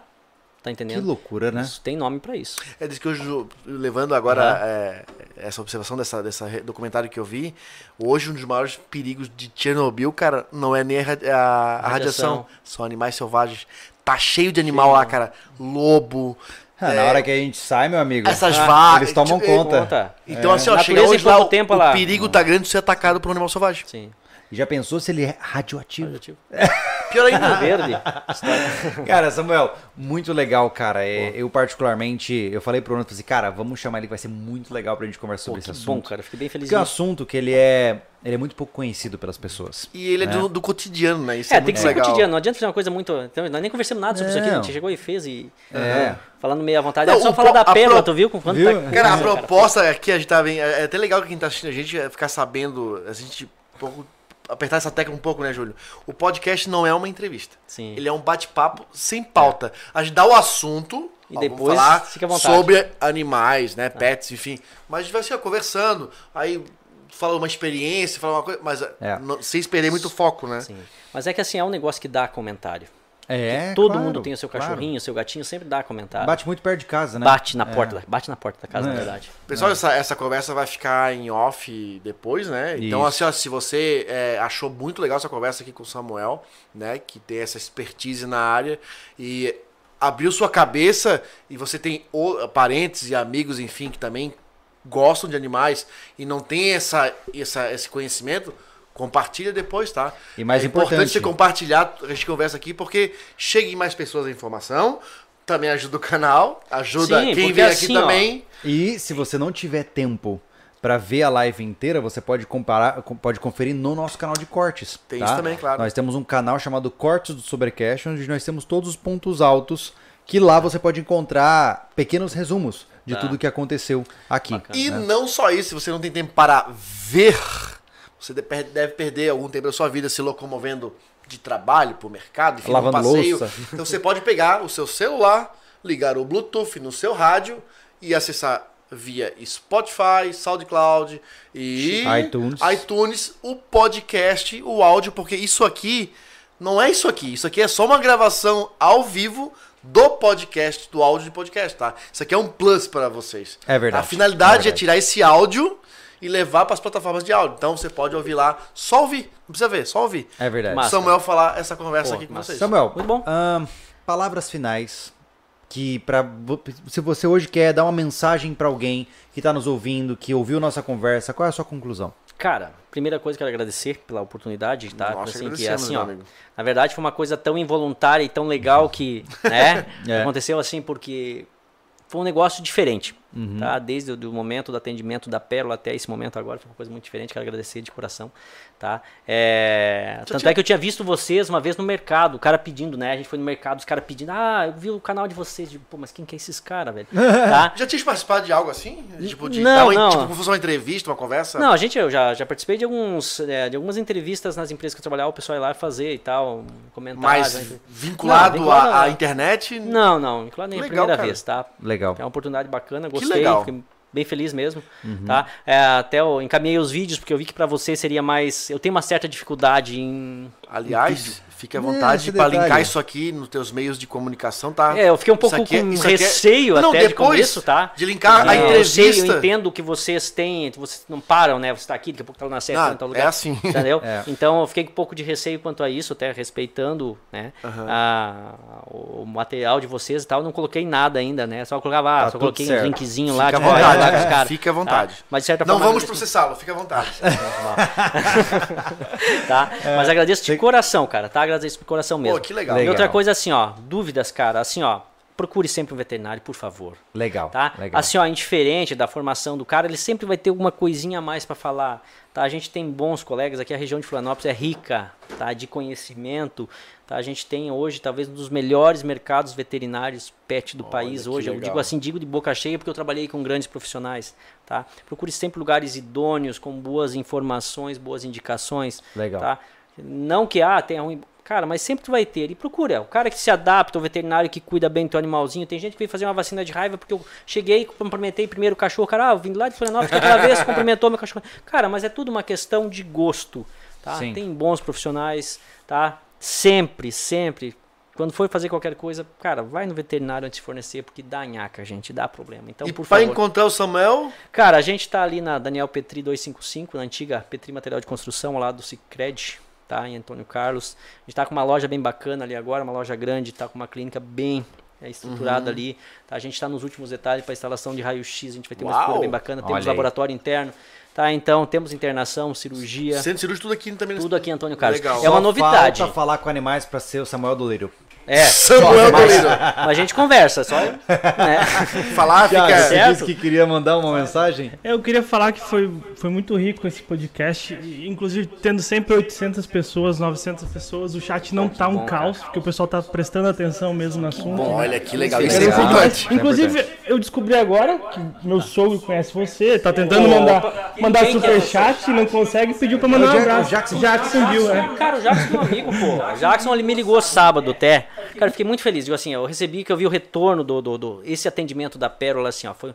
Speaker 3: Tá
Speaker 1: Que
Speaker 3: entendendo?
Speaker 1: loucura, né?
Speaker 3: Isso tem nome pra isso.
Speaker 2: É disso que hoje, levando agora é, essa observação dessa, dessa re- documentário que eu vi, hoje um dos maiores perigos de Chernobyl, cara, não é nem a, ra- a- a radiação,
Speaker 3: Radiação.
Speaker 2: são animais selvagens. Tá cheio de animal lá, cara. Lobo, É.
Speaker 1: Ah, Na hora que a gente sai, meu amigo,
Speaker 2: essas
Speaker 1: ah,
Speaker 2: vacas.
Speaker 1: eles tomam
Speaker 2: tipo,
Speaker 1: conta.
Speaker 3: Conta.
Speaker 2: Então, assim, ó,
Speaker 3: É. Natureza
Speaker 2: chega
Speaker 3: em
Speaker 2: hoje lá,
Speaker 3: pouco
Speaker 2: o,
Speaker 3: tempo,
Speaker 2: o
Speaker 3: lá.
Speaker 2: perigo tá grande de ser atacado por um animal selvagem.
Speaker 3: Sim.
Speaker 1: Já pensou se ele é radioativo?
Speaker 3: Tipo,
Speaker 2: Pior ainda.
Speaker 3: verde.
Speaker 1: Cara, Samuel, muito legal, cara. É, eu particularmente, eu falei pro Bruno, falei assim, cara, vamos chamar ele que vai ser muito legal pra gente conversar
Speaker 3: Pô,
Speaker 1: sobre
Speaker 3: que
Speaker 1: esse
Speaker 3: bom,
Speaker 1: assunto.
Speaker 3: cara. Fiquei bem feliz.
Speaker 1: Porque é um assunto que ele é, ele é muito pouco conhecido pelas pessoas.
Speaker 2: E ele é do, do cotidiano, né? Isso é,
Speaker 3: É, tem
Speaker 2: muito
Speaker 3: que ser
Speaker 2: legal. É.
Speaker 3: cotidiano. Não adianta fazer uma coisa muito. Então, nós nem conversamos nada sobre isso aqui.
Speaker 1: Não.
Speaker 3: A gente chegou e fez e.
Speaker 1: É.
Speaker 3: Uhum. Falando meio à vontade.
Speaker 2: Não,
Speaker 3: É só
Speaker 2: o
Speaker 3: falar
Speaker 2: pro-
Speaker 3: da
Speaker 2: a
Speaker 3: pérola,
Speaker 2: pro-
Speaker 3: tu viu? Com quanto
Speaker 1: Viu?
Speaker 3: tá...
Speaker 2: Cara, a proposta aqui, a gente tá vendo. É até legal que quem tá assistindo a gente é ficar sabendo, a gente um pouco, apertar essa tecla um pouco, né, Júlio? O podcast não é uma entrevista.
Speaker 3: Sim.
Speaker 2: Ele é um bate-papo sem pauta. A gente dá o assunto.
Speaker 3: E
Speaker 2: vamos
Speaker 3: depois
Speaker 2: falar
Speaker 3: fica à vontade. É.
Speaker 2: sobre animais, né? Pets, enfim. Mas a gente vai assim, ó, conversando. Aí fala uma experiência, fala uma coisa. Mas
Speaker 1: É.
Speaker 2: não- sem perder muito foco, né?
Speaker 3: Sim. Mas é que assim, é um negócio que dá comentário.
Speaker 1: É,
Speaker 3: Todo
Speaker 1: claro,
Speaker 3: mundo tem o seu
Speaker 1: claro.
Speaker 3: cachorrinho, o seu gatinho, sempre dá comentário. Bate,
Speaker 1: Bate muito perto de casa, né?
Speaker 3: na
Speaker 2: É.
Speaker 3: porta, da- bate na porta da casa,
Speaker 2: Né?
Speaker 1: É.
Speaker 3: na verdade.
Speaker 2: Pessoal, essa, essa conversa vai ficar em off depois, né? Então, assim, ó, se você é, achou muito legal essa conversa aqui com o Samuel, né? Que tem essa expertise na área e abriu sua cabeça e você tem o- parentes e amigos, enfim, que também gostam de animais e não tem essa, essa, esse conhecimento, compartilha depois, tá?
Speaker 1: E mais
Speaker 2: é importante
Speaker 1: importante-
Speaker 2: você compartilhar a gente conversa aqui porque chegue mais pessoas a informação, também ajuda o canal, ajuda
Speaker 3: Sim,
Speaker 2: quem
Speaker 3: porque
Speaker 2: vem aqui
Speaker 3: assim, ó,
Speaker 2: também.
Speaker 1: E se você não tiver tempo pra ver a live inteira, você pode comparar, com- pode conferir no nosso canal de cortes.
Speaker 2: Tem
Speaker 1: tá?
Speaker 2: isso também, claro.
Speaker 1: Nós temos um canal chamado Cortes do Supercash, onde nós temos todos os pontos altos que lá você pode encontrar pequenos resumos de
Speaker 3: Tá.
Speaker 1: tudo que aconteceu aqui.
Speaker 3: Bacana.
Speaker 2: E não só isso, se você não tem tempo para ver, você de- per- deve perder algum tempo da sua vida se locomovendo de trabalho para o mercado, enfim,
Speaker 1: Lavando
Speaker 2: no passeio.
Speaker 1: louça.
Speaker 2: Então você pode pegar o seu celular, ligar o Bluetooth no seu rádio e acessar via Spotify, SoundCloud e
Speaker 1: iTunes.
Speaker 2: iTunes o podcast, o áudio, porque isso aqui não é isso aqui. Isso aqui é só uma gravação ao vivo do podcast, do áudio de podcast, tá? Isso aqui é um plus para vocês.
Speaker 1: É verdade.
Speaker 2: A finalidade
Speaker 1: É
Speaker 2: é, tirar esse áudio e levar para as plataformas de áudio. Então você pode ouvir lá, só ouvir, não precisa ver, só ouvir.
Speaker 1: É verdade.
Speaker 2: O
Speaker 3: Massa.
Speaker 2: Samuel falar essa conversa
Speaker 3: Pô,
Speaker 2: aqui com
Speaker 3: massa.
Speaker 2: vocês.
Speaker 1: Samuel,
Speaker 3: É Muito bom.
Speaker 1: ahn, palavras finais que para se você hoje quer dar uma mensagem pra alguém que tá nos ouvindo, que ouviu nossa conversa, qual é a sua conclusão?
Speaker 3: Cara, primeira coisa que eu quero agradecer pela oportunidade, tá?
Speaker 2: Nós
Speaker 3: assim, que
Speaker 2: agradecemos,
Speaker 3: assim,
Speaker 2: meu
Speaker 3: ó,
Speaker 2: amigo.
Speaker 3: na verdade foi uma coisa tão involuntária e tão legal que, né,
Speaker 1: É.
Speaker 3: aconteceu assim porque foi um negócio diferente, tá? Desde o do momento do atendimento da Pérola até esse momento agora foi uma coisa muito diferente, quero agradecer de coração, tá? É, tanto é que eu tinha visto vocês uma vez no mercado, o cara pedindo, né? A gente foi no mercado, os caras pedindo, ah, eu vi o canal de vocês, digo, pô, mas quem que é esses caras, velho? tá?
Speaker 2: Já tinha participado de algo assim? Tipo, de
Speaker 3: Não,
Speaker 2: dar uma,
Speaker 3: não.
Speaker 2: Tipo, como fosse uma entrevista, uma conversa?
Speaker 3: Não, a gente, eu já, já participei de, alguns, é, de algumas entrevistas nas empresas que eu trabalhava, o pessoal ia lá fazer e tal, um comentar.
Speaker 2: Mais
Speaker 3: já-
Speaker 2: vinculado,
Speaker 3: Não, vinculado
Speaker 2: à, à
Speaker 3: a-
Speaker 2: internet?
Speaker 3: Não, não, claro, nem a
Speaker 2: Legal,
Speaker 3: primeira
Speaker 2: cara.
Speaker 3: vez, tá?
Speaker 1: Legal.
Speaker 3: É uma oportunidade bacana, gostei,
Speaker 2: legal.
Speaker 3: fiquei bem feliz mesmo, tá? É, até eu encaminhei os vídeos, porque eu vi que pra você seria mais... Eu tenho uma certa dificuldade em...
Speaker 2: Aliás, fique à
Speaker 1: Não,
Speaker 2: vontade
Speaker 1: esse
Speaker 2: para
Speaker 1: detalhe.
Speaker 2: linkar isso aqui nos teus meios de comunicação, tá?
Speaker 3: É, eu fiquei um pouco
Speaker 2: Isso aqui é-
Speaker 3: com
Speaker 2: isso aqui é-
Speaker 3: receio
Speaker 2: Não,
Speaker 3: até de
Speaker 2: depois
Speaker 3: começo, tá?
Speaker 2: De linkar a
Speaker 3: Porque eu sei,
Speaker 2: entrevista.
Speaker 3: Eu entendo que vocês têm, vocês não param, né? Você tá aqui, daqui a pouco tá lá na série, tá
Speaker 2: Não,
Speaker 3: em tal lugar.
Speaker 2: é assim.
Speaker 3: Entendeu?
Speaker 1: É.
Speaker 3: Então eu fiquei com um pouco de receio quanto a isso, até respeitando né, a- o material de vocês e tal. Não coloquei nada ainda, né? Só colocava, ah,
Speaker 1: Tá
Speaker 3: só
Speaker 1: tudo
Speaker 3: coloquei
Speaker 1: certo.
Speaker 3: um linkzinho lá,
Speaker 2: Fica à
Speaker 3: de contato lá
Speaker 2: vontade, né?
Speaker 3: com os caras.
Speaker 2: fica à
Speaker 3: tá?
Speaker 2: vontade.
Speaker 3: Mas de certa
Speaker 2: Não
Speaker 3: forma.
Speaker 2: vamos
Speaker 3: agradeço-
Speaker 2: processá-lo, fica à vontade.
Speaker 3: tá? Mas agradeço de coração, cara, tá? Agradeço de coração mesmo.
Speaker 2: É. Pô, que legal.
Speaker 3: E outra
Speaker 1: Legal.
Speaker 3: coisa assim, ó, dúvidas, cara, assim, ó, procure sempre um veterinário, por favor.
Speaker 1: Legal.
Speaker 3: tá?
Speaker 1: legal.
Speaker 3: Assim, ó, indiferente da formação do cara, ele sempre vai ter alguma coisinha a mais pra falar, tá? A gente tem bons colegas aqui, a região de Florianópolis é rica, tá? De conhecimento, tá? A gente tem hoje talvez um dos melhores mercados veterinários pet do país
Speaker 2: que
Speaker 3: hoje. Eu
Speaker 2: legal.
Speaker 3: digo assim, digo de boca cheia porque eu trabalhei com grandes profissionais, tá? Procure sempre lugares idôneos, com boas informações, boas indicações,
Speaker 1: Legal.
Speaker 3: tá? Não que ah, tenha ruim. Cara, mas sempre tu vai ter. E procura. O cara que se adapta, o veterinário que cuida bem do teu animalzinho. Tem gente que veio fazer uma vacina de raiva porque eu cheguei, cumprimentei primeiro o cachorro. Cara, ah, eu vim lá de Florianópolis aquela vez, cumprimentou meu cachorro. Cara, mas é tudo uma questão de gosto, tá?
Speaker 1: Sim.
Speaker 3: Tem bons profissionais, tá? Sempre, sempre. Quando for fazer qualquer coisa, cara, vai no veterinário antes de fornecer, porque dá nhaca, gente, dá problema. Então,
Speaker 2: e
Speaker 3: por
Speaker 2: para
Speaker 3: favor.
Speaker 2: encontrar o Samuel,
Speaker 3: Cara, a gente tá ali na Daniel Petri 255, na antiga Petri Material de Construção, lá do Cicred, tá? Em Antônio Carlos. A gente tá com uma loja bem bacana ali agora, uma loja grande, tá com uma clínica bem é, estruturada
Speaker 1: Uhum.
Speaker 3: ali. tá? A gente tá nos últimos detalhes para instalação de raio-x, a gente vai ter
Speaker 2: Uau!
Speaker 3: uma estrutura bem bacana, temos
Speaker 1: Olha aí.
Speaker 3: laboratório interno, tá? Então, temos internação, cirurgia,
Speaker 2: centro cirúrgico, tudo aqui também.
Speaker 3: tudo aqui em Antônio Carlos.
Speaker 2: Legal.
Speaker 3: É uma
Speaker 1: Só
Speaker 3: novidade.
Speaker 1: Falta falar com animais pra ser o Samuel Doleiro.
Speaker 3: É.
Speaker 2: Samuel
Speaker 3: Mas,
Speaker 2: Doleiro.
Speaker 3: mas a gente conversa, só. Né?
Speaker 2: Falar,
Speaker 1: Thiago,
Speaker 2: fica.
Speaker 3: certo.
Speaker 1: você disse que queria mandar uma mensagem?
Speaker 4: Eu queria falar que foi, foi muito rico esse podcast, e, inclusive tendo sempre 800 pessoas, 900 pessoas, o chat não tá um caos, porque o pessoal tá prestando atenção mesmo no assunto.
Speaker 2: Olha que legal.
Speaker 1: Isso
Speaker 2: Isso
Speaker 1: é
Speaker 2: é importante.
Speaker 1: importante.
Speaker 4: Inclusive, eu descobri agora que meu sogro conhece você, tá tentando mandar, mandar superchat e não consegue, pediu pra mandar
Speaker 1: É o
Speaker 4: um
Speaker 1: Jack-
Speaker 4: abraço.
Speaker 1: o Jackson.
Speaker 4: viu, é.
Speaker 3: Cara, o Jackson é um amigo, pô. O Jackson ele me ligou sábado até. Cara, eu fiquei muito feliz. Digo assim, eu recebi que eu vi o retorno do, do, do- esse atendimento da Pérola, assim, ó. Foi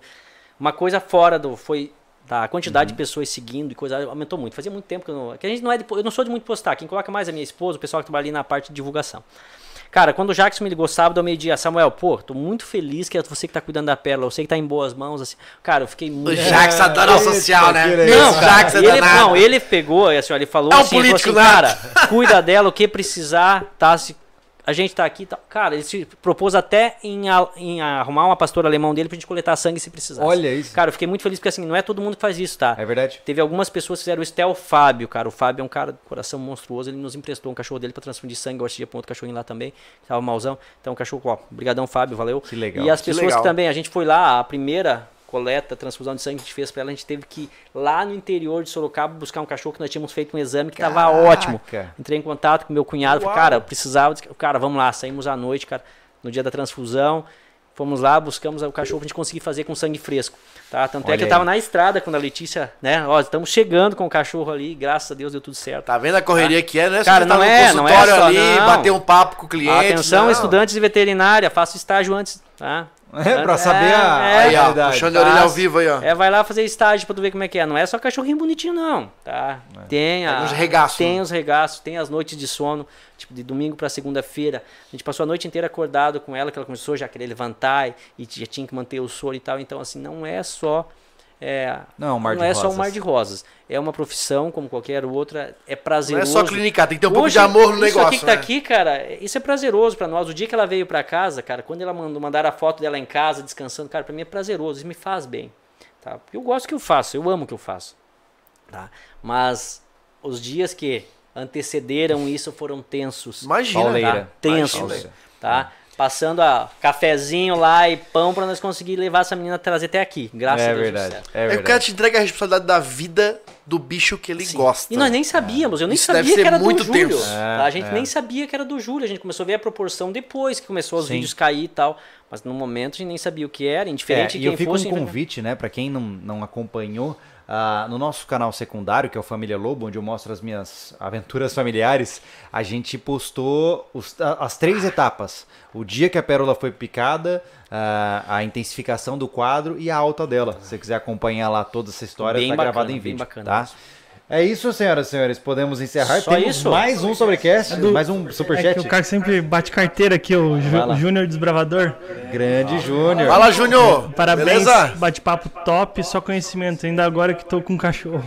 Speaker 3: uma coisa fora do. Foi. Da quantidade de pessoas seguindo e coisa aumentou muito. Fazia muito tempo que eu não. Que a gente não é de, po- eu não sou de muito postar. Quem coloca mais é minha esposa, o pessoal que trabalha ali na parte de divulgação. Cara, quando o Jackson me ligou sábado ao meio-dia, Samuel, pô, tô muito feliz que é você que tá cuidando da pérola. Eu sei que tá em boas mãos, assim. Cara, eu fiquei muito.
Speaker 2: O Jax adora o social, né?
Speaker 1: Eita, que legal.
Speaker 3: Não,
Speaker 2: Esse
Speaker 3: cara,
Speaker 2: Jax é
Speaker 3: ele,
Speaker 2: danado.
Speaker 3: não, ele pegou, assim, ó, ele falou
Speaker 2: É um
Speaker 3: assim, ele falou
Speaker 2: político
Speaker 3: assim,
Speaker 2: nato.
Speaker 3: cara, cuida dela, o que precisar, tá? Se, a gente tá aqui, tá, cara, ele se propôs até em, a- em arrumar uma pastora alemão dele pra gente coletar sangue se precisar.
Speaker 1: Olha isso.
Speaker 3: Cara, eu fiquei muito feliz porque assim, não é todo mundo que faz isso, tá?
Speaker 1: É verdade?
Speaker 3: Teve algumas pessoas que fizeram isso, até o Fábio, cara. O Fábio é um cara de coração monstruoso. Ele nos emprestou um cachorro dele pra transfundir sangue hoje dia pra um outro cachorrinho lá também. Que tava malzão. Então, o cachorro, ó. Obrigadão, Fábio, valeu.
Speaker 1: Que legal,
Speaker 3: E as
Speaker 2: que
Speaker 3: pessoas que,
Speaker 2: legal.
Speaker 3: também, a gente foi lá, a primeira coleta, transfusão de sangue que a gente fez pra ela, a gente teve que ir lá no interior de Sorocaba buscar um cachorro que nós tínhamos feito um exame que tava
Speaker 1: Caraca.
Speaker 3: ótimo. Entrei em contato com meu cunhado, falei, cara, eu precisava, disse, cara, vamos lá, saímos à noite, cara, no dia da transfusão. Fomos lá, buscamos o cachorro que a gente conseguiu fazer com sangue fresco, tá? Tanto
Speaker 1: Olha
Speaker 3: é que eu
Speaker 1: aí.
Speaker 3: tava na estrada quando a Letícia, né? Ó, estamos chegando com o cachorro ali, graças a Deus deu tudo certo.
Speaker 2: Tá vendo a correria que é, né? Você
Speaker 3: Cara,
Speaker 2: tá
Speaker 3: não
Speaker 2: no
Speaker 3: é- não é
Speaker 2: consultório
Speaker 3: só,
Speaker 2: ali,
Speaker 3: não.
Speaker 2: bater um papo com o cliente.
Speaker 3: Atenção,
Speaker 2: não. Ah.
Speaker 3: estudantes de veterinária, faça estágio antes, tá?
Speaker 1: É, pra saber a-
Speaker 3: é,
Speaker 2: Aí, ó,
Speaker 1: Verdade.
Speaker 2: puxando a orelha ao vivo aí, ó.
Speaker 3: É, vai lá fazer estágio pra tu ver como é que é. Não é só cachorrinho bonitinho, não, tá? Tem, a,
Speaker 2: É. Tem os regaços,
Speaker 3: Tem
Speaker 2: né?
Speaker 3: os regaços, tem as noites de sono, tipo, de domingo pra segunda-feira. A gente passou a noite inteira acordado com ela, que ela começou já a querer levantar e, e já tinha que manter o sono e tal. Então, assim, não é só... É,
Speaker 1: Não é um mar
Speaker 3: não
Speaker 1: de
Speaker 3: é só um
Speaker 1: rosas.
Speaker 3: mar de rosas. É uma profissão como qualquer outra, é
Speaker 2: Não é
Speaker 3: prazeroso.
Speaker 2: só clinicar, tem que ter um pouco
Speaker 3: Hoje,
Speaker 2: de amor no
Speaker 3: Isso
Speaker 2: negócio.
Speaker 3: aqui que tá
Speaker 2: né?
Speaker 3: aqui, cara, isso é prazeroso pra nós. O dia que ela veio pra casa, cara, quando ela mandou mandar a foto dela em casa, descansando, cara, pra mim é prazeroso, isso me faz bem. Tá? Porque Eu gosto do que eu faço, eu amo o que eu faço. Tá? Mas os dias que antecederam isso foram tensos.
Speaker 2: Imagina.
Speaker 3: tá?
Speaker 1: Pauleira.
Speaker 3: Tensos.
Speaker 2: Imagina.
Speaker 3: Tá? Passando a cafezinho lá e pão pra nós conseguir levar essa menina trazer até aqui. Graças a
Speaker 5: É
Speaker 3: Deus. deu
Speaker 5: verdade.
Speaker 3: tá certo.
Speaker 5: É
Speaker 2: É que o cara
Speaker 5: verdade.
Speaker 2: te entrega a responsabilidade da vida do bicho que ele gosta.
Speaker 3: E nós nem sabíamos, eu nem
Speaker 2: É. Isso deve
Speaker 3: sabia
Speaker 2: ser
Speaker 3: que era
Speaker 2: muito
Speaker 3: do Júlio.
Speaker 2: tenso.
Speaker 1: É,
Speaker 3: tá? A gente nem sabia que era do Júlio, a gente começou a ver a proporção depois que começou os
Speaker 1: Sim.
Speaker 3: vídeos cair e tal. Mas no momento a gente nem sabia o que era,
Speaker 1: É,
Speaker 3: indiferente de
Speaker 1: e
Speaker 3: quem
Speaker 1: eu fico
Speaker 3: fosse.
Speaker 1: um convite, né, Pra quem não, não acompanhou, ah, no nosso canal secundário, que é o Família Lobo, onde eu mostro as minhas aventuras familiares, a gente postou os- a- as três etapas: o dia que a pérola foi picada, ah, a intensificação do quadro e a alta dela. Se você quiser acompanhar lá toda essa história,
Speaker 3: Bem
Speaker 1: tá
Speaker 3: bacana,
Speaker 1: gravada em
Speaker 3: bem
Speaker 1: vídeo,
Speaker 3: bacana
Speaker 1: tá?
Speaker 3: mesmo.
Speaker 1: É isso, senhoras e senhores. Podemos encerrar.
Speaker 3: Só
Speaker 1: Temos
Speaker 3: isso?
Speaker 1: mais um sobrecast,
Speaker 4: É do-
Speaker 1: mais um
Speaker 4: É
Speaker 1: superchat.
Speaker 4: que o cara sempre bate carteira aqui, o Ju-
Speaker 1: Vai lá.
Speaker 4: Júnior Desbravador.
Speaker 1: Grande Júnior.
Speaker 2: Fala, Júnior!
Speaker 4: Parabéns,
Speaker 2: Beleza?
Speaker 4: bate-papo top, só conhecimento. Ainda agora que tô com um cachorro.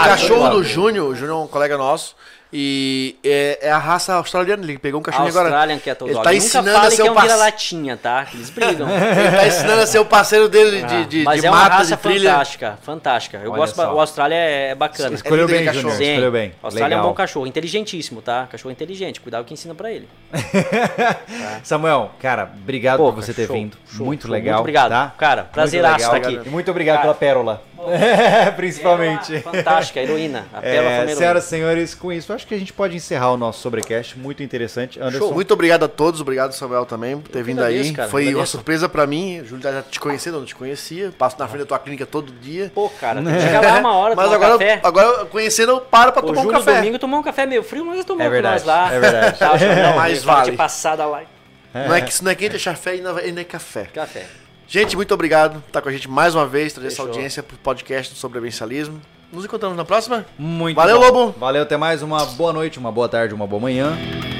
Speaker 2: É, o cachorro do Júnior, o Júnior é um colega nosso, e é, é a raça australiana, ele pegou um cachorro agora.
Speaker 3: Australian Cat
Speaker 2: Ele
Speaker 3: Dog.
Speaker 2: tá
Speaker 3: Nunca
Speaker 2: ensinando a
Speaker 3: falem
Speaker 2: ser
Speaker 3: que é
Speaker 2: um
Speaker 3: um
Speaker 2: parce-
Speaker 3: vira-latinha, tá? Que Eles brigam.
Speaker 2: Ele tá ensinando a ser o parceiro dele de, de,
Speaker 3: Mas
Speaker 2: de
Speaker 3: é uma
Speaker 2: mata,
Speaker 3: raça
Speaker 2: de trilha.
Speaker 3: fantástica, fantástica. Eu
Speaker 1: Olha
Speaker 3: gosto, ba-
Speaker 1: só.
Speaker 3: o Austrália é bacana.
Speaker 1: Escolheu
Speaker 2: É líder
Speaker 1: bem,
Speaker 2: de
Speaker 1: Júnior.
Speaker 2: cachorro.
Speaker 3: Sim.
Speaker 1: Escolheu bem.
Speaker 3: Austrália é um
Speaker 1: Legal.
Speaker 3: bom cachorro, inteligentíssimo, tá? Cachorro inteligente, cuidado que ensina pra ele.
Speaker 1: Samuel, cara, obrigado
Speaker 3: Pô,
Speaker 1: por você ter
Speaker 3: cara, show,
Speaker 1: vindo.
Speaker 3: show,
Speaker 1: muito
Speaker 3: show.
Speaker 1: legal.
Speaker 3: Muito obrigado.
Speaker 1: Tá?
Speaker 3: Cara,
Speaker 1: Muito
Speaker 3: prazeraço
Speaker 1: legal.
Speaker 3: estar aqui.
Speaker 1: Muito obrigado pela pérola. Principalmente.
Speaker 3: É Fantástica, heroína. A Pérola
Speaker 1: É,
Speaker 3: foi uma heroína.
Speaker 1: senhoras e senhores, com isso, acho que a gente pode encerrar o nosso sobrecast. Muito interessante. Anderson,
Speaker 2: Show. Muito obrigado a todos, obrigado Samuel também por ter vindo
Speaker 3: agradeço,
Speaker 2: aí.
Speaker 3: cara,
Speaker 2: Foi uma
Speaker 3: agradeço.
Speaker 2: surpresa pra mim. Júlio já te conhecendo, eu não te conhecia. Passo na frente da tua clínica todo dia.
Speaker 3: Pô, cara, tem que chegar lá uma hora,
Speaker 2: Mas
Speaker 3: tomar
Speaker 2: agora,
Speaker 3: um café.
Speaker 2: agora conhecendo, eu paro pra
Speaker 3: O
Speaker 2: tomar um
Speaker 3: Júlio
Speaker 2: café.
Speaker 3: domingo tomou um café meio frio, mas tomou
Speaker 1: É
Speaker 3: com
Speaker 1: verdade,
Speaker 3: nós lá.
Speaker 1: é verdade.
Speaker 3: Tá, Júlio,
Speaker 2: Mais
Speaker 3: eu tava
Speaker 2: vale.
Speaker 3: de passada lá.
Speaker 2: Não é que isso não é quente, é chafé ainda vai- ainda é café.
Speaker 3: Café.
Speaker 2: Gente, muito obrigado por estar com a gente mais uma vez, trazer
Speaker 3: Fechou.
Speaker 2: essa audiência pro podcast do sobrevivencialismo. Nos encontramos na próxima.
Speaker 1: muito
Speaker 2: Valeu,
Speaker 1: bom.
Speaker 2: Lobo.
Speaker 1: Valeu, até mais. Uma boa noite, uma boa tarde, uma boa manhã.